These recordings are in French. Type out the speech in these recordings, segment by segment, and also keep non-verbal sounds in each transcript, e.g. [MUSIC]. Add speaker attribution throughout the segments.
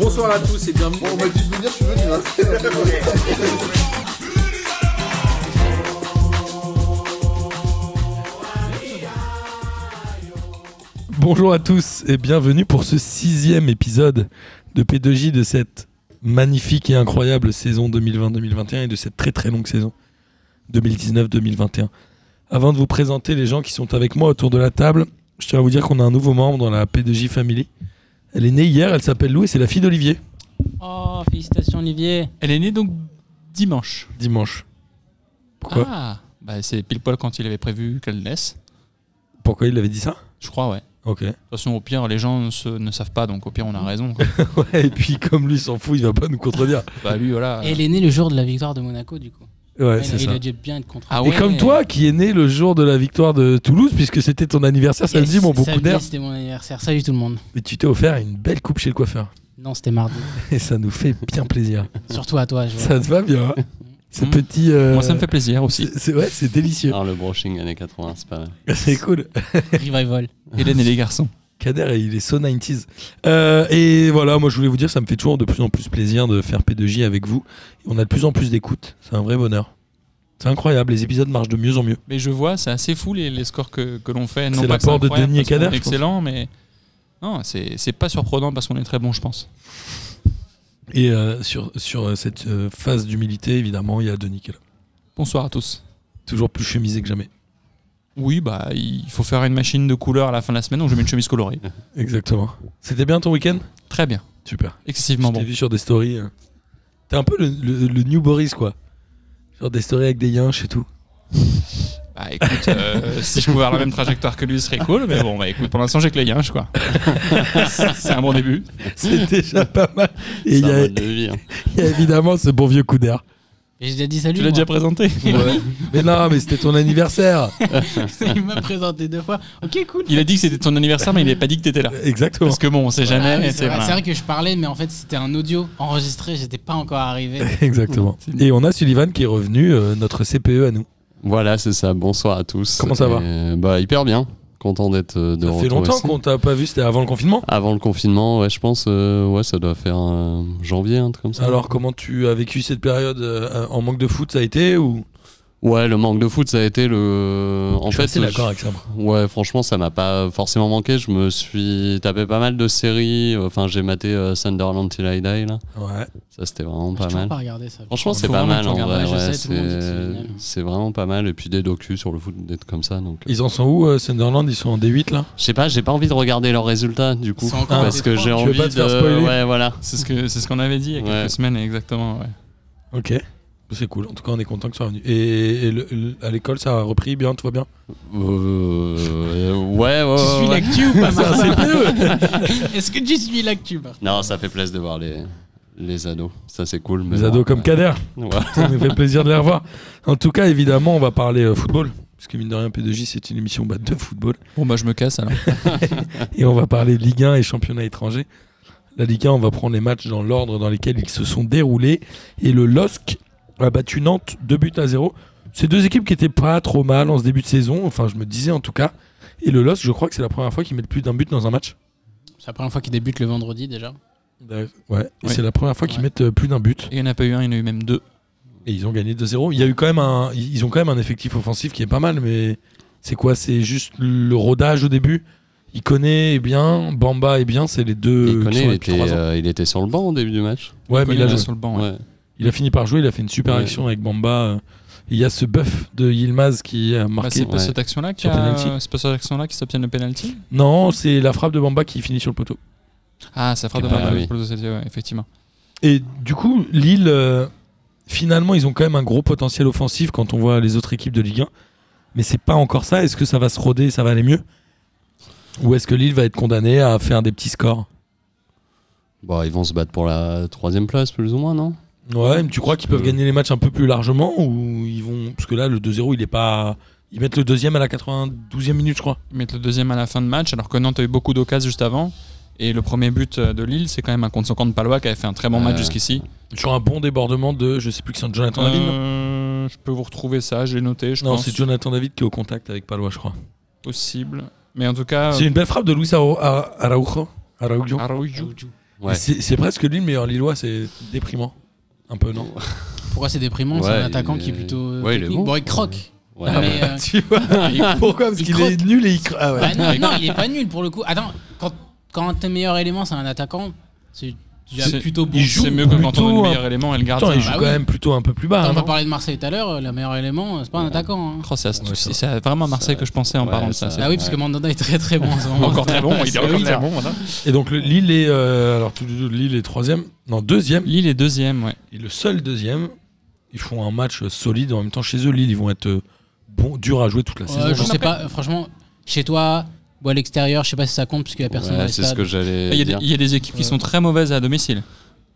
Speaker 1: Bonsoir à tous et bienvenue.
Speaker 2: Bon, on m'a dit de venir, je suis venu. hein.
Speaker 3: Bonjour à tous et bienvenue pour ce sixième épisode de P2J de cette magnifique et incroyable saison 2020-2021 et de cette très très longue saison 2019-2021. Avant de vous présenter les gens qui sont avec moi autour de la table, je tiens à vous dire qu'on a un nouveau membre dans la P2J Family. Elle est née hier, elle s'appelle Lou et c'est la fille d'Olivier,
Speaker 4: Oh, félicitations Olivier.
Speaker 5: Elle est née donc dimanche.
Speaker 3: dimanche. Pourquoi
Speaker 5: ah bah, C'est pile poil quand il avait prévu qu'elle naisse.
Speaker 3: Pourquoi il avait dit ça
Speaker 5: Je crois, ouais. De
Speaker 3: Ok. [LAUGHS]
Speaker 5: toute façon, au pire, les gens ne, se- ne savent pas, donc au pire, on a raison. quoi.
Speaker 3: Ouais, et puis comme lui s'en fout, il va pas nous contredire.
Speaker 5: bah, lui, voilà.
Speaker 4: Et elle est née le jour de la victoire de Monaco, du coup.
Speaker 3: Ouais,
Speaker 4: il,
Speaker 3: c'est
Speaker 4: il
Speaker 3: ça.
Speaker 4: a dû bien être contraint.
Speaker 5: Ah
Speaker 3: Et
Speaker 5: ouais.
Speaker 3: comme toi, qui est né le jour de la victoire de Toulouse, puisque c'était ton anniversaire
Speaker 4: Yes,
Speaker 3: samedi, mon bon coup
Speaker 4: samedi,
Speaker 3: d'air,
Speaker 4: C'était mon anniversaire. Salut tout le monde.
Speaker 3: mais tu t'es offert une belle coupe chez le coiffeur.
Speaker 4: Non, c'était mardi.
Speaker 3: Et ça nous fait bien plaisir.
Speaker 4: Surtout à toi. Je vois.
Speaker 3: Ça te va bien, hein Ce
Speaker 5: Mm.
Speaker 3: petit... euh,
Speaker 5: Moi, ça me fait plaisir
Speaker 3: [LAUGHS]
Speaker 5: aussi.
Speaker 3: C'est, c'est- ouais, c'est délicieux.
Speaker 6: Ah, le brushing années 80, c'est pas mal.
Speaker 5: Ah.
Speaker 3: C'est cool.
Speaker 4: Revival.
Speaker 5: Hélène et les garçons.
Speaker 3: Kader, il est so 90s. Euh, et voilà, moi je voulais vous dire, ça me fait toujours de plus en plus plaisir de faire P2J avec vous. On a de plus en plus d'écoute. C'est un vrai bonheur. C'est incroyable, les épisodes marchent de mieux en mieux.
Speaker 5: Mais je vois, c'est assez fou les, les scores que, que l'on fait. Non
Speaker 3: C'est
Speaker 5: pas que
Speaker 3: l'apport de
Speaker 5: incroyable,
Speaker 3: Denis et
Speaker 5: parce qu'on
Speaker 3: Kader,
Speaker 5: est
Speaker 3: je pense.
Speaker 5: Excellent, mais. Non, c'est c'est pas surprenant parce qu'on est très bon, je pense.
Speaker 3: Et euh, sur, sur euh, cette euh, phase d'humilité, évidemment, il y a Denis qui est là.
Speaker 5: Bonsoir à tous.
Speaker 3: Toujours plus chemisé que jamais.
Speaker 5: Oui, bah, il faut faire une machine de couleur à la fin de la semaine, donc je mets une chemise colorée.
Speaker 3: Exactement. C'était bien ton week-end
Speaker 5: Très bien.
Speaker 3: Super.
Speaker 5: Excessivement
Speaker 3: Je
Speaker 5: bon.
Speaker 3: t'ai vu sur des stories. euh. T'es un peu le, le- le new Boris, quoi. Genre des stories avec des yinches et
Speaker 6: [LAUGHS]
Speaker 3: tout.
Speaker 5: Bah
Speaker 4: [LAUGHS]
Speaker 5: écoute, euh, si je pouvais avoir la même trajectoire que lui, ce serait cool. Mais bon, bah écoute, pour l'instant, j'ai que les yinches,
Speaker 4: [LAUGHS]
Speaker 5: quoi. c'est un bon début.
Speaker 3: C'est déjà pas mal. Et
Speaker 6: C'est
Speaker 3: il y,
Speaker 6: un
Speaker 3: a-
Speaker 6: mode de vie. hein.
Speaker 3: il y a évidemment ce bon vieux coup d'air.
Speaker 4: Et J'ai déjà dit salut.
Speaker 5: Tu l'as
Speaker 4: [LAUGHS]
Speaker 5: déjà présenté
Speaker 3: Mais non, mais c'était ton
Speaker 6: [LAUGHS]
Speaker 3: anniversaire.
Speaker 4: déjà [LAUGHS] Il m'a présenté deux fois. Ok, cool.
Speaker 5: Il a dit que c'était ton anniversaire, mais il n'a pas dit que t'étais là.
Speaker 3: Exactement.
Speaker 5: Parce que bon, on
Speaker 4: Ah
Speaker 5: sait
Speaker 4: oui,
Speaker 5: jamais.
Speaker 4: c'est
Speaker 5: c'est
Speaker 4: vrai,
Speaker 5: voilà.
Speaker 4: c'est vrai que je parlais, mais en fait, c'était un audio enregistré. J'étais pas encore arrivé.
Speaker 6: [LAUGHS]
Speaker 3: Exactement. Et on a Sullivan qui est revenu, euh, notre CPE à nous.
Speaker 6: Voilà, c'est ça. Bonsoir à tous.
Speaker 3: Comment ça va
Speaker 6: Euh, Bah, hyper bien. Content d'être euh, de
Speaker 3: Ça
Speaker 6: retour.
Speaker 3: fait longtemps
Speaker 6: ici.
Speaker 3: qu'on t'a pas vu, c'était avant le confinement.
Speaker 6: Avant le confinement, ouais, je pense, euh, ouais, ça doit faire euh, janvier, un truc comme ça.
Speaker 3: Alors, comment tu as vécu cette période euh, en manque de foot, ça a été ou
Speaker 6: Ouais, le manque de foot, ça a été le. En
Speaker 3: Je suis
Speaker 6: fait, euh,
Speaker 3: assez d'accord
Speaker 6: je-
Speaker 3: avec ça. moi.
Speaker 6: Ouais, franchement, ça m'a pas forcément manqué. Je me suis tapé pas mal de séries. Enfin, j'ai maté euh, Sunderland Till I Die, là.
Speaker 3: Ouais.
Speaker 6: Ça, c'était vraiment
Speaker 4: Ah, Je
Speaker 6: pas mal.
Speaker 4: pas regardé ça.
Speaker 6: Franchement, c'est
Speaker 5: Faut
Speaker 6: pas
Speaker 5: vraiment que
Speaker 6: mal
Speaker 5: tu
Speaker 6: en
Speaker 5: regardes.
Speaker 6: vrai.
Speaker 4: Ouais, je
Speaker 6: ouais,
Speaker 4: sais, tout le monde dit que c'est
Speaker 6: c'est-
Speaker 4: génial.
Speaker 6: c'est vraiment pas mal. Et puis des docus sur le foot, des trucs comme ça. Donc, euh,
Speaker 3: Ils en sont où euh, Sunderland Ils sont en D8 là
Speaker 6: je sais pas, j'ai pas envie de regarder leurs résultats du coup.
Speaker 4: Ils sont encore des
Speaker 6: Parce que
Speaker 4: trois.
Speaker 6: j'ai
Speaker 3: veux
Speaker 6: envie
Speaker 3: pas te faire
Speaker 6: de.
Speaker 3: spoiler
Speaker 6: Ouais, voilà.
Speaker 5: C'est ce que c'est ce qu'on avait dit il y a quelques
Speaker 6: Ouais.
Speaker 5: semaines exactement. ouais.
Speaker 3: Ok. C'est cool. En tout cas, on est content que ça soit revenu. Et, et le- le- à l'école, ça a repris bien, tout va bien.
Speaker 6: Euh, ouais, ouais.
Speaker 4: Tu suis
Speaker 6: ouais.
Speaker 4: l'actu ou pas
Speaker 3: [LAUGHS]
Speaker 4: Martin Est-ce que tu suis l'actu Martin
Speaker 6: Non, ça fait plaisir de voir les, les ados. Ça, c'est cool. mais
Speaker 3: Les
Speaker 6: bon,
Speaker 3: ados comme
Speaker 6: ouais.
Speaker 3: Kader.
Speaker 6: Ouais.
Speaker 3: Ça nous fait plaisir de les revoir. En tout cas, évidemment, on va parler euh, football. Parce que mine de rien, P2J, c'est une émission bah, de football.
Speaker 5: Bon bah je me casse alors.
Speaker 3: Et on va parler Ligue 1 et championnat étranger. La Ligue 1, on va prendre les matchs dans l'ordre dans lesquels ils se sont déroulés. Et le LOSC a battu Nantes 2 buts à 0. Ces deux équipes qui étaient pas trop mal en ce début de saison. Enfin, je me disais en tout cas. Et le LOSC, je crois que c'est la première fois qu'ils mettent plus d'un but dans un match.
Speaker 4: C'est la première fois qu'il débute le vendredi déjà.
Speaker 3: Ouais. Et
Speaker 5: Ouais.
Speaker 3: c'est la première fois qu'ils
Speaker 4: Ouais.
Speaker 3: mettent euh, plus d'un but.
Speaker 5: Il y en a pas eu un, il y en a eu même deux.
Speaker 3: Et ils ont gagné 2-0. Il y a eu quand même un, ils ont quand même un effectif offensif qui est pas mal, mais c'est quoi C'est juste le rodage au début. Il connaît bien, Bamba est bien, c'est les deux
Speaker 6: Il
Speaker 3: qui
Speaker 6: connaît,
Speaker 3: sont
Speaker 6: il
Speaker 3: là depuis
Speaker 6: était,
Speaker 3: trois ans.
Speaker 6: euh, il était sur le banc au début du match.
Speaker 3: Ouais, mais il a,
Speaker 5: Colin
Speaker 3: joué.
Speaker 5: sur le banc. ouais.
Speaker 6: Ouais.
Speaker 3: Il a fini par jouer, il a fait une super
Speaker 6: Ouais.
Speaker 3: action avec Bamba. euh. Il y a ce bœuf de Yilmaz qui a
Speaker 5: Bah, c'est
Speaker 3: marqué.
Speaker 5: pas
Speaker 6: ouais.
Speaker 5: cette action là qui
Speaker 3: Sur penalty.
Speaker 5: a... c'est pas cette action là qui s'obtient le penalty.
Speaker 3: non, c'est la frappe de Bamba qui finit sur le poteau.
Speaker 5: Ah ça fera
Speaker 6: Qui est
Speaker 5: de
Speaker 6: pas mal, oui.
Speaker 5: mal pour le société, ouais, effectivement.
Speaker 3: Et du coup, Lille, euh, finalement, ils ont quand même un gros potentiel offensif quand on voit les autres équipes de Ligue 1. Mais c'est pas encore ça. Est-ce que ça va se roder et ça va aller mieux Ou est-ce que Lille va être condamné à faire des petits scores
Speaker 6: Bon, ils vont se battre pour la troisième place, plus ou moins, non
Speaker 3: Ouais, mais tu crois qu'ils peuvent
Speaker 6: Euh.
Speaker 3: gagner les matchs un peu plus largement ou ils vont parce que là le 2-0, il est pas ils mettent le deuxième à la 92e minute, je crois.
Speaker 5: Ils mettent le deuxième à la fin de match alors que Nantes a eu beaucoup d'occasions juste avant. Et le premier but euh, de Lille, c'est quand même un contre 50 de Palois qui avait fait un très bon match
Speaker 6: Euh,
Speaker 5: jusqu'ici.
Speaker 3: Sur un bon débordement de je sais plus qui c'est Jonathan David. non
Speaker 5: Euh, je peux vous retrouver ça, j'ai noté, je
Speaker 3: Non,
Speaker 5: pense.
Speaker 3: c'est Jonathan David qui est au contact avec Palois, je crois.
Speaker 5: possible. Mais en tout cas, euh, Ah,
Speaker 3: C'est une belle frappe de Luis Arau- Araujo. Araujo.
Speaker 5: Araujo,
Speaker 6: Ouais.
Speaker 3: C'est c'est presque lui le meilleur Lillois, c'est déprimant. Un peu, non
Speaker 4: Pourquoi c'est déprimant C'est
Speaker 6: Ouais,
Speaker 4: un attaquant
Speaker 6: il est-
Speaker 4: qui est plutôt. euh,
Speaker 6: ouais, il est
Speaker 4: technique.
Speaker 6: bon. Ah
Speaker 4: il croque.
Speaker 6: Ouais.
Speaker 4: mais, euh,
Speaker 3: [LAUGHS]
Speaker 6: [LAUGHS]
Speaker 3: Tu vois Pourquoi
Speaker 4: [LAUGHS]
Speaker 3: Parce
Speaker 4: il
Speaker 3: qu'il est nul et il cro- Ah ouais.
Speaker 4: bah non, non, il est pas nul pour le coup. Attends, quand, quand un de tes meilleurs éléments, c'est un attaquant, c'est déjà
Speaker 5: C'est-
Speaker 4: plutôt bon.
Speaker 5: Il joue c'est mieux que quand on
Speaker 3: plutôt
Speaker 5: a
Speaker 3: un-
Speaker 5: le meilleur élément et le
Speaker 3: Attends,
Speaker 5: gardien.
Speaker 3: il joue
Speaker 4: bah
Speaker 3: quand
Speaker 4: oui.
Speaker 3: même plutôt un peu plus bas.
Speaker 4: Attends, on va
Speaker 3: non
Speaker 4: parler de Marseille tout à l'heure. euh, Le meilleur élément, euh, c'est pas un attaquant. hein.
Speaker 5: Oh, c'est astucieux,
Speaker 3: Ouais, ça-
Speaker 5: c'est vraiment à Marseille que je pensais en
Speaker 6: Ouais,
Speaker 5: parlant de
Speaker 6: ça-
Speaker 5: ça. c'est-
Speaker 4: Bah oui, parce que Mandanda est très très bon en ce moment.
Speaker 5: Encore très bon, il est
Speaker 4: Bah
Speaker 5: encore
Speaker 4: oui.
Speaker 5: très bon. voilà.
Speaker 3: Et donc le- Lille est euh, alors tout, tout- tout- Lille est troisième, non deuxième.
Speaker 5: Lille est deuxième, ouais.
Speaker 3: Et le seul deuxième, ils font un match euh, solide. En même temps, chez eux, Lille, ils vont être euh, bons, durs à jouer toute la
Speaker 4: Ouais,
Speaker 3: saison.
Speaker 4: je
Speaker 3: genre.
Speaker 4: sais pas, euh, franchement, chez toi ou à l'extérieur, je sais pas si ça compte parce qu'il y a personne
Speaker 6: Ouais,
Speaker 4: dans les
Speaker 6: c'est ce
Speaker 4: stades.
Speaker 6: que j'allais
Speaker 5: Ah, Il y, a des,
Speaker 6: dire.
Speaker 5: il y a des équipes qui sont très mauvaises à domicile.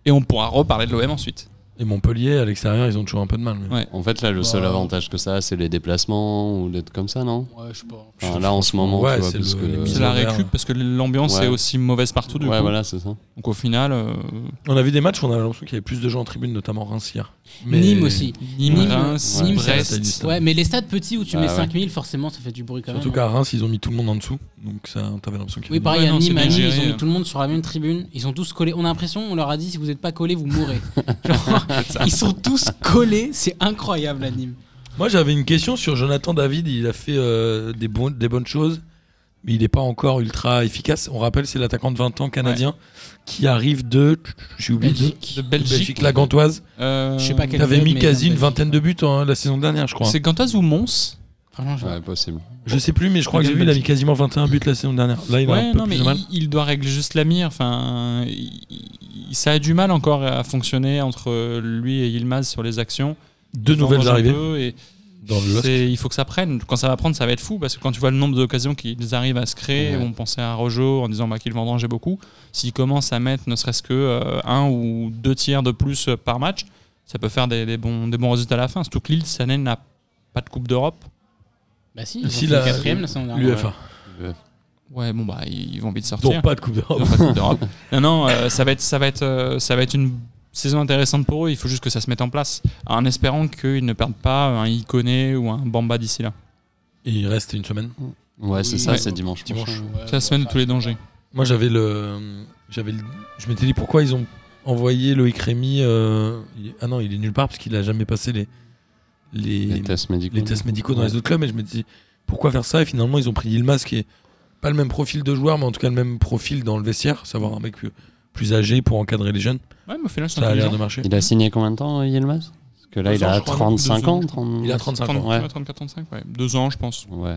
Speaker 5: Et on pourra reparler de l'OM ensuite.
Speaker 3: Et Montpellier, à l'extérieur, ils ont toujours un peu de mal. mais-
Speaker 5: Ouais.
Speaker 6: En fait, là, le seul avantage que ça a, c'est les déplacements ou d'être comme ça, non
Speaker 4: Ouais, je sais pas.
Speaker 6: Enfin, Là, en ce moment,
Speaker 3: Ouais,
Speaker 6: tu vois,
Speaker 3: c'est
Speaker 6: parce
Speaker 3: le-
Speaker 6: que-
Speaker 3: les mises
Speaker 5: C'est
Speaker 3: Ils
Speaker 5: la
Speaker 3: ont l'air-
Speaker 5: récup parce que l'ambiance
Speaker 6: Ouais.
Speaker 5: est aussi mauvaise partout. Du
Speaker 6: Ouais,
Speaker 5: coup.
Speaker 6: voilà, c'est ça.
Speaker 5: Donc au final, euh,
Speaker 3: On a vu des matchs, où on a l'impression qu'il y avait plus de gens en tribune, notamment Reims hier.
Speaker 4: Nîmes aussi.
Speaker 5: Nîmes,
Speaker 4: Nîmes,
Speaker 5: Reims,
Speaker 6: Nîmes,
Speaker 3: c'est-
Speaker 5: Brest.
Speaker 3: Putain.
Speaker 4: Ouais, mais les stades petits où tu
Speaker 6: Bah
Speaker 4: mets
Speaker 6: ouais.
Speaker 4: 5000, forcément, ça fait du bruit quand
Speaker 3: Surtout
Speaker 4: même. hein.
Speaker 3: qu'à Reims, ils ont mis tout le monde en dessous. Donc ça, t'avais l'impression qu'il y
Speaker 4: Oui,
Speaker 3: avait
Speaker 4: pareil,
Speaker 5: Ouais,
Speaker 4: à
Speaker 5: non, c'est
Speaker 4: Nîmes, à
Speaker 5: bien
Speaker 4: Nîmes,
Speaker 5: géré,
Speaker 4: ils ont
Speaker 5: hein.
Speaker 4: mis tout le monde sur la même tribune. Ils sont tous collés. On a l'impression, on leur a dit, si vous n'êtes pas collés, vous mourrez. Genre, ils sont tous collés. C'est incroyable, à Nîmes.
Speaker 3: Moi, j'avais une question sur Jonathan David. Il a fait euh, des, bon- des bonnes choses, mais il n'est pas encore ultra efficace. On rappelle, c'est l'attaquant de 20 ans canadien qui arrive de. J'ai oublié.
Speaker 4: Belgique.
Speaker 3: De
Speaker 5: Belgique.
Speaker 3: la Gantoise.
Speaker 5: Euh,
Speaker 4: Je sais pas quel-
Speaker 3: Tu avais
Speaker 4: club,
Speaker 3: mis
Speaker 4: mais
Speaker 3: quasi
Speaker 4: en
Speaker 3: une
Speaker 4: Belgique.
Speaker 3: vingtaine de buts hein, la saison dernière, je crois.
Speaker 5: C'est Gantoise ou Mons
Speaker 4: Franchement, je-
Speaker 6: Ouais, possible.
Speaker 3: Je sais plus, mais je crois que j'ai vu, il a mis quasiment 21 buts la saison dernière. Là, il a
Speaker 5: Ouais,
Speaker 3: un peu
Speaker 5: non, mais
Speaker 3: plus de mal.
Speaker 5: il, il doit régler juste la mire. Enfin, il- il- ça a du mal encore à fonctionner entre lui et Yilmaz sur les actions.
Speaker 3: Deux
Speaker 5: Il engrange
Speaker 3: nouvelles
Speaker 5: un
Speaker 3: arrivées
Speaker 5: peu et
Speaker 3: dans le Lost.
Speaker 5: c'est- il faut que ça prenne. Quand ça va prendre, ça va être fou parce que quand tu vois le nombre d'occasions qu'ils arrivent à se créer,
Speaker 6: Ouais.
Speaker 5: on pensait à Rojo en disant bah, qu'il va en danger beaucoup. S'ils commencent à mettre ne serait-ce que euh, un ou deux tiers de plus euh, par match, ça peut faire des, des bons, des bons résultats à la fin. Surtout que Lille, cette année, n'a pas de Coupe d'Europe.
Speaker 4: Bah si, ils
Speaker 3: Si,
Speaker 4: ont fait
Speaker 3: la-
Speaker 4: quatrième la saison dernière.
Speaker 3: L'UFA.
Speaker 5: Ouais, bon, bah, ils vont vite sortir.
Speaker 3: Donc pas de Coupe
Speaker 5: Ils
Speaker 3: d'Europe.
Speaker 5: ont pas de Coupe d'Europe. [LAUGHS] non, non, euh, ça, va être, ça, va être, euh, ça va être une saison intéressante pour eux. Il faut juste que ça se mette en place. En espérant qu'ils ne perdent pas un Iconé ou un Bamba d'ici là.
Speaker 3: Et il reste une semaine.
Speaker 6: Ouais, c'est
Speaker 4: Oui,
Speaker 6: ça,
Speaker 4: ouais.
Speaker 6: c'est dimanche.
Speaker 3: Dimanche.
Speaker 6: prochain.
Speaker 4: Ouais,
Speaker 5: C'est la semaine de tous les dangers.
Speaker 3: Moi, j'avais le. j'avais le- Je m'étais dit pourquoi ils ont envoyé Loïc Rémy. euh, il- Ah non, il est nulle part parce qu'il a jamais passé les. Les,
Speaker 6: Les tests médicaux.
Speaker 3: les tests médicaux dans les autres clubs. Et je me dis pourquoi faire ça Et finalement, ils ont pris Yilmaz qui est pas le même profil de joueur, mais en tout cas le même profil dans le vestiaire, savoir un mec plus, plus âgé pour encadrer les jeunes.
Speaker 5: Ouais, mais au final, c'est
Speaker 3: Ça a l'air de marcher.
Speaker 6: Il a signé combien de temps, euh, Yilmaz Parce que là,
Speaker 3: Deux
Speaker 6: il
Speaker 3: ans,
Speaker 6: a
Speaker 3: je crois,
Speaker 6: 35
Speaker 5: deux ans,
Speaker 6: ans.
Speaker 5: je
Speaker 6: 30...
Speaker 3: Il a 35 ans.
Speaker 6: Ouais.
Speaker 5: 34-35, ouais. Deux ans, je pense.
Speaker 6: Ouais.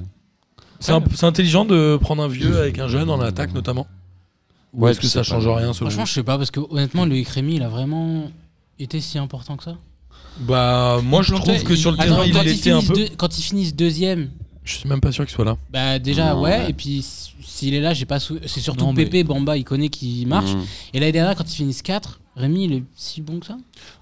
Speaker 3: C'est un- c'est intelligent de prendre un vieux avec un jeune en attaque notamment. Ou
Speaker 6: Ouais,
Speaker 3: est-ce que
Speaker 6: je
Speaker 3: ça
Speaker 6: sais
Speaker 3: change
Speaker 6: pas.
Speaker 3: rien selon
Speaker 4: Franchement, je sais pas, parce que honnêtement, Loïc Rémy, il a vraiment été si important que ça.
Speaker 3: vous Bah moi je trouve que sur le
Speaker 4: Attends,
Speaker 3: terrain il
Speaker 4: quand, ils
Speaker 3: était un
Speaker 4: finissent
Speaker 3: peu.
Speaker 4: deux- quand ils finissent deuxième,
Speaker 3: Je suis même pas sûr qu'il soit là.
Speaker 4: bah déjà,
Speaker 6: Non,
Speaker 4: ouais,
Speaker 6: ouais.
Speaker 4: Et puis s- s'il est là, j'ai pas. sou- C'est surtout
Speaker 5: Non, mais-
Speaker 4: Pépé, Bamba, il connaît qui marche.
Speaker 6: Mmh.
Speaker 4: Et l'année dernière, quand ils finissent 4, Rémi, il est si bon que ça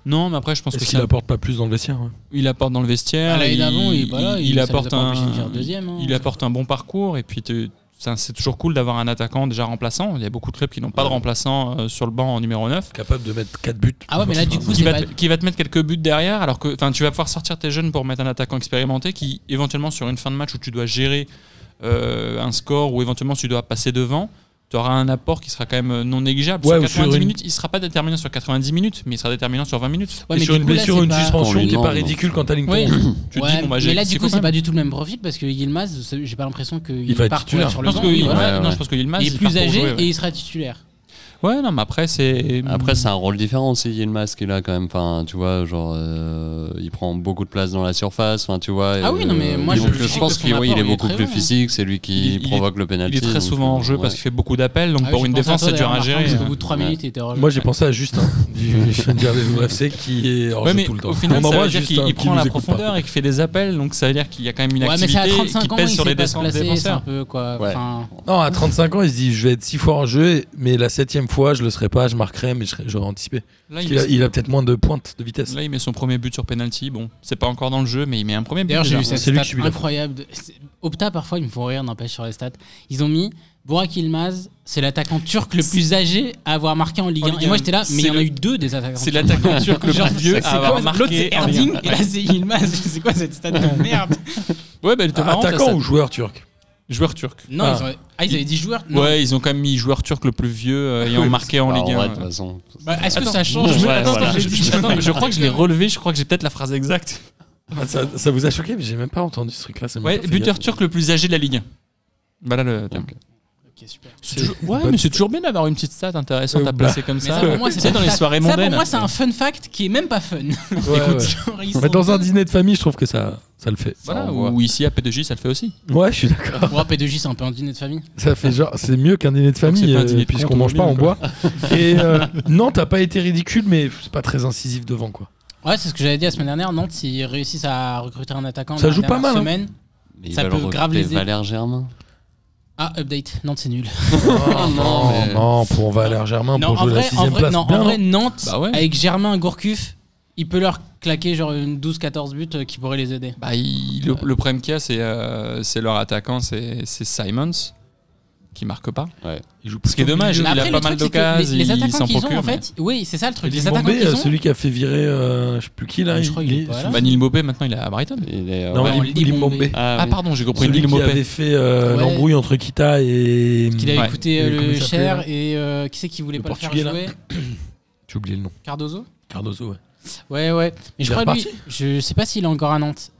Speaker 5: Non, mais après, je pense que
Speaker 3: Est-ce qu'il
Speaker 5: ça-
Speaker 3: apporte pas plus dans le vestiaire hein. ouais
Speaker 5: il apporte dans le vestiaire.
Speaker 4: Ah, l'année
Speaker 5: il,
Speaker 4: d'avant, il- voilà,
Speaker 5: il-
Speaker 4: il-
Speaker 5: il
Speaker 4: ça les a
Speaker 5: apporte
Speaker 4: pas
Speaker 5: un.
Speaker 4: obligés de faire deuxième, hein.
Speaker 5: Il apporte un bon parcours et puis te- ça, c'est toujours cool d'avoir un attaquant déjà remplaçant. Il y a beaucoup de clubs qui n'ont pas de remplaçant euh, sur le banc en numéro 9.
Speaker 3: Capable de mettre 4 buts.
Speaker 4: Ah ouais, mais là, du coup,
Speaker 5: Qui
Speaker 4: c'est
Speaker 5: va,
Speaker 4: pas.
Speaker 5: te, qui va te mettre quelques buts derrière, alors que enfin, tu vas pouvoir sortir tes jeunes pour mettre un attaquant expérimenté qui, éventuellement, sur une fin de match où tu dois gérer euh, un score ou éventuellement tu dois passer devant, tu auras un apport qui sera quand même euh, non négligeable.
Speaker 3: Ouais, ou
Speaker 5: sur
Speaker 3: sur
Speaker 5: 90
Speaker 3: une-
Speaker 5: minutes, il sera pas déterminant sur 90 minutes, mais il sera déterminant sur 20 minutes.
Speaker 4: Ouais,
Speaker 3: Et
Speaker 4: mais
Speaker 3: sur
Speaker 4: du
Speaker 3: une
Speaker 4: coup, là,
Speaker 3: blessure,
Speaker 4: c'est
Speaker 3: une
Speaker 4: pas-
Speaker 3: suspension,
Speaker 6: Oh,
Speaker 3: t'es
Speaker 6: non,
Speaker 3: pas
Speaker 6: non.
Speaker 3: ridicule quand t'as une
Speaker 4: Ouais,
Speaker 5: [LAUGHS] Tu te
Speaker 4: ouais,
Speaker 5: dis, bon, bah, j'ai-
Speaker 4: mais là,
Speaker 5: c'est
Speaker 4: du coup,
Speaker 5: quoi
Speaker 4: c'est
Speaker 5: ça
Speaker 4: pas du tout le même profil parce que Yilmaz, c'est- j'ai pas l'impression qu'il
Speaker 3: Il va être
Speaker 4: parte
Speaker 3: titulaire.
Speaker 4: sur
Speaker 5: Je
Speaker 4: le
Speaker 5: pense
Speaker 4: banc.
Speaker 5: que
Speaker 4: il,
Speaker 5: Yilmaz-
Speaker 4: voilà.
Speaker 6: ouais,
Speaker 5: non,
Speaker 6: ouais.
Speaker 5: je pense que Yilmaz,
Speaker 4: Il est
Speaker 5: il
Speaker 4: plus
Speaker 5: part pour
Speaker 4: âgé
Speaker 5: jouer, ouais.
Speaker 4: et il sera titulaire. Ah
Speaker 5: Ouais, non, mais après, c'est.
Speaker 6: Mm. Après, c'est un rôle différent aussi, Yilmaz, qu'il a quand même. Enfin, tu vois, genre, euh, il prend beaucoup de place dans la surface. Enfin, tu vois.
Speaker 4: Ah oui,
Speaker 6: euh,
Speaker 4: non, mais moi,
Speaker 6: il-
Speaker 4: je
Speaker 6: donc,
Speaker 4: trouve
Speaker 6: je
Speaker 4: que
Speaker 6: pense
Speaker 4: son
Speaker 6: qu'il oui,
Speaker 4: apport,
Speaker 6: il est
Speaker 4: il est
Speaker 6: beaucoup
Speaker 4: très
Speaker 6: plus
Speaker 4: bon, hein.
Speaker 6: physique. C'est lui
Speaker 5: Il- il
Speaker 6: qui
Speaker 5: est-
Speaker 6: provoque le
Speaker 5: Il
Speaker 6: penalty. euh,
Speaker 5: est très souvent en jeu parce qu'il fait beaucoup d'appels, donc
Speaker 4: Ah,
Speaker 5: pour
Speaker 4: j'ai
Speaker 5: une
Speaker 4: pensé à
Speaker 5: défense,
Speaker 4: toi,
Speaker 5: c'est dur à
Speaker 4: d'ailleurs,
Speaker 5: gérer. hein.
Speaker 4: Martin, parce qu'au bout de 3
Speaker 6: Ouais.
Speaker 4: minutes, il était hors jeu.
Speaker 3: Moi j'ai pensé à Justin du Fender des UFC qui est hors
Speaker 5: Ouais,
Speaker 3: jeu
Speaker 5: mais
Speaker 3: tout le temps.
Speaker 5: au final,
Speaker 3: Pour
Speaker 5: ça
Speaker 3: moi,
Speaker 5: veut dire
Speaker 3: Justin,
Speaker 5: euh, qu'il
Speaker 3: qui
Speaker 5: il prend
Speaker 3: nous
Speaker 5: la
Speaker 3: écoute pas.
Speaker 5: profondeur et qu'il fait des appels, donc ça veut dire qu'il y a quand même une
Speaker 4: Ouais, mais c'est
Speaker 5: activité
Speaker 4: à 35
Speaker 5: qui
Speaker 4: ans,
Speaker 5: pèse
Speaker 4: il
Speaker 5: sur les
Speaker 4: sait pas se
Speaker 5: défenses.
Speaker 4: placer, c'est un
Speaker 5: défenseurs.
Speaker 4: peu quoi.
Speaker 6: Ouais.
Speaker 4: Enfin,
Speaker 5: [LAUGHS]
Speaker 3: Non, à 35 ans, il se dit je vais être 6 fois en jeu, mais la septième fois, je le serai pas, je marquerai, mais je serai- j'aurai anticipé.
Speaker 5: Là, il
Speaker 3: Il a, il a peut-être moins de pointe de vitesse.
Speaker 5: Là, il met son premier but sur penalty. Bon, c'est pas encore dans le jeu, mais il met un premier but.
Speaker 4: D'ailleurs, j'ai
Speaker 5: déjà.
Speaker 4: eu cette
Speaker 3: C'est lui
Speaker 4: stat
Speaker 3: qui subit la faute.
Speaker 4: incroyable. de- c'est- Opta, parfois, ils me font rire, n'empêche, sur les stats. Ils ont mis Burak Yilmaz, c'est l'attaquant turc le plus âgé à avoir marqué en Ligue
Speaker 5: En
Speaker 4: 1.
Speaker 5: Ligue
Speaker 4: Et moi,
Speaker 5: un,
Speaker 4: j'étais là, mais
Speaker 5: c'est
Speaker 4: il y en a
Speaker 5: le-
Speaker 4: eu deux des attaquants.
Speaker 5: C'est l'attaquant turc le
Speaker 4: Genre,
Speaker 5: plus vieux
Speaker 4: c'est
Speaker 5: à
Speaker 4: quoi
Speaker 5: avoir
Speaker 4: ce-
Speaker 5: marqué.
Speaker 4: L'autre, c'est
Speaker 5: en Ligue
Speaker 4: Erding,
Speaker 5: un.
Speaker 4: et là, c'est Yilmaz. C'est quoi cette stat de merde
Speaker 5: Ouais, bah, il était marrant.
Speaker 3: Attaquant
Speaker 5: ça,
Speaker 3: ou joueur turc
Speaker 5: Joueur turc.
Speaker 4: [LAUGHS] Non,
Speaker 5: Ah.
Speaker 4: ils, ont- ah, ils avaient dit joueurs. non.
Speaker 5: Ouais, ils ont quand même mis joueur turc le plus vieux euh, ayant marqué en
Speaker 6: Ah,
Speaker 5: Ligue
Speaker 6: en
Speaker 5: 1.
Speaker 6: vrai, de toute façon.
Speaker 4: Bah, Est-ce que
Speaker 5: Attends,
Speaker 4: ça change
Speaker 6: ouais,
Speaker 5: attends,
Speaker 6: voilà.
Speaker 5: attends, je,
Speaker 4: [LAUGHS]
Speaker 5: je- attends, mais je crois que je l'ai relevé, je crois que j'ai peut-être la phrase exacte.
Speaker 3: Ah, ça, ça vous a choqué, mais j'ai même pas entendu ce truc-là. ça m'a
Speaker 5: Ouais,
Speaker 3: pas fait
Speaker 5: buteur
Speaker 3: gaffe.
Speaker 5: turc le plus âgé de la Ligue. Voilà le terme.
Speaker 6: Ok.
Speaker 4: Ok, super.
Speaker 5: C'est
Speaker 3: C'est
Speaker 5: toujours-
Speaker 3: une
Speaker 5: Ouais,
Speaker 3: bonne
Speaker 5: mais c'est toujours bien d'avoir une petite stat intéressante
Speaker 3: Euh,
Speaker 5: à placer comme
Speaker 4: Mais
Speaker 5: bah, ça.
Speaker 4: ça, pour moi,
Speaker 5: Tu
Speaker 4: c'est
Speaker 5: sais,
Speaker 4: un
Speaker 5: dans les
Speaker 4: fact.
Speaker 5: soirées
Speaker 4: Ça,
Speaker 5: mondaines.
Speaker 4: pour moi, c'est un fun fact qui est même pas fun.
Speaker 3: Ouais, ouais.
Speaker 4: [LAUGHS] Genre, ils
Speaker 3: Mais
Speaker 4: sont-
Speaker 3: dans un dîner de famille, je trouve que ça, ça le fait.
Speaker 5: Voilà,
Speaker 6: Ça envoie.
Speaker 5: ou ici à P2J, ça le fait aussi.
Speaker 3: Ouais, je suis d'accord.
Speaker 4: Ouais, P2J, c'est un peu un dîner de famille.
Speaker 3: Ça fait genre, c'est mieux qu'un dîner de famille,
Speaker 5: c'est pas un
Speaker 3: euh,
Speaker 5: dîner de
Speaker 3: puisqu'on
Speaker 5: compte
Speaker 3: mange pas, on
Speaker 5: mobile,
Speaker 3: boit. Et euh, [LAUGHS] non, t'as pas été ridicule, mais c'est pas très incisif devant, quoi.
Speaker 4: Ouais, c'est ce que j'avais dit la semaine dernière. Nantes, ils réussissent à recruter un attaquant.
Speaker 3: Ça
Speaker 4: la
Speaker 3: joue pas
Speaker 4: dernière
Speaker 3: mal, hein.
Speaker 4: Semaine.
Speaker 6: Mais
Speaker 4: Ça
Speaker 6: ils veulent
Speaker 4: peut grave
Speaker 6: recruter
Speaker 4: les aider.
Speaker 6: Valère Germain. Ah,
Speaker 4: Ah, update. Nantes, c'est nul.
Speaker 6: non,
Speaker 3: non,
Speaker 6: mais-
Speaker 3: Oh, non, pour on va aller à Germain
Speaker 4: Non,
Speaker 3: pour
Speaker 4: en
Speaker 3: jouer la
Speaker 4: vrai, en
Speaker 3: sixième
Speaker 4: vrai,
Speaker 3: place.
Speaker 4: non, en
Speaker 3: Bien,
Speaker 4: vrai, Nantes,
Speaker 5: Bah ouais.
Speaker 4: avec Germain Gourcuff, il peut leur claquer genre une 12-14 buts euh, qui pourraient les aider.
Speaker 5: Bah, il- le, le problème qu'il y a, c'est euh, c'est leur attaquant, c'est c'est Simons, qui marque pas.
Speaker 3: il joue
Speaker 5: Ce qui est
Speaker 3: plutôt
Speaker 5: dommage,
Speaker 3: milieu.
Speaker 5: il a
Speaker 4: le
Speaker 5: pas
Speaker 4: truc,
Speaker 5: mal
Speaker 4: c'est que
Speaker 5: d'occasions,
Speaker 4: les- Les
Speaker 5: il
Speaker 4: attaquants
Speaker 5: s'en
Speaker 4: qu'ils ont, en
Speaker 5: procure,
Speaker 4: fait, oui, c'est ça le truc. Les
Speaker 3: Bombay,
Speaker 4: attaquants qu'ils
Speaker 3: euh,
Speaker 4: ont.
Speaker 3: celui qui a fait virer, euh, je sais plus qui là.
Speaker 4: Mais je crois qu'il est pas là.
Speaker 5: Bah, Neil Maupay, maintenant, il est à Brighton.
Speaker 6: Il est, euh,
Speaker 3: Non,
Speaker 4: Ouais,
Speaker 3: il-
Speaker 4: on lit
Speaker 3: Limbombe.
Speaker 4: Bombay.
Speaker 5: Ah,
Speaker 6: oui.
Speaker 5: pardon, j'ai compris.
Speaker 3: Celui
Speaker 5: Neil
Speaker 3: qui
Speaker 5: Maupay.
Speaker 3: avait fait euh,
Speaker 4: Ouais.
Speaker 3: l'embrouille entre Kita et.
Speaker 4: Qu'il avait
Speaker 5: Ouais.
Speaker 4: coûté euh,
Speaker 3: Comment il
Speaker 4: le
Speaker 3: s'appelait, là
Speaker 4: cher et euh, qui c'est qui voulait
Speaker 3: Le
Speaker 4: pas le faire
Speaker 3: Portugais, là.
Speaker 4: jouer
Speaker 3: J'ai oublié le nom.
Speaker 4: Cardozo
Speaker 3: Cardozo, ouais.
Speaker 4: Ouais, ouais. Mais
Speaker 3: Il
Speaker 4: je
Speaker 3: est
Speaker 4: crois lui,
Speaker 3: reparti
Speaker 4: je sais pas s'il est encore à Nantes.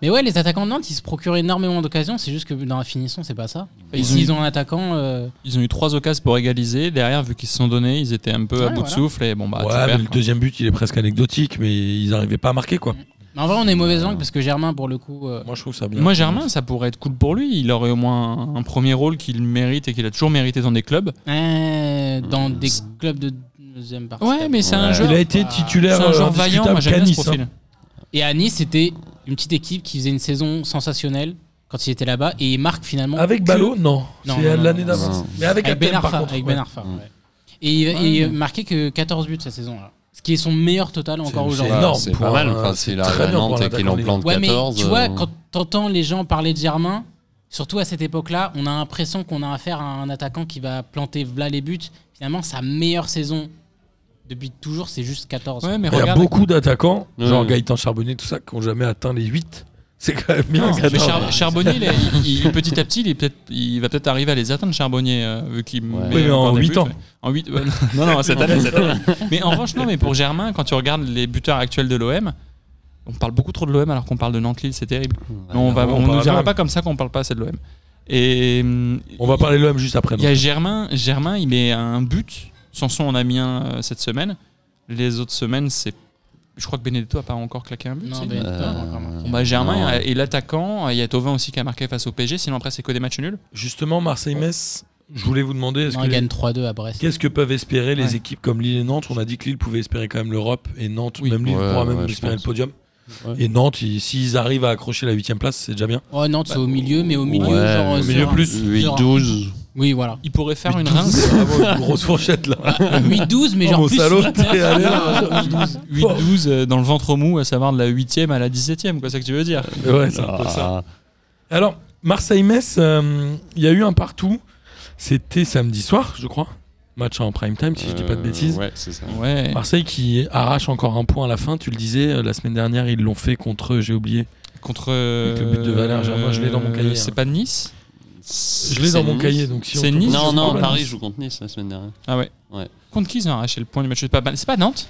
Speaker 4: Mais ouais, les attaquants de Nantes, ils se procurent énormément d'occasions. C'est juste que dans la finition, c'est pas ça. Et
Speaker 5: Ils ont-
Speaker 4: s'ils ont un attaquant, euh,
Speaker 5: Ils ont eu trois occasions pour égaliser. Derrière, vu qu'ils se sont donnés, ils étaient un peu à
Speaker 4: Ouais,
Speaker 5: bout de
Speaker 4: voilà.
Speaker 5: souffle. Et bon, bah, tu
Speaker 3: ouais, mais
Speaker 5: perds,
Speaker 3: le
Speaker 5: quoi.
Speaker 3: deuxième but, il est presque anecdotique, mais ils arrivaient pas à marquer, quoi.
Speaker 4: mais en vrai, on est mauvaise langue parce que Germain, pour le coup, euh,
Speaker 3: Moi, je trouve ça bien.
Speaker 5: Moi, Germain, ça pourrait être cool pour lui. Il aurait au moins un- un premier rôle qu'il mérite et qu'il a toujours mérité dans des clubs.
Speaker 4: euh, dans des clubs de deuxième partie.
Speaker 5: Ouais, mais c'est un
Speaker 6: Ouais.
Speaker 5: joueur.
Speaker 3: il a été
Speaker 4: bah,
Speaker 5: C'est
Speaker 3: titulaire.
Speaker 5: un joueur
Speaker 3: euh,
Speaker 5: vaillant,
Speaker 3: indiscutable
Speaker 5: moi j'aime bien
Speaker 3: qu'à
Speaker 5: ce
Speaker 3: Nice,
Speaker 5: profil.
Speaker 3: hein.
Speaker 4: Et à Nice, c'était une petite équipe qui faisait une saison sensationnelle quand il était là-bas et il marque finalement.
Speaker 3: Avec
Speaker 4: que-
Speaker 3: Ballot, non.
Speaker 4: Non,
Speaker 3: C'est
Speaker 4: non,
Speaker 3: l'année
Speaker 4: non,
Speaker 3: d'avant.
Speaker 6: non.
Speaker 3: Mais avec,
Speaker 4: Avec Ben
Speaker 3: Athènes, par
Speaker 4: Arfa.
Speaker 3: contre,
Speaker 4: avec
Speaker 3: ouais.
Speaker 4: Ben Arfa,
Speaker 6: Mm.
Speaker 4: ouais. Et, et euh, marquait que 14 buts cette saison. là. Ce qui est son meilleur total
Speaker 3: C'est-
Speaker 4: encore
Speaker 3: c'est
Speaker 4: aujourd'hui.
Speaker 6: Bah,
Speaker 3: énorme
Speaker 6: C'est
Speaker 3: pour
Speaker 6: pas mal.
Speaker 3: un-
Speaker 6: Enfin,
Speaker 3: c'est
Speaker 6: S'il
Speaker 3: très
Speaker 6: arrive à
Speaker 3: bien pour
Speaker 6: Nantes
Speaker 3: un
Speaker 6: et qu'il en
Speaker 3: attaquant
Speaker 6: plante
Speaker 4: Ouais, mais
Speaker 6: 14.
Speaker 4: tu vois,
Speaker 6: euh,
Speaker 4: quand t'entends les gens parler de Germain, surtout à cette époque-là, on a l'impression qu'on a affaire à un attaquant qui va planter v'là les buts. Finalement, sa meilleure saison depuis toujours, c'est juste 14.
Speaker 5: Ouais, mais
Speaker 3: Il y a
Speaker 5: regarde.
Speaker 3: beaucoup d'attaquants,
Speaker 6: Ouais.
Speaker 3: genre Gaëtan Charbonnier, tout ça, qui n'ont jamais atteint les 8. [LAUGHS] C'est quand même bien.
Speaker 5: Non, mais
Speaker 3: 14.
Speaker 5: Char- Charbonnier, il est-
Speaker 3: [LAUGHS]
Speaker 5: il- petit à petit, il, est peut-être- il va peut-être arriver à les atteindre, Charbonnier, euh, vu qu'il met
Speaker 3: Oui, mais en
Speaker 5: encore des
Speaker 3: huit
Speaker 5: buts,
Speaker 3: ans.
Speaker 5: ouais. En 8
Speaker 3: [LAUGHS]
Speaker 5: Non, non, cette année, cette année. Mais en revanche, non, mais pour Germain, quand tu regardes les buteurs actuels de l'OM, on parle beaucoup trop de l'OM alors qu'on parle de Nantes-Lille, c'est terrible. Mais on va,
Speaker 3: non, on
Speaker 5: on
Speaker 3: parle
Speaker 5: ne dira
Speaker 3: de
Speaker 5: pas comme ça qu'on parle pas assez de l'OM. Et hum,
Speaker 3: On va parler de l'OM juste après.
Speaker 5: il y a
Speaker 3: donc.
Speaker 5: Germain, Germain, il met un but. Sanson en a mis un euh, cette semaine. Les autres semaines, c'est. Je crois que Benedetto a pas encore claqué un but.
Speaker 4: Non,
Speaker 5: si
Speaker 4: mais-
Speaker 6: Euh,
Speaker 4: Ah, encore marqué.
Speaker 5: Bon, bah, Germain
Speaker 6: Non.
Speaker 5: euh, et l'attaquant, il y a Tovin aussi qui a marqué face au PSG, sinon après c'est que des matchs nuls.
Speaker 3: Justement, Marseille-Metz, je voulais vous demander est-ce
Speaker 4: Non,
Speaker 3: que
Speaker 4: il gagne 3-2 à Brest.
Speaker 3: qu'est-ce que peuvent espérer les
Speaker 5: Ouais.
Speaker 3: équipes comme Lille et Nantes On a dit que Lille pouvait espérer quand même l'Europe et Nantes,
Speaker 5: Oui.
Speaker 3: même Lille
Speaker 6: Ouais,
Speaker 3: pourra même
Speaker 6: ouais, je
Speaker 3: espérer
Speaker 6: pense.
Speaker 3: le podium.
Speaker 6: Ouais.
Speaker 3: Et Nantes, ils- s'ils arrivent à accrocher la 8 place, c'est
Speaker 6: [LAUGHS]
Speaker 3: déjà bien.
Speaker 4: Oh, Nantes, c'est au milieu, mais au milieu,
Speaker 6: Ouais,
Speaker 4: genre. euh,
Speaker 6: au
Speaker 4: sur
Speaker 3: milieu
Speaker 4: un-
Speaker 3: plus.
Speaker 4: sur un-
Speaker 6: 8-12.
Speaker 4: Oui, voilà.
Speaker 5: Il pourrait faire une
Speaker 3: 8-12,
Speaker 5: rince.
Speaker 3: c'est vraiment une grosse fourchette là.
Speaker 4: 8-12, mais
Speaker 3: Oh,
Speaker 4: genre
Speaker 3: mon
Speaker 4: plus.
Speaker 3: salaud, t'es allé, là.
Speaker 5: 8-12 euh, dans le ventre mou, à savoir de la 8ème à la 17ème, quoi, c'est ce que tu veux dire.
Speaker 3: [LAUGHS] Ouais, c'est un peu ça.
Speaker 6: Ah,
Speaker 3: Alors, Marseille-Metz, euh, il y a eu un partout. C'était samedi soir, je crois. Match en prime time, si je dis pas de bêtises.
Speaker 6: euh, Ouais, c'est ça.
Speaker 5: Euh, Ouais.
Speaker 3: Marseille qui arrache encore un point à la fin. Tu le disais, euh, la semaine dernière, ils l'ont fait contre, euh, j'ai oublié.
Speaker 5: Contre. euh,
Speaker 3: Avec le but de Valère Germain, je l'ai dans mon cahier,
Speaker 5: C'est
Speaker 3: hein.
Speaker 5: pas de Nice
Speaker 3: Je l'ai dans mon cahier. donc si on
Speaker 5: C'est
Speaker 3: tombe-
Speaker 5: Nice,
Speaker 6: Non,
Speaker 5: je
Speaker 6: non,
Speaker 5: crois.
Speaker 6: Paris joue contre Nice la semaine dernière.
Speaker 5: Ah ouais.
Speaker 6: Ouais.
Speaker 5: Contre qui ils ont arraché le point du match C'est pas, mal- c'est pas Nantes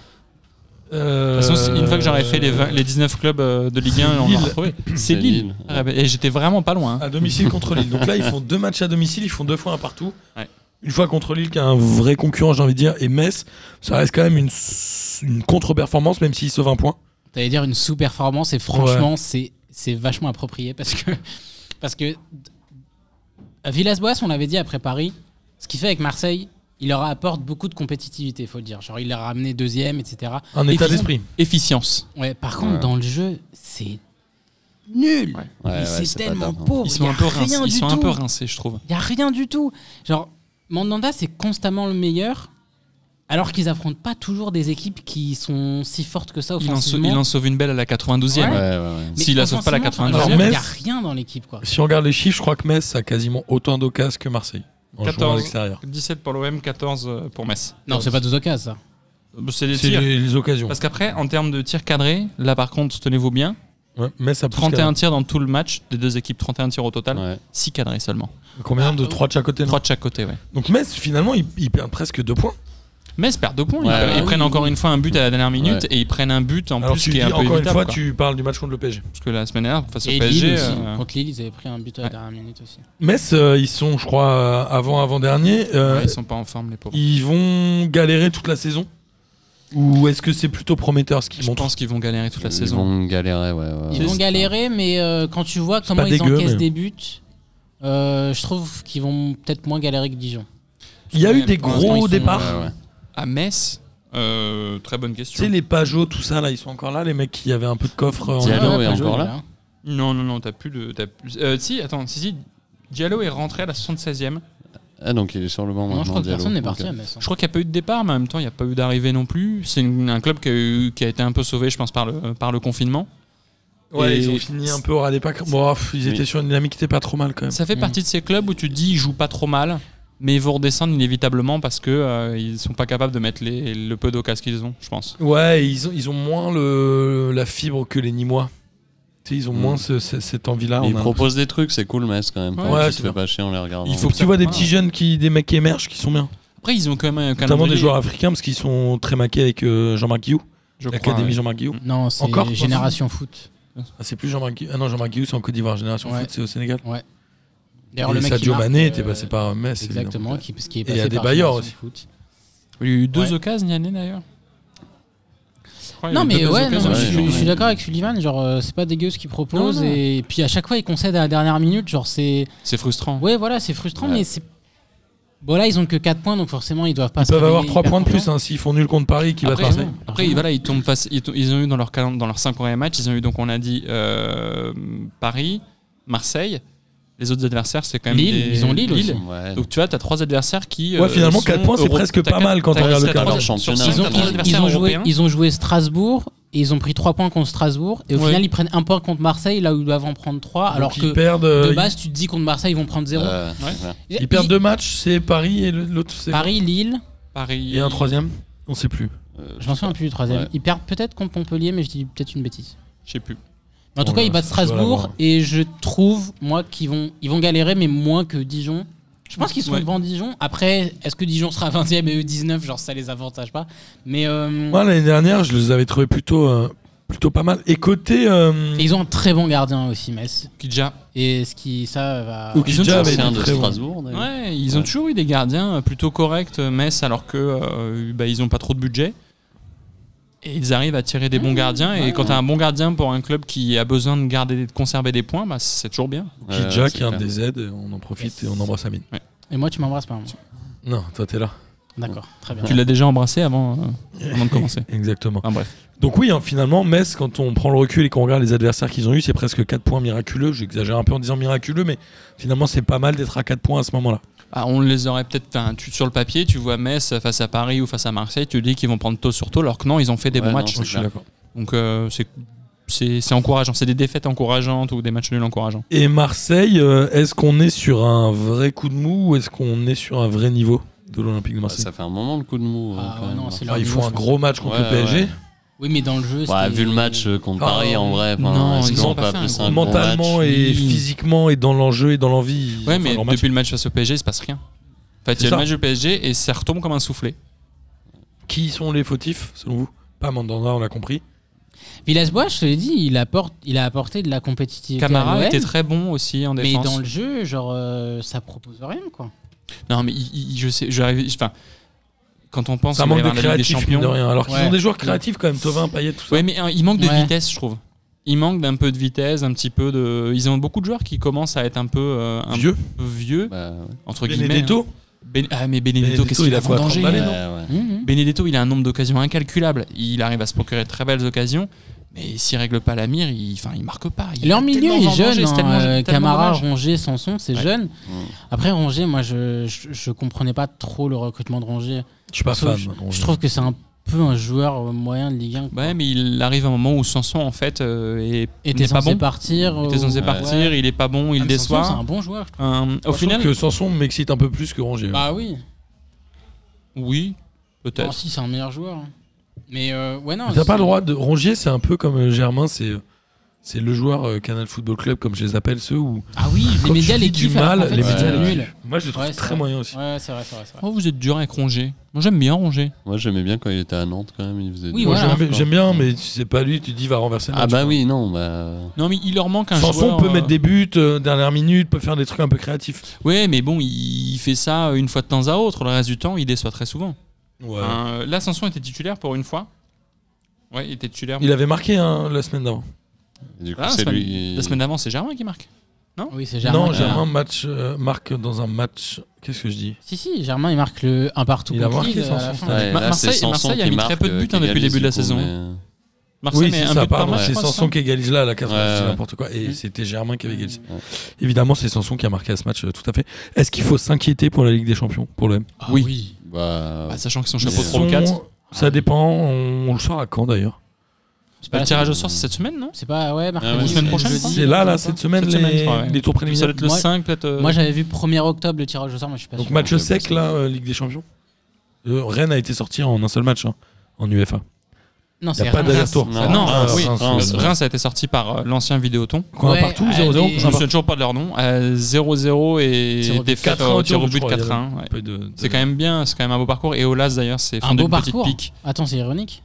Speaker 3: Euh,
Speaker 5: De toute façon, c'est- une fois que j'aurais fait les, 20 les 19 clubs euh, de Ligue 1, on
Speaker 3: Lille.
Speaker 5: l'a retrouvé. C'est Lille.
Speaker 6: Lille, ouais.
Speaker 5: Ah, bah, Et j'étais vraiment pas loin. hein.
Speaker 3: À domicile contre Lille. Donc là, ils font deux matchs à domicile, ils font deux fois un partout.
Speaker 5: Ouais.
Speaker 3: Une fois contre Lille, qui a un vrai concurrent, j'ai envie de dire, et Metz, ça reste quand même une, s- une contre-performance, même s'ils sauvent un point.
Speaker 4: T'allais dire une sous-performance et franchement, c'est, c'est vachement approprié parce que, parce que à Villas-Boas, on l'avait dit après Paris, ce qu'il fait avec Marseille, il leur apporte beaucoup de compétitivité, faut le dire. Genre, il leur a ramené deuxième, etc.
Speaker 3: Un
Speaker 4: Et
Speaker 3: état
Speaker 4: puis-
Speaker 3: d'esprit.
Speaker 5: Efficience.
Speaker 4: Ouais, par contre,
Speaker 6: Ouais.
Speaker 4: dans le jeu, c'est nul.
Speaker 5: Ouais.
Speaker 4: Mais
Speaker 6: Ouais, ouais,
Speaker 4: c'est,
Speaker 6: c'est pas
Speaker 4: tellement
Speaker 6: top, hein.
Speaker 4: pauvre.
Speaker 5: Ils sont,
Speaker 4: Oh, y a
Speaker 5: un peu,
Speaker 4: rien
Speaker 5: rincés, ils
Speaker 4: du
Speaker 5: sont un peu
Speaker 4: tout.
Speaker 5: rincés, je trouve.
Speaker 4: Il n'y a rien du tout. Genre, Mandanda, c'est constamment le meilleur, alors qu'ils affrontent pas toujours des équipes qui sont si fortes que ça
Speaker 5: Il en, sau-
Speaker 4: offensivement.
Speaker 5: il en sauve une belle à la 92e.
Speaker 6: Ouais,
Speaker 4: Ouais.
Speaker 6: ouais, ouais.
Speaker 4: Mais
Speaker 5: S'il la sauve pas la
Speaker 4: offensivement,
Speaker 5: 92e.
Speaker 4: genre, Il n'y a
Speaker 3: Metz-
Speaker 4: rien dans l'équipe, quoi.
Speaker 3: Si on regarde les chiffres, je crois que Metz a quasiment autant d'occasions que Marseille. En jouant à
Speaker 5: 14.
Speaker 3: l'extérieur.
Speaker 5: 17 pour l'OM, 14 euh, pour Metz. Euh,
Speaker 4: Non, c'est pas deux occasions, ça.
Speaker 5: C'est des
Speaker 3: C'est
Speaker 5: tirs.
Speaker 3: les, les occasions.
Speaker 5: Parce qu'après, en termes de tirs cadrés, là par contre, tenez-vous bien,
Speaker 3: Ouais, Metz a plus
Speaker 5: 31 tirs dans tout le match, des deux équipes, 31 tirs au total,
Speaker 6: Ouais.
Speaker 5: 6 cadrés seulement.
Speaker 3: cadré. Combien
Speaker 5: Ah,
Speaker 3: de 3 de chaque côté non
Speaker 5: 3 de chaque côté, ouais.
Speaker 3: Donc Metz, finalement, ils, ils perdent presque 2 points.
Speaker 5: Metz perd 2 points,
Speaker 6: Ouais,
Speaker 5: ils,
Speaker 6: ouais.
Speaker 5: ils prennent encore une fois un but à la dernière minute
Speaker 6: Ouais.
Speaker 5: et ils prennent un but en
Speaker 3: Alors
Speaker 5: plus
Speaker 3: tu
Speaker 5: qui est
Speaker 3: dis,
Speaker 5: un peu
Speaker 3: encore une
Speaker 5: évitable.
Speaker 3: fois,
Speaker 5: quoi.
Speaker 3: tu parles du match contre le PSG.
Speaker 5: Parce que la semaine dernière, face au
Speaker 4: Et
Speaker 5: PSG,
Speaker 4: Lille aussi.
Speaker 5: euh,
Speaker 4: Contre Lille, ils avaient pris un but à la
Speaker 5: ouais.
Speaker 4: dernière minute aussi.
Speaker 3: Metz, euh, ils sont, je crois, avant avant dernier.
Speaker 5: ouais, ils sont pas en forme, les pauvres.
Speaker 3: Ils vont galérer toute la saison Ou est-ce que c'est plutôt prometteur ce qu'ils
Speaker 5: Je
Speaker 3: montrent
Speaker 5: pense qu'ils vont galérer toute la
Speaker 6: ils
Speaker 5: saison.
Speaker 6: vont galérer, ouais. ouais,
Speaker 4: Ils
Speaker 6: ouais.
Speaker 4: vont galérer, mais euh, quand tu vois comment
Speaker 3: pas
Speaker 4: ils
Speaker 3: dégueu,
Speaker 4: encaissent
Speaker 3: mais-
Speaker 4: des buts, euh, je trouve qu'ils vont peut-être moins galérer que Dijon.
Speaker 3: Il y a eu
Speaker 5: Ouais,
Speaker 3: des
Speaker 5: pour l'instant, ils
Speaker 3: gros
Speaker 5: sont, euh,
Speaker 6: Ouais,
Speaker 3: départs.
Speaker 6: ouais.
Speaker 5: À Metz, euh, très bonne
Speaker 3: Tu sais,
Speaker 5: question.
Speaker 3: les Pajot, tout ça, là, ils sont encore là, les mecs qui avaient un peu de coffre euh, en
Speaker 6: Diallo
Speaker 3: Ligue
Speaker 6: est
Speaker 4: pas
Speaker 6: encore
Speaker 4: joli,
Speaker 6: là
Speaker 5: Non, non, non, t'as plus de. t'as plus- euh, si, attends, si, si. Diallo est rentré à la 76e.
Speaker 6: Ah, donc il est sur le banc
Speaker 4: Non,
Speaker 6: maintenant.
Speaker 4: je crois que
Speaker 6: Diallo. euh,
Speaker 4: personne n'est parti
Speaker 6: Ok.
Speaker 4: à Metz. hein.
Speaker 5: Je crois qu'il n'y a pas eu de départ, mais en même temps, il n'y a pas eu d'arrivée non plus. C'est une- un club qui a, eu- qui a été un peu sauvé, je pense, par le, par le confinement.
Speaker 3: Ouais,
Speaker 5: Et-
Speaker 3: ils ont fini un peu au ras des pâques. Bon, pff, ils étaient
Speaker 6: Oui.
Speaker 3: sur une dynamique qui était pas trop mal quand même.
Speaker 5: Ça fait
Speaker 4: Mhm.
Speaker 5: partie de ces clubs où tu te dis, ils jouent pas trop mal, mais ils vont redescendre inévitablement parce que euh, ils sont pas capables de mettre les- le peu d'occasions qu'ils ont, je pense.
Speaker 3: Ouais, ils ont, ils ont moins le, la fibre que les Nîmois. Tu sais, ils ont
Speaker 6: Mm.
Speaker 3: moins ce- ce- cette envie-là.
Speaker 6: Mais
Speaker 3: on
Speaker 6: Ils
Speaker 3: a-
Speaker 6: proposent des trucs, c'est cool, Metz quand même.
Speaker 5: Ouais,
Speaker 6: Enfin,
Speaker 3: ouais,
Speaker 6: tu
Speaker 3: c'est
Speaker 6: te fais
Speaker 3: bon.
Speaker 6: pas chier en les regardant.
Speaker 3: Il faut que tu
Speaker 4: Ah.
Speaker 3: vois des petits jeunes, qui, des mecs qui émergent, qui sont bien.
Speaker 5: Après, ils ont quand même un
Speaker 3: Notamment
Speaker 5: calendrier.
Speaker 3: des joueurs africains, parce qu'ils sont très maqués avec euh, Jean-Marc Guillou,
Speaker 5: je crois,
Speaker 3: l'académie
Speaker 5: ouais.
Speaker 3: Jean-Marc Guillou.
Speaker 4: Non, c'est
Speaker 3: Encore
Speaker 4: Génération Foot.
Speaker 3: Ah, c'est plus Jean-Marc Guillou. Ah non, Jean-Marc Guillou, c'est en Côte d'Ivoire, Génération
Speaker 4: Ouais.
Speaker 3: Foot, c'est au Sénégal.
Speaker 4: D'ailleurs, le
Speaker 3: et
Speaker 4: mec qui
Speaker 3: Sadio
Speaker 4: marque,
Speaker 3: Mané
Speaker 4: euh,
Speaker 3: était passé par Metz. évidemment.
Speaker 4: Exactement, qui, ce qui est
Speaker 3: il y
Speaker 4: passé
Speaker 3: a des
Speaker 4: par
Speaker 3: bailleurs
Speaker 4: Génération Foot.
Speaker 5: Il y a eu deux
Speaker 4: Ouais.
Speaker 5: occasions Niané d'ailleurs. Je crois qu'il y a
Speaker 4: Non,
Speaker 5: eu
Speaker 4: mais
Speaker 5: deux
Speaker 4: ouais, non,
Speaker 5: occasions.
Speaker 4: mais je,
Speaker 6: ouais,
Speaker 4: suis-
Speaker 6: ouais.
Speaker 4: je suis d'accord avec Sullivan. Genre, euh, c'est pas dégueu ce qu'il propose.
Speaker 5: Non, non.
Speaker 4: Et puis à chaque fois, il concède à la dernière minute. Genre, c'est.
Speaker 5: C'est frustrant.
Speaker 4: Ouais, voilà, c'est frustrant,
Speaker 6: Ouais.
Speaker 4: mais c'est. Bon, là, ils ont que 4 points, donc forcément, ils doivent pas
Speaker 3: Ils
Speaker 4: se
Speaker 3: peuvent avoir
Speaker 4: réveiller
Speaker 3: 3
Speaker 4: hyper
Speaker 3: points de plus
Speaker 4: contents.
Speaker 3: hein, s'ils font nul contre Paris qui battent
Speaker 5: Après,
Speaker 3: Marseille.
Speaker 5: Après, voilà, ils tombent face- ils, to- ils ont eu dans leur calendrier, dans leurs cinq premiers matchs, ils ont eu donc on a dit euh, Paris, Marseille. Les autres adversaires, c'est quand même
Speaker 4: Lille,
Speaker 5: des-
Speaker 4: ils ont Lille aussi.
Speaker 6: Ouais. Euh,
Speaker 5: Donc tu vois, t'as trois adversaires qui. euh,
Speaker 3: Ouais, finalement, quatre points, c'est presque pas mal quand on regarde le
Speaker 6: calendrier. Ils
Speaker 4: Ils ont,
Speaker 6: ont trois
Speaker 4: ils- ils ont joué, ils ont joué Strasbourg et ils ont pris 3 points contre Strasbourg. Et au
Speaker 5: Ouais.
Speaker 4: final, ils prennent un point contre Marseille, là où ils doivent en prendre 3.
Speaker 3: Donc,
Speaker 4: Alors
Speaker 3: ils
Speaker 4: que
Speaker 3: perdent,
Speaker 4: de
Speaker 3: euh, ils-
Speaker 4: base, tu te dis contre Marseille, ils vont prendre 0.
Speaker 6: Euh,
Speaker 5: Ouais.
Speaker 6: ouais.
Speaker 3: ils, perdent deux matchs, c'est Paris et le- l'autre c'est
Speaker 4: Paris, Lille,
Speaker 5: Paris.
Speaker 3: et un troisième. On sait plus.
Speaker 6: Euh,
Speaker 4: je m'en souviens plus du troisième.
Speaker 6: Ouais.
Speaker 4: Ils perdent peut-être contre Montpellier, mais je dis peut-être une bêtise.
Speaker 5: Je sais plus.
Speaker 4: En tout
Speaker 3: Oh
Speaker 5: bah,
Speaker 4: cas,
Speaker 3: là
Speaker 4: ils
Speaker 3: là,
Speaker 4: battent
Speaker 3: ça, je dois
Speaker 4: Strasbourg
Speaker 3: l'avoir.
Speaker 4: et je trouve, moi, qu'ils vont, ils vont galérer, mais moins que Dijon. Je pense qu'ils sont
Speaker 5: Ouais.
Speaker 4: devant Dijon. Après, est-ce que Dijon sera 20ème et eux 19 Genre, ça les avantage pas. Mais
Speaker 6: Mm.
Speaker 4: euh,
Speaker 3: Moi l'année dernière, je les avais trouvés plutôt euh, plutôt pas mal. Et côté euh,
Speaker 4: et ils ont un très bon gardien aussi, Metz.
Speaker 5: Kidja.
Speaker 4: Et ce qui, ça va.
Speaker 3: Ou qui
Speaker 5: Ils ont
Speaker 3: déjà
Speaker 5: toujours
Speaker 3: avait
Speaker 6: Ancien
Speaker 3: été
Speaker 6: de
Speaker 3: très bons.
Speaker 6: Strasbourg. d'ailleurs.
Speaker 5: Ouais, ils ont
Speaker 6: Ouais.
Speaker 5: toujours eu des gardiens euh, plutôt corrects, euh, Metz, alors que euh, bah, ils ont pas trop de budget. Et ils arrivent à tirer des bons
Speaker 6: Mmh,
Speaker 5: gardiens. Et quand t'as un bon gardien pour un club qui a besoin de garder, de conserver des points, bah, c'est toujours bien.
Speaker 6: Ouais, ouais,
Speaker 3: Kidja,
Speaker 6: euh, c'est
Speaker 3: qui est un
Speaker 6: clair.
Speaker 3: des aides, on en profite et on embrasse Amine.
Speaker 4: Et moi, tu m'embrasses pas. moi.
Speaker 3: Non, toi
Speaker 6: [LAUGHS]
Speaker 3: t'es là.
Speaker 4: D'accord, très bien.
Speaker 5: Tu l'as déjà embrassé avant, euh, avant de commencer.
Speaker 3: Exactement.
Speaker 5: Enfin bref.
Speaker 3: Donc oui, hein, finalement, Metz, quand on prend le recul et qu'on regarde les adversaires qu'ils ont eu, c'est presque 4 points miraculeux. J'exagère un peu en disant miraculeux, mais finalement c'est pas mal d'être à 4 points à ce moment-là.
Speaker 5: Ah, on les aurait peut-être. enfin, tu- Sur le papier, tu vois Metz face à Paris ou face à Marseille, tu dis qu'ils vont prendre tôt sur tôt, alors que non, ils ont fait des
Speaker 6: Ouais,
Speaker 5: bons
Speaker 6: non,
Speaker 5: matchs.
Speaker 6: c'est
Speaker 3: Je suis
Speaker 6: clair.
Speaker 3: d'accord.
Speaker 5: Donc euh, c'est- c'est c'est encourageant. C'est des défaites encourageantes ou des matchs nuls encourageants.
Speaker 3: Et Marseille, euh, est-ce qu'on est sur un vrai coup de mou ou est-ce qu'on est sur un vrai niveau de l'Olympique de
Speaker 6: Ouais,
Speaker 3: Marseille
Speaker 6: Ça fait un moment le coup de mou.
Speaker 4: Ah,
Speaker 6: hein, quand
Speaker 4: ouais,
Speaker 6: même.
Speaker 4: non, c'est
Speaker 3: Enfin,
Speaker 4: leur
Speaker 3: Ils
Speaker 4: niveau,
Speaker 3: font un
Speaker 4: je pense.
Speaker 3: gros match contre
Speaker 6: Ouais,
Speaker 3: le PSG.
Speaker 6: ouais.
Speaker 4: Oui, mais dans le jeu.
Speaker 6: Ouais,
Speaker 4: c'était-
Speaker 6: vu le match euh, contre
Speaker 3: Ah,
Speaker 6: Paris en vrai, enfin,
Speaker 5: Oh, non,
Speaker 6: est-ce
Speaker 5: ils
Speaker 6: qu'on
Speaker 5: ont
Speaker 6: a
Speaker 5: pas
Speaker 6: pas
Speaker 5: fait
Speaker 6: plus
Speaker 5: un
Speaker 6: un
Speaker 5: gros
Speaker 6: gros match
Speaker 3: Mentalement et
Speaker 5: oui.
Speaker 3: physiquement et dans l'enjeu et dans l'envie. ils
Speaker 5: Ouais,
Speaker 3: ont fait
Speaker 5: mais
Speaker 3: leur
Speaker 5: depuis
Speaker 3: match.
Speaker 5: le match face au PSG, il se passe rien. En fait,
Speaker 3: C'est
Speaker 5: il y a
Speaker 3: ça.
Speaker 5: le match du PSG et ça retombe comme un soufflet.
Speaker 3: Qui sont les fautifs selon vous Pas Mandanda, on l'a compris.
Speaker 4: Villas-Boas, je te l'ai dit, il, apporte, il a apporté de la compétitivité. à
Speaker 5: Camara
Speaker 4: l'OM,
Speaker 5: était très bon aussi en
Speaker 4: Mais
Speaker 5: défense.
Speaker 4: dans le jeu, genre, euh, ça propose rien, quoi.
Speaker 5: Non, mais il- il- je sais, j'arrive. Enfin, quand on pense
Speaker 3: Ça
Speaker 5: qu'il va y
Speaker 3: manque de
Speaker 5: avoir la Ligue des
Speaker 3: créatifs, mine de
Speaker 5: Champions.
Speaker 3: rien. Alors qu'ils
Speaker 4: Ouais.
Speaker 3: ont des joueurs créatifs quand même, Tovin, Payet, tout ça.
Speaker 5: Ouais, mais euh, il manque de
Speaker 4: Ouais.
Speaker 5: vitesse, je trouve. Il manque d'un peu de vitesse, un petit peu de. Ils ont beaucoup de joueurs qui commencent à être un peu euh, un
Speaker 3: Vieux,
Speaker 5: peu vieux
Speaker 6: Bah, ouais.
Speaker 5: entre guillemets. hein.
Speaker 3: Benedetto,
Speaker 5: Ben- Ah, mais Benedetto,
Speaker 3: Benedetto,
Speaker 5: qu'est-ce qu'il
Speaker 3: il
Speaker 5: a
Speaker 3: a
Speaker 5: fait
Speaker 3: quoi,
Speaker 5: en danger
Speaker 3: 30 balais,
Speaker 5: hein.
Speaker 3: non
Speaker 6: Ouais, ouais.
Speaker 4: Mhm.
Speaker 5: Benedetto, il a un nombre d'occasions incalculable. Il arrive à se procurer de très belles occasions, mais s'il règle pas la mire, il, enfin, il marque pas. Il
Speaker 4: Leur
Speaker 5: est
Speaker 4: milieu
Speaker 5: tellement
Speaker 4: est
Speaker 5: en
Speaker 4: jeune.
Speaker 5: danger, c'est
Speaker 4: hein,
Speaker 5: tellement-
Speaker 4: euh,
Speaker 5: tellement
Speaker 4: Camara,
Speaker 5: dommage.
Speaker 4: Rongier, Sanson, c'est
Speaker 5: Ouais.
Speaker 4: jeune.
Speaker 6: Mm.
Speaker 4: Après, Rongier, moi, je, je, je comprenais pas trop le recrutement de Rongier.
Speaker 3: je suis pas
Speaker 4: Sauf-
Speaker 3: fan.
Speaker 4: je,
Speaker 3: non,
Speaker 4: je
Speaker 3: je-
Speaker 4: trouve que c'est un peu un joueur euh, moyen de Ligue 1. quoi.
Speaker 5: Ouais, mais il arrive un moment où Sanson, en fait, euh, est,
Speaker 4: était
Speaker 5: n'est pas
Speaker 4: censé
Speaker 5: bon.
Speaker 4: partir.
Speaker 5: Il était censé
Speaker 4: ou-
Speaker 5: partir, il est pas bon, il
Speaker 4: Même Oh, Ah, Sanson, C'est
Speaker 5: déçoit.
Speaker 4: un bon joueur. je trouve.
Speaker 5: Euh, au
Speaker 3: Moi, je trouve
Speaker 5: final,
Speaker 3: que Sanson m'excite un peu plus que Rongier.
Speaker 4: Bah oui.
Speaker 5: oui,
Speaker 4: Bon,
Speaker 5: peut-être.
Speaker 4: si, c'est un meilleur joueur. hein. Mais euh, ouais, non.
Speaker 3: Mais T'as
Speaker 4: c'est-
Speaker 3: pas le droit de. Rongier, c'est un peu comme euh, Germain, c'est. euh, C'est le joueur euh, Canal Football Club, comme je les appelle, ceux où.
Speaker 4: Ah oui, les
Speaker 3: Comme
Speaker 4: médias
Speaker 3: je
Speaker 4: les
Speaker 3: dis du
Speaker 4: kiffent.
Speaker 3: mal,
Speaker 4: alors qu'en fait,
Speaker 3: les
Speaker 4: c'est
Speaker 6: médias,
Speaker 4: nul.
Speaker 3: Moi, je les trouve
Speaker 4: Ouais, c'est
Speaker 3: très
Speaker 4: vrai.
Speaker 3: moyens aussi.
Speaker 4: Ouais, c'est vrai, c'est vrai, c'est vrai.
Speaker 5: Oh, vous êtes dur avec Ronger. Moi, j'aime bien Ronger.
Speaker 6: Moi, j'aimais bien quand il était à Nantes quand même. Il faisait
Speaker 4: Oui,
Speaker 6: du-
Speaker 3: Moi,
Speaker 4: voilà.
Speaker 3: j'aime- j'aime bien, mais c'est pas lui, tu dis, va renverser le
Speaker 6: Ah
Speaker 3: match,
Speaker 6: bah
Speaker 3: quoi.
Speaker 6: oui, non, bah.
Speaker 5: Non, mais il leur manque un
Speaker 3: Sanson
Speaker 5: joueur.
Speaker 3: peut
Speaker 5: euh,
Speaker 3: mettre des buts, euh, dernière minute, peut faire des trucs un peu créatifs.
Speaker 5: Ouais, mais bon, il il fait ça une fois de temps à autre. Le reste du temps, il déçoit très souvent.
Speaker 3: Ouais.
Speaker 5: Hein, là, Sanson était titulaire pour une fois. Ouais, il était titulaire.
Speaker 3: Il avait marqué hein, la semaine d'avant.
Speaker 6: Et Du coup,
Speaker 5: Ah, la,
Speaker 6: c'est
Speaker 5: semaine,
Speaker 6: lui.
Speaker 5: la semaine d'avant, c'est Germain qui marque.
Speaker 4: Oui, c'est Germain.
Speaker 3: Non,
Speaker 4: qui a-
Speaker 3: Germain match, euh, marque dans un match. Qu'est-ce que je dis
Speaker 4: Si, si, Germain, il marque le 1 partout.
Speaker 3: Il a
Speaker 4: contre
Speaker 3: marqué
Speaker 4: Lille,
Speaker 3: son
Speaker 4: euh, à la
Speaker 3: sens,
Speaker 4: fin.
Speaker 6: Ouais,
Speaker 5: Ma-
Speaker 6: là, c'est
Speaker 5: Marseille-
Speaker 6: Sanson
Speaker 5: Marseille a
Speaker 6: qui
Speaker 5: mis très
Speaker 6: marque,
Speaker 5: peu de buts,
Speaker 6: euh, qui
Speaker 5: hein, depuis le
Speaker 6: égalise,
Speaker 5: début de la
Speaker 6: du coup,
Speaker 5: saison.
Speaker 6: mais-
Speaker 5: Marseille
Speaker 3: oui,
Speaker 5: met
Speaker 3: c'est
Speaker 5: un
Speaker 3: ça,
Speaker 5: but par
Speaker 3: pardon.
Speaker 5: match, je
Speaker 3: C'est
Speaker 5: crois,
Speaker 3: Sanson qui égalise là à la 80
Speaker 6: Ouais,
Speaker 3: c'est
Speaker 6: ouais.
Speaker 3: n'importe quoi. Et
Speaker 5: Mm.
Speaker 3: c'était Germain qui avait égalisé.
Speaker 5: Mmh.
Speaker 6: Ouais.
Speaker 3: Évidemment, c'est Sanson qui a marqué à ce match, euh, tout à fait. Est-ce qu'il faut s'inquiéter pour la Ligue des Champions Pour l'OM
Speaker 4: Ah
Speaker 5: Oui.
Speaker 6: Bah,
Speaker 5: Bah, sachant que son
Speaker 6: Ils
Speaker 5: chapeau de
Speaker 6: sont-
Speaker 5: pro 4.
Speaker 3: Ça dépend, on, on le sort à quand d'ailleurs
Speaker 4: C'est pas
Speaker 5: Bah, Le
Speaker 4: la
Speaker 5: tirage
Speaker 4: semaine-
Speaker 5: au sort, c'est cette semaine, non
Speaker 4: C'est pas, ouais,
Speaker 6: Ah
Speaker 4: mercredi.
Speaker 6: ouais,
Speaker 4: ou
Speaker 6: semaine
Speaker 4: jeudi,
Speaker 5: prochaine,
Speaker 4: je
Speaker 5: je crois.
Speaker 4: crois.
Speaker 3: C'est là, là, cette semaine,
Speaker 5: Cette
Speaker 3: les,
Speaker 5: semaine, je crois, ouais.
Speaker 3: les tours
Speaker 5: Ça
Speaker 3: préliminaires.
Speaker 5: doit être le
Speaker 4: Moi-
Speaker 5: 5, peut-être. euh,
Speaker 4: Moi, j'avais vu 1er octobre le tirage au sort, mais je suis pas
Speaker 3: Donc
Speaker 4: sûr.
Speaker 3: match sec là, euh, Ligue des Champions. Euh, Rennes a été sorti en un seul match hein, en UEFA.
Speaker 4: Non,
Speaker 3: Il n'y
Speaker 4: c'est
Speaker 3: a pas
Speaker 4: Reims.
Speaker 3: d'aller-retour.
Speaker 6: Non,
Speaker 5: non,
Speaker 3: Reims,
Speaker 5: euh, oui.
Speaker 3: Ah, Reims,
Speaker 5: Reims,
Speaker 6: Reims,
Speaker 3: Reims.
Speaker 5: Reims a été sorti par euh, l'ancien Vidéoton.
Speaker 3: Quoi,
Speaker 4: Ouais,
Speaker 3: partout,
Speaker 4: allez.
Speaker 3: 0-0.
Speaker 5: Je me souviens toujours pas de leur nom. Euh, 0-0
Speaker 4: Tir
Speaker 5: et
Speaker 4: au but
Speaker 5: défaite
Speaker 3: 4-1
Speaker 5: au
Speaker 3: au
Speaker 5: tir
Speaker 3: tir,
Speaker 5: au but
Speaker 3: je crois,
Speaker 5: 4-1. ouais.
Speaker 3: Peu de- de-
Speaker 5: C'est quand même bien, c'est quand même un beau parcours. Et Olas d'ailleurs, c'est
Speaker 4: Un
Speaker 5: fondé
Speaker 4: beau
Speaker 5: une petite
Speaker 4: parcours.
Speaker 5: pique.
Speaker 4: Attends, c'est ironique.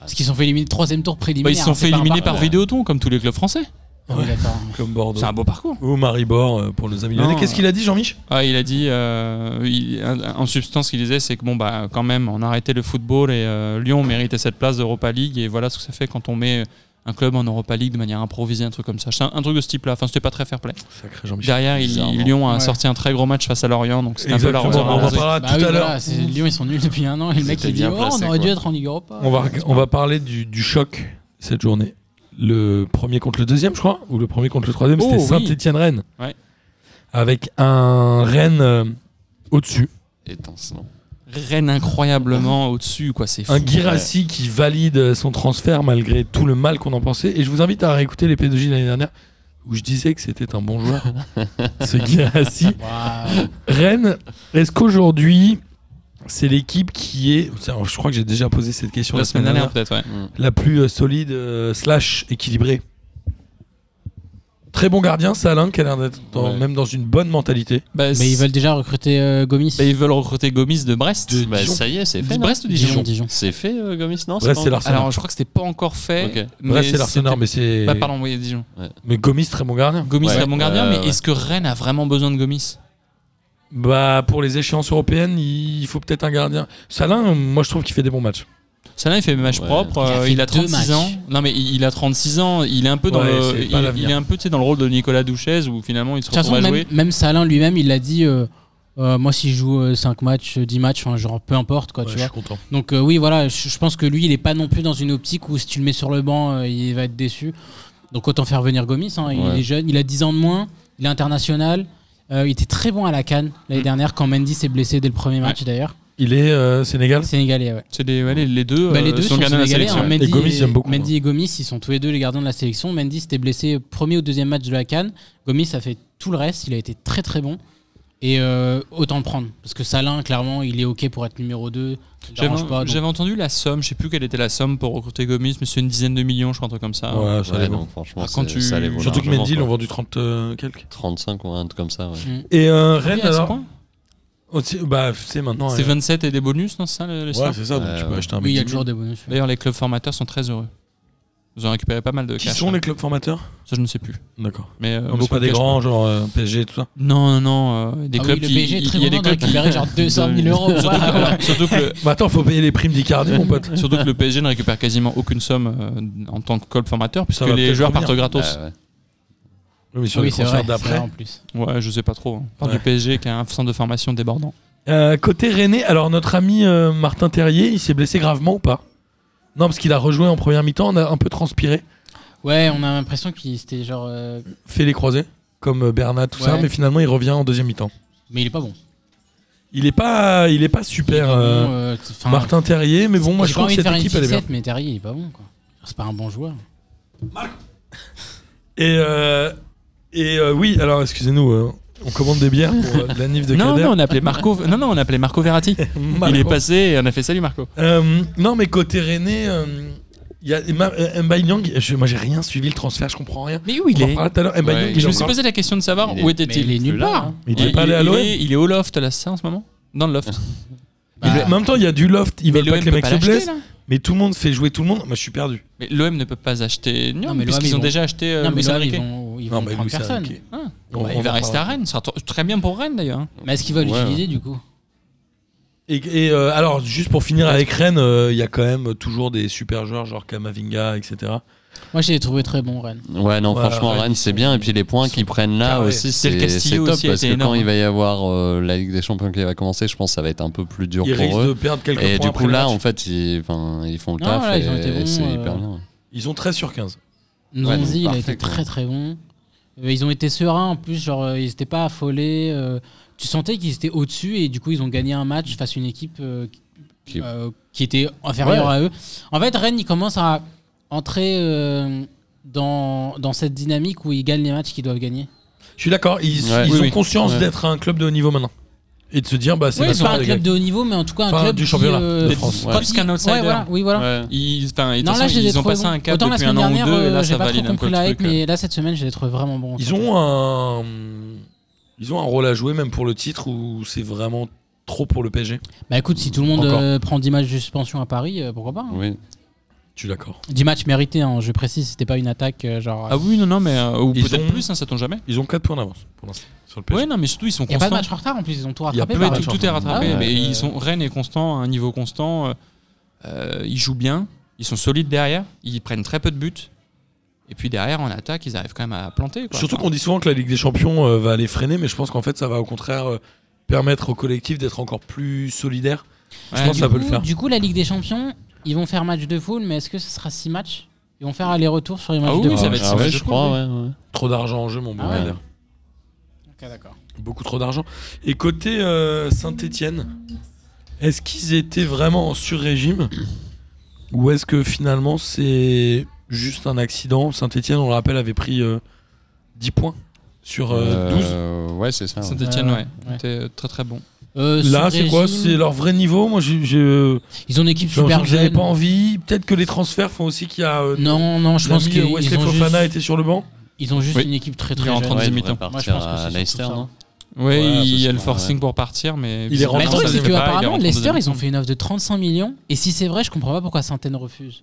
Speaker 4: Parce qu'ils se sont fait éliminer troisième tour
Speaker 5: Bah,
Speaker 4: préliminaire.
Speaker 5: ils se sont
Speaker 4: hein, c'est
Speaker 5: fait
Speaker 4: pas un
Speaker 5: éliminer par
Speaker 4: parcours.
Speaker 5: Vidéoton, comme tous les clubs français.
Speaker 4: Ah oui, d'accord.
Speaker 3: comme Bordeaux.
Speaker 5: C'est un beau parcours.
Speaker 3: Ou Maribor euh, pour nos amis lyonnais.
Speaker 5: Non.
Speaker 3: Qu'est-ce qu'il a dit, Jean-Mich
Speaker 5: Ah, il a dit, euh, il- un- en substance, ce qu'il disait, c'est que bon, bah, quand même, on a arrêté le football et euh, Lyon méritait cette place d'Europa League. Et voilà ce que ça fait quand on met un club en Europa League de manière improvisée, un truc comme ça. C'est Un, un truc de ce type-là. Enfin, c'était pas très fair-play.
Speaker 3: Sacré Jean-Mich.
Speaker 5: Derrière, il-
Speaker 6: Bizarrement.
Speaker 5: Lyon a
Speaker 4: Ouais.
Speaker 5: sorti un très gros match face à Lorient, donc c'était un peu la
Speaker 3: Exactement,
Speaker 5: rose.
Speaker 3: on en
Speaker 6: raser.
Speaker 3: parlera
Speaker 4: Bah
Speaker 3: tout
Speaker 4: oui,
Speaker 3: à
Speaker 4: voilà,
Speaker 3: l'heure.
Speaker 4: c'est- Lyon, ils sont nuls depuis un an. Et le mec,
Speaker 6: C'était
Speaker 4: il dit
Speaker 6: bien
Speaker 4: Oh,
Speaker 6: placé,
Speaker 4: on aurait dû
Speaker 6: quoi.
Speaker 4: être en Ligue Europa.
Speaker 3: On va, on va parler du, du choc cette journée. Le premier contre le deuxième, je crois, ou le premier contre le troisième,
Speaker 5: Oh,
Speaker 3: c'était
Speaker 5: oui.
Speaker 3: Saint-Etienne-Rennes.
Speaker 5: Ouais.
Speaker 3: Avec un Rennes euh, au-dessus.
Speaker 6: étincelant.
Speaker 5: Rennes incroyablement au-dessus, quoi. C'est fou.
Speaker 3: Un Guirassi qui valide son transfert malgré tout le mal qu'on en pensait. Et je vous invite à réécouter les P2J l'année dernière où je disais que c'était un bon joueur,
Speaker 5: [LAUGHS]
Speaker 3: ce Guirassi.
Speaker 4: Waouh.
Speaker 3: Rennes, est-ce qu'aujourd'hui, c'est l'équipe qui est. c'est- Je crois que j'ai déjà posé cette question
Speaker 5: La, semaine dernière, peut-être, ouais.
Speaker 3: la plus euh, solide euh, slash équilibrée. Très bon gardien, Salin, qui a l'air d'être dans-
Speaker 6: Ouais.
Speaker 3: même dans une bonne mentalité.
Speaker 5: Bah,
Speaker 4: Mais ils
Speaker 5: c'est-
Speaker 4: veulent déjà recruter euh, Gomis.
Speaker 5: bah, ils veulent recruter Gomis de Brest.
Speaker 6: Bah,
Speaker 3: Dijon.
Speaker 6: ça y est, c'est
Speaker 5: De
Speaker 6: fait. non
Speaker 5: Brest ou Dijon,
Speaker 4: Dijon, Dijon.
Speaker 6: C'est fait, euh, Gomis Non,
Speaker 3: Bref,
Speaker 6: pas
Speaker 3: c'est
Speaker 6: encore-
Speaker 3: l'Arsenal.
Speaker 5: Alors, je crois que c'était pas encore fait.
Speaker 6: Ok.
Speaker 5: mais
Speaker 3: Bref, c'est l'Arsenal,
Speaker 5: c'était-
Speaker 3: mais c'est.
Speaker 5: Bah, pardon, oui, Dijon.
Speaker 3: Mais Gomis, très bon gardien.
Speaker 5: Gomis
Speaker 6: Ouais.
Speaker 5: est mon gardien,
Speaker 6: Euh,
Speaker 5: mais
Speaker 6: ouais.
Speaker 5: est-ce que Rennes a vraiment besoin de Gomis
Speaker 3: Bah, pour les échéances européennes, il faut peut-être un gardien. Salin, moi je trouve qu'il fait des bons matchs.
Speaker 5: Salin, il fait match
Speaker 6: Ouais.
Speaker 5: propre,
Speaker 4: Il a
Speaker 5: euh,
Speaker 4: fait
Speaker 5: il a
Speaker 4: deux
Speaker 5: 36
Speaker 4: matchs.
Speaker 5: ans. Non, mais il il a 36 ans, il est un peu dans
Speaker 3: Ouais,
Speaker 5: le
Speaker 3: c'est
Speaker 5: il,
Speaker 3: pas l'avenir.
Speaker 5: il est un peu tu sais, dans le rôle de Nicolas Douchez où finalement il se
Speaker 4: De toute
Speaker 5: retrouve
Speaker 4: façon,
Speaker 5: à
Speaker 4: même,
Speaker 5: jouer.
Speaker 4: même Salin lui-même, il l'a dit euh, euh, moi, si je joue 5 matchs, 10 matchs, enfin, genre peu importe, quoi,
Speaker 3: Ouais,
Speaker 4: tu
Speaker 3: je
Speaker 4: vois.
Speaker 3: suis content.
Speaker 4: Donc, euh, oui, voilà, je, je pense que lui, il est pas non plus dans une optique où si tu le mets sur le banc, euh, il va être déçu. Donc, autant faire venir Gomis. hein,
Speaker 6: Ouais.
Speaker 4: Il est jeune, il a 10 ans de moins, il est international. Euh, il était très bon à la Cannes l'année
Speaker 5: Mm.
Speaker 4: dernière quand Mendy s'est blessé dès le premier match d'ailleurs.
Speaker 3: Il est euh, Sénégal
Speaker 4: Sénégalais, ouais.
Speaker 5: C'est des- ouais, les, les deux,
Speaker 4: Bah,
Speaker 5: euh,
Speaker 4: les deux sont
Speaker 5: gardiens de la
Speaker 4: sénégalais. hein,
Speaker 5: sélection.
Speaker 4: Mendy,
Speaker 3: Et Gomis, j'aime beaucoup,
Speaker 4: Mendy et Gomis, ils sont tous les deux les gardiens de la sélection. Mendy s'était blessé premier ou deuxième match de la Cannes. Gomis a fait tout le reste. Il a été très très bon. Et euh, autant le prendre. Parce que Salin, clairement, il est OK pour être numéro 2.
Speaker 5: J'avais j'avais entendu la somme, je sais plus quelle était la somme pour recruter Gomis, mais c'est une dizaine de millions, je crois, un truc comme ça.
Speaker 3: Ah, Ouais, ça
Speaker 6: Ouais,
Speaker 3: allait bon.
Speaker 6: non, franchement,
Speaker 5: Ah, quand
Speaker 6: c'est-
Speaker 5: tu-
Speaker 6: ça les vaut
Speaker 3: Surtout que
Speaker 6: largement,
Speaker 3: Mendy,
Speaker 6: quoi.
Speaker 3: l'ont vendu 30 euh, quelques.
Speaker 6: 35 ou un truc comme ça, ouais.
Speaker 3: Et euh,
Speaker 5: Ah oui,
Speaker 3: Rennes,
Speaker 5: à ce
Speaker 3: alors
Speaker 5: point
Speaker 3: aussi- Bah, c'est maintenant.
Speaker 5: C'est
Speaker 3: euh,
Speaker 5: 27 et des bonus, non, c'est ça le, le
Speaker 3: Ouais,
Speaker 5: staff
Speaker 3: c'est ça, donc
Speaker 6: Ouais,
Speaker 3: tu peux
Speaker 6: ouais.
Speaker 3: acheter un
Speaker 4: Oui, il y a
Speaker 3: petit
Speaker 4: toujours des bonus.
Speaker 5: D'ailleurs, les clubs formateurs sont très heureux. Ils ont récupéré pas mal de
Speaker 3: Qui
Speaker 5: cash.
Speaker 3: sont
Speaker 5: là.
Speaker 3: les clubs formateurs
Speaker 5: Ça, je ne sais plus.
Speaker 3: D'accord.
Speaker 5: Mais, euh,
Speaker 3: Non, mais
Speaker 5: beaucoup
Speaker 3: c'est pas
Speaker 5: de
Speaker 3: des
Speaker 5: cash.
Speaker 3: grands, genre euh, PSG, tout ça.
Speaker 5: Non, non, non. euh, des
Speaker 4: Ah oui,
Speaker 5: clubs
Speaker 4: le
Speaker 5: qui.
Speaker 4: PSG est
Speaker 5: il-
Speaker 4: très
Speaker 5: il y
Speaker 4: bon
Speaker 5: a des
Speaker 4: de
Speaker 5: clubs qui.
Speaker 4: récupérer genre 200 000 euros.
Speaker 5: Surtout que,
Speaker 4: Waouh.
Speaker 5: surtout que
Speaker 4: [LAUGHS]
Speaker 5: le,
Speaker 3: Bah, attends, faut payer les primes d'Icardi, mon pote.
Speaker 5: surtout que le PSG ne récupère quasiment aucune somme euh, en tant que club formateur, puisque
Speaker 3: va
Speaker 5: les
Speaker 3: peut-être
Speaker 5: joueurs
Speaker 3: revenir.
Speaker 5: partent gratos.
Speaker 6: Ouais, ouais.
Speaker 3: Oui, mais sur
Speaker 4: oui,
Speaker 3: les
Speaker 4: c'est vrai,
Speaker 3: concerts
Speaker 4: c'est vrai
Speaker 3: d'après.
Speaker 4: en plus.
Speaker 5: Ouais, je sais pas trop. hein. Part
Speaker 3: Euh. Ouais.
Speaker 5: du PSG qui a un centre de formation débordant.
Speaker 3: Euh, côté René, alors notre ami euh, Martin Terrier, il s'est blessé gravement ou pas Non, parce qu'il a rejoué en première mi-temps, on a un peu transpiré,
Speaker 4: Ouais, on a l'impression qu'il c'était genre. euh,
Speaker 3: fait les croisés, comme euh, Bernat, tout ça,
Speaker 4: Ouais.
Speaker 3: mais finalement il revient en deuxième mi-temps.
Speaker 4: Mais il est pas bon.
Speaker 3: Il est pas, il est pas
Speaker 4: Il est
Speaker 3: super,
Speaker 4: pas bon,
Speaker 3: euh,
Speaker 4: euh, t- 'fin,
Speaker 3: Martin Terrier, mais bon, moi je
Speaker 4: j'ai pas
Speaker 3: trouve que
Speaker 4: envie de
Speaker 3: cette
Speaker 4: faire une
Speaker 3: équipe elle est bien.
Speaker 4: fixette, mais Terry, il est pas bon quoi. C'est pas un bon joueur.
Speaker 3: Et, euh, et euh, oui, alors excusez-nous, euh, on commande des bières pour euh, la nif de
Speaker 5: [LAUGHS] Non,
Speaker 3: Kader. [LAUGHS]
Speaker 5: non, on appelait Marco. Non, non, on appelait Marco Verratti.
Speaker 3: Marco.
Speaker 5: Il est passé et on a fait salut Marco.
Speaker 3: Euh, non, mais côté René, euh, Il y a Emma- euh, Mbaye Nyang, je- moi j'ai rien suivi le transfert, je comprends rien.
Speaker 5: Mais où il
Speaker 3: On en
Speaker 5: est
Speaker 3: parlait tout à l'heure. Mbaye
Speaker 6: Ouais,
Speaker 3: Nyang,
Speaker 6: il
Speaker 5: Et
Speaker 3: il
Speaker 5: Je
Speaker 3: est
Speaker 5: me suis
Speaker 3: encore-
Speaker 5: posé la question de savoir
Speaker 6: Il est-
Speaker 5: où
Speaker 4: Mais il
Speaker 5: était-il.
Speaker 4: est nulle
Speaker 6: Plus là,
Speaker 4: part.
Speaker 6: hein.
Speaker 3: Il devait pas aller à
Speaker 5: il
Speaker 3: l'OM.
Speaker 5: est- il est au loft là, c'est ça en ce moment Dans le loft.
Speaker 3: Il est-
Speaker 4: Bah,
Speaker 3: En même temps, il y a du loft, ils
Speaker 5: Mais
Speaker 3: veulent pas
Speaker 5: l'OM
Speaker 3: que les
Speaker 5: peut
Speaker 3: mecs
Speaker 5: pas
Speaker 3: se
Speaker 5: l'acheter,
Speaker 3: blessent,
Speaker 5: là
Speaker 3: mais tout le monde fait jouer tout le monde. Moi je suis perdu.
Speaker 5: Mais l'OM ne peut pas acheter Nyang,
Speaker 4: Non, mais l'OM,
Speaker 5: puisqu'ils
Speaker 4: ils
Speaker 5: ont
Speaker 4: vont-
Speaker 5: déjà acheté euh,
Speaker 4: non, mais
Speaker 5: Luis
Speaker 4: là,
Speaker 5: Enrique.
Speaker 4: ils vont, ils
Speaker 3: Non,
Speaker 4: vont
Speaker 3: mais
Speaker 4: prendre
Speaker 3: Louis, c'est
Speaker 4: personne.
Speaker 3: Enrique.
Speaker 5: Ah,
Speaker 3: On
Speaker 5: bah,
Speaker 3: va
Speaker 5: il
Speaker 3: en
Speaker 5: va rester à
Speaker 3: parler.
Speaker 5: Rennes, ce sera tr- très bien pour Rennes d'ailleurs. hein.
Speaker 4: Mais est-ce qu'il va
Speaker 6: Ouais.
Speaker 4: l'utiliser du coup
Speaker 3: Et, et, euh, alors, juste pour finir avec Rennes, euh, il y a quand même toujours des super joueurs, genre Kamavinga, etc.
Speaker 4: Moi, je l'ai trouvé très bon, Rennes.
Speaker 6: Ouais, non,
Speaker 3: Voilà,
Speaker 6: franchement,
Speaker 3: ouais,
Speaker 6: Rennes,
Speaker 3: ils
Speaker 6: c'est
Speaker 3: sont-
Speaker 6: bien. Et puis les points
Speaker 3: ils
Speaker 6: qu'ils prennent là
Speaker 3: carrés.
Speaker 6: aussi,
Speaker 5: C'est le
Speaker 6: c'est c'est
Speaker 5: Castillo
Speaker 6: top.
Speaker 5: aussi, a
Speaker 6: parce que
Speaker 5: été
Speaker 6: quand
Speaker 5: énorme.
Speaker 6: il va y avoir euh, la Ligue des Champions qui va commencer, je pense que ça va être un peu plus dur
Speaker 3: Ils risquent
Speaker 6: pour
Speaker 3: de
Speaker 6: eux.
Speaker 3: perdre quelques
Speaker 6: Et
Speaker 3: points
Speaker 6: du
Speaker 3: après
Speaker 6: coup,
Speaker 3: le
Speaker 6: là,
Speaker 3: match.
Speaker 6: en fait, ils, enfin, ils font le
Speaker 4: Non,
Speaker 6: taf
Speaker 4: voilà,
Speaker 6: et
Speaker 4: Ah, ils ont été bons,
Speaker 6: c'est
Speaker 4: euh,
Speaker 6: hyper bien.
Speaker 3: Ils ont 13 sur 15.
Speaker 6: Ouais,
Speaker 4: Nzonzi, il a
Speaker 6: parfait,
Speaker 4: été
Speaker 6: quoi.
Speaker 4: très très bon. Euh, Ils ont été sereins en plus, genre euh, ils n'étaient pas affolés. euh, tu sentais qu'ils étaient au-dessus et du coup ils ont gagné un match face à une équipe euh, qui-
Speaker 6: Qui-
Speaker 4: euh, qui était inférieure à eux. En fait, Rennes, ils commencent à entrer euh, dans, dans cette dynamique où ils gagnent les matchs qu'ils doivent gagner.
Speaker 3: Je suis d'accord, ils,
Speaker 6: Ouais.
Speaker 3: ils
Speaker 6: Oui,
Speaker 3: ont
Speaker 6: oui.
Speaker 3: conscience
Speaker 6: Ouais.
Speaker 3: d'être un club de haut niveau maintenant. Et de se dire, bah, c'est
Speaker 4: Ouais, c'est
Speaker 3: maintenant,
Speaker 4: pas un
Speaker 3: les
Speaker 4: club
Speaker 3: gars.
Speaker 4: de haut niveau, mais en tout cas un
Speaker 3: Enfin,
Speaker 4: club
Speaker 3: du
Speaker 4: qui,
Speaker 3: championnat
Speaker 4: euh,
Speaker 3: de France.
Speaker 5: Plus qu'un
Speaker 4: Ouais,
Speaker 5: outsider.
Speaker 4: voilà, oui, voilà.
Speaker 6: Ouais.
Speaker 5: Ils, enfin, et de
Speaker 4: Non,
Speaker 5: toute
Speaker 4: là,
Speaker 5: façon,
Speaker 4: je les ai
Speaker 5: ils ont
Speaker 4: trouvés
Speaker 5: passé
Speaker 4: bons.
Speaker 5: un cap
Speaker 4: Autant la
Speaker 5: depuis
Speaker 4: semaine
Speaker 5: un an ou
Speaker 4: dernière,
Speaker 5: deux, et
Speaker 4: euh,
Speaker 5: là,
Speaker 4: j'ai
Speaker 5: ça
Speaker 4: pas trop
Speaker 5: valide un peu
Speaker 4: compris
Speaker 5: le
Speaker 4: la hype,
Speaker 5: truc. euh.
Speaker 4: mais là, cette semaine, je l'ai trouvé vraiment bon.
Speaker 3: Ils ont un. Ils ont un rôle à jouer, même pour le titre, ou c'est vraiment trop pour le PSG
Speaker 4: Bah écoute, si tout le monde
Speaker 3: Encore.
Speaker 4: euh, prend 10 matchs de suspension à Paris, euh, pourquoi pas hein.
Speaker 6: Oui.
Speaker 3: Tu d'accord
Speaker 4: 10 matchs mérités, hein, je précise, c'était pas une attaque euh, genre.
Speaker 5: Ah oui, non, non, mais euh, ou
Speaker 3: Ils
Speaker 5: peut-être
Speaker 3: ont-
Speaker 5: plus, hein, ça tombe jamais.
Speaker 3: Ils ont 4 points d'avance pour l'instant sur le PSG.
Speaker 5: Ouais, non, mais surtout, ils sont
Speaker 4: Il n'y a pas de
Speaker 5: constants.
Speaker 4: match en retard en plus, ils ont tout
Speaker 3: Il y a
Speaker 4: rattrapé.
Speaker 3: pas
Speaker 5: Ouais,
Speaker 4: par
Speaker 5: tout,
Speaker 4: là.
Speaker 3: match en
Speaker 5: tout est rattrapé,
Speaker 4: Ah ouais,
Speaker 5: mais
Speaker 4: euh,
Speaker 5: ils sont, Rennes est constant, à un niveau constant. euh, euh, ils jouent bien, ils sont solides derrière, ils prennent très peu de buts. Et puis derrière, en attaque, ils arrivent quand même à planter. quoi.
Speaker 3: Surtout qu'on dit souvent que la Ligue des Champions euh, va les freiner, mais je pense qu'en fait, ça va au contraire euh, permettre au collectif d'être encore plus solidaire.
Speaker 5: Ouais,
Speaker 3: je pense que
Speaker 4: du
Speaker 3: ça peut
Speaker 4: coup-
Speaker 3: le faire.
Speaker 4: Du coup, la Ligue des Champions, ils vont faire match de foule, mais est-ce que ce sera 6 matchs Ils vont faire aller-retour sur les matchs
Speaker 5: oui,
Speaker 4: de
Speaker 5: ça
Speaker 4: foule
Speaker 5: va être
Speaker 6: Ah
Speaker 5: ça,
Speaker 6: ouais,
Speaker 5: je
Speaker 6: je
Speaker 5: crois,
Speaker 6: crois, ouais. ouais.
Speaker 3: Trop d'argent en jeu, mon bon
Speaker 4: Ah ouais.
Speaker 3: Kader.
Speaker 4: Ok, d'accord.
Speaker 3: Beaucoup trop d'argent. Et côté Saint-Etienne, est-ce qu'ils étaient vraiment en sur-régime [CLEARS THROAT] Ou est-ce que finalement c'est juste un accident Saint-Etienne, on le rappelle, avait pris euh, 10 points sur euh, 12.
Speaker 6: Euh, ouais, c'est ça. ouais.
Speaker 5: Saint-Etienne,
Speaker 4: Ouais,
Speaker 5: ouais,
Speaker 4: ouais.
Speaker 5: était très très bon.
Speaker 4: Euh,
Speaker 3: Là,
Speaker 4: sur
Speaker 3: c'est quoi
Speaker 4: régime,
Speaker 3: C'est leur vrai niveau Moi, j'ai- j'ai
Speaker 4: Ils ont une équipe
Speaker 3: j'ai l'impression
Speaker 4: super
Speaker 3: que j'avais
Speaker 4: jeune.
Speaker 3: pas envie. Peut-être que les transferts font aussi qu'il y a. euh,
Speaker 4: Non, non, Mm. je
Speaker 3: l'ami
Speaker 4: pense qu'ils
Speaker 3: Wesley
Speaker 4: ils ont juste,
Speaker 3: Fofana était sur le banc.
Speaker 4: ils ont juste
Speaker 5: Oui.
Speaker 4: une équipe très
Speaker 5: Il est
Speaker 4: très
Speaker 5: en
Speaker 4: jeune.
Speaker 5: train de-
Speaker 6: Ouais, il
Speaker 5: mi-temps.
Speaker 6: devrait
Speaker 4: hein. Moi, je
Speaker 6: partir
Speaker 4: pense que
Speaker 6: à
Speaker 4: c'est
Speaker 6: Leicester,
Speaker 4: surtout ça.
Speaker 6: non
Speaker 5: Ouais,
Speaker 6: Ouais,
Speaker 5: il y a
Speaker 6: parce
Speaker 5: le
Speaker 6: que-
Speaker 5: forcing
Speaker 6: ouais.
Speaker 5: pour partir, mais.
Speaker 3: Il est
Speaker 4: Mais le
Speaker 3: rentré
Speaker 5: visiblement,
Speaker 4: truc,
Speaker 5: ça
Speaker 4: c'est
Speaker 5: ne fait
Speaker 4: que
Speaker 5: pas, il est
Speaker 4: apparemment,
Speaker 5: rentré en
Speaker 4: Leicester,
Speaker 5: deuxième
Speaker 4: ils ont
Speaker 5: mi-temps.
Speaker 4: fait une offre de 35 millions. Et si c'est vrai, je comprends pas pourquoi Saint-Étienne refuse.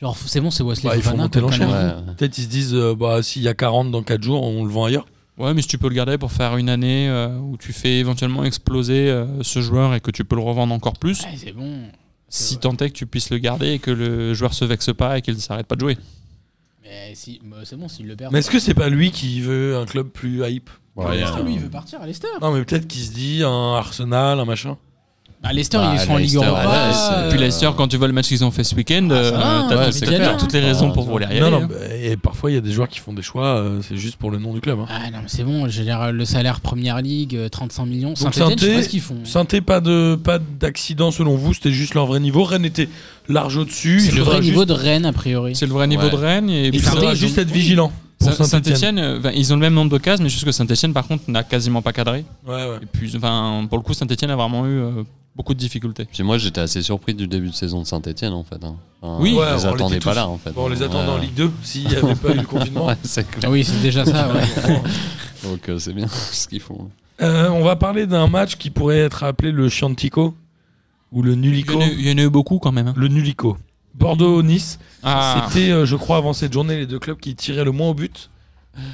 Speaker 4: Genre, c'est bon, c'est Wesley
Speaker 3: Bah, il faut
Speaker 4: Fofana,
Speaker 3: monter
Speaker 4: quoi,
Speaker 3: l'enchère.
Speaker 4: qu'on a-
Speaker 6: Ouais.
Speaker 3: Peut-être ils se disent euh, bah, s'il y a 40 dans 4 jours, on le vend ailleurs.
Speaker 5: Ouais, mais si tu peux le garder pour faire une année euh, où tu fais éventuellement exploser euh, ce joueur et que tu peux le revendre encore plus,
Speaker 4: Ouais, c'est bon.
Speaker 5: si tant est que tu puisses le garder et que le joueur se vexe pas et qu'il ne s'arrête pas de jouer.
Speaker 4: Mais si, mais c'est bon s'il le perd.
Speaker 3: Mais est-ce que c'est pas lui qui veut un club plus hype
Speaker 6: Ouais,
Speaker 4: Ah,
Speaker 6: il y a-
Speaker 3: euh,
Speaker 4: lui, il veut partir à Leicester.
Speaker 3: Non, mais peut-être qu'il se dit un Arsenal, un machin.
Speaker 4: À Leicester,
Speaker 6: Bah,
Speaker 4: ils sont en Ligue
Speaker 6: Leicester,
Speaker 4: Europa.
Speaker 6: ouais, c'est-
Speaker 4: euh,
Speaker 5: Puis Leicester, quand tu vois le match qu'ils ont fait ce week-end,
Speaker 4: Ah, ça
Speaker 5: euh,
Speaker 4: va,
Speaker 5: t'as
Speaker 6: ouais,
Speaker 5: tout-
Speaker 6: c'est
Speaker 5: t'as
Speaker 4: clair.
Speaker 5: toutes les raisons
Speaker 6: Ah,
Speaker 5: pour vouloir y aller.
Speaker 3: Non, non,
Speaker 5: hein.
Speaker 3: bah, et parfois il y a des joueurs qui font des choix, euh, c'est juste pour le nom du club. Hein.
Speaker 4: Ah non, mais c'est bon, j'ai l'air le salaire Première Ligue, euh, 35 millions.
Speaker 3: Donc,
Speaker 4: Saint-Etienne, je sais
Speaker 3: Saint-Étienne,
Speaker 4: pas ce qu'ils font.
Speaker 3: Sainté, pas de pas d'accident selon vous, c'était juste leur vrai niveau. Rennes était large au-dessus.
Speaker 4: C'est
Speaker 3: il
Speaker 4: le
Speaker 3: faudra
Speaker 4: vrai
Speaker 3: juste-
Speaker 4: niveau de Rennes, a priori.
Speaker 5: C'est le vrai niveau
Speaker 6: Ouais.
Speaker 5: de Rennes. Et
Speaker 3: Il
Speaker 5: puis
Speaker 4: Saint-Étienne,
Speaker 3: faudra
Speaker 4: ils
Speaker 3: juste
Speaker 4: ont-
Speaker 3: être vigilant pour
Speaker 5: Saint-
Speaker 3: Saint-Etienne.
Speaker 5: Saint-Etienne, euh, ben, ils ont le même nombre de cases, mais juste que Saint-Etienne, par contre, n'a quasiment pas cadré.
Speaker 3: Ouais, ouais.
Speaker 5: Et puis, enfin, pour le coup, Saint-Etienne a vraiment eu euh, beaucoup de difficultés.
Speaker 6: Puis moi, j'étais assez surpris du début de saison de Saint-Etienne, en fait. hein. Enfin,
Speaker 3: Ouais,
Speaker 5: Oui.
Speaker 6: je les
Speaker 3: on l'était
Speaker 6: attendais pas
Speaker 3: tous.
Speaker 6: là, en fait.
Speaker 3: Bon, on les
Speaker 6: Ouais.
Speaker 3: attendait en Ligue 2 s'il n'y avait pas eu le confinement.
Speaker 6: Ouais, c'est clair.
Speaker 4: Ah oui, c'est déjà ça, ouais.
Speaker 6: Donc, euh, c'est bien [LAUGHS] ce qu'ils font.
Speaker 3: Euh, on va parler d'un match qui pourrait être appelé le Chiantico ou le
Speaker 5: Il y
Speaker 3: Nulico.
Speaker 5: en a eu- il y en a eu beaucoup quand même. hein.
Speaker 3: Le Nulico. Bordeaux-Nice.
Speaker 5: Ah,
Speaker 3: C'était, euh, je crois, avant cette journée, les deux clubs qui tiraient le moins au but.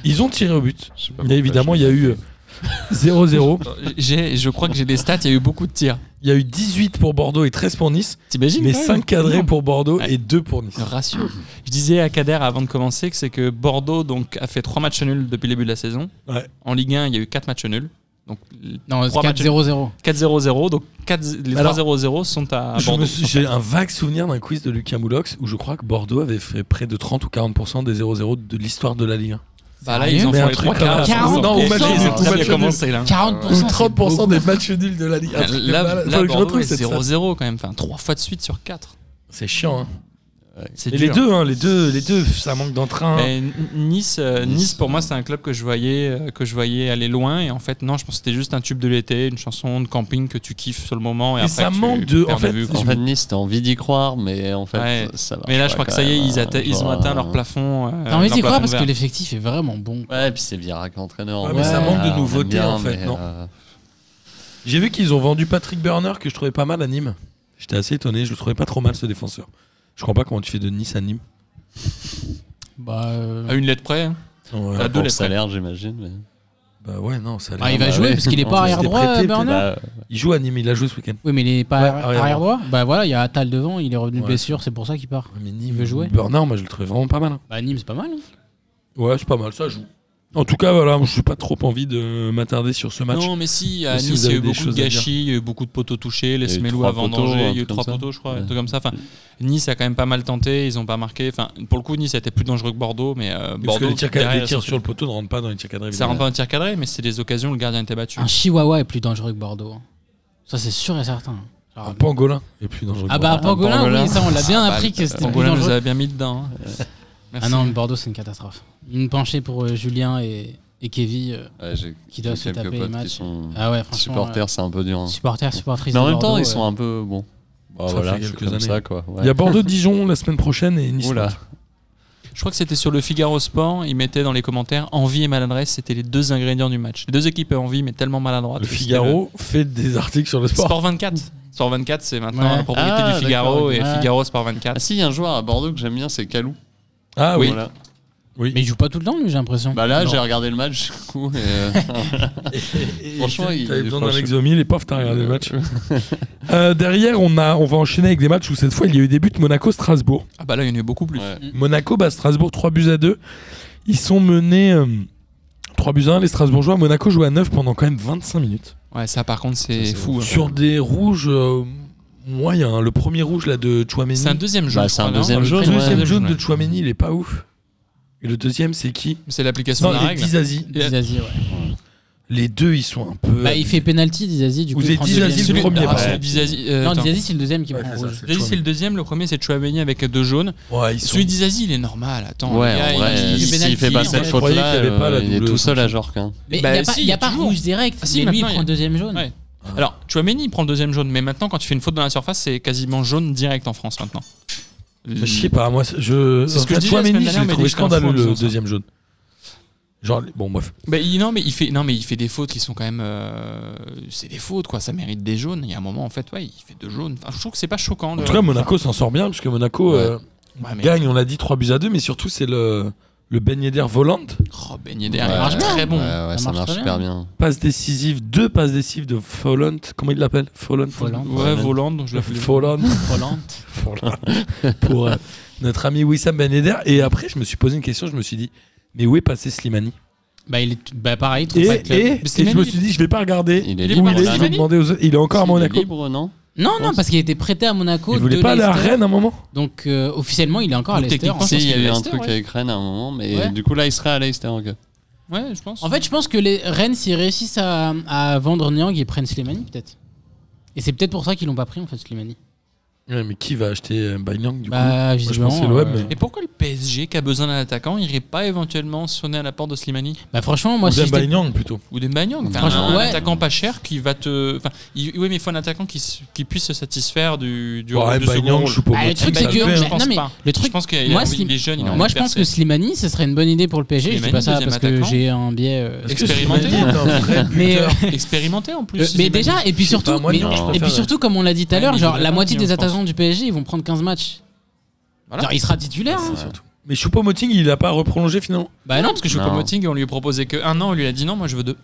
Speaker 3: Ils ont tiré au but.
Speaker 6: Je sais pas
Speaker 3: Mais évidemment, il y a eu euh, [LAUGHS] 0-0.
Speaker 5: j'ai- je crois que j'ai les stats, il y a eu beaucoup de tirs.
Speaker 3: Il y a eu 18 pour Bordeaux et 13 pour Nice.
Speaker 5: T'imagines
Speaker 3: Mais
Speaker 5: quand même
Speaker 3: 5 cadrés
Speaker 5: Énorme.
Speaker 3: pour Bordeaux
Speaker 5: Ouais. Ah,
Speaker 3: et 2 pour Nice.
Speaker 5: Le ratio. Je disais à Kader avant de commencer que c'est que Bordeaux donc, a fait 3 matchs nuls depuis le début de la saison.
Speaker 3: Ouais.
Speaker 5: En Ligue 1, il y a eu 4 matchs nuls. Donc
Speaker 4: Non,
Speaker 5: Trois matchs.
Speaker 4: 4-0-0.
Speaker 5: 4-0-0. Donc quatre- les
Speaker 3: Alors,
Speaker 5: 3-0-0 sont à
Speaker 3: Je
Speaker 5: Bordeaux.
Speaker 3: me suis- J'ai un vague souvenir d'un quiz de Lucas Moulox où je crois que Bordeaux avait fait près de 30 ou 40% des 0-0 de l'histoire de la Ligue 1.
Speaker 5: Bah là, ils ont
Speaker 3: Mais
Speaker 5: fait
Speaker 3: un
Speaker 5: les
Speaker 3: truc
Speaker 5: trois quarts.
Speaker 3: à-
Speaker 5: Non, au match,
Speaker 4: 40%,
Speaker 5: ils ont
Speaker 3: au
Speaker 5: très bien
Speaker 3: match
Speaker 5: commencé là.
Speaker 4: 40%.
Speaker 3: Ou
Speaker 4: c'est
Speaker 3: 30%
Speaker 4: beaucoup.
Speaker 3: des matchs nuls de la Ligue 1.
Speaker 5: Là,
Speaker 3: Faut que je
Speaker 5: là
Speaker 3: retrouve
Speaker 5: Bordeaux est
Speaker 3: cette stat.
Speaker 5: 0-0 quand même. Enfin, 3 fois de suite sur 4.
Speaker 3: C'est chiant. hein.
Speaker 5: C'est
Speaker 3: Et
Speaker 5: dur. Eh,
Speaker 3: les deux, hein, les deux, les deux, ça manque d'entrain.
Speaker 5: Mais N- Nice, euh,
Speaker 6: Nice.
Speaker 5: Nice, pour moi, c'était un club que je voyais, euh, que je voyais aller loin. Et en fait, non, je pense que c'était juste un tube de l'été, une chanson de camping que tu kiffes sur le moment. Et,
Speaker 3: Et
Speaker 5: après,
Speaker 3: ça
Speaker 5: tu
Speaker 3: manque de-
Speaker 5: perds
Speaker 3: en fait,
Speaker 5: vue, quoi.
Speaker 6: En fait, Nice, t'as envie d'y croire, mais en fait,
Speaker 5: Ouais.
Speaker 6: ça marche
Speaker 5: mais là, je
Speaker 6: pas
Speaker 5: crois que
Speaker 6: quand
Speaker 5: ça y est,
Speaker 6: même,
Speaker 5: ils,
Speaker 6: hein.
Speaker 5: atta- ils
Speaker 6: Genre,
Speaker 5: ont atteint leur
Speaker 6: euh,
Speaker 5: plafond. euh,
Speaker 4: T'as envie
Speaker 5: leur
Speaker 4: d'y croire
Speaker 5: plafond
Speaker 4: parce que
Speaker 5: vert.
Speaker 4: l'effectif est vraiment bon.
Speaker 6: Ouais, et puis c'est Virac entraîneur.
Speaker 3: Ouais,
Speaker 4: mais ça manque de
Speaker 6: Ah, on aime
Speaker 3: nouveauté,
Speaker 6: bien,
Speaker 3: en fait,
Speaker 6: mais,
Speaker 3: non
Speaker 6: euh,
Speaker 3: J'ai vu qu'ils ont vendu Patrick Burner que je trouvais pas mal à Nîmes. J'étais assez étonné, je le trouvais pas trop mal ce défenseur. Je comprends pas comment tu fais de Nice à Nîmes.
Speaker 4: Bah, euh,
Speaker 5: À une lettre près. hein.
Speaker 3: Ouais.
Speaker 5: Ah,
Speaker 6: pas
Speaker 5: deux
Speaker 6: pour le
Speaker 5: lettres.
Speaker 6: salaire, j'imagine. mais-
Speaker 3: Bah ouais, non, ça a
Speaker 4: bah,
Speaker 3: l'air-
Speaker 4: il va
Speaker 6: bah
Speaker 4: jouer
Speaker 6: ouais.
Speaker 4: parce qu'il est
Speaker 6: On
Speaker 4: pas arrière
Speaker 3: s'était
Speaker 4: droit,
Speaker 3: prêté,
Speaker 4: euh,
Speaker 3: puis
Speaker 4: Burner.
Speaker 6: Bah,
Speaker 3: Il joue à Nîmes, il a joué ce week-end.
Speaker 4: Oui, mais il est pas
Speaker 3: Ouais,
Speaker 4: arrière-
Speaker 3: arrière
Speaker 4: arrière droit. Bah voilà, il y a Attal devant, il est revenu de
Speaker 3: Ouais.
Speaker 4: blessure, c'est pour ça qu'il part.
Speaker 3: Mais
Speaker 4: Il
Speaker 3: Nîmes
Speaker 4: veut jouer.
Speaker 3: Burner, moi je le trouvais vraiment pas mal. hein.
Speaker 4: Bah Nîmes, c'est pas mal. hein.
Speaker 3: Ouais, c'est pas mal, ça joue. En tout cas, voilà, moi, je suis pas trop envie de m'attarder sur ce match.
Speaker 5: Non, mais si, à
Speaker 3: Mais si
Speaker 5: Nice,
Speaker 3: vous
Speaker 5: il y a
Speaker 3: avez
Speaker 5: eu
Speaker 3: des
Speaker 5: beaucoup de
Speaker 3: choses à dire.
Speaker 5: gâchis, il y a eu beaucoup de poteaux touchés, les
Speaker 6: Il y a eu
Speaker 5: Smelou
Speaker 6: trois
Speaker 5: avant
Speaker 6: poteaux,
Speaker 5: danger,
Speaker 6: un
Speaker 5: il y a eu
Speaker 6: truc
Speaker 5: trois
Speaker 6: comme ça.
Speaker 5: poteaux, je crois, un
Speaker 6: Ouais.
Speaker 5: truc comme ça. Enfin, Nice a quand même pas mal tenté, ils ont pas marqué. Enfin, pour le coup, Nice était plus dangereux que Bordeaux, mais euh,
Speaker 3: Parce que
Speaker 5: Bordeaux,
Speaker 3: les tirs, cadrés-
Speaker 5: derrière,
Speaker 3: les tirs sur le poteau ne rentrent pas dans les tirs cadrés.
Speaker 5: ça
Speaker 3: évidemment.
Speaker 5: rentre pas un tir cadré, mais c'est des occasions où le gardien était battu.
Speaker 4: Un Chihuahua est plus dangereux que Bordeaux. hein. Ça, c'est sûr et certain. Genre,
Speaker 3: Un pangolin est plus dangereux. que
Speaker 4: ah bah
Speaker 3: Burner.
Speaker 4: Pangolin,
Speaker 5: Pangolin.
Speaker 4: oui, ça on l'a bien
Speaker 5: Ah bah,
Speaker 4: appris que c'était plus
Speaker 5: Angola nous
Speaker 4: dangereux.
Speaker 5: a bien mis dedans. hein. Merci.
Speaker 4: Ah non, mais Bordeaux, c'est une catastrophe. Une penchée pour euh, Julien et, et Kevin. euh,
Speaker 6: ouais, j'ai
Speaker 4: Qui doivent se
Speaker 6: quelques
Speaker 4: taper les
Speaker 6: potes qui
Speaker 4: matchs.
Speaker 6: sont
Speaker 4: ah ouais, franchement.
Speaker 6: Supporters, c'est un peu dur. hein.
Speaker 4: euh, supporters, supportrices.
Speaker 6: Mais en
Speaker 4: de
Speaker 6: même temps,
Speaker 4: Bordeaux, euh,
Speaker 6: ils sont un peu bon. Bah
Speaker 3: Ça
Speaker 6: voilà,
Speaker 3: fait
Speaker 6: c'est
Speaker 3: quelques
Speaker 6: comme
Speaker 3: années.
Speaker 6: ça quoi. ouais.
Speaker 3: Il y a Bordeaux-Dijon la semaine prochaine et Nice.
Speaker 6: Oula.
Speaker 5: Je crois que c'était sur le Figaro Sport, ils mettaient dans les commentaires envie et maladresse, c'était les deux ingrédients du match. Les deux équipes avaient envie mais tellement maladroites.
Speaker 3: Le
Speaker 5: que c'était
Speaker 3: Figaro fait des articles sur le
Speaker 5: le-
Speaker 3: sport.
Speaker 5: Sport 24. Sport 24 c'est maintenant
Speaker 4: Ouais.
Speaker 5: la propriété
Speaker 6: Ah,
Speaker 5: du Figaro
Speaker 6: d'accord,
Speaker 5: et
Speaker 4: ouais.
Speaker 5: Figaro Sport
Speaker 6: Ah
Speaker 5: 24.
Speaker 6: si, il y a un joueur à Bordeaux que j'aime bien, c'est Calou.
Speaker 3: Ah oui.
Speaker 6: Voilà.
Speaker 3: oui.
Speaker 4: Mais il joue pas tout le temps, lui, j'ai l'impression.
Speaker 6: Bah là,
Speaker 3: Non.
Speaker 6: j'ai regardé le match du coup. et,
Speaker 3: [LAUGHS]
Speaker 6: euh, Franchement,
Speaker 3: Franchement,
Speaker 6: il-
Speaker 3: t'avais besoin d'un
Speaker 6: franchement-
Speaker 3: exomile et pof, t'as regardé le match. Euh, derrière, on, a, on va enchaîner avec des matchs où cette fois il y a eu des buts Monaco-Strasbourg.
Speaker 5: Ah bah là il y en a eu beaucoup plus.
Speaker 6: ouais.
Speaker 3: Monaco bat Strasbourg 3 buts à 2. Ils sont menés euh, 3 buts à 1. Les Strasbourgeois, Monaco joue à 9 pendant quand même 25 minutes.
Speaker 5: Ouais ça par contre c'est
Speaker 6: Ça, c'est
Speaker 5: fou. hein.
Speaker 3: Sur des rouges euh, moyens. hein. Le premier rouge là de Chouameni.
Speaker 5: C'est un deuxième jaune.
Speaker 6: Bah,
Speaker 5: je
Speaker 6: c'est un
Speaker 5: crois, non
Speaker 6: deuxième jaune,
Speaker 3: le
Speaker 6: ouais.
Speaker 3: deuxième
Speaker 5: Deuxième
Speaker 3: jaune
Speaker 5: jaune,
Speaker 3: de Chouameni, il est pas ouf. Et le deuxième, c'est qui
Speaker 5: C'est l'application
Speaker 3: Non,
Speaker 5: de la
Speaker 3: il est
Speaker 5: règle.
Speaker 3: Dizazi.
Speaker 4: Dizazi, ouais.
Speaker 3: Les deux, ils sont un peu.
Speaker 4: Bah, il fait penalty, Dizazi, du
Speaker 3: Vous
Speaker 4: coup.
Speaker 3: êtes
Speaker 4: il prend le
Speaker 3: Dizazi,
Speaker 4: deuxième.
Speaker 3: le premier,
Speaker 5: Ah,
Speaker 3: pardon.
Speaker 5: c'est Dizazi, euh,
Speaker 4: Non,
Speaker 5: attends.
Speaker 4: Dizazi, c'est le deuxième qui
Speaker 3: Ouais,
Speaker 4: prend
Speaker 3: c'est
Speaker 4: rouge.
Speaker 3: ça,
Speaker 5: Dizazi, c'est le deuxième, le premier c'est Chouameni avec deux jaunes.
Speaker 3: Ouais, ils sont-
Speaker 5: Celui de Dizazi il est normal, attends.
Speaker 6: Ouais,
Speaker 5: le gars,
Speaker 6: en vrai,
Speaker 5: il- il-
Speaker 6: s'il
Speaker 5: il-
Speaker 6: fait pas
Speaker 5: il-
Speaker 6: cette
Speaker 5: il-
Speaker 6: faute
Speaker 3: croyais
Speaker 6: là,
Speaker 3: qu'il y avait pas la
Speaker 6: il est
Speaker 3: double
Speaker 6: tout seul à
Speaker 3: sanction.
Speaker 6: Jorque. hein.
Speaker 4: Mais il
Speaker 5: Bah,
Speaker 4: n'y a pas,
Speaker 5: si,
Speaker 4: il y a pas
Speaker 5: toujours.
Speaker 4: rouge direct.
Speaker 5: Ah, si,
Speaker 4: mais lui, il
Speaker 5: maintenant,
Speaker 4: prend
Speaker 5: il-
Speaker 4: deuxième jaune.
Speaker 5: Ouais. Alors, Chouameni il prend le deuxième jaune, mais maintenant, quand tu fais une faute dans la surface, c'est quasiment jaune direct en France maintenant.
Speaker 3: Bah, Je sais pas, moi, je.
Speaker 5: C'est ce que
Speaker 3: Enfin,
Speaker 5: je disais la
Speaker 3: Tchouaméni,
Speaker 5: semaine dernière,
Speaker 3: je l'ai
Speaker 5: mais
Speaker 3: trouvé
Speaker 5: j'étais en fond,
Speaker 3: scandaleux
Speaker 5: disons
Speaker 3: le
Speaker 5: ça.
Speaker 3: deuxième jaune. Genre, bon, bref.
Speaker 5: Bah, il- non, mais il fait, non, mais il fait des fautes qui sont quand même. euh, c'est des fautes, quoi. Ça mérite des jaunes. Il y a un moment, en fait, ouais, il fait deux jaunes. Enfin, je trouve que c'est pas choquant.
Speaker 3: En
Speaker 5: de-
Speaker 3: tout cas, Monaco s'en sort bien, parce que Monaco
Speaker 6: Ouais.
Speaker 3: euh,
Speaker 5: Ouais, mais-
Speaker 3: gagne, on l'a dit, 3 buts à 2, mais surtout, c'est le, le Ben Yedder volante.
Speaker 5: Oh, Ben Yedder, il
Speaker 6: Ouais,
Speaker 5: marche très bon.
Speaker 6: Ouais, ouais, ça
Speaker 4: marche
Speaker 6: marche
Speaker 4: très
Speaker 6: super bien.
Speaker 3: Passe décisive, deux passes décisives de Folland. Comment il l'appelle Folland
Speaker 4: Folland.
Speaker 5: Ouais, Voland, je
Speaker 3: Le
Speaker 5: l'appelais.
Speaker 3: Folland.
Speaker 4: Volante.
Speaker 3: Folland. [LAUGHS] Pour euh, notre ami Wissam Ben Yedder. Et après, je me suis posé une question, je me suis dit, mais où est passé Slimani
Speaker 4: Bah, il est, bah, pareil, il trouve
Speaker 3: Et,
Speaker 4: pas de club.
Speaker 3: et- et
Speaker 5: Slimani-
Speaker 3: je me suis dit, je vais pas regarder.
Speaker 6: Il
Speaker 3: où
Speaker 6: est
Speaker 3: il est,
Speaker 6: libre,
Speaker 3: je vais
Speaker 5: Slimani
Speaker 3: demander aux autres. Il est encore à
Speaker 6: Il est
Speaker 3: Monaco.
Speaker 6: libre, non
Speaker 4: Non, non,
Speaker 6: pense.
Speaker 4: parce qu'il était prêté à Monaco.
Speaker 3: Il voulait
Speaker 4: de
Speaker 3: pas aller à
Speaker 4: Leicester.
Speaker 3: Rennes à un moment
Speaker 4: Donc, euh, officiellement, il est encore à
Speaker 5: Donc,
Speaker 4: Leicester.
Speaker 5: techniquement,
Speaker 4: hein.
Speaker 5: Je pense
Speaker 6: Si, il y a
Speaker 5: qu'il
Speaker 6: eu
Speaker 5: est
Speaker 6: un
Speaker 5: resté,
Speaker 6: truc
Speaker 5: ouais.
Speaker 6: avec Rennes à un moment, mais
Speaker 4: Ouais.
Speaker 6: du coup là, il serait à Leicester en cas.
Speaker 5: Ouais, je pense.
Speaker 4: En fait, je pense que les Rennes, s'ils réussissent à, à vendre Niang, ils prennent Slimani, peut-être. Et c'est peut-être pour ça qu'ils l'ont pas pris, en fait, Slimani.
Speaker 3: Ouais, mais qui va acheter euh, Banyang du coup
Speaker 4: Bah,
Speaker 3: je pense que c'est l'OM,
Speaker 4: euh,
Speaker 5: Et pourquoi le PSG, qui a besoin d'un attaquant, irait pas éventuellement sonner à la porte de Slimani
Speaker 4: Bah, franchement, moi,
Speaker 3: Ou
Speaker 4: si
Speaker 3: d'un
Speaker 4: j'étais-
Speaker 3: Banyang plutôt.
Speaker 5: Ou des Magnocs. Enfin,
Speaker 4: Franchement,
Speaker 5: un
Speaker 4: ouais.
Speaker 5: attaquant pas cher qui va te. Enfin, il- oui, mais il faut un attaquant qui, s- qui puisse se satisfaire du, du,
Speaker 3: Ouais,
Speaker 5: du second
Speaker 3: Banyang,
Speaker 5: rôle.
Speaker 3: je suis pas
Speaker 4: Ah, le
Speaker 3: motivé
Speaker 4: truc,
Speaker 3: à
Speaker 4: c'est
Speaker 3: le
Speaker 4: que-
Speaker 3: faire.
Speaker 5: je
Speaker 4: mais-
Speaker 5: pense
Speaker 4: non, mais
Speaker 5: pas.
Speaker 4: le truc-
Speaker 5: je pense qu'il
Speaker 4: moi,
Speaker 5: moi,
Speaker 4: Slim-
Speaker 5: les jeunes, ils ont
Speaker 4: Moi,
Speaker 5: envie
Speaker 4: je
Speaker 5: de
Speaker 4: pense que
Speaker 5: percer.
Speaker 4: Slimani, ce serait une bonne idée pour le PSG. je dis
Speaker 5: Slimani,
Speaker 4: pas ça
Speaker 5: deuxième
Speaker 4: parce que
Speaker 5: attaquant.
Speaker 4: j'ai un biais. euh,
Speaker 3: Est-ce que
Speaker 4: [LAUGHS]
Speaker 5: Expérimenté.
Speaker 3: Slimani est un vrai
Speaker 4: mais,
Speaker 3: buteur
Speaker 4: euh,
Speaker 5: expérimenté en plus.
Speaker 4: euh, mais
Speaker 5: Slimani.
Speaker 4: déjà, et puis
Speaker 3: Je sais
Speaker 4: surtout,
Speaker 3: pas, moi,
Speaker 4: mais-
Speaker 3: non, je
Speaker 4: et
Speaker 3: préfère-
Speaker 4: puis surtout, comme on l'a dit tout à
Speaker 5: Ouais,
Speaker 4: l'heure,
Speaker 5: mais
Speaker 4: genre
Speaker 5: il est
Speaker 4: la
Speaker 5: pas
Speaker 4: moitié
Speaker 5: parti,
Speaker 4: des
Speaker 5: on pense.
Speaker 4: attaquants du PSG, ils vont prendre 15 matchs.
Speaker 5: Voilà.
Speaker 4: Genre, il sera titulaire. hein.
Speaker 3: Mais Choupo-Moting, il a pas reprolongé finalement.
Speaker 4: Bah non,
Speaker 5: Non, parce que Choupo-Moting, on lui proposait que un an, on lui a dit non, moi je veux deux.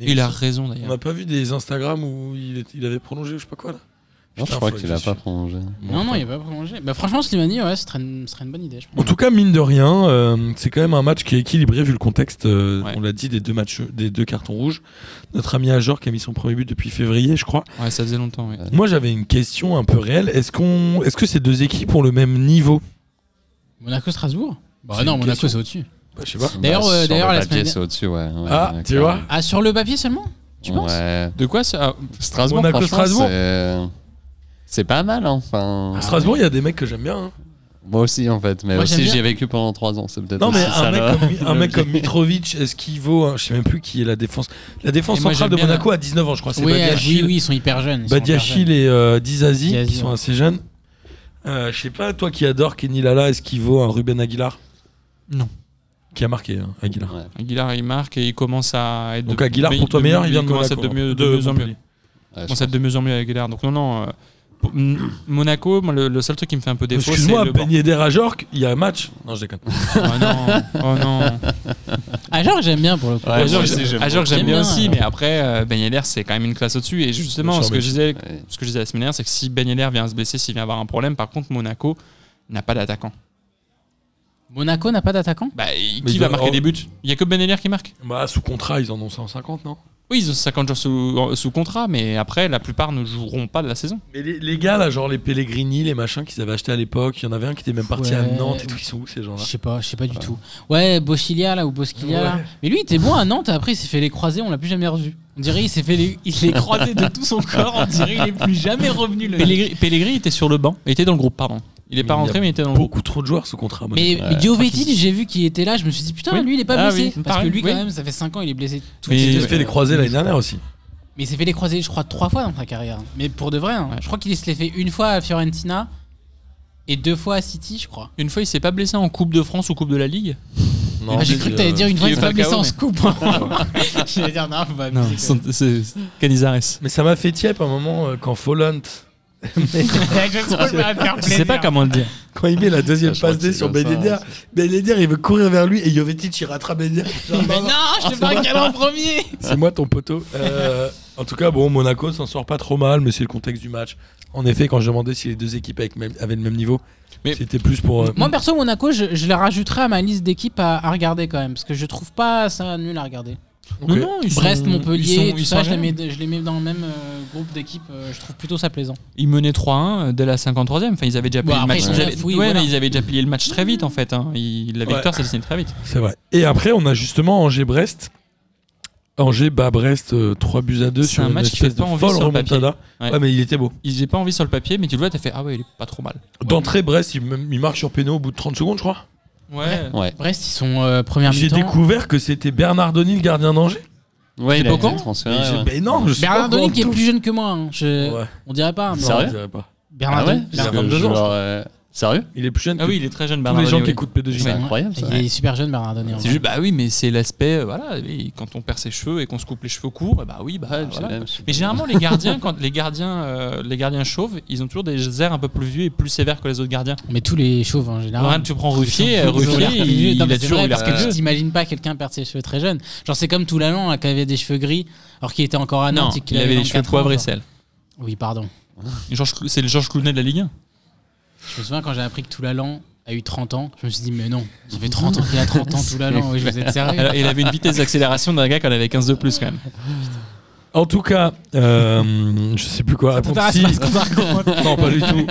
Speaker 5: Et il a raison
Speaker 3: On
Speaker 5: d'ailleurs.
Speaker 3: n'a pas vu des Instagram où il, est- il avait prolongé, je sais pas quoi là.
Speaker 6: Non, je
Speaker 3: Putain,
Speaker 6: crois
Speaker 3: faut-
Speaker 6: qu'il a
Speaker 3: suis-
Speaker 6: pas prolongé.
Speaker 4: Non, non, il va pas prolonger. Bah, franchement, Slimani, ouais, ce serait une, ce serait une bonne idée, je pense.
Speaker 3: En tout cas, mine de rien, euh, c'est quand même un match qui est équilibré vu le contexte. euh,
Speaker 5: Ouais.
Speaker 3: On l'a dit des deux matchs, des deux cartons rouges. Notre ami Ajor qui a mis son premier but depuis février, je crois.
Speaker 5: Ouais, ça faisait longtemps. oui.
Speaker 3: Moi, j'avais une question un peu réelle. Est-ce qu'on, est-ce que ces deux équipes ont le même niveau
Speaker 4: Monaco-Strasbourg Bah
Speaker 3: C'est
Speaker 4: non,
Speaker 3: une
Speaker 4: Monaco,
Speaker 3: question.
Speaker 4: c'est au-dessus.
Speaker 3: Bah, Je sais pas.
Speaker 4: D'ailleurs, euh,
Speaker 6: sur
Speaker 4: d'ailleurs,
Speaker 6: le
Speaker 4: la
Speaker 6: papier,
Speaker 4: semaine-
Speaker 6: c'est au-dessus, ouais. ouais,
Speaker 3: Ah,
Speaker 6: ouais,
Speaker 3: tu vois
Speaker 4: Ah, sur le papier seulement Tu
Speaker 6: clairement.
Speaker 4: penses
Speaker 6: Ouais.
Speaker 5: De quoi ça ah,
Speaker 6: Strasbourg,
Speaker 3: Monaco,
Speaker 6: franchement,
Speaker 3: Strasbourg.
Speaker 6: c'est- c'est pas mal, hein, enfin.
Speaker 3: Strasbourg, il y a des mecs que j'aime bien. hein.
Speaker 6: Moi aussi, en fait. Mais
Speaker 4: Moi, j'aime
Speaker 6: aussi,
Speaker 4: bien.
Speaker 6: j'y ai vécu pendant 3 ans. C'est peut-être
Speaker 3: Non,
Speaker 6: aussi
Speaker 3: mais
Speaker 6: ça
Speaker 3: un mec,
Speaker 6: le-
Speaker 3: comme,
Speaker 6: [LAUGHS]
Speaker 3: un mec comme Mitrovic, est-ce qu'il vaut. un- je sais même plus qui est la défense. La défense
Speaker 5: Et moi,
Speaker 3: centrale de
Speaker 5: j'aime bien
Speaker 3: Monaco a 19 ans, je crois. Oh, C'est
Speaker 4: Oui, ah,
Speaker 3: Badiachil,
Speaker 4: oui, oui, ils sont hyper jeunes. ils sont hyper jeunes.
Speaker 3: Badiachil et euh, Dizazi,
Speaker 4: Dizazi,
Speaker 3: qui sont
Speaker 4: ouais.
Speaker 3: assez jeunes. Euh, je sais pas, toi qui adore Kenny Lala, est-ce qu'il vaut un Ruben Aguilar
Speaker 5: Non.
Speaker 3: Qui a marqué, hein, Aguilar.
Speaker 6: Ouais.
Speaker 5: Aguilar, il marque et il commence à être.
Speaker 3: Donc
Speaker 5: de-
Speaker 3: Aguilar,
Speaker 5: mais-
Speaker 3: pour toi,
Speaker 5: de-
Speaker 3: meilleur, il vient de
Speaker 5: commence à
Speaker 3: Monaco. hein.
Speaker 5: être de mieux, de
Speaker 3: De
Speaker 5: mieux en mieux.
Speaker 3: Montpellier.
Speaker 6: Ouais,
Speaker 5: On
Speaker 6: je
Speaker 5: commence à être de mieux en mieux avec Aguilar. Donc non, non. euh, pour- M- Monaco, moi, le, le seul truc qui me fait un peu défaut, c'est
Speaker 3: Excuse-moi,
Speaker 5: le banc.
Speaker 3: Ben Yedder à Jork, il y a un match. Non, je déconne.
Speaker 5: Oh non, oh
Speaker 3: [LAUGHS]
Speaker 5: non.
Speaker 4: Ah, genre, j'aime bien pour le coup.
Speaker 6: Ouais,
Speaker 5: À Jorg,
Speaker 6: moi aussi,
Speaker 5: j'aime
Speaker 6: j'aime
Speaker 5: à Jorg,
Speaker 4: beaucoup.
Speaker 5: j'aime
Speaker 4: J'aime
Speaker 5: bien
Speaker 4: bien,
Speaker 5: aussi,
Speaker 4: ouais.
Speaker 5: mais après, euh, Ben Yedder, c'est quand même une classe au-dessus. Et justement,
Speaker 3: Bien
Speaker 5: ce
Speaker 3: sûr,
Speaker 5: que,
Speaker 3: mais-
Speaker 5: je disais,
Speaker 6: Ouais.
Speaker 5: ce que je disais la semaine dernière, c'est que si Ben Yedder vient se blesser, s'il vient avoir un problème, par contre, Monaco n'a pas d'attaquant.
Speaker 4: Monaco n'a pas d'attaquant
Speaker 5: Bah, et
Speaker 3: Mais
Speaker 5: qui
Speaker 3: il
Speaker 5: va
Speaker 3: doit-
Speaker 5: marquer
Speaker 3: oh.
Speaker 5: des buts Il n'y a que Ben Yedder qui marque.
Speaker 3: Bah, sous contrat, ils en ont 150, non
Speaker 5: Oui, ils ont 50 jours sous, en- sous contrat, mais après, la plupart ne joueront pas de la saison.
Speaker 3: Mais les, les gars, là, genre les Pellegrini, les machins qu'ils avaient achetés à l'époque, il y en avait un qui était même parti à
Speaker 4: Ouais.
Speaker 3: Nantes et tout. Ils sont où
Speaker 4: Je
Speaker 3: ces gens-là
Speaker 4: sais pas, je sais pas du tout. Ouais, Bochilia là ou Bosquilia là.
Speaker 3: Ouais.
Speaker 4: Mais lui, il était bon à Nantes, après il s'est fait les croisés, on l'a plus jamais revu. On dirait il s'est fait les, il les croisés de tout son corps, on dirait il est plus jamais revenu
Speaker 5: [LAUGHS]
Speaker 4: le mec.
Speaker 5: Pellegrini, Pellegrini était sur le banc. Il était dans le groupe, pardon. Il n'est
Speaker 3: Mais
Speaker 5: pas
Speaker 3: il y a
Speaker 5: rentré, mais il était dans le groupe.
Speaker 3: Beaucoup trop de joueurs sous contrat. à Monaco.
Speaker 4: Mais, mais Giovetti, j'ai vu qu'il était là, je me suis dit putain,
Speaker 5: Oui.
Speaker 4: lui il est pas
Speaker 5: Ah
Speaker 4: blessé.
Speaker 5: oui,
Speaker 4: Parce que
Speaker 5: pareil,
Speaker 4: lui, quand
Speaker 5: oui.
Speaker 4: même, ça fait 5 ans, il est blessé. tout
Speaker 5: Mais-
Speaker 4: le
Speaker 3: Il
Speaker 4: temps.
Speaker 3: s'est fait les croisés l'année dernière aussi.
Speaker 4: Mais il s'est fait les croisés, je crois, trois fois dans sa carrière. Mais pour de vrai, hein.
Speaker 5: Ouais.
Speaker 4: je crois qu'il se les fait une fois à Fiorentina et deux fois à City, je crois.
Speaker 5: Une fois, il s'est pas blessé en Coupe de France ou Coupe de la Ligue.
Speaker 3: Non,
Speaker 4: Ah, j'ai
Speaker 3: mais,
Speaker 4: cru que
Speaker 3: euh,
Speaker 4: t'allais dire une fois il
Speaker 5: il est
Speaker 4: s'est pas blessé
Speaker 5: Falcao,
Speaker 4: en
Speaker 5: mais-
Speaker 4: scoop. hein. [LAUGHS] J'allais dire non, faut pas abuser, quand même. [LAUGHS]
Speaker 5: c'est Canizares.
Speaker 3: Mais ça m'a fait tiep à un moment euh, quand Folland,
Speaker 5: Je sais pas comment le dire.
Speaker 3: quand il met la deuxième
Speaker 6: Ah, je crois
Speaker 3: passe
Speaker 6: que
Speaker 3: D
Speaker 6: c'est
Speaker 3: sur
Speaker 6: comme ça,
Speaker 3: Benedir, Benedir il veut courir vers lui et Jovetic il rattrape
Speaker 5: [LAUGHS]
Speaker 3: Benedir. Genre,
Speaker 4: Mais non, je te parle qu'à en premier.
Speaker 3: C'est moi ton poteau. Euh, en tout cas, bon, Monaco s'en sort pas trop mal, mais c'est le contexte du match. En effet, quand je demandais si les deux équipes avec même- avaient le même niveau,
Speaker 5: Mais-
Speaker 3: c'était plus pour. euh,
Speaker 4: Moi perso Monaco, je, je le rajouterai à ma liste d'équipes à, à regarder quand même parce que je trouve pas ça nul à regarder.
Speaker 3: ok.
Speaker 5: Non, non, Ah, ils
Speaker 4: Brest,
Speaker 5: sont-
Speaker 4: Montpellier,
Speaker 5: ils sont-
Speaker 4: tout
Speaker 5: ils
Speaker 4: ça,
Speaker 5: sont
Speaker 4: je les,
Speaker 5: agréables.
Speaker 4: mets, je les mets dans le même euh, groupe d'équipes. euh, je trouve plutôt ça plaisant.
Speaker 5: Ils menaient 3-1 euh, dès la 53e. Enfin, ils avaient déjà
Speaker 4: Bon,
Speaker 5: plié le
Speaker 4: après,
Speaker 5: match.
Speaker 4: ils sont
Speaker 5: ils
Speaker 4: là,
Speaker 5: avaient-
Speaker 4: oui,
Speaker 5: ouais,
Speaker 4: voilà.
Speaker 5: mais ils avaient déjà plié le match très vite en fait. hein. Ils- La
Speaker 3: Ouais.
Speaker 5: victoire, c'est très vite.
Speaker 3: C'est vrai. Et après, on a justement Angers-Brest. Angers bat Brest 3 buts à 2
Speaker 5: C'est
Speaker 3: sur
Speaker 5: un
Speaker 3: une
Speaker 5: match qui
Speaker 3: espèce
Speaker 5: fait
Speaker 3: de
Speaker 5: pas envie
Speaker 3: folle
Speaker 5: sur le papier.
Speaker 3: remontada. Ouais.
Speaker 5: Ouais.
Speaker 3: mais il était beau.
Speaker 5: Ils n'avaient pas envie sur le papier, mais tu le vois, t'as fait ah ouais, il est pas trop mal.
Speaker 3: D'entrée, Brest, il, me- il marque sur péno au bout de 30 secondes, je crois.
Speaker 5: Ouais.
Speaker 6: crois. Ouais.
Speaker 4: Brest, ils sont euh, première
Speaker 3: J'ai
Speaker 4: mi-temps.
Speaker 3: découvert que c'était Bernardoni, le gardien d'Angers.
Speaker 6: Ouais, il
Speaker 4: pas
Speaker 6: a
Speaker 4: au courant
Speaker 6: été transféré.
Speaker 3: Et j'ai-
Speaker 6: Ah ouais.
Speaker 3: Mais non, je suis
Speaker 4: Bernard
Speaker 3: pas au
Speaker 4: Denis
Speaker 3: courant
Speaker 4: qui est
Speaker 3: de
Speaker 4: plus jeune que moi. hein. Je-
Speaker 3: tout. Ouais.
Speaker 4: On dirait pas. mais-
Speaker 3: Non,
Speaker 6: Sérieux
Speaker 3: je dirais pas.
Speaker 4: Bernard
Speaker 6: Ah ouais
Speaker 4: Denis-
Speaker 3: Il a
Speaker 6: Parce que
Speaker 3: 22 ans, je
Speaker 6: genre,
Speaker 3: crois.
Speaker 6: euh, Sérieux
Speaker 3: Il est plus jeune
Speaker 5: Ah
Speaker 3: que
Speaker 5: oui, il est très jeune,
Speaker 3: tous
Speaker 5: Bernard.
Speaker 3: les gens
Speaker 5: Denis,
Speaker 3: qui
Speaker 5: oui.
Speaker 3: écoutent P2J.
Speaker 6: C'est incroyable ça.
Speaker 4: Il est super jeune Bernard hein. Denis. en
Speaker 5: C'est
Speaker 4: vrai.
Speaker 5: juste, bah oui, mais c'est l'aspect, euh, voilà, et quand on perd ses cheveux et qu'on se coupe les cheveux courts, eh bah oui, bah
Speaker 4: Ah,
Speaker 6: Ouais,
Speaker 5: voilà.
Speaker 6: c'est même-
Speaker 5: Mais généralement, les gardiens, quand les gardiens, euh, les gardiens chauves, ils ont toujours des airs un peu plus vieux et plus sévères que les autres gardiens.
Speaker 4: Mais tous les chauves en général.
Speaker 5: Regarde, tu prends Ruffier,
Speaker 4: Ah. Ils
Speaker 5: euh,
Speaker 4: ont l'air
Speaker 5: Ruffier,
Speaker 4: plus vieux.
Speaker 5: il,
Speaker 4: Non, mais
Speaker 5: a
Speaker 4: c'est
Speaker 5: toujours
Speaker 4: vrai,
Speaker 5: eu l'air
Speaker 4: parce
Speaker 5: plus
Speaker 4: que
Speaker 5: vieux.
Speaker 4: tu t'imagines pas quelqu'un perdre ses cheveux très jeunes. Genre, c'est comme Toulalan, là, qui avait des cheveux gris, alors qu'il était encore à
Speaker 5: Non,
Speaker 4: Nantes et qu'il
Speaker 5: il avait les
Speaker 4: 24
Speaker 5: cheveux
Speaker 4: ans,
Speaker 5: poivre et
Speaker 4: genre.
Speaker 5: sel.
Speaker 4: Oui, pardon.
Speaker 5: Georges Clou- C'est le Georges Clounet de la Ligue 1.
Speaker 4: Je me souviens quand j'ai appris que Toulalan a eu 30 ans, je me suis dit, mais non, ça fait 30 ans qu'il a 30 ans, Toulalan, oui, je vous êtes sérieux. [LAUGHS]
Speaker 5: Alors, il avait une vitesse d'accélération d'un gars qui en avait 15 de plus quand même.
Speaker 3: En tout cas, euh, je sais plus quoi répondre. Si- non, pas du tout.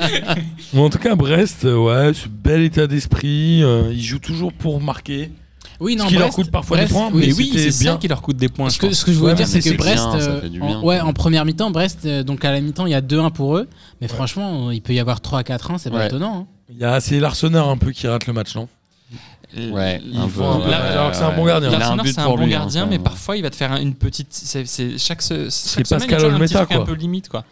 Speaker 3: Mais en tout cas, Brest, euh, ouais, c'est bel état d'esprit. euh, ils jouent toujours pour marquer.
Speaker 4: Oui,
Speaker 3: Ce
Speaker 4: non,
Speaker 3: qui leur
Speaker 4: Brest-
Speaker 3: coûte parfois
Speaker 4: Brest-
Speaker 3: des points,
Speaker 4: oui,
Speaker 3: mais
Speaker 5: Mais
Speaker 3: oui,
Speaker 5: oui,
Speaker 3: c'était
Speaker 5: c'est ça
Speaker 3: bien.
Speaker 5: qui leur coûte des points.
Speaker 4: Ce
Speaker 5: je
Speaker 4: que,
Speaker 5: pense.
Speaker 4: ce que je voulais
Speaker 3: Ouais,
Speaker 4: dire,
Speaker 3: mais
Speaker 4: c'est
Speaker 6: c'est
Speaker 4: que Brest,
Speaker 6: bien, ça
Speaker 4: euh,
Speaker 6: fait du
Speaker 4: en-
Speaker 6: bien.
Speaker 4: ouais, en première mi-temps, Brest, euh, donc à la mi-temps, il y a 2-1 pour eux, mais franchement, il peut y avoir 3-4-1, c'est pas
Speaker 6: Ouais.
Speaker 4: étonnant. hein.
Speaker 3: Il y a assez Larseneur un peu qui rate le match, non
Speaker 6: Ouais,
Speaker 5: Il
Speaker 6: un
Speaker 5: faut
Speaker 6: peu,
Speaker 5: un
Speaker 6: ouais,
Speaker 5: peu-
Speaker 3: là, alors que c'est un bon gardien.
Speaker 6: Il a un
Speaker 5: L'arsenal,
Speaker 6: but
Speaker 5: c'est un
Speaker 6: pour
Speaker 5: bon
Speaker 6: lui, hein,
Speaker 5: gardien,
Speaker 6: quand
Speaker 5: mais
Speaker 6: même.
Speaker 5: parfois il va te faire un- une petite. c'est- c'est- chaque se- chaque semaine, il
Speaker 3: Pascal
Speaker 5: te fait un
Speaker 3: Olmeta,
Speaker 5: petit truc un
Speaker 3: quoi.
Speaker 5: peu limite, quoi.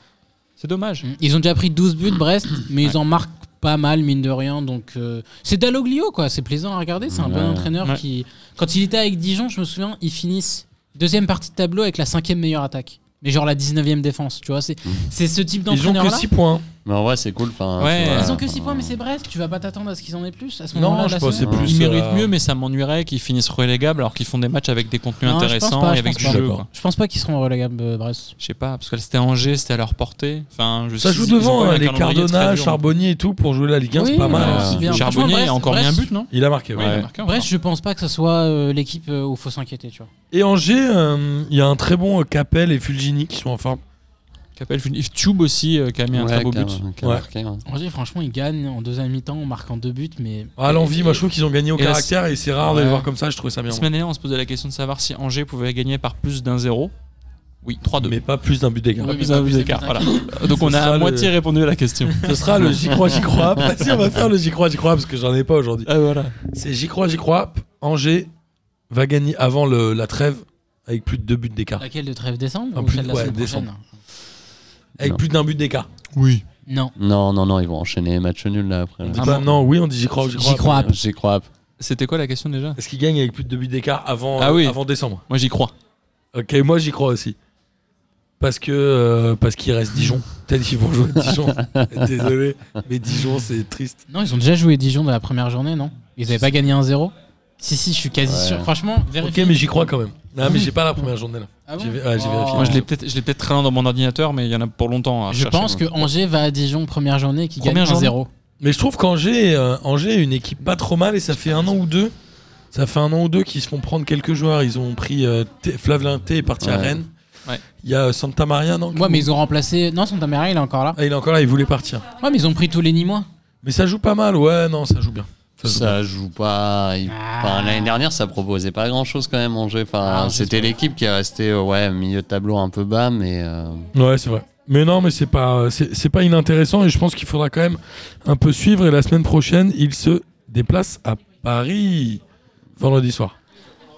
Speaker 5: C'est dommage.
Speaker 4: Mm. Ils ont déjà pris 12 buts, Brest, mais ils en marquent pas mal, mine de rien. Donc, euh, c'est Dalloglio, quoi, c'est plaisant à regarder, c'est un bon
Speaker 6: Ouais.
Speaker 4: entraîneur
Speaker 5: Ouais.
Speaker 4: qui. Quand il était avec Dijon, je me souviens, ils finissent deuxième partie de tableau avec la cinquième meilleure attaque. Mais genre la 19e défense, tu vois, c'est c'est ce type
Speaker 3: Mm. Ils ont que
Speaker 4: d'entraîneur-là.
Speaker 3: 6 points.
Speaker 6: Mais en vrai, c'est cool. enfin,
Speaker 5: Ouais.
Speaker 6: tu vois,
Speaker 4: Ils ont que 6
Speaker 6: enfin,
Speaker 4: points, mais c'est Brest, tu vas pas t'attendre à ce qu'ils en aient plus à ce moment-là.
Speaker 3: Non,
Speaker 4: de
Speaker 3: je
Speaker 4: la
Speaker 3: pense que c'est
Speaker 4: saison.
Speaker 6: saison.
Speaker 3: plus.
Speaker 5: Ils méritent
Speaker 3: euh,
Speaker 5: mieux, mais ça m'ennuierait qu'ils finissent relégables alors qu'ils font des matchs avec des contenus
Speaker 4: Non, je pense
Speaker 5: intéressants
Speaker 4: pas,
Speaker 5: et
Speaker 4: je
Speaker 5: avec
Speaker 4: pense
Speaker 5: du
Speaker 3: pas.
Speaker 5: jeu.
Speaker 3: D'accord.
Speaker 5: quoi.
Speaker 4: Je pense pas qu'ils seront relégables, euh, Brest.
Speaker 5: Je sais pas, parce que c'était Angers, c'était à leur portée. Enfin, je
Speaker 3: Ça
Speaker 5: sais-
Speaker 3: joue
Speaker 5: ils ont
Speaker 3: devant,
Speaker 5: pas
Speaker 3: hein,
Speaker 5: eu un
Speaker 3: les
Speaker 5: calendrier très
Speaker 3: Cardona,
Speaker 5: dur.
Speaker 3: Charbonnier et tout pour jouer la Ligue 1, c'est
Speaker 4: Oui,
Speaker 3: pas
Speaker 4: ouais,
Speaker 3: mal.
Speaker 4: c'est bien.
Speaker 5: Charbonnier
Speaker 4: Franchement,
Speaker 5: a encore mis
Speaker 4: Brest-
Speaker 5: un but, non
Speaker 3: Il a marqué.
Speaker 5: Oui,
Speaker 3: ouais.
Speaker 5: il a
Speaker 6: Ouais.
Speaker 5: marqué encore.
Speaker 4: Brest, je pense pas que ce soit euh, l'équipe euh, où faut s'inquiéter, tu vois.
Speaker 3: Et Angers, euh, il y a un très bon euh, Capel et Fulgini qui sont en forme.
Speaker 5: Capel Fun- Yves Tube aussi euh, qui a mis un
Speaker 6: ouais,
Speaker 5: très beau
Speaker 6: qui a-
Speaker 5: but.
Speaker 6: qui a
Speaker 3: Ouais.
Speaker 6: marqué, ouais.
Speaker 4: Angers, franchement, ils gagnent en deuxième mi-temps en marquant deux buts, mais
Speaker 3: Ah, À l'envie, moi je trouve qu'ils ont gagné au
Speaker 5: et la-
Speaker 3: caractère et c'est rare de les
Speaker 5: Ouais.
Speaker 3: voir comme ça, je trouvais ça bien.
Speaker 5: La semaine dernière, on se posait la question de savoir si Angers pouvait gagner par plus d'un zéro. Oui, 3-2.
Speaker 3: mais pas plus d'un but d'écart.
Speaker 4: Oui, mais
Speaker 5: Plus un
Speaker 4: pas
Speaker 5: but
Speaker 4: plus
Speaker 5: d'écart,
Speaker 4: d'un
Speaker 5: voilà. Donc on
Speaker 3: Ce
Speaker 5: a
Speaker 3: sera
Speaker 5: à
Speaker 3: le-
Speaker 5: moitié répondu à la question.
Speaker 3: Ce sera le j'y crois, j'y crois. Vas-y, on va faire le j'y crois, j'y crois parce que j'en ai pas aujourd'hui.
Speaker 5: [LAUGHS] Ah, voilà.
Speaker 3: C'est j'y crois, j'y crois. Angers va gagner avant le- la trêve avec plus de deux buts d'écart.
Speaker 4: Laquelle de trêve décembre
Speaker 3: Ah,
Speaker 4: ou
Speaker 3: plus-
Speaker 4: celle de la
Speaker 3: ouais,
Speaker 4: semaine prochaine
Speaker 3: décembre. Avec
Speaker 6: Non.
Speaker 3: plus d'un but d'écart.
Speaker 5: Oui.
Speaker 4: Non.
Speaker 6: Non, non, non, ils vont enchaîner match nul là après.
Speaker 3: On
Speaker 6: là. Ah,
Speaker 3: dit
Speaker 5: Ah
Speaker 3: pas
Speaker 5: bon.
Speaker 3: non, oui, on dit j'y crois, j'y crois.
Speaker 4: J'y crois.
Speaker 6: J'y crois.
Speaker 5: C'était quoi la question déjà
Speaker 3: Est-ce qu'ils gagnent avec plus de deux buts d'écart avant, euh,
Speaker 5: Ah oui.
Speaker 3: avant décembre
Speaker 5: Moi j'y crois.
Speaker 3: Ok, moi j'y crois aussi. Parce que euh, parce qu'il reste Dijon. Peut-être qu'ils vont jouer Dijon. Désolé, mais Dijon c'est triste.
Speaker 4: Non, ils ont déjà joué Dijon dans la première journée, non Ils n'avaient pas gagné 1-0 Si, si, je suis quasi
Speaker 6: Ouais.
Speaker 4: sûr. Franchement,
Speaker 3: Ok,
Speaker 4: vérifie.
Speaker 3: mais j'y crois quand même. Non, mais j'ai pas la première journée là.
Speaker 4: Ah bon
Speaker 3: j'ai- ouais, j'ai vérifié.
Speaker 5: Moi je l'ai peut-être, je l'ai peut-être traînant dans mon ordinateur, mais il y en a pour longtemps. à
Speaker 4: Je
Speaker 5: rechercher.
Speaker 4: pense que Angers va à Dijon première journée qui gagne
Speaker 5: Première journée
Speaker 4: 1-0.
Speaker 3: Mais je trouve qu'Angers euh, Angers est une équipe pas trop mal et ça fait un an ou deux. Ça fait un an ou deux qu'ils se font prendre quelques joueurs. Ils ont pris euh, T- Flavelin T est parti à
Speaker 6: Ouais.
Speaker 3: Rennes.
Speaker 5: Ouais.
Speaker 3: Il y a euh, Santa Maria, non
Speaker 4: Ouais, mais ils ont remplacé. Non, son Maria, il est encore là.
Speaker 3: Ah, il est encore là, il voulait partir.
Speaker 4: Ouais, mais ils ont pris tous les Nîmois.
Speaker 3: Mais ça joue pas mal, ouais, non, ça joue bien. Ça joue bien.
Speaker 6: Ça joue pas. il-
Speaker 4: Ah.
Speaker 6: enfin, L'année dernière, ça proposait pas grand chose quand même, Angers. Enfin,
Speaker 4: Ah,
Speaker 6: C'était l'équipe qui est restée euh, ouais, milieu de tableau un peu bas, mais. euh,
Speaker 3: Ouais, c'est vrai. Mais non, mais c'est pas, euh, c'est c'est pas inintéressant et je pense qu'il faudra quand même un peu suivre. Et la semaine prochaine, il se déplace à Paris vendredi soir.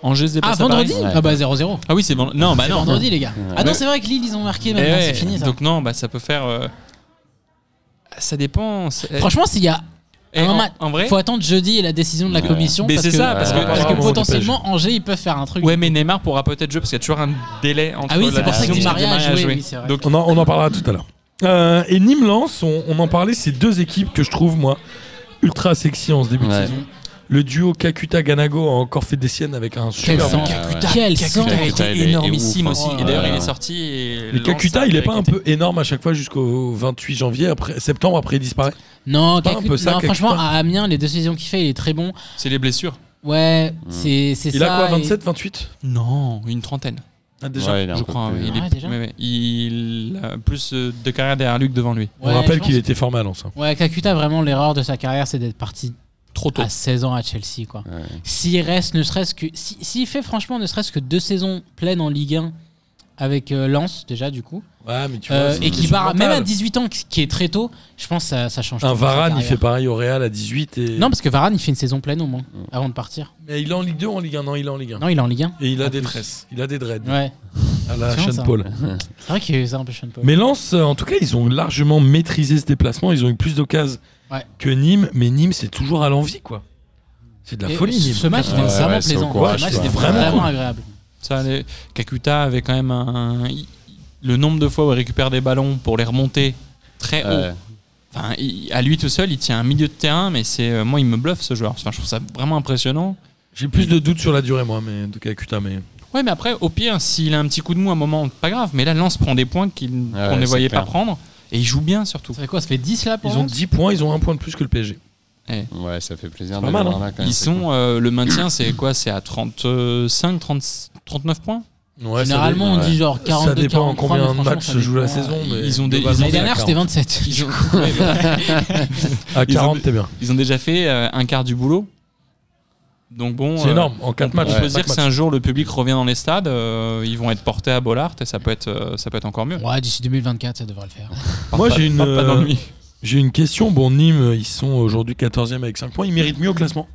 Speaker 5: Angers se
Speaker 4: Ah,
Speaker 5: déplace à
Speaker 4: vendredi
Speaker 5: Paris.
Speaker 6: Paris.
Speaker 4: Ah, bah 0-0.
Speaker 5: Ah oui, c'est vendredi. Non, bah
Speaker 4: C'est
Speaker 5: non.
Speaker 4: vendredi, les gars. Ah non,
Speaker 5: Ouais.
Speaker 4: c'est vrai que Lille, ils ont marqué
Speaker 5: Eh
Speaker 4: maintenant,
Speaker 5: ouais,
Speaker 4: c'est fini ça.
Speaker 5: Donc non, bah ça peut faire. euh, Ça dépend. c'est-
Speaker 4: Franchement, s'il y a.
Speaker 5: Eh,
Speaker 4: un
Speaker 5: en,
Speaker 4: match-
Speaker 5: en vrai.
Speaker 4: faut attendre jeudi et la décision de la
Speaker 6: Ouais.
Speaker 4: commission.
Speaker 5: Mais
Speaker 4: parce
Speaker 5: c'est
Speaker 4: que-
Speaker 5: ça, parce que-
Speaker 4: parce que
Speaker 3: Vraiment, on
Speaker 4: potentiellement, Angers, ils peuvent faire un truc.
Speaker 5: Ouais, mais Neymar pourra peut-être jouer parce qu'il y a toujours un délai entre
Speaker 4: Ah oui,
Speaker 5: la
Speaker 4: c'est pour ça que
Speaker 5: décision
Speaker 4: Di
Speaker 5: de
Speaker 4: Maria a
Speaker 5: Maria
Speaker 4: joué,
Speaker 5: jouer.
Speaker 4: oui, c'est vrai.
Speaker 5: Donc
Speaker 3: On en, on en parlera tout à l'heure. Euh, et Nîmes-Lens, on, on en parlait, c'est deux équipes que je trouve, moi, ultra sexy en ce début de
Speaker 6: Ouais.
Speaker 3: saison. Le duo Kakuta-Ganago a encore fait des siennes avec un
Speaker 4: Quel
Speaker 3: super.
Speaker 4: sang.
Speaker 6: ouais,
Speaker 4: Kakuta,
Speaker 6: ouais.
Speaker 4: Quel sang.
Speaker 5: Kakuta a
Speaker 6: Kakuta, il
Speaker 5: été
Speaker 6: est- il est
Speaker 5: énormissime
Speaker 6: ouf,
Speaker 5: aussi.
Speaker 6: hein.
Speaker 5: Et d'ailleurs,
Speaker 6: Ouais.
Speaker 5: il est sorti. Et
Speaker 3: Mais
Speaker 5: Lens
Speaker 3: Kakuta,
Speaker 5: a
Speaker 3: il est pas un
Speaker 5: été-
Speaker 3: peu énorme à chaque fois jusqu'au 28 janvier, après septembre, après il disparaît
Speaker 4: Non,
Speaker 3: Pas un
Speaker 4: Kaku-
Speaker 3: peu ça,
Speaker 4: non,
Speaker 3: Kakuta
Speaker 4: franchement, à Amiens, les décisions qu'il fait, il est très bon.
Speaker 5: C'est les blessures.
Speaker 4: Ouais,
Speaker 3: Hmm.
Speaker 4: c'est c'est ça.
Speaker 3: Il a quoi,
Speaker 4: et-
Speaker 3: 27, 28
Speaker 5: Non, une trentaine.
Speaker 3: Ah, déjà.
Speaker 6: ouais, il est un
Speaker 5: je
Speaker 6: peu
Speaker 5: crois.
Speaker 6: plus-
Speaker 5: ouais, il,
Speaker 4: Ah,
Speaker 5: est,
Speaker 4: déjà
Speaker 5: ouais, ouais. Il a plus euh, de carrière derrière Luc devant lui.
Speaker 3: on
Speaker 4: Ouais, je
Speaker 3: rappelle
Speaker 4: pense.
Speaker 3: qu'il était formé à Lens. hein.
Speaker 4: Ouais, Kakuta, vraiment, l'erreur de sa carrière, c'est d'être parti
Speaker 5: Trop tôt.
Speaker 4: à 16 ans à Chelsea, quoi.
Speaker 6: Ouais.
Speaker 4: S'il reste, ne serait-ce que. si- S'il fait, franchement, ne serait-ce que deux saisons pleines en Ligue 1 avec euh, Lens, déjà, du coup,
Speaker 3: Ouais, mais tu
Speaker 4: euh,
Speaker 3: vois, c'est
Speaker 4: et
Speaker 3: une
Speaker 4: qui
Speaker 3: question
Speaker 4: part,
Speaker 3: mentale.
Speaker 4: même à 18 ans, qui qui est très tôt, je pense que ça, ça change.
Speaker 3: Un
Speaker 4: tout pour sa
Speaker 3: Varane, il fait
Speaker 4: carrière.
Speaker 3: pareil au Real à 18 et. Mm.
Speaker 4: Non, parce que Varane, il fait une saison pleine au moins, avant de partir.
Speaker 3: mais il est en Ligue 2 ou en Ligue 1 Non, il est en Ligue 1.
Speaker 4: Non, il est en Ligue 1.
Speaker 3: Et il a
Speaker 4: En
Speaker 3: des
Speaker 4: plus.
Speaker 3: tresses, il a des dreads
Speaker 4: Ouais,
Speaker 3: à la
Speaker 4: C'est marrant,
Speaker 3: Sean
Speaker 4: ça.
Speaker 3: Paul.
Speaker 4: c'est vrai qu'il est un peu Sean Paul.
Speaker 3: Mais Lens, euh, en tout cas, ils ont largement maîtrisé ce déplacement. Ils ont eu plus d'occasions
Speaker 4: Ouais.
Speaker 3: que Nîmes, mais Nîmes, c'est toujours à l'envie, quoi. C'est de la
Speaker 4: Et
Speaker 3: folie, Nîmes.
Speaker 4: Ce match était
Speaker 6: Ouais,
Speaker 4: vraiment
Speaker 6: ouais, c'est au
Speaker 4: plaisant.
Speaker 6: courage,
Speaker 4: ce match
Speaker 3: quoi.
Speaker 4: était
Speaker 3: Vraiment
Speaker 4: vraiment
Speaker 3: cool.
Speaker 4: agréable.
Speaker 5: Ça, les- Kakuta avait quand même un. il- Le nombre de fois où il récupère des ballons pour les remonter très haut.
Speaker 6: Ouais.
Speaker 5: Enfin, il- à lui tout seul, il tient un milieu de terrain, mais c'est euh, moi, il me bluffe ce joueur. Enfin, je trouve ça vraiment impressionnant.
Speaker 3: J'ai plus de doutes sur la durée, moi, mais de Kakuta, mais.
Speaker 5: Ouais, mais après, au pire, s'il a un petit coup de mou à un moment, pas grave. Mais là, Lens prend des points qu'il- qu'on
Speaker 6: Ouais,
Speaker 5: ne
Speaker 6: c'est
Speaker 5: voyait
Speaker 6: clair.
Speaker 5: pas prendre, et il joue bien surtout.
Speaker 4: Ça fait quoi Ça fait 10 là pour
Speaker 3: Ils ont
Speaker 4: Lens
Speaker 3: 10 points, ils ont un point de plus que le PSG.
Speaker 6: Ouais, ça fait plaisir
Speaker 3: pas
Speaker 6: de
Speaker 3: mal,
Speaker 6: voir
Speaker 3: hein.
Speaker 6: là quand même.
Speaker 5: Ils
Speaker 6: c'est
Speaker 5: sont euh, le maintien, c'est quoi C'est à 35, 30, 39 points.
Speaker 3: Ouais,
Speaker 4: Généralement, on
Speaker 6: dépend,
Speaker 4: dit genre 42
Speaker 3: ça dépend en
Speaker 4: 43,
Speaker 3: combien
Speaker 4: mais
Speaker 3: de
Speaker 4: franchement,
Speaker 3: matchs se
Speaker 4: ça
Speaker 3: joue la
Speaker 4: dépend.
Speaker 3: saison. mais
Speaker 5: Ils ont des-
Speaker 4: L'année
Speaker 3: globalement, c'est à
Speaker 4: dernière,
Speaker 3: 40.
Speaker 4: c'était 27.
Speaker 5: Ils ont, Ouais, bah,
Speaker 3: À
Speaker 5: ils ont-
Speaker 3: 40, t'es bien.
Speaker 5: ils ont déjà fait euh, un quart du boulot. Donc bon,
Speaker 3: C'est
Speaker 5: euh,
Speaker 3: énorme, en 4 matchs.
Speaker 5: On peut se
Speaker 3: cinq
Speaker 5: dire que
Speaker 3: matchs.
Speaker 5: si un jour le public revient dans les stades, euh, ils vont être portés à Bollard et ça peut être, euh, ça peut être encore mieux.
Speaker 4: Ouais, d'ici 2024, ça devrait le faire.
Speaker 3: Moi,
Speaker 5: Pas-
Speaker 3: j'ai une,
Speaker 5: pas- pas dans le
Speaker 3: euh,
Speaker 5: nuit.
Speaker 3: J'ai une question. Bon, Nîmes, ils sont aujourd'hui 14e avec 5 points. Ils méritent mieux au classement.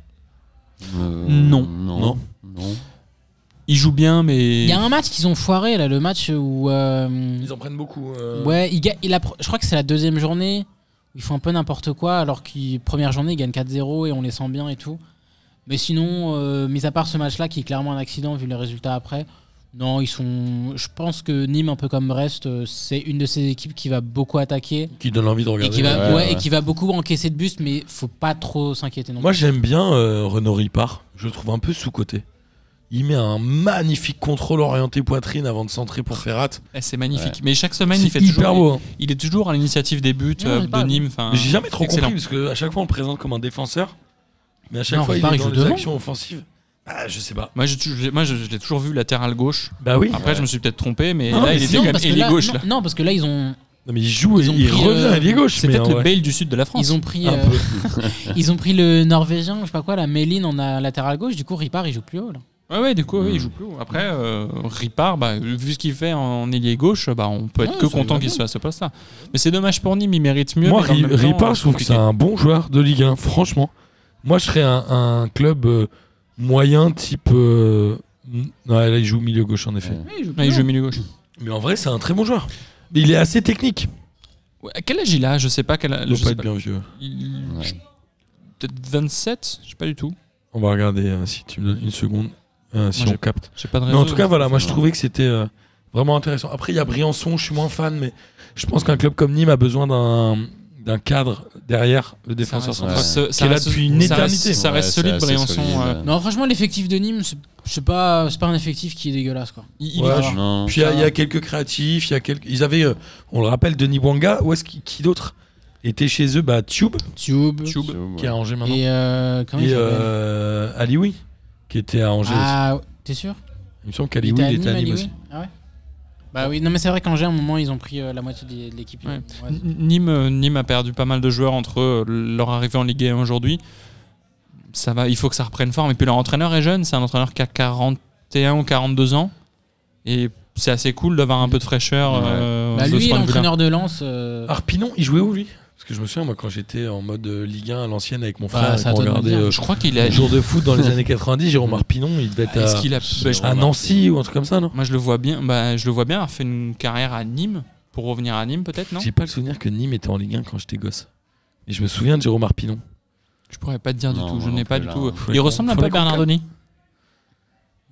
Speaker 6: cool. Euh,
Speaker 5: Non.
Speaker 6: Non.
Speaker 3: Non.
Speaker 6: Non.
Speaker 5: Ils jouent bien, mais.
Speaker 4: Il y a un match qu'ils ont foiré, là, le match où. euh,
Speaker 3: Ils en prennent beaucoup. euh.
Speaker 4: Ouais, ils ga- il a- je crois que c'est la deuxième journée où ils font un peu n'importe quoi, alors que première journée, ils gagnent 4-0 et on les sent bien et tout. Mais sinon, euh, mis à part ce match-là qui est clairement un accident vu les résultats après, non, ils sont. Je pense que Nîmes, un peu comme Brest, euh, c'est une de ces équipes qui va beaucoup attaquer
Speaker 3: Qui donne envie de
Speaker 4: et
Speaker 3: regarder.
Speaker 5: Ah
Speaker 4: qui va,
Speaker 6: ouais,
Speaker 4: ouais,
Speaker 6: ouais.
Speaker 4: et qui va beaucoup encaisser de buts, mais faut pas trop s'inquiéter non
Speaker 3: Moi, j'aime bien euh, Renaud Ripard. Je le trouve un peu sous-côté. Il met un magnifique contrôle orienté poitrine avant de centrer pour Ferrat.
Speaker 5: Eh, C'est magnifique.
Speaker 6: Ouais.
Speaker 5: Mais chaque semaine,
Speaker 3: C'est
Speaker 5: il fait
Speaker 3: hyper
Speaker 5: toujours.
Speaker 3: beau. hein.
Speaker 5: Il est toujours à l'initiative des buts
Speaker 4: Non,
Speaker 5: euh,
Speaker 4: on est pas
Speaker 5: de Nîmes. enfin,
Speaker 3: Mais J'ai jamais trop
Speaker 5: excellent.
Speaker 3: compris parce que à chaque fois on le présente comme un défenseur, mais à chaque
Speaker 4: Non,
Speaker 3: fois il
Speaker 4: Ripard,
Speaker 3: est
Speaker 4: il
Speaker 3: dans
Speaker 4: joue
Speaker 3: les
Speaker 4: devant.
Speaker 3: actions offensives. Ah, je sais pas.
Speaker 5: Moi, je, je- moi, je- je l'ai toujours vu latéral gauche.
Speaker 3: Bah oui.
Speaker 5: Après, je me suis peut-être trompé, mais
Speaker 3: Non,
Speaker 5: là,
Speaker 3: mais
Speaker 5: il
Speaker 3: c'est-
Speaker 5: était
Speaker 4: non,
Speaker 5: quand même
Speaker 4: parce que
Speaker 5: ailier
Speaker 4: là-
Speaker 5: gauche.
Speaker 4: non,
Speaker 5: là.
Speaker 4: non, parce que là ils ont
Speaker 3: Non, mais il joue, et
Speaker 4: Ils ont
Speaker 3: il
Speaker 4: pris,
Speaker 3: revient
Speaker 4: euh,
Speaker 3: à l'ailier gauche.
Speaker 5: C'est
Speaker 3: mais
Speaker 5: peut-être
Speaker 3: en
Speaker 5: le
Speaker 3: vrai.
Speaker 5: Bale du sud de la France.
Speaker 4: ils ont pris
Speaker 3: Un
Speaker 4: euh, [LAUGHS] ils ont pris le norvégien je sais pas quoi la Méline en a latéral gauche du coup Ripard il joue plus haut là.
Speaker 5: Ouais, ouais, Deco, oui,
Speaker 3: Hmm.
Speaker 6: Mm.
Speaker 5: il joue plus haut. Après, euh, Ripard, bah, vu ce qu'il fait en ailier gauche, bah, on peut être
Speaker 4: Ouais, ça
Speaker 5: que
Speaker 4: lui
Speaker 5: content
Speaker 4: va
Speaker 5: qu'il
Speaker 4: bien.
Speaker 5: soit à ce poste-là. Mais c'est dommage pour Nîmes, il mérite mieux.
Speaker 3: Moi,
Speaker 5: mais en
Speaker 3: Ri-
Speaker 5: même temps,
Speaker 3: Ripard,
Speaker 5: euh,
Speaker 3: je trouve que c'est un bon joueur de Ligue 1, franchement. Moi, je serais un, un club euh, moyen type. euh, hmm, ouais, là, il joue milieu gauche, en effet.
Speaker 6: Ouais.
Speaker 5: Ouais, il joue milieu gauche.
Speaker 3: Mais en vrai, c'est un très bon joueur. Il est assez technique.
Speaker 5: Ouais, à quel âge il a Je sais pas. Quel âge,
Speaker 3: Il doit
Speaker 5: je
Speaker 3: pas
Speaker 5: sais
Speaker 3: être
Speaker 5: pas.
Speaker 3: bien vieux.
Speaker 5: Il-
Speaker 6: Ouais.
Speaker 5: je- Peut-être 27 Je sais pas du tout.
Speaker 3: On va regarder euh, si tu me donnes une seconde, euh, si
Speaker 5: Moi,
Speaker 3: on capte.
Speaker 5: J'ai pas de
Speaker 3: Mais
Speaker 5: réseau,
Speaker 3: en tout cas,
Speaker 5: donc,
Speaker 3: voilà, moi je
Speaker 5: euh,
Speaker 3: trouvais que c'était euh, vraiment intéressant. Après, il y a Briançon, je suis moins fan, mais je pense qu'un club comme Nîmes a besoin d'un d'un cadre derrière le
Speaker 5: ça
Speaker 3: défenseur
Speaker 5: reste-
Speaker 3: central.
Speaker 6: ouais.
Speaker 5: ça- ça
Speaker 3: Qui est là
Speaker 5: reste-
Speaker 3: depuis une
Speaker 5: ça reste-
Speaker 3: éternité.
Speaker 5: Ça reste
Speaker 6: Ouais,
Speaker 5: solide,
Speaker 6: c'est assez
Speaker 5: Briançon.
Speaker 6: solide,
Speaker 5: euh,
Speaker 6: ouais.
Speaker 4: Non, franchement, l'effectif de Nîmes, c'est- c'est pas, c'est pas un effectif qui est dégueulasse. Quoi.
Speaker 5: il- il-
Speaker 3: Ouais.
Speaker 4: Ah.
Speaker 6: Non.
Speaker 3: Puis il y a- il y, a quelques créatifs, il y a quelques... ils avaient, euh, on le rappelle, Denis Bouanga, ou est-ce qui, qui d'autre était chez eux Bah, Tube,
Speaker 4: Tube.
Speaker 5: Tube.
Speaker 3: qui est à Angers maintenant, et,
Speaker 4: Et euh, comment il s'appelle
Speaker 3: euh, Alioui, qui était à Angers aussi.
Speaker 4: Ah, t'es sûr
Speaker 3: Il me semble
Speaker 4: Il
Speaker 3: qu'Alioui
Speaker 4: était à
Speaker 3: était à
Speaker 4: Nîmes, Alioui
Speaker 3: Nîmes aussi.
Speaker 4: Ah ouais Bah oui, non, mais c'est vrai qu'Angers, à un moment, ils ont pris euh, la moitié de de l'équipe.
Speaker 5: Ouais.
Speaker 4: Ouais.
Speaker 5: N- Nîmes, euh, Nîmes a perdu pas mal de joueurs entre euh, leur arrivée en Ligue 1 aujourd'hui. Ça va, il faut que ça reprenne forme. Et puis leur entraîneur est jeune, c'est un entraîneur qui a 41 ou 42 ans. Et c'est assez cool d'avoir un peu de fraîcheur.
Speaker 6: Ouais.
Speaker 5: euh,
Speaker 4: Bah,
Speaker 5: de ce
Speaker 4: lui,
Speaker 5: point de vue-là.
Speaker 4: l'entraîneur de Lens. euh,
Speaker 3: Arpinon, il jouait où lui Parce que je me souviens, moi, quand j'étais en mode euh, Ligue 1 à l'ancienne avec mon
Speaker 4: Bah,
Speaker 3: frère,
Speaker 4: ça
Speaker 3: et qu'on
Speaker 4: doit nous
Speaker 3: regardait
Speaker 4: dire.
Speaker 3: euh,
Speaker 5: Je crois qu'il a.
Speaker 3: les jours de foot
Speaker 4: [LAUGHS]
Speaker 3: dans les années 90, Jérôme Arpinon, il devait
Speaker 4: Ah,
Speaker 3: être
Speaker 5: Est-ce
Speaker 3: à-
Speaker 5: qu'il a. bah, je-
Speaker 3: à, Nancy ou un truc comme ça, non
Speaker 5: moi, je le vois bien. Bah, je le vois bien. a fait une carrière à Nîmes pour revenir à Nîmes, peut-être, non
Speaker 3: J'ai pas le souvenir que Nîmes était en Ligue 1 quand j'étais gosse. Mais je me souviens de Jérôme Arpinon.
Speaker 5: Je pourrais pas te dire
Speaker 6: Non,
Speaker 5: du tout. Je
Speaker 6: non
Speaker 5: n'ai pas
Speaker 6: plus,
Speaker 5: du
Speaker 6: là.
Speaker 5: tout. euh,
Speaker 3: Faut les
Speaker 5: Il ressemble un
Speaker 3: con-
Speaker 5: peu à
Speaker 3: faut les
Speaker 5: Bernardoni.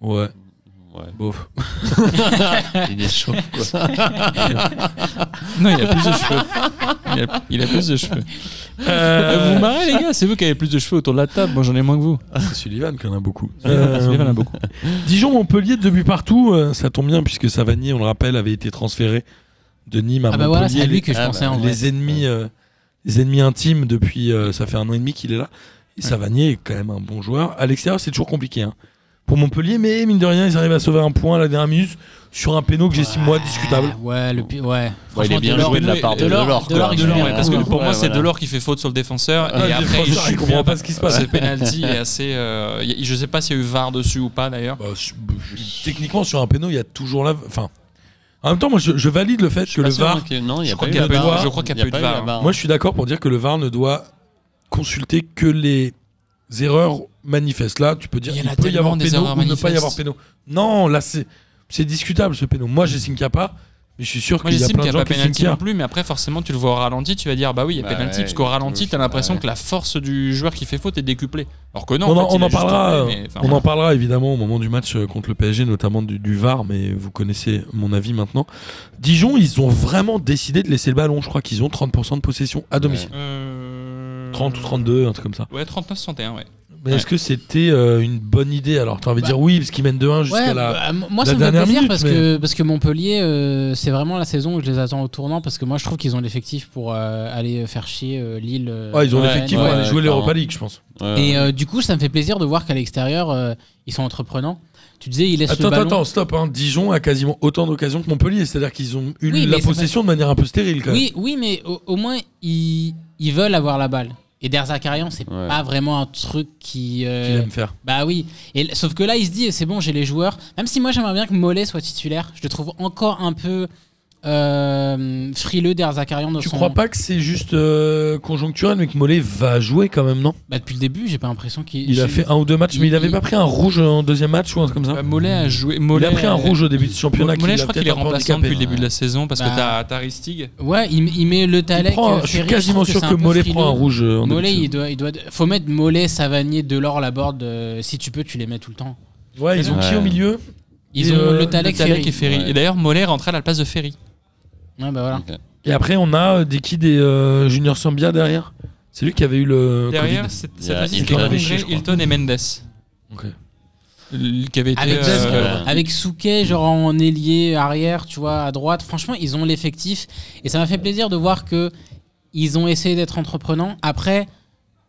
Speaker 3: Ouais,
Speaker 6: Ouais.
Speaker 4: [LAUGHS]
Speaker 3: bof.
Speaker 6: Il est chaud.
Speaker 5: Non, il a plus de cheveux. Il a, il a plus de cheveux.
Speaker 3: Euh, [LAUGHS]
Speaker 5: Vous vous marrez, les gars. C'est vous qui avez plus de cheveux autour de la table. Moi, j'en ai moins que vous.
Speaker 3: Ah, C'est Sullivan qu'on a beaucoup.
Speaker 5: Euh, Sullivan a
Speaker 3: beaucoup. Dijon, Montpellier, deux buts partout. euh, ça tombe bien puisque Savanier, on le rappelle, avait été transféré de Nîmes à
Speaker 4: Ah bah
Speaker 3: Montpellier.
Speaker 4: voilà, c'est à lui que je
Speaker 6: Ah
Speaker 4: pensais
Speaker 6: bah,
Speaker 4: en
Speaker 3: les,
Speaker 4: vrai.
Speaker 3: les ennemis, euh, les ennemis intimes depuis. euh, ça fait un an et demi qu'il est là. Et Savanier est quand même un bon joueur. À l'extérieur, c'est toujours compliqué hein, pour Montpellier, mais mine de rien, ils arrivent à sauver un point à la dernière minute sur un péno que j'estime moi discutable.
Speaker 4: Ah, Ouais, le pi- ouais.
Speaker 6: il
Speaker 4: Franchement,
Speaker 6: est bien
Speaker 4: Delors,
Speaker 6: joué de la part de
Speaker 4: Delors,
Speaker 6: Delors.
Speaker 4: Delors,
Speaker 6: quoi.
Speaker 4: il
Speaker 5: Delors, ouais, parce que
Speaker 4: Ouais,
Speaker 5: pour moi,
Speaker 6: Ouais,
Speaker 5: c'est
Speaker 6: voilà.
Speaker 5: Delors qui fait faute sur le défenseur.
Speaker 3: Ah,
Speaker 5: et
Speaker 3: le
Speaker 5: après,
Speaker 3: défenseur, il
Speaker 5: il
Speaker 3: comprend pas ce qui se passe.
Speaker 5: Ce penalty est assez. euh, y- je sais pas s'il y a eu VAR dessus ou pas d'ailleurs.
Speaker 3: Bah, je- je- techniquement, sur un péno, il y a toujours la. Enfin, en même temps, moi, je, je valide le fait que
Speaker 6: Ah,
Speaker 3: le VAR.
Speaker 6: Non, il y
Speaker 5: Je
Speaker 6: a
Speaker 5: crois
Speaker 6: pas eu
Speaker 5: qu'il y a
Speaker 6: la
Speaker 5: pas eu-
Speaker 6: barre.
Speaker 5: je crois qu'il y a pas eu de
Speaker 6: la
Speaker 5: barre.
Speaker 6: barre.
Speaker 3: Moi, je suis d'accord pour dire que le VAR ne doit consulter que les erreurs manifestes. Là, tu peux dire
Speaker 5: Il y en
Speaker 3: il
Speaker 5: a
Speaker 3: peut y avoir
Speaker 5: tellement des
Speaker 3: péno
Speaker 5: erreurs
Speaker 3: ou ne pas y
Speaker 5: manifestes.
Speaker 3: avoir péno. Non, là, c'est c'est discutable ce péno. Moi, j'estime qu'il n'y a pas, mais je suis sûr
Speaker 5: Moi,
Speaker 3: qu'il y a
Speaker 5: j'estime
Speaker 3: plein
Speaker 5: qu'il
Speaker 3: de gens
Speaker 5: n'y a pas
Speaker 3: qui estiment
Speaker 5: pénalty
Speaker 3: qu'il y
Speaker 5: non
Speaker 3: a.
Speaker 5: plus, mais après, forcément, tu le vois au ralenti, tu vas dire bah oui, il y a
Speaker 6: Bah
Speaker 5: pénalty.
Speaker 6: ouais,
Speaker 5: parce qu'au ralenti,
Speaker 6: je-
Speaker 5: t'as l'impression
Speaker 6: ouais.
Speaker 5: que la force du joueur qui fait faute est décuplée. Alors que non,
Speaker 3: On
Speaker 5: en
Speaker 3: en-
Speaker 5: fait,
Speaker 3: on
Speaker 5: il
Speaker 3: en
Speaker 5: est juste
Speaker 3: parlera, euh,
Speaker 5: tombé, mais, enfin,
Speaker 3: On en parlera évidemment au moment du match euh, contre le PSG, notamment du, du VAR, mais vous connaissez mon avis maintenant. Dijon, ils ont vraiment décidé de laisser le ballon. Je crois qu'ils ont 30% de possession à domicile.
Speaker 5: euh,
Speaker 3: 30 ou 32, un truc comme ça.
Speaker 5: Ouais, 39-61, ouais.
Speaker 3: Mais est-ce que c'était euh, une bonne idée Alors, tu as envie de
Speaker 4: Bah.
Speaker 3: dire oui, parce qu'ils mènent 2-1 jusqu'à
Speaker 4: Ouais, bah,
Speaker 3: la.
Speaker 4: moi
Speaker 3: la
Speaker 4: ça me fait
Speaker 3: dernière
Speaker 4: plaisir
Speaker 3: minute,
Speaker 4: parce,
Speaker 3: mais-
Speaker 4: que, parce que Montpellier, euh, c'est vraiment la saison où je les attends au tournant parce que moi je trouve qu'ils ont l'effectif pour euh, aller faire chier euh, Lille. euh,
Speaker 3: Ouais, Ah, ils ont
Speaker 6: Ouais,
Speaker 3: l'effectif
Speaker 6: ouais,
Speaker 3: pour aller jouer
Speaker 6: clairement.
Speaker 3: l'Europa League, je pense.
Speaker 6: Ouais.
Speaker 4: Et euh, du coup, ça me fait plaisir de voir qu'à l'extérieur, euh, ils sont entreprenants. Tu disais, ils laissent
Speaker 3: Attends,
Speaker 4: le ballon.
Speaker 3: attends, attends, stop. hein. Dijon a quasiment autant d'occasions que Montpellier. C'est-à-dire qu'ils ont eu
Speaker 4: Oui,
Speaker 3: la
Speaker 4: mais ça
Speaker 3: possession de manière un peu stérile, quand même.
Speaker 4: Oui, oui, mais au, au moins, ils, ils veulent avoir la balle. Et Derzakarian, c'est
Speaker 6: Ouais.
Speaker 4: pas vraiment un truc qui. euh,
Speaker 3: Qu'il aime faire.
Speaker 4: Bah oui, et, l- sauf que là il se dit c'est bon j'ai les joueurs, même si moi j'aimerais bien que Mollet soit titulaire, je le trouve encore un peu euh, frileux d'Erzakarian dans
Speaker 3: Tu
Speaker 4: son...
Speaker 3: crois pas que c'est juste euh, conjoncturel, mais que Mollet va jouer quand même, non
Speaker 4: bah, Depuis le début j'ai pas l'impression qu'il...
Speaker 3: Il a
Speaker 4: j'ai-
Speaker 3: fait un ou deux matchs, mais
Speaker 4: il-
Speaker 3: il avait
Speaker 4: il-
Speaker 3: pas pris un rouge en deuxième match ou un truc comme ça
Speaker 5: Bah, Mollet a joué. Mollet euh,
Speaker 3: Il a pris un rouge au début du championnat.
Speaker 5: Mollet,
Speaker 3: qui
Speaker 5: je
Speaker 3: l'a
Speaker 5: crois qu'il est
Speaker 3: peut-être un peu
Speaker 5: remplaçant
Speaker 3: handicapé.
Speaker 5: depuis le début de la saison parce que
Speaker 4: Bah.
Speaker 5: t'as t'as Ristig.
Speaker 4: Ouais, il, il met le
Speaker 3: Il
Speaker 4: Talek...
Speaker 3: prend un-
Speaker 4: euh,
Speaker 3: Je suis
Speaker 4: Ferry,
Speaker 3: quasiment
Speaker 4: trouve
Speaker 3: sûr
Speaker 4: c'est
Speaker 3: que
Speaker 4: un peu
Speaker 3: Mollet
Speaker 4: frileux.
Speaker 3: prend un rouge. euh, en
Speaker 4: Mollet
Speaker 3: début de
Speaker 4: il doit, il doit... Faut mettre Mollet, Savanier, Delors, Laborde, euh, si tu peux tu les mets tout le temps.
Speaker 3: saison. Ouais, ils ont qui
Speaker 6: Ouais.
Speaker 3: au milieu
Speaker 4: Ils
Speaker 3: Et,
Speaker 4: ont
Speaker 3: euh,
Speaker 4: le Talek,
Speaker 5: Le Talek
Speaker 4: Ferry.
Speaker 5: et Ferry.
Speaker 6: Ouais.
Speaker 5: Et d'ailleurs, Mollet est rentré à la place de Ferry.
Speaker 4: Ouais bah voilà.
Speaker 6: Ok.
Speaker 3: Et après, on a euh, des qui des euh, Junior Sambia derrière. C'est lui qui avait eu le
Speaker 5: Derrière,
Speaker 3: Covid.
Speaker 5: c'est-
Speaker 6: Il y
Speaker 5: cette
Speaker 6: a
Speaker 5: fois-ci,
Speaker 6: Hilton
Speaker 5: c'était
Speaker 3: et
Speaker 5: Congré,
Speaker 3: Richer, je crois.
Speaker 5: Hilton et Mendes.
Speaker 3: Ok.
Speaker 5: L- Qui avait été.
Speaker 4: Avec,
Speaker 5: euh,
Speaker 6: James,
Speaker 5: euh,
Speaker 6: ouais.
Speaker 4: avec Souquet, genre en ailier arrière, tu vois, à droite. Franchement, ils ont l'effectif. Et ça m'a fait plaisir de voir que ils ont essayé d'être entreprenants. Après,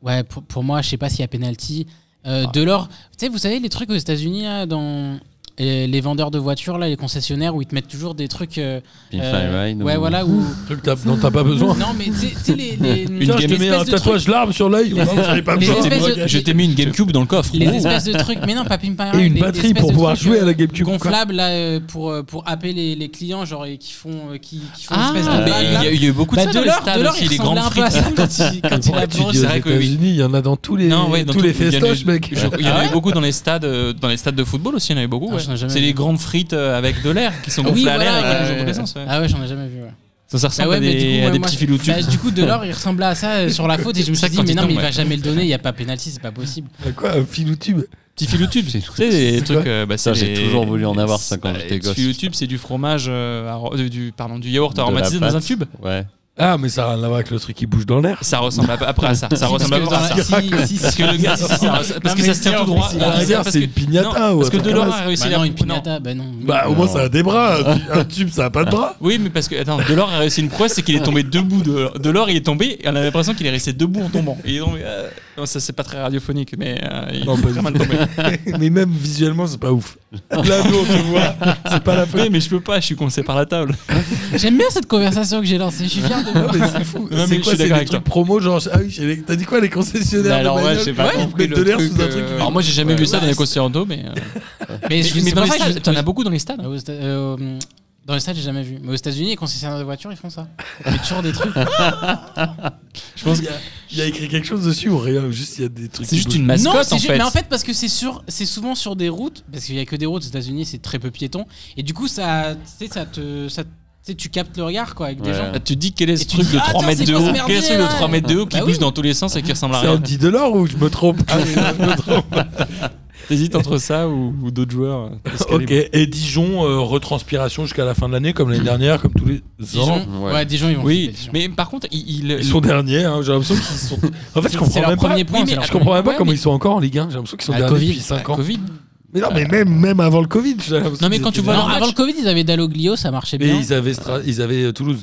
Speaker 4: ouais, pour,
Speaker 3: Ah.
Speaker 4: pour moi, je sais pas s'il y a penalty. Euh, Delors, tu sais, vous savez, les trucs aux États-Unis, là, dans. Et les vendeurs de voitures, là, les concessionnaires, où ils te mettent toujours des trucs. euh,
Speaker 6: Pimp
Speaker 4: euh,
Speaker 6: My Ride,
Speaker 4: Ouais,
Speaker 6: ou-
Speaker 4: voilà. Où...
Speaker 3: Tu le tapes, non, t'as pas besoin.
Speaker 4: [LAUGHS] Non, mais tu sais- tu sais, les. les
Speaker 3: Tiens, je
Speaker 4: les
Speaker 3: te mets
Speaker 4: espèces
Speaker 3: un
Speaker 4: de trucs-
Speaker 3: tatouage larme sur l'œil. Non, j'avais pas
Speaker 4: les
Speaker 3: besoin.
Speaker 4: espèces de-
Speaker 5: Je t'ai mis une GameCube dans le coffre.
Speaker 4: Les
Speaker 5: Oh.
Speaker 4: espèces de trucs. Mais non, pas Pimp My Ride,
Speaker 3: Et une
Speaker 4: les- les
Speaker 3: batterie
Speaker 4: espèces
Speaker 3: pour
Speaker 4: de
Speaker 3: pouvoir
Speaker 4: trucs,
Speaker 3: jouer à
Speaker 4: euh,
Speaker 3: la GameCube. quoi.
Speaker 4: gonflable là euh, pour euh, pour happer les, les clients genre et qui font euh, qui, qui font
Speaker 5: Ah,
Speaker 4: une espèce de
Speaker 5: mais
Speaker 4: bague,
Speaker 5: il y
Speaker 4: là.
Speaker 5: a- il y a eu beaucoup de
Speaker 4: Bah,
Speaker 5: ça dans les
Speaker 4: Delors-
Speaker 5: stades
Speaker 4: Delors,
Speaker 5: aussi,
Speaker 4: il
Speaker 5: les grandes
Speaker 4: ressemblait un peu à ça
Speaker 5: frites.
Speaker 4: quand il, quand il a
Speaker 3: Pourquoi tu
Speaker 4: brosé.
Speaker 3: dis aux
Speaker 5: c'est vrai que oui.
Speaker 3: États-Unis, il y en a dans tous les
Speaker 5: Non, ouais, dans
Speaker 3: tous les
Speaker 5: tout- il y en a eu-
Speaker 3: festoches, mec.
Speaker 5: Je- Il y en a eu beaucoup dans les stades, euh, dans les stades de football aussi, il y en a eu beaucoup.
Speaker 4: Ah,
Speaker 5: ouais.
Speaker 4: j'en ai jamais
Speaker 5: C'est
Speaker 4: vu.
Speaker 5: les grandes frites euh, avec de l'air qui sont
Speaker 4: Ah
Speaker 5: gonflées
Speaker 4: oui,
Speaker 5: à l'air
Speaker 4: voilà,
Speaker 5: et qui bougent
Speaker 4: ouais.
Speaker 5: dans tous les sens. ouais.
Speaker 4: ah ouais j'en ai jamais vu ouais.
Speaker 5: Ça, ça ressemble
Speaker 4: Ah ouais,
Speaker 5: à
Speaker 4: mais du coup,
Speaker 5: des, à
Speaker 4: ouais,
Speaker 5: des
Speaker 4: moi,
Speaker 5: petits filous dessus.
Speaker 4: bah, du coup Delors il ressemblait à ça euh, sur la faute et je me suis
Speaker 5: Ça,
Speaker 4: dit
Speaker 5: quand
Speaker 4: mais
Speaker 5: il
Speaker 4: non
Speaker 5: tombe,
Speaker 4: mais il
Speaker 5: ouais.
Speaker 4: va jamais le donner il y a pas penalty c'est pas possible
Speaker 3: [LAUGHS] Quoi, un fil ou tube
Speaker 5: Petits filous tubes, c'est des
Speaker 3: quoi
Speaker 5: trucs. euh, bah,
Speaker 6: Ça,
Speaker 5: c'est
Speaker 6: j'ai
Speaker 5: les-
Speaker 6: toujours voulu en avoir, ça, quand
Speaker 5: bah,
Speaker 6: j'étais
Speaker 5: les
Speaker 6: gosse.
Speaker 5: Filous tubes, c'est du fromage, euh, aro- euh, du pardon, du yaourt
Speaker 6: De la
Speaker 5: aromatisé dans un
Speaker 6: pâte.
Speaker 5: tube.
Speaker 6: Ouais.
Speaker 3: Ah, mais ça n'a rien à voir avec le truc qui bouge dans l'air.
Speaker 5: Ça ressemble à- après
Speaker 4: [LAUGHS]
Speaker 5: à ça. Ça ressemble à
Speaker 4: parce que dans
Speaker 5: peu près à
Speaker 4: la-
Speaker 5: ça.
Speaker 4: si- si-
Speaker 5: Parce
Speaker 4: si-
Speaker 5: que le gars, si, si, si, parce
Speaker 4: Non,
Speaker 5: que
Speaker 4: mais
Speaker 5: ça se tient
Speaker 4: en
Speaker 5: tout
Speaker 4: plus,
Speaker 5: droit.
Speaker 4: il
Speaker 3: À la
Speaker 4: a-
Speaker 3: rigueur,
Speaker 5: parce
Speaker 3: c'est
Speaker 5: que-
Speaker 3: une piñata
Speaker 5: non,
Speaker 3: ou
Speaker 5: Parce que
Speaker 3: un truc
Speaker 5: Delors
Speaker 3: comme
Speaker 5: a
Speaker 3: ça.
Speaker 5: réussi
Speaker 4: bah
Speaker 5: la
Speaker 4: non une
Speaker 5: non.
Speaker 4: piñata bah non
Speaker 3: Bah, au moins, ça a des bras. Un tu- Un tube, ça a pas de bras.
Speaker 5: Oui, mais parce que attends, Delors a réussi une prouesse, c'est qu'il est tombé debout. De, Delors, il est tombé et on a l'impression qu'il est resté debout en tombant. Il est tombé, euh, non, ça c'est pas très radiophonique, mais euh, il
Speaker 3: Non,
Speaker 5: est
Speaker 3: pas
Speaker 5: très
Speaker 3: du
Speaker 4: [LAUGHS]
Speaker 5: mal tombé.
Speaker 3: Mais même visuellement, c'est pas ouf. Là, nous, on te
Speaker 5: [LAUGHS]
Speaker 3: voit. C'est pas la
Speaker 5: Mais,
Speaker 3: peine.
Speaker 5: mais je peux pas, je suis coincé par la table.
Speaker 4: j'aime bien cette conversation que j'ai lancée je suis fier de
Speaker 3: Non,
Speaker 4: moi
Speaker 3: mais c'est fou.
Speaker 5: Non, mais
Speaker 3: C'est
Speaker 5: je
Speaker 3: quoi,
Speaker 5: suis
Speaker 3: c'est
Speaker 5: d'accord
Speaker 3: des
Speaker 5: avec
Speaker 3: trucs promo Genre, ah oui, j'ai les- t'as dit quoi, les concessionnaires
Speaker 6: Mais alors,
Speaker 3: de
Speaker 6: ouais,
Speaker 3: bagnoles
Speaker 6: j'ai pas
Speaker 3: ils
Speaker 6: compris
Speaker 3: mettent de l'air sous un truc.
Speaker 5: euh, Alors moi, j'ai jamais vu ça dans les coaster auto, mais euh,
Speaker 4: mais je-
Speaker 5: mais
Speaker 4: c'est
Speaker 5: dans
Speaker 4: pour
Speaker 5: les
Speaker 4: ça que je-
Speaker 5: stades, t'en as beaucoup dans les stades.
Speaker 4: Ah, aux Éta- euh, hum, dans les stades, j'ai jamais vu. Mais aux États-Unis, les concessionnaires de voitures, ils font ça. Il y a toujours des trucs.
Speaker 3: Je pense qu'il y a- il y a écrit quelque chose dessus ou rien. Juste, il y a des trucs.
Speaker 5: C'est
Speaker 3: qui
Speaker 5: juste
Speaker 3: bougent.
Speaker 5: une mascotte
Speaker 4: non,
Speaker 5: en
Speaker 4: c'est ju-
Speaker 5: fait.
Speaker 4: mais en fait, parce que c'est sur, c'est souvent sur des routes, parce qu'il y a que des routes aux États-Unis, c'est très peu piéton, et du coup, ça, tu sais, ça te, ça, tu sais, tu captes le regard quoi avec des
Speaker 6: Ouais.
Speaker 4: [LAUGHS] gens. Euh,
Speaker 5: Ah, tu te dis quel est
Speaker 4: Et
Speaker 5: ce
Speaker 4: tu
Speaker 5: truc
Speaker 4: dis,
Speaker 5: de
Speaker 4: ah,
Speaker 5: 3
Speaker 4: tiens,
Speaker 5: mètres
Speaker 4: c'est
Speaker 5: de
Speaker 4: quoi ce
Speaker 5: haut Quel est ce truc de
Speaker 4: merdier,
Speaker 5: 3 mètres de haut
Speaker 4: Bah
Speaker 5: qui
Speaker 4: oui.
Speaker 5: bouge dans tous les sens et qui ressemble à
Speaker 3: C'est
Speaker 5: rien
Speaker 3: Andy Delors ou je me trompe Ah, oui, non, je me trompe.
Speaker 5: T'hésites entre ça ou, ou d'autres joueurs
Speaker 3: [LAUGHS] Ok, et Dijon, euh, retranspiration jusqu'à la fin de l'année, comme l'année dernière, comme tous les ans.
Speaker 4: Dijon, ouais.
Speaker 6: ouais.
Speaker 4: Dijon, ils vont.
Speaker 5: Oui,
Speaker 4: flipper, Dijon.
Speaker 5: mais par contre, il, il-
Speaker 3: Ils sont derniers, hein, j'ai l'impression qu'ils sont. En fait, je
Speaker 4: C'est
Speaker 3: comprends
Speaker 4: leur
Speaker 3: même pas.
Speaker 4: premier point,
Speaker 3: Oui,
Speaker 4: c'est
Speaker 3: mais
Speaker 4: leur
Speaker 3: je comprends même pas
Speaker 4: premier-
Speaker 3: comment
Speaker 4: Ouais,
Speaker 3: ils sont encore en Ligue 1. J'ai l'impression qu'ils sont
Speaker 4: Ah,
Speaker 3: derniers
Speaker 4: Covid.
Speaker 3: depuis 5 ans.
Speaker 5: Covid.
Speaker 3: Mais non, mais même, même avant le Covid, j'ai l'impression
Speaker 5: Non, mais
Speaker 3: qu'ils
Speaker 5: quand tu
Speaker 3: étaient
Speaker 5: vois
Speaker 4: Non,
Speaker 5: leur
Speaker 3: là.
Speaker 5: match-
Speaker 4: avant le Covid, ils avaient Dalloglio, ça marchait
Speaker 3: Mais
Speaker 4: bien.
Speaker 3: ils avaient, Stra- ils avaient euh, Toulouse.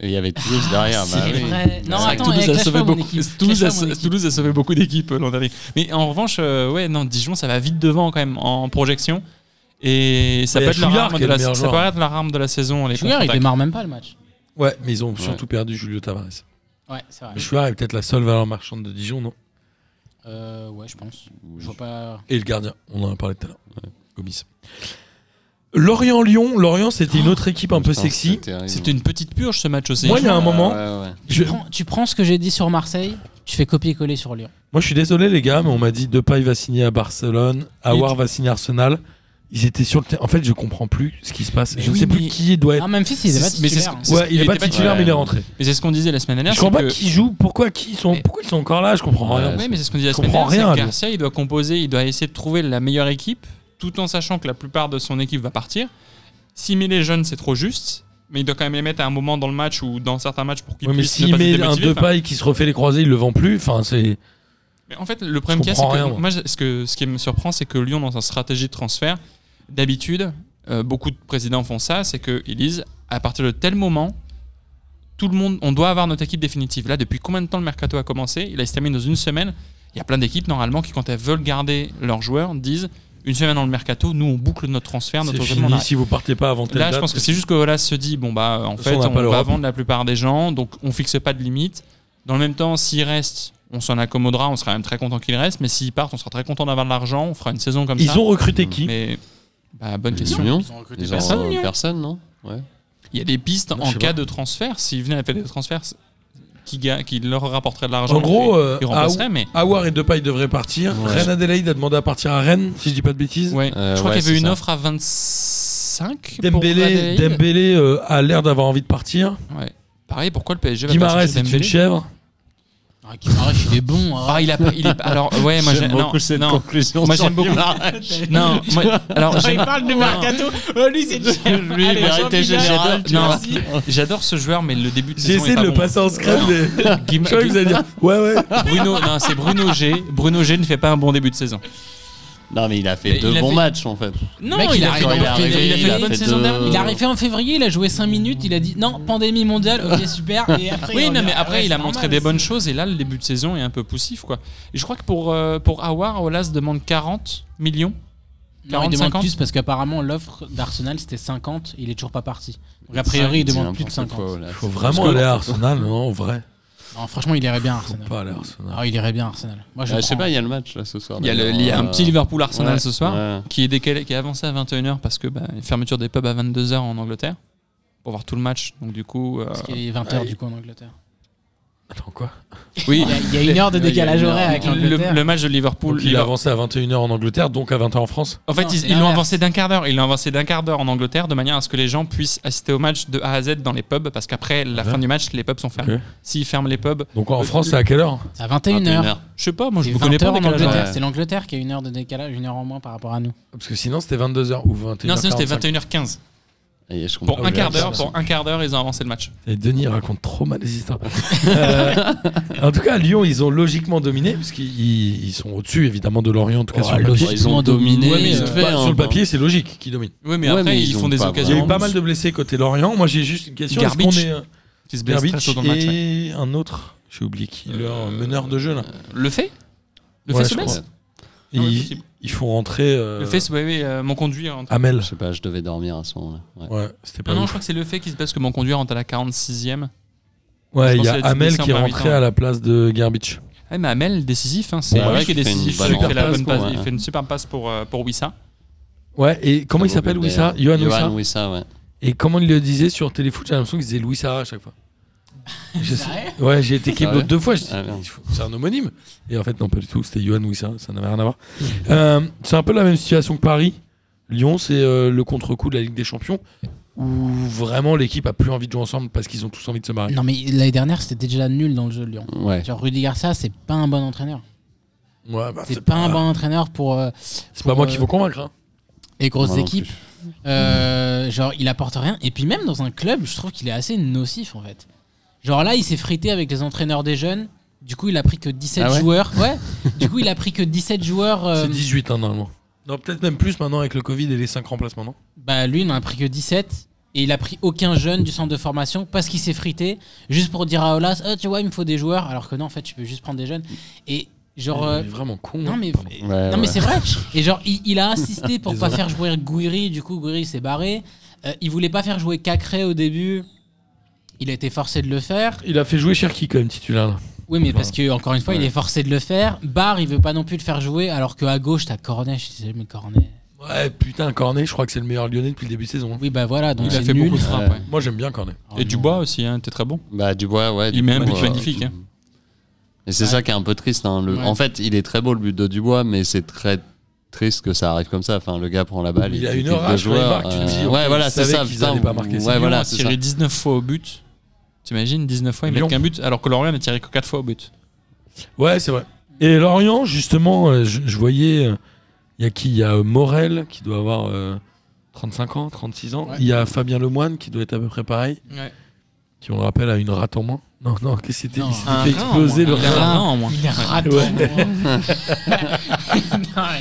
Speaker 6: Et il y avait Toulouse derrière. bah
Speaker 4: C'est
Speaker 6: oui.
Speaker 4: vrai. Non,
Speaker 5: C'est vrai que
Speaker 4: attends,
Speaker 5: Toulouse,
Speaker 4: eh,
Speaker 5: a
Speaker 4: clash
Speaker 5: sauvé
Speaker 4: pas mon
Speaker 5: beaucoup,
Speaker 4: équipe,
Speaker 5: Toulouse, a,
Speaker 4: clash pas mon équipe.
Speaker 5: Toulouse a sauvé beaucoup d'équipes euh, l'an dernier. Mais en revanche, euh, ouais, non, Dijon, ça va vite devant quand même en projection. Et ça
Speaker 3: Ouais,
Speaker 5: peut
Speaker 3: y a
Speaker 5: être leur
Speaker 3: Chouillard
Speaker 5: arme
Speaker 3: qui est
Speaker 5: de la
Speaker 3: le meilleur
Speaker 5: ça
Speaker 3: joueur.
Speaker 5: peut être leur arme de la saison. Les
Speaker 4: Junior, il
Speaker 5: contre-attaques.
Speaker 4: démarre même pas le match.
Speaker 3: Ouais, mais ils ont surtout perdu Julio Tavares.
Speaker 4: Ouais, c'est vrai.
Speaker 3: Le Chouard est peut-être la seule valeur marchande de Dijon, non
Speaker 4: Euh, ouais, je pense. Je vois pas.
Speaker 3: Et le gardien, on en a parlé tout à l'heure. Gomis. Lorient-Lyon, Lorient, c'était
Speaker 5: Oh,
Speaker 3: une autre équipe un peu
Speaker 6: Putain,
Speaker 3: sexy.
Speaker 6: c'était terrible.
Speaker 5: C'était une petite purge ce match aussi.
Speaker 3: Moi, il y a un moment,
Speaker 6: Ouais, ouais.
Speaker 3: je-
Speaker 4: Tu prends- tu prends ce que j'ai dit sur Marseille, tu fais copier-coller sur Lyon.
Speaker 3: Moi, je suis désolé, les gars, mais on m'a dit Depay va signer à Barcelone, Awar
Speaker 5: tu-
Speaker 3: va signer à Arsenal. Ils étaient sur le terrain. En fait, je comprends plus ce qui se passe.
Speaker 5: Mais
Speaker 3: je ne
Speaker 5: oui,
Speaker 3: sais
Speaker 5: mais-
Speaker 3: plus qui doit être.
Speaker 4: Ah, Memphis, il est pas
Speaker 5: C'est- mais c'est ce
Speaker 4: titulaire. hein.
Speaker 5: que- c'est-
Speaker 3: ouais, il, est pas
Speaker 5: était pas
Speaker 3: titulaire,
Speaker 6: titulaire.
Speaker 3: mais il est rentré.
Speaker 5: Mais c'est ce qu'on disait la semaine dernière.
Speaker 3: je comprends
Speaker 5: c'est
Speaker 3: pas
Speaker 5: que-
Speaker 3: qui joue, pourquoi qui ils sont,
Speaker 5: Mais-
Speaker 3: pourquoi ils sont encore là. Je comprends rien.
Speaker 6: Ouais.
Speaker 5: Ouais, mais c'est ce qu'on disait la
Speaker 3: Je
Speaker 5: semaine
Speaker 3: comprends
Speaker 5: dernière. c'est
Speaker 3: rien,
Speaker 5: que
Speaker 3: lui.
Speaker 5: Garcia, il doit composer, il doit essayer de trouver la meilleure équipe, tout en sachant que la plupart de son équipe va partir. S'il met les jeunes, c'est trop juste, mais il doit quand même les mettre à un moment dans le match ou dans certains matchs pour qu'ils
Speaker 3: Ouais, mais
Speaker 5: puissent ne
Speaker 3: s'il
Speaker 5: pas se
Speaker 3: met un
Speaker 5: démotiver. Enfin,
Speaker 3: Depay qui se refait les croisés, il le vend plus. Enfin, c'est.
Speaker 5: Mais en fait, le problème qu'il y a, c'est
Speaker 3: comprends
Speaker 5: que
Speaker 3: rien,
Speaker 5: moi,
Speaker 3: moi.
Speaker 5: je- ce, que, ce qui me surprend, c'est que Lyon, dans sa stratégie de transfert, d'habitude, euh, beaucoup de présidents font ça, c'est qu'ils disent à partir de tel moment, tout le monde, on doit avoir notre équipe définitive. Là, depuis combien de temps le mercato a commencé Il a- il se termine dans une semaine. Il y a plein d'équipes normalement qui, quand elles veulent garder leurs joueurs, disent une semaine dans le mercato, nous on boucle notre transfert,
Speaker 3: c'est
Speaker 5: notre recrutement, on
Speaker 3: fini
Speaker 5: arrête.
Speaker 3: si vous partez pas avant telle
Speaker 5: Là, je
Speaker 3: date.
Speaker 5: pense que c'est juste que voilà, se dit bon bah en
Speaker 3: façon,
Speaker 5: fait,
Speaker 3: on n'a
Speaker 5: on,
Speaker 3: pas
Speaker 5: va
Speaker 3: l'Europe.
Speaker 5: vendre la plupart des gens, donc on fixe pas de limite. Dans le même temps, s'il reste, on s'en accommodera, on sera même très content qu'il reste. Mais s'il part, on sera très content d'avoir de l'argent, on fera une saison comme ça.
Speaker 3: Ils ont
Speaker 5: Mm.
Speaker 3: recruté qui
Speaker 5: Mais bah, bonne
Speaker 6: Ils
Speaker 5: question.
Speaker 6: ont-
Speaker 4: ont recruté
Speaker 6: Ils ont
Speaker 4: personne,
Speaker 6: personne,
Speaker 4: Lyon.
Speaker 6: non Ouais.
Speaker 5: Il y a des pistes
Speaker 3: Non, je
Speaker 5: en
Speaker 3: sais
Speaker 5: cas
Speaker 3: pas.
Speaker 5: de transfert. S'ils venaient à faire des transferts, c'est- qui, ga- qui leur rapporteraient de l'argent,
Speaker 3: En gros,
Speaker 5: ils-
Speaker 3: euh,
Speaker 5: ils remplaceraient, mais
Speaker 3: Awar et Depay devraient partir.
Speaker 6: Ouais.
Speaker 3: Reine Adelaide a demandé à partir à Rennes, si je dis pas de bêtises.
Speaker 5: ouais.
Speaker 6: Euh,
Speaker 5: je crois
Speaker 6: ouais,
Speaker 5: qu'il y avait
Speaker 6: c'est
Speaker 5: une
Speaker 6: ça.
Speaker 5: offre à 25 pour
Speaker 3: Dembélé,
Speaker 5: Adélaïde.
Speaker 3: Dembélé euh, a l'air d'avoir envie de partir.
Speaker 5: Ouais. Pareil, pourquoi le PSG va pas
Speaker 3: Guimarães,
Speaker 5: chercher
Speaker 3: c'est une
Speaker 5: Dembélé
Speaker 3: chèvre.
Speaker 4: Ah, Kimarèche, il est bon. hein.
Speaker 5: Ah, il a pas- il est pas- alors [LAUGHS] ouais, moi j'ai- non, non.
Speaker 6: conclusion.
Speaker 5: Moi, j'aime beaucoup. Non, moi- alors j'aime-
Speaker 4: parle du mercato. Oh, lui, c'est le
Speaker 6: Lui, il mérite les
Speaker 4: Ah,
Speaker 6: générales, tu
Speaker 5: non.
Speaker 6: vois.
Speaker 5: j'adore ce joueur, mais le début de
Speaker 3: J'ai
Speaker 5: saison
Speaker 3: essayé de
Speaker 5: est pas
Speaker 3: le
Speaker 5: bon.
Speaker 3: passer en scrap,
Speaker 5: Non. [LAUGHS]
Speaker 3: mais
Speaker 5: Guim-
Speaker 3: je crois que vous allez dire Ouais, ouais.
Speaker 5: Bruno, non, c'est Bruno G. Bruno G ne fait pas un bon début de saison.
Speaker 6: Non, mais il a fait
Speaker 5: Mais
Speaker 6: deux
Speaker 5: il a
Speaker 6: bons
Speaker 5: fait-
Speaker 6: matchs en fait.
Speaker 5: Non,
Speaker 4: Mec, il
Speaker 5: il, a
Speaker 4: arrive
Speaker 5: fait,
Speaker 4: en
Speaker 5: il a fait-
Speaker 4: février,
Speaker 5: il a fait
Speaker 4: il
Speaker 5: une
Speaker 4: a
Speaker 5: bonne
Speaker 6: fait
Speaker 5: saison
Speaker 6: deux-
Speaker 5: dernière.
Speaker 4: Il est arrivé en février, il a joué 5 minutes, il a dit non, pandémie mondiale, ok, super. Et après,
Speaker 5: Oui,
Speaker 4: il
Speaker 5: non, mais
Speaker 4: revient.
Speaker 5: après,
Speaker 4: Ouais,
Speaker 5: il a
Speaker 4: c'est
Speaker 5: montré
Speaker 4: normal,
Speaker 5: des
Speaker 4: c'est-
Speaker 5: bonnes choses et là, le début de saison est un peu poussif, quoi. Et je crois que pour, euh, pour Awar, Olas demande 40 millions
Speaker 4: Non, il
Speaker 5: 40,
Speaker 4: demande
Speaker 5: 50.
Speaker 4: plus parce qu'apparemment l'offre d'Arsenal c'était 50, il est toujours pas parti. Donc a
Speaker 6: Ah,
Speaker 4: priori il
Speaker 6: c'est
Speaker 4: demande plus de
Speaker 6: n'importe
Speaker 4: 50.
Speaker 6: quoi, là.
Speaker 3: Faut vraiment aller à Arsenal, non, en vrai.
Speaker 4: Non, franchement il irait bien à
Speaker 3: Faut
Speaker 4: Arsenal.
Speaker 3: pas aller à Arsenal.
Speaker 4: Ah, il irait bien à Arsenal. Moi je,
Speaker 6: Ah, Je sais
Speaker 4: prends.
Speaker 6: pas, il y a le match là ce soir.
Speaker 5: Oh, bah, Il y a, le-
Speaker 6: d'ailleurs,
Speaker 5: il y a un
Speaker 6: euh,
Speaker 5: petit Liverpool-Arsenal
Speaker 6: ouais,
Speaker 5: ce soir
Speaker 6: ouais.
Speaker 5: qui est décalé, qui est avancé à 21h parce que bah, fermeture des pubs à 22h en Angleterre pour voir tout le match. Donc du coup, euh,
Speaker 4: Parce qu'il est 20h du coup en Angleterre.
Speaker 3: Attends, quoi
Speaker 5: oui,
Speaker 4: Il y a- il y a une heure de
Speaker 6: il y a
Speaker 4: décalage
Speaker 6: une heure.
Speaker 4: horaire avec
Speaker 5: le,
Speaker 4: l'Angleterre.
Speaker 5: le match de Liverpool.
Speaker 3: Donc, Il a
Speaker 5: Liverpool-
Speaker 3: avancé à 21h en Angleterre, donc à 20h en France.
Speaker 5: En fait,
Speaker 4: Non, c'est
Speaker 5: ils ils l'ont
Speaker 4: l'inverse.
Speaker 5: avancé d'un quart d'heure. Ils l'ont avancé d'un quart d'heure en Angleterre de manière à ce que les gens puissent assister au match de A à Z dans les pubs parce qu'après la
Speaker 3: Ouais.
Speaker 5: fin du match, les pubs sont fermés.
Speaker 3: Ok.
Speaker 5: S'ils ferment les pubs,
Speaker 3: Donc en France, c'est à quelle heure
Speaker 4: C'est à
Speaker 6: Ah,
Speaker 4: 21h.
Speaker 5: je sais pas, moi je
Speaker 4: C'est
Speaker 5: vous connais
Speaker 4: 20
Speaker 5: pas.
Speaker 4: heures en
Speaker 5: les décalages
Speaker 4: Angleterre.
Speaker 5: horaires.
Speaker 4: C'est l'Angleterre qui a une heure de décalage, une heure en moins par rapport à nous.
Speaker 3: Parce que sinon, c'était 22h ou 21h.
Speaker 5: Non, sinon c'était 21h15.
Speaker 6: Et je comprends.
Speaker 5: Pour un quart
Speaker 3: ouais,
Speaker 5: d'heure,
Speaker 3: c'est
Speaker 5: pour un quart d'heure, ils ont avancé le match.
Speaker 3: Et Denis raconte trop mal les histoires. Euh, en tout cas, à Lyon, ils ont logiquement dominé, parce qu'ils ils- ils sont au-dessus, évidemment, de Lorient, en tout cas,
Speaker 4: Oh,
Speaker 3: sur le papier.
Speaker 4: logique.
Speaker 6: Ils ont dominé.
Speaker 4: Ouais, mais
Speaker 6: vite
Speaker 4: ils ont
Speaker 6: fait,
Speaker 3: Bah,
Speaker 6: hein.
Speaker 3: sur le papier, c'est logique qu'ils dominent.
Speaker 5: Oui, mais
Speaker 6: Ouais,
Speaker 5: après
Speaker 6: mais
Speaker 5: ils,
Speaker 6: ils
Speaker 5: font
Speaker 6: ont
Speaker 5: des
Speaker 6: pas
Speaker 3: Il y a
Speaker 5: occasions
Speaker 3: eu pas mal de blessés côté Lorient. Moi, j'ai juste une question. Est-ce qu'on
Speaker 5: Garbic.
Speaker 3: est, euh,
Speaker 5: qui se blessent très
Speaker 3: Garbic
Speaker 5: tôt dans le match. ouais.
Speaker 3: et un autre J'ai oublié qui. Le meneur de jeu, là.
Speaker 5: Le fait Le
Speaker 3: Ouais,
Speaker 5: fait se
Speaker 3: je
Speaker 5: blesse
Speaker 3: crois.
Speaker 5: Ah ouais,
Speaker 3: Et
Speaker 5: possible.
Speaker 3: ils, ils font rentrer euh,
Speaker 5: Le fait, c'est- ouais, ouais, euh, mon conduire. entre-
Speaker 3: Amel.
Speaker 6: Je sais pas, je devais dormir à ce moment-là. Ouais.
Speaker 3: Ouais, c'était Ah, pas
Speaker 5: Ah non, je
Speaker 3: ouf.
Speaker 5: crois que c'est le fait qui se passe que mon conduire entre à la 46e.
Speaker 3: Ouais,
Speaker 5: je
Speaker 3: il y
Speaker 5: pense
Speaker 3: a
Speaker 5: qu'il a dû
Speaker 3: Amel
Speaker 5: blesser en
Speaker 3: qui est
Speaker 5: plein
Speaker 3: rentré
Speaker 5: mi-temps.
Speaker 3: à la place de Garbic.
Speaker 5: Ouais, Ah, mais Amel, décisif, hein, c'est
Speaker 6: Bon,
Speaker 5: lui
Speaker 6: ouais,
Speaker 5: qui est
Speaker 6: qui fait une
Speaker 5: décisif.
Speaker 6: bonne
Speaker 5: Il fait, la
Speaker 3: passe
Speaker 5: bonne
Speaker 6: pour,
Speaker 5: passe,
Speaker 6: ouais.
Speaker 5: il fait une super passe pour, euh, pour Wissa.
Speaker 3: Ouais, et comment il
Speaker 6: Très beau
Speaker 3: s'appelle
Speaker 6: but
Speaker 3: Wissa
Speaker 6: d'ailleurs.
Speaker 3: Johan Wissa
Speaker 6: Johan Wissa, ouais.
Speaker 3: Et comment il le disait sur Téléfoot, j'ai l'impression qu'il disait Louis Sarah à chaque fois.
Speaker 4: [LAUGHS]
Speaker 3: Je sais- Ouais, j'ai été
Speaker 6: Sérieux
Speaker 3: Keblo deux fois. je dis,
Speaker 6: Ah, merde.
Speaker 3: il faut- c'est un homonyme. Et en fait, non, pas du tout. C'était Johan Louis Sarah, ça n'avait rien à voir. Euh, c'est un peu la même situation que Paris. Lyon, c'est euh, le contre-coup de la Ligue des Champions où vraiment l'équipe a plus envie de jouer ensemble parce qu'ils ont tous envie de se marier.
Speaker 4: Non mais l'année dernière c'était déjà nul dans le jeu de Lyon.
Speaker 6: Ouais. Ah,
Speaker 4: Genre Rudy Garcia c'est pas un bon entraîneur.
Speaker 3: Ouais, bah,
Speaker 4: C'est pas un bon entraîneur pour euh,
Speaker 3: c'est pas
Speaker 4: pour,
Speaker 3: moi
Speaker 4: euh,
Speaker 3: qui faut convaincre. hein.
Speaker 4: les grosses
Speaker 6: Moi non
Speaker 4: équipes. Euh, genre il apporte rien. Et puis même dans un club je trouve qu'il est assez nocif en fait. Genre là il s'est frité avec les entraîneurs des jeunes. Du coup il a pris que 17
Speaker 6: Ah ouais
Speaker 4: joueurs.
Speaker 6: [LAUGHS]
Speaker 4: Ouais. du coup il a pris que 17 joueurs. euh,
Speaker 3: C'est 18 hein, normalement. Non, peut-être même plus maintenant avec le Covid et les 5 remplacements, non
Speaker 4: Bah lui, il n'en a pris que 17 et il a pris aucun jeune du centre de formation parce qu'il s'est frité juste pour dire à Olas, Ah, tu vois, il me faut des joueurs, alors que non, en fait, tu peux juste prendre des jeunes. Et genre,
Speaker 3: Il est
Speaker 4: euh,
Speaker 3: Vraiment con.
Speaker 4: non
Speaker 3: hein.
Speaker 4: mais,
Speaker 6: Ouais, ouais.
Speaker 4: non mais c'est
Speaker 5: [LAUGHS]
Speaker 4: vrai. Et genre, il, il a insisté pour pas faire jouer Gouiri, du coup, Gouiri s'est barré. Euh, il voulait pas faire jouer Cacré au début. Il a été forcé de le faire.
Speaker 3: Il a fait jouer Cherki quand même titulaire. là.
Speaker 4: Oui, mais parce que encore une fois, il est forcé de le faire. Barre, il veut pas non plus le faire jouer, alors que à gauche, t'as Cornet. Je disais, mais Cornet.
Speaker 3: Ouais, putain, Cornet, je crois que c'est le meilleur Lyonnais depuis le début de saison. hein.
Speaker 4: Oui, bah voilà, donc
Speaker 5: Il a
Speaker 4: c'est
Speaker 5: fait
Speaker 4: nul.
Speaker 5: beaucoup de frappes.
Speaker 6: Ouais.
Speaker 5: ouais.
Speaker 3: Moi, j'aime bien Cornet.
Speaker 4: Oh,
Speaker 5: Et
Speaker 4: non.
Speaker 5: Dubois aussi, hein, t'es très bon.
Speaker 6: Bah, Dubois, ouais.
Speaker 5: Il met un
Speaker 6: Dubois,
Speaker 5: but
Speaker 6: ouais.
Speaker 5: magnifique, hein.
Speaker 6: Et c'est
Speaker 4: Ouais.
Speaker 6: ça qui est un peu triste. hein, le-
Speaker 4: Ouais.
Speaker 6: En fait, il est très beau le but de Dubois, mais c'est très triste que ça arrive comme ça. Enfin, le gars prend la balle.
Speaker 3: Il a
Speaker 6: fait
Speaker 3: une
Speaker 6: deux
Speaker 3: rage,
Speaker 6: joueurs,
Speaker 3: quand il marque, tu te
Speaker 6: euh,
Speaker 3: dis, ok,
Speaker 6: Ouais,
Speaker 3: il
Speaker 6: voilà, c'est
Speaker 3: savait
Speaker 6: ça.
Speaker 3: qu'ils
Speaker 6: putain,
Speaker 3: allaient pas marquer. C'est
Speaker 6: Ouais,
Speaker 5: Lyon a
Speaker 6: voilà, c'est ça.
Speaker 5: tiré 19 fois au but. T'imagines, 19 fois, ils
Speaker 3: Lyon.
Speaker 5: mettent qu'un but, alors que Lorient n'a tiré que 4 fois au but.
Speaker 3: Ouais, c'est vrai. Et Lorient, justement, euh, je, je voyais. euh, Il y a qui Il y a euh, Morel qui doit avoir euh, 35 ans, 36 ans.
Speaker 4: Ouais.
Speaker 3: Il y a Fabien Lemoine qui doit être à peu près pareil, qui, on le rappelle, a une rate en moins. Non, non, qu'est-ce que c'était
Speaker 4: Non,
Speaker 3: Il s'était
Speaker 5: Un
Speaker 3: fait
Speaker 5: rein en
Speaker 3: exploser
Speaker 5: moins.
Speaker 3: le
Speaker 5: Il a
Speaker 3: rein.
Speaker 5: un rein en moins.
Speaker 4: Il est raton.
Speaker 3: Ouais.
Speaker 5: [LAUGHS]
Speaker 4: [LAUGHS]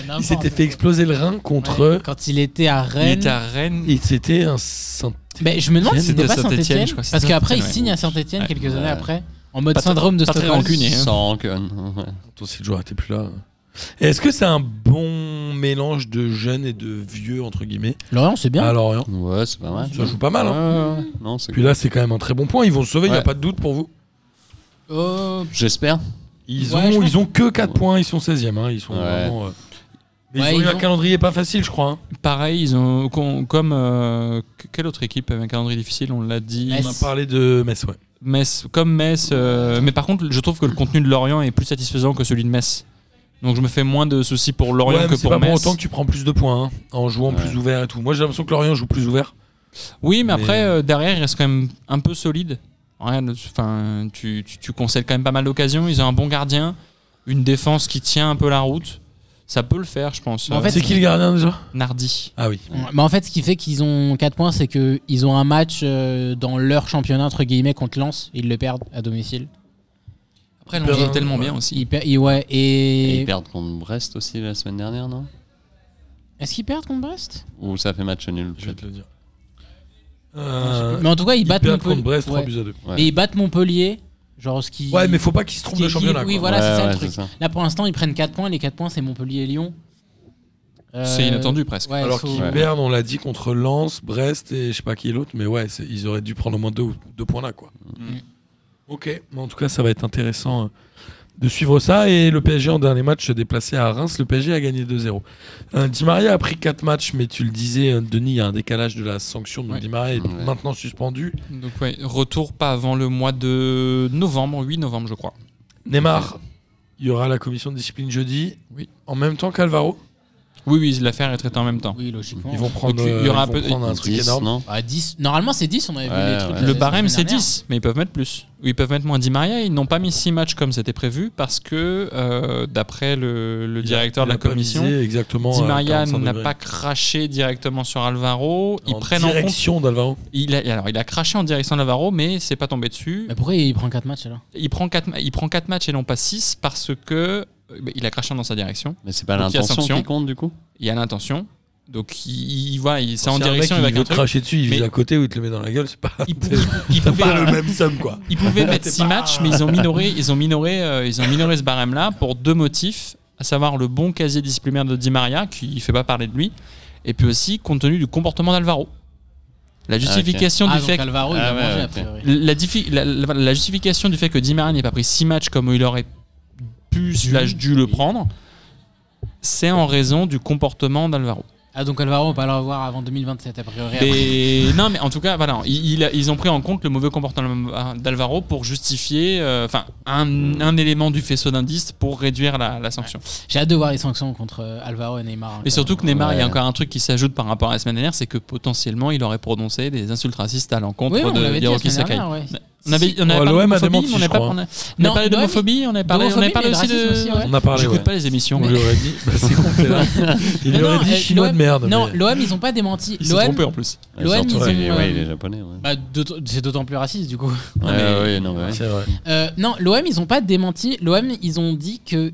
Speaker 4: non,
Speaker 3: Il s'était fait exploser le rein contre.
Speaker 4: Quand il était à
Speaker 5: Il
Speaker 4: Rennes.
Speaker 5: était à Rennes.
Speaker 3: Et c'était un. saint-
Speaker 4: Ben, je me demande si c'était
Speaker 5: C'était
Speaker 4: pas
Speaker 5: Saint-Étienne,
Speaker 4: Saint-Etienne.
Speaker 5: je crois que c'est
Speaker 4: Parce qu'après, il
Speaker 5: Saint-Étienne,
Speaker 4: signe
Speaker 5: ouais.
Speaker 4: à Saint-Etienne
Speaker 5: Ouais.
Speaker 4: quelques années
Speaker 6: Ouais.
Speaker 4: après. En mode
Speaker 5: Pas très-
Speaker 4: syndrome de
Speaker 5: pas très
Speaker 4: Stockholm.
Speaker 5: rancunier. hein.
Speaker 6: Sans rancune. ouais.
Speaker 3: Ton site joueur était plus là. Est-ce que c'est un bon mélange de jeunes et de vieux, entre guillemets,
Speaker 4: Lorient, c'est bien.
Speaker 3: à Lorient
Speaker 6: Ouais, c'est pas mal.
Speaker 3: Ça joue pas mal, hein
Speaker 6: Ouais, ouais, ouais. Non, c'est
Speaker 3: Puis là, c'est quand même un très bon point. Ils vont se sauver, il n'y a
Speaker 6: Ouais.
Speaker 3: pas de doute pour vous.
Speaker 4: Euh,
Speaker 6: J'espère.
Speaker 3: Ils
Speaker 4: Ouais,
Speaker 3: ont,
Speaker 4: je pense-
Speaker 3: ils ont que 4 points, ils sont 16e. Hein, ils sont
Speaker 6: Ouais.
Speaker 3: vraiment, euh, mais
Speaker 4: Ouais,
Speaker 3: ils ont eu
Speaker 4: ils
Speaker 3: un
Speaker 4: ont-
Speaker 3: calendrier pas facile, je crois. hein.
Speaker 5: Pareil, ils ont, com- comme euh, que- quelle autre équipe avait un calendrier difficile, on l'a dit.
Speaker 4: Metz.
Speaker 3: On a parlé de Metz, ouais.
Speaker 5: Metz, comme Metz, euh, mais par contre, je trouve que le contenu de Lorient est plus satisfaisant que celui de Metz. Donc je me fais moins de soucis pour Lorient
Speaker 3: Ouais, mais
Speaker 5: que
Speaker 3: c'est
Speaker 5: pour
Speaker 3: pas
Speaker 5: Metz.
Speaker 3: pour autant que tu prends plus de points hein, en jouant
Speaker 6: Ouais.
Speaker 3: plus ouvert et tout. Moi, j'ai l'impression que Lorient joue plus ouvert.
Speaker 5: Oui, mais,
Speaker 3: Mais-
Speaker 5: après, euh, derrière, il reste quand même un peu solide. Rien de- Enfin, tu, tu, tu concèdes quand même pas mal d'occasions. Ils ont un bon gardien, une défense qui tient un peu la route. Ça peut le faire, je pense.
Speaker 4: En
Speaker 5: Euh,
Speaker 4: fait,
Speaker 3: c'est qui le gardien déjà
Speaker 5: Nardi.
Speaker 3: Ah oui.
Speaker 4: Mais en fait, ce qui fait qu'ils ont 4 points, c'est qu'ils ont un match euh, dans leur championnat, entre guillemets, contre Lens. Ils le perdent à domicile.
Speaker 5: Après,
Speaker 3: Lens
Speaker 5: Lorient
Speaker 3: joue
Speaker 5: est tellement
Speaker 3: ouais.
Speaker 5: bien aussi.
Speaker 4: Ils per- ils- ouais,
Speaker 6: Et
Speaker 4: et...
Speaker 6: ils perdent contre Brest aussi la semaine dernière, non
Speaker 4: Est-ce qu'ils perdent contre Brest
Speaker 6: Ou ça fait match nul
Speaker 3: Je vais te le dire.
Speaker 5: Euh,
Speaker 4: Mais en tout cas, ils,
Speaker 3: ils
Speaker 4: battent
Speaker 3: perdent contre
Speaker 4: Montpellier.
Speaker 3: Brest 3
Speaker 4: Ouais.
Speaker 3: buts à 2.
Speaker 6: Ouais.
Speaker 4: Mais ils battent Montpellier. Genre ce qui...
Speaker 3: Ouais, mais faut pas qu'ils se trompent
Speaker 4: Qui
Speaker 3: de
Speaker 4: équilibre,
Speaker 3: championnat.
Speaker 4: oui,
Speaker 3: quoi.
Speaker 4: voilà, c'est ça le truc.
Speaker 6: c'est ça.
Speaker 4: Là pour l'instant ils prennent 4 points, les 4 points c'est Montpellier et Lyon.
Speaker 5: C'est
Speaker 4: Euh,
Speaker 5: inattendu presque.
Speaker 4: ouais,
Speaker 3: Alors
Speaker 4: faut-
Speaker 3: qu'ils
Speaker 6: Ouais.
Speaker 3: perdent, on l'a dit, contre Lens, Brest et je sais pas qui est l'autre, mais ouais, c'est- ils auraient dû prendre au moins deux, deux points là, quoi.
Speaker 5: Mm.
Speaker 3: Ok, mais en tout cas, ça va être intéressant euh, de suivre ça. Et le PSG en dernier match se déplaçait à Reims, le PSG a gagné 2-0. Euh, Di Maria a pris 4 matchs, mais tu le disais, euh, Denis, il y a un décalage de la sanction, donc
Speaker 5: Ouais.
Speaker 3: Di Maria est
Speaker 6: Ouais.
Speaker 3: maintenant suspendu.
Speaker 5: Donc ouais, retour pas avant le mois de novembre, 8 novembre je crois.
Speaker 3: Neymar, il y aura la commission de discipline jeudi,
Speaker 5: Oui.
Speaker 3: en même temps qu'Alvaro.
Speaker 5: Oui oui, l'affaire est traitée en même temps.
Speaker 4: Oui, logiquement.
Speaker 5: Oh.
Speaker 3: Ils vont prendre,
Speaker 5: Donc, il y
Speaker 3: euh,
Speaker 5: aura
Speaker 3: ils
Speaker 5: un
Speaker 3: vont
Speaker 5: peu-
Speaker 3: prendre un truc
Speaker 6: 10,
Speaker 3: énorme.
Speaker 6: non
Speaker 4: Bah, 10. Normalement, c'est 10, on avait vu
Speaker 6: Ouais,
Speaker 4: les trucs.
Speaker 6: ouais.
Speaker 4: la
Speaker 5: Le
Speaker 4: semaine
Speaker 5: barème c'est
Speaker 4: dernière.
Speaker 5: 10, mais ils peuvent mettre plus. Ou Ils peuvent mettre moins 10 Maria, ils n'ont pas mis 6 matchs comme c'était prévu parce que euh, d'après le,
Speaker 3: Il
Speaker 5: le
Speaker 3: a-
Speaker 5: directeur
Speaker 3: il
Speaker 5: de la
Speaker 3: a pas
Speaker 5: commission,
Speaker 3: visé exactement
Speaker 5: Di
Speaker 3: à
Speaker 5: Maria
Speaker 3: 45
Speaker 5: n'a
Speaker 3: euh, degrés.
Speaker 5: pas craché directement sur Alvaro. Ils
Speaker 3: en
Speaker 5: prennent en compte.
Speaker 3: direction d'Alvaro.
Speaker 5: Il a, alors, il a craché en direction d'Alvaro, mais c'est pas tombé dessus.
Speaker 4: Mais pourquoi il prend 4 matchs alors
Speaker 5: Il prend 4 il prend quatre matchs et non pas 6 parce que euh, bah, il a craché dans sa direction.
Speaker 6: Mais c'est pas
Speaker 5: Donc, il y a
Speaker 6: l'intention
Speaker 5: sanction.
Speaker 6: qui compte du coup
Speaker 5: Il a l'intention. Donc il, il- voilà, il- c'est
Speaker 3: Si
Speaker 5: en
Speaker 3: un mec,
Speaker 5: direction
Speaker 3: il
Speaker 5: avec
Speaker 3: veut
Speaker 5: un truc.
Speaker 3: cracher dessus, il
Speaker 5: Mais-
Speaker 3: vise à côté ou il te le met dans la gueule, c'est pas,
Speaker 5: Il pouvait, il
Speaker 3: t'as [LAUGHS]
Speaker 5: pouvait-
Speaker 3: pas le même somme quoi.
Speaker 5: il
Speaker 4: [LAUGHS]
Speaker 5: pouvait mettre 6 matchs, mais ils ont minoré, ils ont minoré, euh, ils ont minoré ce barème-là pour deux motifs, à savoir le bon casier disciplinaire de Di Maria, qui fait pas parler de lui, et puis aussi compte tenu du comportement d'Alvaro. La justification
Speaker 4: Ah,
Speaker 5: du
Speaker 4: donc
Speaker 5: fait que
Speaker 4: Alvaro, il
Speaker 6: Ah,
Speaker 4: a
Speaker 6: ouais,
Speaker 4: mangé
Speaker 6: ouais,
Speaker 4: a
Speaker 6: ok.
Speaker 4: priori.
Speaker 5: la, diffi- la- la- la justification du fait que Di Maria n'ait pas pris 6 matchs comme il aurait pu, slash dû le prendre, c'est en raison du comportement d'Alvaro.
Speaker 4: Ah, donc Alvaro, on va pas le revoir avant 2027, a priori. après.
Speaker 5: Et non, mais en tout cas, voilà, il- il a- ils ont pris en compte le mauvais comportement d'Alvaro pour justifier, euh, enfin, un, un élément du faisceau d'indices pour réduire la, la sanction.
Speaker 4: J'ai hâte de voir les sanctions contre euh, Alvaro et Neymar. hein,
Speaker 5: Et
Speaker 4: quand
Speaker 5: surtout
Speaker 4: même.
Speaker 5: que Neymar, il y a
Speaker 6: Ouais.
Speaker 5: encore un truc qui s'ajoute par rapport à la semaine dernière, c'est que potentiellement, il aurait prononcé des insultes racistes à l'encontre
Speaker 4: Oui, on l'avait
Speaker 5: de
Speaker 4: dit la
Speaker 5: Hiroki
Speaker 4: semaine
Speaker 5: Sakai.
Speaker 4: dernière, ouais.
Speaker 5: On avait, on avait
Speaker 3: Oh,
Speaker 5: parlé
Speaker 3: l'OM a
Speaker 5: d'homophobie,
Speaker 3: démenti, je
Speaker 5: mais on n'avait pas,
Speaker 3: crois,
Speaker 5: on a- on a
Speaker 4: Non,
Speaker 5: parlé
Speaker 4: l'OM,
Speaker 5: d'homophobie, on avait parlé, on
Speaker 4: d'homophobie,
Speaker 5: avait parlé
Speaker 4: mais
Speaker 5: aussi
Speaker 4: de
Speaker 5: de.
Speaker 4: racisme aussi, ouais.
Speaker 3: On a parlé.
Speaker 5: J'écoute
Speaker 3: ouais.
Speaker 5: pas les émissions.
Speaker 3: On lui aurait dit, bah, c'est con, t'es là. Il
Speaker 4: Mais
Speaker 3: lui aurait
Speaker 4: non,
Speaker 3: dit
Speaker 4: euh,
Speaker 3: chinois de
Speaker 4: l'OM
Speaker 3: merde.
Speaker 4: Non,
Speaker 3: mais-
Speaker 4: l'OM, ils ont pas démenti.
Speaker 5: Il s'est
Speaker 4: L'OM,
Speaker 5: trompé hein. en plus.
Speaker 4: L'OM,
Speaker 6: Surtout,
Speaker 4: ils ont,
Speaker 6: il est-
Speaker 4: euh,
Speaker 6: ouais, il est japonais. Ouais,
Speaker 4: bah, d'autant- c'est d'autant plus raciste du coup.
Speaker 6: Ouais,
Speaker 5: mais-
Speaker 6: ouais, non, mais ouais.
Speaker 3: C'est vrai.
Speaker 4: Euh, non, l'OM, ils ont pas démenti. L'OM, ils ont dit qu'ils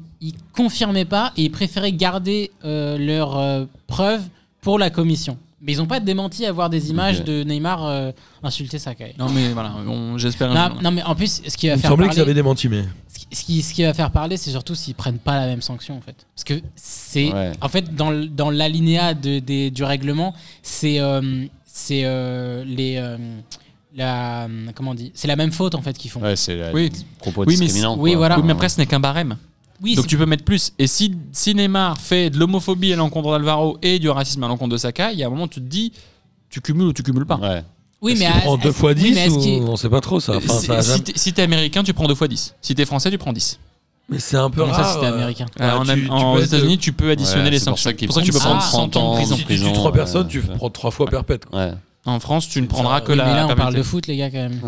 Speaker 4: confirmaient pas et ils préféraient garder euh, leurs euh, preuves pour la commission. Mais ils ont pas démenti avoir des images
Speaker 6: Ok.
Speaker 4: de Neymar euh, insulter Sakai.
Speaker 5: Non, mais voilà, on- j'espère.
Speaker 4: Non, non, mais en plus, ce qui va
Speaker 3: Il me
Speaker 4: faire
Speaker 3: semblait que
Speaker 4: parler,
Speaker 3: ça avait démenti, mais.
Speaker 4: ce qui- ce qui, ce qui va faire parler, c'est surtout s'ils prennent pas la même sanction en fait. Parce que c'est,
Speaker 6: Ouais.
Speaker 4: en fait, dans l- dans l'alinéa de, des- du règlement, c'est euh, c'est euh, les euh, la comment on dit, c'est la même faute en fait qu'ils font.
Speaker 6: Ouais, c'est la-
Speaker 5: Oui.
Speaker 6: propos
Speaker 5: Oui, mais
Speaker 6: discriminants.
Speaker 4: c'est- oui,
Speaker 6: quoi.
Speaker 4: voilà.
Speaker 5: Oui, mais après, ce n'est qu'un barème.
Speaker 4: Oui,
Speaker 5: Donc
Speaker 4: c'est-
Speaker 5: tu peux mettre plus. Et si, si Neymar fait de l'homophobie à l'encontre d'Alvaro et du racisme à l'encontre de Sakai, il y a un moment tu te dis, tu cumules ou tu cumules pas.
Speaker 6: Ouais.
Speaker 4: oui,
Speaker 3: Est-ce
Speaker 4: mais
Speaker 3: qu'il
Speaker 4: à-
Speaker 3: prend deux
Speaker 4: est-ce-
Speaker 3: fois
Speaker 4: oui, mais
Speaker 3: 10
Speaker 4: est-ce
Speaker 3: ou-
Speaker 4: qu'il-
Speaker 3: on sait pas trop ça. Enfin,
Speaker 5: Si-
Speaker 3: ça a
Speaker 5: si
Speaker 3: jamais-
Speaker 5: t'es- si t'es américain, tu prends deux fois 10. Si t'es français, tu prends 10.
Speaker 3: Mais c'est un peu
Speaker 4: Comment ça, si
Speaker 3: rare.
Speaker 4: t'es
Speaker 3: euh,
Speaker 4: américain
Speaker 3: Ah,
Speaker 5: Alors, en-
Speaker 3: tu- tu
Speaker 5: en- aux
Speaker 3: peux être-
Speaker 5: États-Unis, tu peux additionner
Speaker 6: Ouais,
Speaker 5: les
Speaker 6: c'est pour
Speaker 5: sanctions.
Speaker 6: ça qu'ils
Speaker 5: pour ça que tu peux
Speaker 4: prennent
Speaker 5: prendre
Speaker 6: Ah,
Speaker 4: ça.
Speaker 5: 100 ans de prison.
Speaker 3: Si tu tues
Speaker 6: prison,
Speaker 3: 3
Speaker 6: ouais,
Speaker 3: personnes, tu
Speaker 6: ouais.
Speaker 3: prends 3 fois perpète. quoi.
Speaker 6: Ouais.
Speaker 5: En France, tu ne
Speaker 3: C'est
Speaker 5: prendras
Speaker 3: ça.
Speaker 5: que
Speaker 4: Oui,
Speaker 5: la.
Speaker 4: mais là, on parle
Speaker 5: pénalité.
Speaker 4: de foot, les gars, quand même.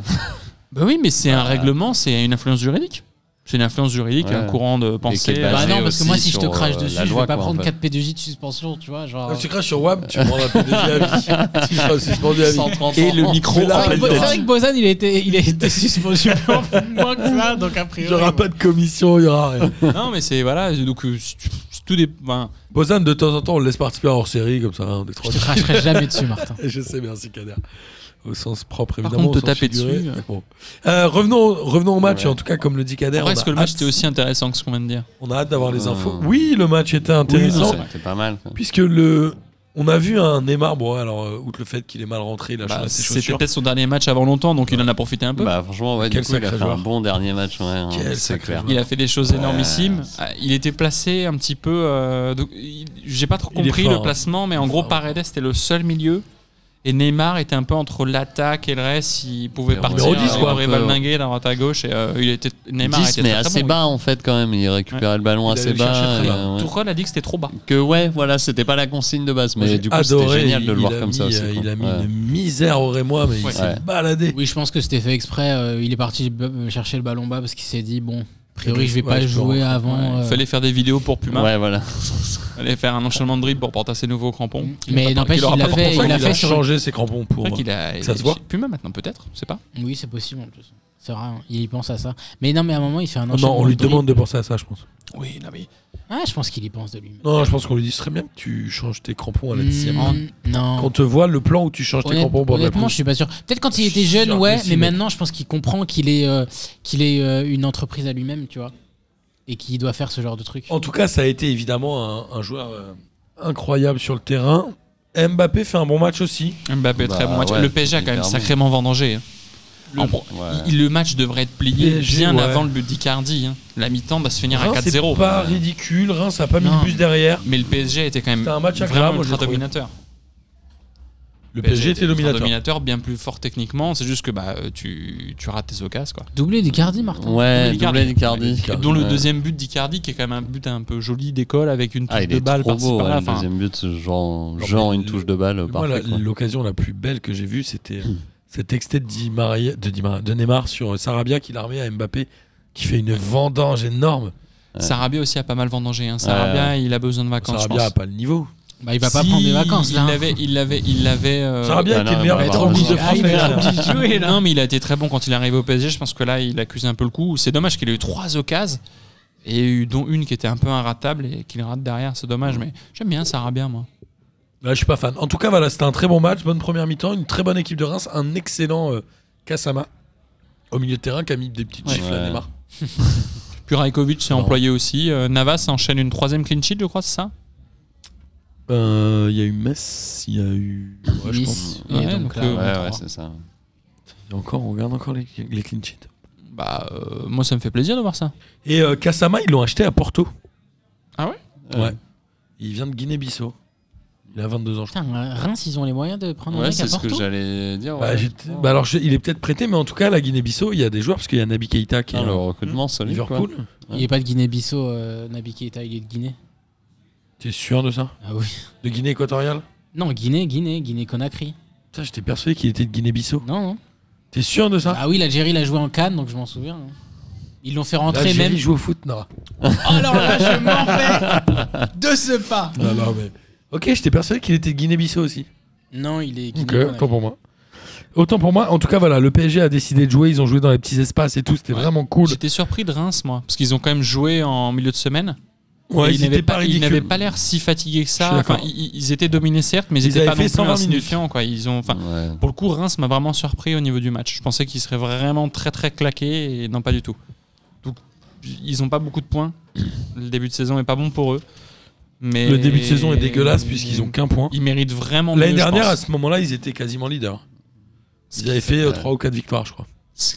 Speaker 5: Bah oui, mais c'est un règlement, c'est une influence juridique. C'est une influence juridique,
Speaker 6: Ouais.
Speaker 5: un courant de pensée.
Speaker 6: Et qui est basé-
Speaker 4: bah
Speaker 5: euh,
Speaker 6: c'est
Speaker 4: non, parce que moi,
Speaker 6: aussi
Speaker 4: si je te
Speaker 6: sur,
Speaker 4: crache
Speaker 6: euh,
Speaker 4: dessus,
Speaker 6: la
Speaker 4: je
Speaker 6: loi,
Speaker 4: vais pas
Speaker 6: quoi, en
Speaker 4: prendre
Speaker 6: fait.
Speaker 4: 4 PDJ de suspension, tu vois. Genre. euh,
Speaker 3: Ah, Tu craches sur WAB, tu prends la PDG à vie. [LAUGHS] Tu seras suspendu à vie.
Speaker 4: 130
Speaker 5: Et le
Speaker 4: ans.
Speaker 5: micro
Speaker 3: Mais là,
Speaker 5: en
Speaker 4: C'est vrai
Speaker 5: pleine
Speaker 4: que Bo- c'est vrai
Speaker 5: tête.
Speaker 4: que Bozan, il a été, il a
Speaker 3: [LAUGHS]
Speaker 4: été suspendu pour moins que ça, donc a
Speaker 3: Il
Speaker 4: priori.
Speaker 3: n'y aura pas de commission, il y aura rien.
Speaker 5: Non, mais c'est voilà, donc euh, c'est- c'est tout des. ben,
Speaker 3: Bozan, de temps en temps, on le laisse participer hors série, comme ça, on est
Speaker 4: Je
Speaker 3: trois.
Speaker 4: te cracherai jamais dessus, Martin.
Speaker 3: Et [LAUGHS] Je sais bien, c'est Kader. Au sens propre,
Speaker 5: Par
Speaker 3: évidemment.
Speaker 5: contre,
Speaker 3: au
Speaker 5: te
Speaker 3: sens
Speaker 5: taper
Speaker 3: figuré.
Speaker 5: dessus, euh.
Speaker 3: Bon. Euh, revenons, revenons au match,
Speaker 6: Ouais.
Speaker 3: en tout cas, comme le dit Kader. On
Speaker 5: Après,
Speaker 3: a,
Speaker 5: est-ce que le match
Speaker 3: hâte,
Speaker 5: était aussi intéressant que ce qu'on vient de dire
Speaker 3: on a hâte d'avoir les
Speaker 6: Euh.
Speaker 3: infos. Oui, le match était
Speaker 5: non,
Speaker 3: intéressant,
Speaker 5: c'est vrai.
Speaker 6: C'était pas mal. quoi.
Speaker 3: puisque le. On a vu un Neymar, bon, alors, euh, outre le fait qu'il est mal rentré, il a
Speaker 5: Bah,
Speaker 3: changé ses
Speaker 5: C'était
Speaker 3: chaussures.
Speaker 5: peut-être son dernier match avant longtemps, donc il en a profité un peu.
Speaker 6: Bah, franchement, ouais, du
Speaker 3: Quel
Speaker 6: coup, il a
Speaker 3: sacré
Speaker 6: fait un
Speaker 3: joueur.
Speaker 6: bon dernier match. Ouais, hein,
Speaker 3: Quel
Speaker 6: c'est
Speaker 3: sacré
Speaker 6: clair.
Speaker 3: joueur.
Speaker 5: Il a fait des choses
Speaker 6: Ouais.
Speaker 5: énormissimes. Ah, Il était placé un petit peu. euh, donc, il- J'ai pas trop
Speaker 3: Il est
Speaker 5: compris
Speaker 3: fort,
Speaker 5: le
Speaker 3: hein.
Speaker 5: placement, mais en
Speaker 3: Il est
Speaker 5: gros,
Speaker 3: fort.
Speaker 5: Paredes était le seul milieu. Et Neymar était un peu entre l'attaque et le reste. Il pouvait
Speaker 6: Numéro
Speaker 5: partir euh,
Speaker 3: 10,
Speaker 5: il
Speaker 3: quoi,
Speaker 5: aurait
Speaker 6: un peu.
Speaker 5: balbingué la droite à gauche. Et, euh, il était, Neymar
Speaker 6: 10,
Speaker 5: était
Speaker 6: mais
Speaker 5: très, très
Speaker 6: assez
Speaker 5: bon.
Speaker 6: bas en fait quand même. Il récupérait le ballon
Speaker 3: il
Speaker 6: assez
Speaker 3: allait chercher
Speaker 6: bas.
Speaker 3: très
Speaker 6: et,
Speaker 3: bas.
Speaker 6: euh, ouais.
Speaker 5: Tourelle a dit que c'était trop bas.
Speaker 6: Que ouais, voilà, c'était pas la consigne de base, mais
Speaker 3: J'ai
Speaker 6: du coup, c'était
Speaker 3: adoré,
Speaker 6: génial de le
Speaker 3: il
Speaker 6: voir
Speaker 3: a
Speaker 6: comme ça
Speaker 3: mis,
Speaker 6: aussi.
Speaker 3: euh,
Speaker 6: quoi.
Speaker 3: Il a mis
Speaker 6: Ouais.
Speaker 3: une misère au Rémois, mais
Speaker 5: Ouais.
Speaker 3: il s'est
Speaker 6: Ouais.
Speaker 3: baladé.
Speaker 4: Oui, je pense que c'était fait exprès. euh, il est parti b- chercher le ballon bas parce qu'il s'est dit, bon, a priori, je vais
Speaker 3: Ouais,
Speaker 4: pas
Speaker 3: je peux
Speaker 4: jouer
Speaker 3: rentrer.
Speaker 4: avant.
Speaker 5: Il
Speaker 4: euh,
Speaker 5: fallait faire des vidéos pour Puma.
Speaker 6: Ouais, voilà.
Speaker 5: Il fallait faire un enchaînement de dribble pour porter ses nouveaux crampons.
Speaker 4: Mais n'empêche,
Speaker 5: qu'il aura
Speaker 4: il l'a
Speaker 5: pas
Speaker 4: fait-
Speaker 5: porté.
Speaker 4: il l'a
Speaker 3: Il a
Speaker 4: fait sur
Speaker 3: changé ses crampons pour. euh,
Speaker 5: C'est vrai qu'il a-
Speaker 3: Ça se voit.
Speaker 5: Puma maintenant, peut-être. Je sais pas.
Speaker 4: Oui, c'est possible en plus. C'est vrai, hein, il y pense à ça. Mais non, mais à un moment, il fait un
Speaker 3: Oh Non,
Speaker 4: enchaînement.
Speaker 3: on lui
Speaker 4: de dribbles.
Speaker 3: demande de penser à ça, je pense.
Speaker 5: Oui, non, mais.
Speaker 4: Ah, je pense qu'il y pense de lui.
Speaker 3: Non, je pense qu'on lui dit ce serait bien que tu changes tes crampons à la
Speaker 6: Mm.
Speaker 3: dixième.
Speaker 4: Hmm, non.
Speaker 3: Qu'on te voit le plan où tu changes tes
Speaker 4: Honnête-
Speaker 3: crampons pour la
Speaker 4: honnêtement, je
Speaker 3: pousse.
Speaker 4: suis pas sûr. Peut-être quand il
Speaker 3: Je
Speaker 4: était
Speaker 3: suis
Speaker 4: jeune,
Speaker 3: sûr
Speaker 4: ouais,
Speaker 3: que si,
Speaker 4: mais
Speaker 3: mec.
Speaker 4: maintenant, je pense qu'il comprend qu'il est, euh, qu'il est euh, une entreprise à
Speaker 3: Oh.
Speaker 4: lui-même, tu vois, et qu'il doit faire ce genre de truc.
Speaker 3: En tout cas, ça a été évidemment un, un joueur euh, incroyable sur le terrain. Mbappé fait un bon match aussi.
Speaker 5: Mbappé,
Speaker 6: Bah,
Speaker 5: très bon match.
Speaker 6: ouais,
Speaker 5: le PSG a quand même
Speaker 6: clairement.
Speaker 5: sacrément vendangé. hein. En pro-
Speaker 6: Ouais.
Speaker 5: il- Le match devrait être plié
Speaker 3: PSG,
Speaker 5: bien
Speaker 3: ouais.
Speaker 5: avant le but d'Icardi. hein. La mi-temps va se finir à
Speaker 3: Reims, c'est
Speaker 5: 4-0.
Speaker 3: pas ridicule. Reims n'a pas mis
Speaker 5: Non.
Speaker 3: le bus derrière.
Speaker 5: Mais le PSG était quand même
Speaker 3: C'était un match
Speaker 5: vraiment
Speaker 3: agréable, moi,
Speaker 5: ultra
Speaker 3: j'ai trouvé.
Speaker 5: dominateur.
Speaker 3: Le PSG était
Speaker 5: ultra
Speaker 3: dominateur.
Speaker 5: bien plus fort techniquement. C'est juste que bah, euh, tu, tu rates tes occasions. Quoi.
Speaker 4: Doublé d'Icardi, Martin.
Speaker 6: Ouais,
Speaker 5: Doublé
Speaker 6: doublé d'Icardi.
Speaker 5: Et dont le
Speaker 6: Ouais.
Speaker 5: deuxième but d'Icardi, qui est quand même un but un peu joli d'école avec une touche
Speaker 6: Ah, il
Speaker 5: de
Speaker 6: est
Speaker 5: balle
Speaker 6: trop
Speaker 5: par-ci
Speaker 6: beau. ouais,
Speaker 5: par-là.
Speaker 6: le
Speaker 5: Enfin,
Speaker 6: deuxième but, genre,
Speaker 3: mais
Speaker 6: genre une
Speaker 3: le-
Speaker 6: touche de balle,
Speaker 3: Moi, la-
Speaker 6: parfait. quoi. Hmm.
Speaker 3: l'occasion la plus belle que j'ai vue, c'était euh, cet extrait de, Di Maria- de, Di Maria- de Neymar sur euh, Sarabia qu'il a remis à Mbappé, qui fait une vendange énorme.
Speaker 6: Ouais.
Speaker 5: Sarabia aussi a pas mal vendangé. Hein. Sarabia, il a besoin de vacances.
Speaker 3: Sarabia
Speaker 5: je
Speaker 3: n'a
Speaker 5: pense.
Speaker 3: pas le niveau.
Speaker 4: Bah, il va pas
Speaker 5: Si,
Speaker 4: prendre des vacances
Speaker 5: il
Speaker 4: là.
Speaker 5: l'avait- Il l'avait. Il l'avait. euh,
Speaker 3: Sarabia
Speaker 6: bah
Speaker 3: était
Speaker 6: non,
Speaker 3: le meilleur
Speaker 6: il va
Speaker 3: buteur
Speaker 6: être
Speaker 3: en Coupe
Speaker 6: obligé-
Speaker 3: de France.
Speaker 4: ah, il
Speaker 3: l'année
Speaker 4: va être
Speaker 3: dernière.
Speaker 5: [LAUGHS]
Speaker 4: obligé de jouer là.
Speaker 5: Non, mais il a été très bon quand il est arrivé au PSG. Je pense que là, il accuse un peu le coup. C'est dommage qu'il ait eu trois occasions et eu dont une qui était un peu inratable et qu'il rate derrière. C'est dommage, mais j'aime bien Sarabia, moi.
Speaker 3: Ouais, je suis pas fan. En tout cas, voilà, c'était un très bon match, bonne première mi-temps, une très bonne équipe de Reims, un excellent euh, Kassama au milieu de terrain qui a mis des petites
Speaker 5: Ouais.
Speaker 3: chiffres à
Speaker 6: Ouais.
Speaker 3: Neymar.
Speaker 5: Puis Rajkovic s'est
Speaker 3: Non.
Speaker 5: employé aussi. Euh, Navas enchaîne une troisième clean sheet, je crois, c'est ça
Speaker 3: Euh, Il y a eu Metz, il y a eu. Ouais, je pense.
Speaker 4: Nice. Et
Speaker 5: Ouais,
Speaker 4: donc
Speaker 5: donc,
Speaker 4: là,
Speaker 5: euh,
Speaker 4: on
Speaker 6: Ouais,
Speaker 4: prend.
Speaker 6: ouais, c'est ça.
Speaker 3: Et Encore, on regarde encore les, les clean sheets.
Speaker 5: Bah, euh, moi, ça me fait plaisir de voir ça.
Speaker 3: Et euh, Kassama, ils l'ont acheté à Porto.
Speaker 6: Euh,
Speaker 3: Ouais. Il vient de Guinée-Bissau. Il a 22 ans, je crois.
Speaker 4: Putain, euh, Reims, ils ont les moyens de prendre un
Speaker 6: Ouais,
Speaker 4: mec à
Speaker 6: c'est ce que
Speaker 4: Porto.
Speaker 6: j'allais dire.
Speaker 3: Bah,
Speaker 6: ouais.
Speaker 3: j'étais- bah, alors, je- il est peut-être prêté, mais en tout cas, la Guinée-Bissau, il y a des joueurs, parce qu'il y a Nabi Keita qui est
Speaker 6: Putain, le
Speaker 3: à
Speaker 6: recrutement solide. quoi.
Speaker 3: euh, Liverpool.
Speaker 4: Il est pas de Guinée-Bissau, euh, Nabi Keita, il est de Guinée.
Speaker 3: T'es sûr de ça
Speaker 4: Ah oui. [LAUGHS]
Speaker 3: De Guinée équatoriale
Speaker 4: Non, Guinée, Guinée, Guinée-Conakry.
Speaker 3: Putain, j'étais persuadé qu'il était de Guinée-Bissau.
Speaker 4: Non, non.
Speaker 3: T'es sûr de ça
Speaker 4: Ah oui, l'Algérie l'a joué en Cannes, donc je m'en souviens. hein. Ils l'ont fait rentrer
Speaker 3: L'Algérie
Speaker 4: même.
Speaker 3: joue au foot, Nora.
Speaker 4: Alors Oh, là, je m'en vais
Speaker 5: [LAUGHS]
Speaker 4: de ce pas.
Speaker 3: Non, non, mais. Ok, j'étais persuadé qu'il était de Guinée-Bissau aussi.
Speaker 4: Non, il est
Speaker 3: Ok,
Speaker 4: Guinée.
Speaker 3: autant pour moi. Autant pour moi, en tout cas, voilà, le PSG a décidé de jouer, ils ont joué dans les petits espaces et tout, c'était
Speaker 5: Ouais.
Speaker 3: vraiment cool.
Speaker 5: J'étais surpris de Reims, moi, parce qu'ils ont quand même joué en milieu de semaine.
Speaker 3: Ouais,
Speaker 5: Et ils n'avaient
Speaker 3: c'était pas
Speaker 5: pas, ils
Speaker 3: ridicule.
Speaker 5: n'avaient pas l'air si fatigués que ça.
Speaker 3: Je suis d'accord.
Speaker 5: Enfin, ils, ils étaient dominés, certes, mais ils,
Speaker 3: Ils
Speaker 5: étaient
Speaker 3: avaient
Speaker 5: pas
Speaker 3: fait
Speaker 5: non plus
Speaker 3: 120 minutes.
Speaker 5: insignifiants. Quoi. Ils ont,
Speaker 3: Mm.
Speaker 5: enfin,
Speaker 6: Ouais.
Speaker 5: Pour le coup, Reims m'a vraiment surpris au niveau du match. Je pensais qu'ils seraient vraiment très très claqués et non pas du tout. Donc, ils n'ont pas beaucoup de points. Le début de saison est pas bon pour eux. Mais Mm.
Speaker 3: Le début de saison est dégueulasse puisqu'ils ont qu'un point.
Speaker 5: Ils méritent vraiment
Speaker 3: L'année
Speaker 5: mieux, je
Speaker 3: dernière, à
Speaker 5: pense.
Speaker 3: ce moment-là, ils étaient quasiment leaders.
Speaker 6: Ce
Speaker 3: Ils
Speaker 6: qui
Speaker 3: avaient fait
Speaker 6: euh,
Speaker 3: 3 ou 4 victoires, je crois.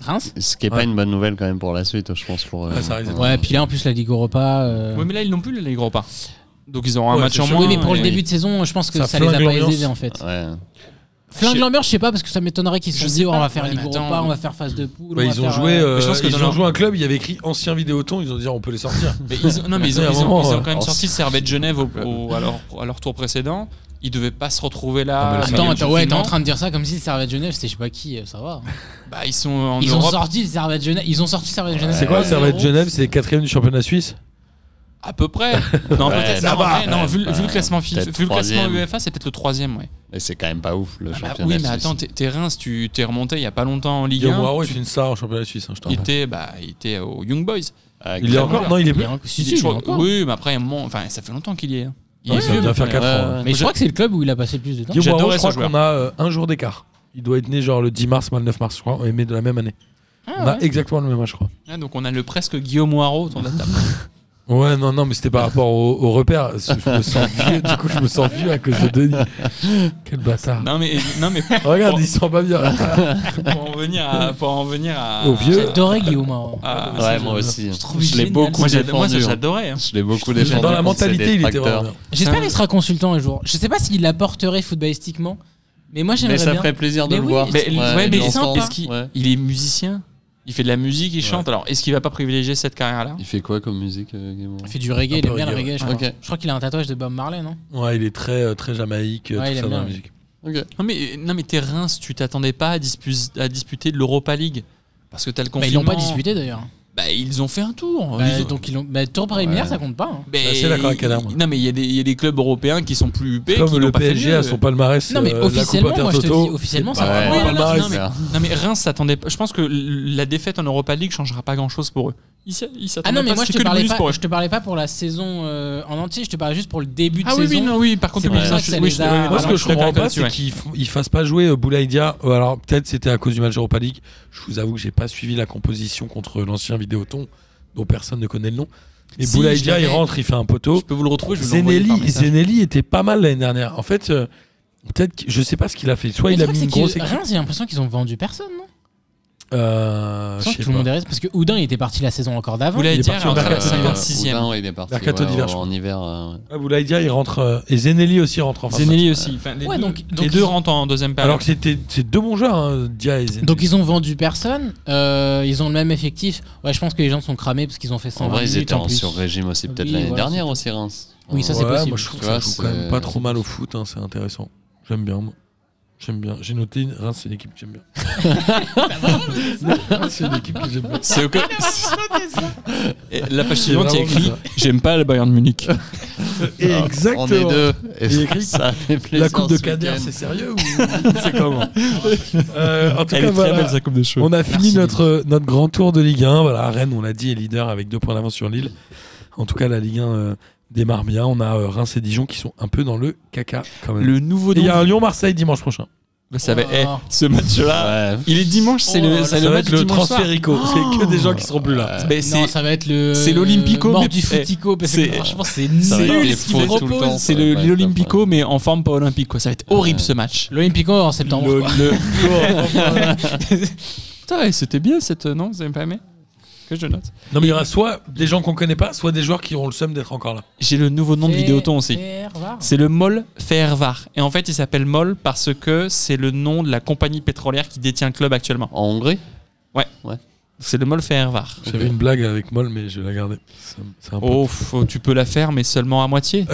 Speaker 4: Reims
Speaker 6: Ce qui est
Speaker 3: Ouais.
Speaker 6: pas une bonne nouvelle quand même pour la suite, je pense. Pour, euh,
Speaker 3: Ouais, ça risque d'être-
Speaker 4: Ouais, puis là, en plus, la Ligue Europa. euh,
Speaker 5: Ouais, mais là, ils n'ont plus les gros pas. Donc, ils auront un
Speaker 3: Ouais,
Speaker 5: match
Speaker 3: c'est
Speaker 5: en
Speaker 3: sûr.
Speaker 5: moins.
Speaker 4: Oui, mais pour
Speaker 5: et-
Speaker 4: le début de saison, je pense que ça,
Speaker 3: Ça
Speaker 4: les a
Speaker 3: flingue
Speaker 4: pas
Speaker 3: l'ambiance.
Speaker 4: aidés en fait.
Speaker 6: Ouais.
Speaker 4: Flingue
Speaker 5: Je-
Speaker 4: l'ambiance, je sais pas, parce que ça m'étonnerait qu'ils se
Speaker 5: Je
Speaker 4: soient
Speaker 5: sais
Speaker 4: dit, oh, on
Speaker 5: pas.
Speaker 4: va faire
Speaker 5: Ouais,
Speaker 4: Ligue
Speaker 5: mais attends.
Speaker 4: Europa, on va faire phase de poule. on
Speaker 3: Bah,
Speaker 4: va
Speaker 3: ils ont
Speaker 4: faire,
Speaker 3: joué.
Speaker 4: euh,
Speaker 3: euh,
Speaker 5: je pense que
Speaker 3: ils
Speaker 5: dans
Speaker 3: ont
Speaker 5: leur-
Speaker 3: joué un club. Il y avait écrit ancien vidéoton. Ils ont dit Ah, on peut les
Speaker 5: [LAUGHS]
Speaker 3: sortir.
Speaker 5: Mais ils, ont- non, mais ils ont,
Speaker 3: Il y a un
Speaker 5: ils ont-
Speaker 3: moment,
Speaker 5: ils ont
Speaker 3: ouais.
Speaker 5: quand même
Speaker 6: Alors,
Speaker 5: sorti le Servette de Genève au, au- à, leur, à leur tour précédent. Ils devaient pas se retrouver
Speaker 3: Non, mais
Speaker 5: là.
Speaker 3: là,
Speaker 4: en même
Speaker 5: Il y a
Speaker 4: temps,
Speaker 5: eu
Speaker 4: Ah, attends,
Speaker 5: le
Speaker 4: ouais, t'es en
Speaker 5: confinement.
Speaker 4: train de dire ça comme si le Servette Genève, c'était je sais pas qui, euh, ça va.
Speaker 5: Bah, ils sont en
Speaker 4: ils ont
Speaker 5: Europe
Speaker 4: sorti le Servette Genève. Ils ont sorti le Servette Genève.
Speaker 3: C'est quoi ça va
Speaker 5: Bah,
Speaker 3: être Genève C'est quatrième du championnat suisse.
Speaker 5: à peu près. Non,
Speaker 6: Ouais,
Speaker 5: peut-être
Speaker 6: ça
Speaker 5: non,
Speaker 6: va.
Speaker 5: ouais, non, vu, le- vu le
Speaker 6: Ouais,
Speaker 5: classement FIFA,
Speaker 6: peut-être
Speaker 5: vu le classement
Speaker 6: troisième.
Speaker 5: UEFA, c'est peut-être le troisième, ouais.
Speaker 6: Mais c'est quand même pas ouf le
Speaker 5: Ah bah
Speaker 6: championnat.
Speaker 5: oui, mais
Speaker 6: suisse.
Speaker 5: attends, t'es- t'es Reims, tu t'es remonté il y a pas longtemps en Ligue
Speaker 3: Guillaume
Speaker 5: 1.
Speaker 3: Warwick, c'est une star en championnat suisse. hein, je te
Speaker 5: Il
Speaker 3: rappelle.
Speaker 5: était, bah, il était au Young Boys.
Speaker 6: Ah,
Speaker 3: Il est
Speaker 6: crème.
Speaker 3: encore Non, il est plus.
Speaker 4: Si, si,
Speaker 5: Il- je
Speaker 4: il est
Speaker 5: crois-
Speaker 4: encore.
Speaker 5: oui, mais après, bon, enfin, ça fait longtemps qu'il y est. hein. Il
Speaker 3: Ouais,
Speaker 5: est
Speaker 3: ça
Speaker 5: vieux,
Speaker 3: doit
Speaker 5: mais-
Speaker 3: faire quatre
Speaker 6: Ouais,
Speaker 3: ans, hein.
Speaker 6: ouais.
Speaker 4: Mais je crois que c'est le club où il a passé le plus de temps.
Speaker 3: Guillaume
Speaker 5: J'adorais
Speaker 3: Warwick, je
Speaker 5: ce
Speaker 3: crois
Speaker 5: joueur.
Speaker 3: qu'on a euh, un jour d'écart. Il doit être né genre le 10 mars, moi le 9 mars, je crois, et mais de la même année.
Speaker 4: Ah
Speaker 3: on a exactement le même âge, je crois.
Speaker 5: Ah, donc on a le presque Guillaume Moirot autour de la table.
Speaker 3: Ouais, non, non, mais c'était par rapport au, au repère. Je me sens vieux, du coup, je me sens vieux à cause de Denis. Quel bâtard.
Speaker 5: [LAUGHS] non, mais, non, mais
Speaker 3: Regarde, il sent pas bien.
Speaker 5: pour en venir à. Pour en venir à
Speaker 3: Au vieux.
Speaker 4: Ah, J'adorais Guillaume. hein.
Speaker 5: à-
Speaker 6: Ouais, moi aussi.
Speaker 4: trouve
Speaker 6: Je l'ai
Speaker 4: génial.
Speaker 6: beaucoup
Speaker 5: moi, j'ad-
Speaker 6: défendu.
Speaker 5: moi, ça,
Speaker 6: hein.
Speaker 5: j'adorais. hein.
Speaker 6: Je l'ai beaucoup
Speaker 5: Dans
Speaker 6: défendu.
Speaker 3: Dans la
Speaker 6: contre
Speaker 3: mentalité,
Speaker 6: ces
Speaker 3: il était
Speaker 6: détracteurs.
Speaker 3: vraiment bien.
Speaker 4: J'espère
Speaker 5: Ça-
Speaker 4: qu'il sera consultant un jour. Je sais pas s'il l'apporterait footballistiquement, mais moi j'aimerais
Speaker 6: Mais ça
Speaker 4: bien.
Speaker 6: ferait plaisir de
Speaker 4: Mais
Speaker 6: le
Speaker 4: oui,
Speaker 6: voir.
Speaker 5: Mais, ouais,
Speaker 6: de
Speaker 5: mais
Speaker 6: l'entendre.
Speaker 5: est-ce qu'il
Speaker 6: Ouais.
Speaker 5: il est musicien Il fait de la musique, il chante. Alors, est-ce qu'il va pas privilégier cette carrière-là
Speaker 6: Il fait quoi comme musique, euh, Guillaume
Speaker 4: Il fait du reggae,
Speaker 3: Un
Speaker 4: il
Speaker 3: peu
Speaker 4: aime bien le
Speaker 3: reggae,
Speaker 4: reggae. Je crois,
Speaker 6: Ok.
Speaker 4: Je crois qu'il a un tatouage de Bob Marley, non
Speaker 3: Ouais, il est très, euh, très jamaïque, euh,
Speaker 4: Ouais, il
Speaker 3: tout ça
Speaker 4: aime
Speaker 3: dans
Speaker 4: bien,
Speaker 3: la
Speaker 4: ouais.
Speaker 3: musique.
Speaker 6: Ok.
Speaker 5: Non mais, non mais t'es Reims, tu t'attendais pas à, dispu- à disputer de l'Europa League parce que t'as le
Speaker 4: Bah, Ils
Speaker 5: confinement.
Speaker 4: l'ont pas disputé d'ailleurs.
Speaker 5: Bah, ils ont fait un tour.
Speaker 4: Bah,
Speaker 5: Ils ont-
Speaker 4: donc ils l'ont. Bah, tour préliminaire,
Speaker 6: Ouais.
Speaker 4: ça compte pas. hein.
Speaker 5: Mais-
Speaker 3: assez d'accord avec Adam.
Speaker 5: Non mais il y, a des- il y a des clubs européens qui sont plus huppés. qui
Speaker 3: Comme
Speaker 5: n'ont
Speaker 3: le
Speaker 5: pas fait
Speaker 3: PSG
Speaker 5: mieux.
Speaker 3: à son palmarès.
Speaker 4: Non, mais
Speaker 3: euh, la Coupe
Speaker 4: officiellement, moi, je te
Speaker 3: Intertoto,
Speaker 4: dis, officiellement,
Speaker 3: c'est
Speaker 4: ça
Speaker 3: pas
Speaker 6: va
Speaker 3: un
Speaker 6: pas.
Speaker 3: bon
Speaker 6: Ouais,
Speaker 5: non,
Speaker 3: palmarès.
Speaker 5: non, mais- Non mais Reims s'attendait. pas- Je pense que l- la défaite en Europa League changera pas grand chose pour eux. Ils s- ils
Speaker 4: Ah
Speaker 5: s'attendaient
Speaker 4: non, mais
Speaker 5: pas,
Speaker 4: moi je
Speaker 5: c'est
Speaker 4: te
Speaker 5: que du
Speaker 4: parlais
Speaker 5: bonus
Speaker 4: pas.
Speaker 5: pour eux.
Speaker 4: Je te parlais pas pour la saison euh, en entier. Je te parlais juste pour le début de
Speaker 5: Ah oui,
Speaker 4: saison.
Speaker 5: oui, non, oui. Par contre,
Speaker 4: C'est
Speaker 5: oui,
Speaker 4: pour ça que
Speaker 5: je-
Speaker 4: ça
Speaker 5: oui,
Speaker 4: les
Speaker 5: je-
Speaker 4: a-
Speaker 5: oui,
Speaker 4: Ah,
Speaker 3: Moi, ce
Speaker 5: non,
Speaker 3: que
Speaker 5: je
Speaker 3: je
Speaker 5: suis d'accord
Speaker 3: comprends pas,
Speaker 5: là-dessus,
Speaker 3: c'est
Speaker 5: ouais.
Speaker 3: qu'ils f- ils fassent pas jouer euh, Boulaïdia. Euh, Alors, peut-être c'était à cause du match Europa League. Je vous avoue que j'ai pas suivi la composition contre l'ancien Vidéoton, dont personne ne connaît le nom. Et
Speaker 5: Si,
Speaker 3: Boulaïdia,
Speaker 5: je
Speaker 3: il
Speaker 5: l'avais.
Speaker 3: rentre, il fait un poteau.
Speaker 5: Je peux vous le retrouver, je vais vous l'envoyer par
Speaker 3: Zenelli,
Speaker 5: message.
Speaker 3: Zenelli était pas mal l'année dernière. En fait, euh, peut-être, que- je sais pas ce qu'il a fait. Soit
Speaker 4: Mais
Speaker 3: il
Speaker 4: le
Speaker 3: a
Speaker 4: truc,
Speaker 3: mis
Speaker 4: c'est
Speaker 3: une
Speaker 4: qu'ils-
Speaker 3: grosse équipe.
Speaker 4: Reims, j'ai l'impression qu'ils ont vendu personne, non
Speaker 3: Euh,
Speaker 4: Je
Speaker 3: je
Speaker 4: sens que
Speaker 3: sais
Speaker 4: tout le monde
Speaker 3: pas.
Speaker 4: est resté. Parce que Oudin, il était parti la saison encore d'avant.
Speaker 5: Boulaye
Speaker 3: Il est
Speaker 5: Dia
Speaker 3: parti
Speaker 5: est en
Speaker 3: au
Speaker 5: train de
Speaker 3: mercato d'hiver.
Speaker 5: 56e.
Speaker 6: Oudin, il est parti
Speaker 3: Mercato
Speaker 6: ouais,
Speaker 3: d'hiver,
Speaker 6: en,
Speaker 3: je crois.
Speaker 6: en hiver. euh, ouais.
Speaker 3: Ah, Boulaïdia, il rentre. euh, et Zenelli aussi rentre en fin de match.
Speaker 5: Zenelli aussi. Enfin, euh, les
Speaker 4: Ouais,
Speaker 5: deux,
Speaker 4: donc-
Speaker 5: les
Speaker 4: donc
Speaker 5: deux
Speaker 4: ils-
Speaker 5: rentrent en deuxième période.
Speaker 3: Alors que c'était c'est deux bons joueurs, hein, Dia et Zenelli.
Speaker 4: Donc ils ont vendu personne, euh, ils ont le même effectif. Ouais, je pense que les gens sont cramés parce qu'ils ont fait 120
Speaker 6: En vrai, ils
Speaker 4: minutes
Speaker 6: étaient en
Speaker 4: plus.
Speaker 6: sur-régime aussi, peut-être
Speaker 4: Oui,
Speaker 6: l'année
Speaker 4: voilà,
Speaker 6: dernière aussi, Reims.
Speaker 4: Oui, ça, c'est
Speaker 3: Ouais,
Speaker 4: possible.
Speaker 3: Moi, je trouve que
Speaker 6: Tu
Speaker 3: ça
Speaker 6: vois,
Speaker 3: joue
Speaker 6: c'est-
Speaker 3: quand même pas trop mal au foot. hein, c'est intéressant. J'aime bien. moi. J'aime bien. J'ai noté Reims, c'est une équipe que
Speaker 6: [LAUGHS]
Speaker 3: j'aime bien. Reims, c'est une équipe que j'aime
Speaker 6: Ah,
Speaker 3: bien.
Speaker 5: C'est ok. Et la page suivante, il y a
Speaker 3: vraiment
Speaker 5: écrit
Speaker 3: bizarre.
Speaker 5: J'aime pas le Bayern de Munich.
Speaker 3: Et
Speaker 6: Alors,
Speaker 3: exactement.
Speaker 6: On est deux. Et
Speaker 3: Il écrit
Speaker 6: ça fait plaisir.
Speaker 3: La coupe de
Speaker 6: ce
Speaker 3: Kader,
Speaker 6: week-end.
Speaker 3: c'est sérieux ou [LAUGHS] c'est comment Euh, En tout
Speaker 5: Elle
Speaker 3: cas,
Speaker 5: est très
Speaker 3: voilà.
Speaker 5: belle, sa coupe de cheveux.
Speaker 3: On a fini
Speaker 5: Merci,
Speaker 3: notre, euh, notre grand tour de Ligue 1. Voilà, Rennes, on l'a dit, est leader avec deux points d'avance sur Lille. En tout cas, la Ligue 1 euh, démarre bien. On a euh, Reims et Dijon qui sont un peu dans le caca quand même.
Speaker 5: Le nouveau
Speaker 3: Et Il y a
Speaker 5: nom.
Speaker 3: un Ah. Lyon-Marseille dimanche prochain.
Speaker 5: Bah, ça va-
Speaker 4: Oh.
Speaker 5: eh, ce match-là.
Speaker 6: Ouais.
Speaker 5: Il est dimanche, c'est
Speaker 4: Oh là
Speaker 5: le,
Speaker 4: là,
Speaker 5: c'est
Speaker 3: Ça
Speaker 5: le
Speaker 3: va
Speaker 5: match
Speaker 3: être le Oh.
Speaker 5: dimanche soir.
Speaker 3: transférico. C'est que des gens qui seront plus là.
Speaker 5: Mais
Speaker 4: Non,
Speaker 5: c'est-
Speaker 4: ça va être le.
Speaker 5: c'est l'Olympico,
Speaker 4: Mort
Speaker 5: mais-
Speaker 4: du Foutico. Parce que
Speaker 5: c'est-
Speaker 4: franchement, c'est
Speaker 6: Ça va être
Speaker 4: nul
Speaker 6: des
Speaker 4: ce qu'il
Speaker 6: faux tout le
Speaker 4: propose.
Speaker 6: temps.
Speaker 5: c'est
Speaker 6: ça
Speaker 5: le-
Speaker 6: va être
Speaker 5: l'Olympico, mais en forme pas olympique. Quoi. Ça va être horrible ce match.
Speaker 4: L'Olympico en septembre.
Speaker 5: Le-
Speaker 4: quoi.
Speaker 5: le- [LAUGHS]
Speaker 3: [LAUGHS]
Speaker 5: Putain, ouais, c'était bien cette. euh, Non, vous avez pas aimé Que je note.
Speaker 3: Non, mais il y aura soit des gens qu'on connaît pas, soit des joueurs qui auront le seum d'être encore là.
Speaker 5: J'ai le nouveau nom de Vidéoton aussi.
Speaker 4: Et- et revoir.
Speaker 5: C'est le MOL Fervar. Et en fait, il s'appelle MOL parce que c'est le nom de la compagnie pétrolière qui détient le club actuellement.
Speaker 6: En Hongrie
Speaker 5: C'est le MOL Fervar.
Speaker 3: J'avais une blague avec Moll, mais je vais la garder. C'est un- c'est un peu-
Speaker 5: Oh, faut- tu peux la faire, mais seulement
Speaker 3: [LAUGHS]
Speaker 5: à moitié.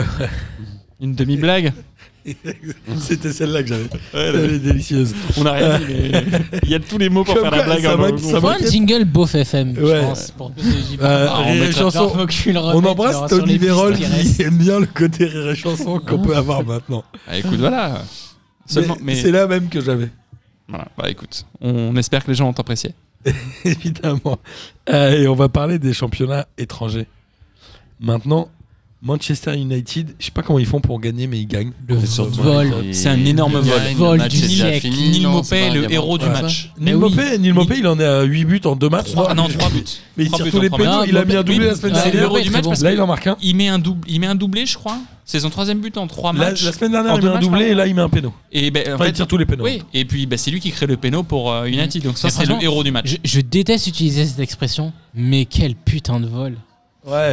Speaker 5: Une demi-blague
Speaker 3: C'était celle-là que j'avais. [LAUGHS] Elle est délicieuse.
Speaker 5: On n'a rien dit, mais il y a tous les mots pour
Speaker 3: Comme
Speaker 5: faire la
Speaker 3: quoi,
Speaker 5: blague.
Speaker 3: ça
Speaker 5: hein,
Speaker 3: va-
Speaker 5: dans le
Speaker 3: ça
Speaker 5: groupe.
Speaker 4: Faut un
Speaker 3: m'inquiète.
Speaker 4: jingle beauf FM,
Speaker 3: Ouais.
Speaker 4: je pense. Pour PSG.
Speaker 3: Euh,
Speaker 5: Ah, on
Speaker 3: Rire et
Speaker 5: mettra-
Speaker 3: chanson.
Speaker 4: Faut que tu le
Speaker 3: On
Speaker 4: remette,
Speaker 3: embrasse
Speaker 4: genre, sur les
Speaker 3: Tony
Speaker 4: pistes
Speaker 3: Vérol
Speaker 4: qui
Speaker 3: qui
Speaker 4: restent.
Speaker 3: aime bien le côté rire et chanson qu'on peut avoir maintenant.
Speaker 5: Ah, écoute, voilà. Seulement,
Speaker 3: Hein Mais
Speaker 5: mais,
Speaker 3: C'est là même que j'avais. [LAUGHS]
Speaker 5: voilà. Bah, écoute, on espère que les gens ont apprécié.
Speaker 3: évidemment. Euh, et on va parler des championnats étrangers. Maintenant, Manchester United, je sais pas comment ils font pour gagner, mais ils gagnent.
Speaker 4: Le vol.
Speaker 6: Et-
Speaker 5: C'est un énorme
Speaker 6: Le
Speaker 5: vol.
Speaker 6: gagne,
Speaker 4: Vol
Speaker 6: match
Speaker 4: du
Speaker 6: est déjà
Speaker 4: siècle.
Speaker 6: fini,
Speaker 5: Neil
Speaker 6: non,
Speaker 5: Mopé,
Speaker 6: c'est pas un
Speaker 5: le
Speaker 6: diamant.
Speaker 5: héros du
Speaker 4: Ouais.
Speaker 5: match.
Speaker 3: Neil
Speaker 4: Mais oui.
Speaker 3: Mopé, Neil Mopé, il en est à 8 buts en 2 matchs.
Speaker 5: Bah Trois- ah non, 3 buts.
Speaker 3: mais il
Speaker 5: Trois
Speaker 3: tire
Speaker 5: buts
Speaker 3: tous
Speaker 5: en
Speaker 3: les
Speaker 5: trois matchs.
Speaker 3: pénaux.
Speaker 4: matchs.
Speaker 3: Il a
Speaker 4: Ah,
Speaker 3: mis un
Speaker 4: Mopé-
Speaker 3: doublé Ah, la semaine
Speaker 4: Ah,
Speaker 5: C'est
Speaker 4: Mopé
Speaker 5: le
Speaker 3: dernière.
Speaker 5: héros
Speaker 4: est
Speaker 5: du
Speaker 4: très
Speaker 5: match
Speaker 4: bon.
Speaker 5: parce
Speaker 3: Là,
Speaker 5: que
Speaker 3: il en marque un.
Speaker 5: il met un double, il met un doublé, je crois. C'est son troisième but en trois
Speaker 3: La, la
Speaker 5: matchs.
Speaker 3: semaine dernière,
Speaker 5: En
Speaker 3: il
Speaker 5: deux
Speaker 3: met un
Speaker 5: matchs,
Speaker 3: doublé
Speaker 5: pardon.
Speaker 3: et là, il met un péno.
Speaker 5: Et ben, en
Speaker 3: Enfin, il
Speaker 5: fait,
Speaker 3: tire tous les pénaux.
Speaker 5: oui. Et puis, bah, c'est lui qui crée le péno pour euh, United. Donc ça,
Speaker 4: Mais
Speaker 5: c'est le
Speaker 4: franchement,
Speaker 5: héros du match.
Speaker 4: Je, je déteste utiliser cette expression, mais quel putain de vol.
Speaker 3: Ouais,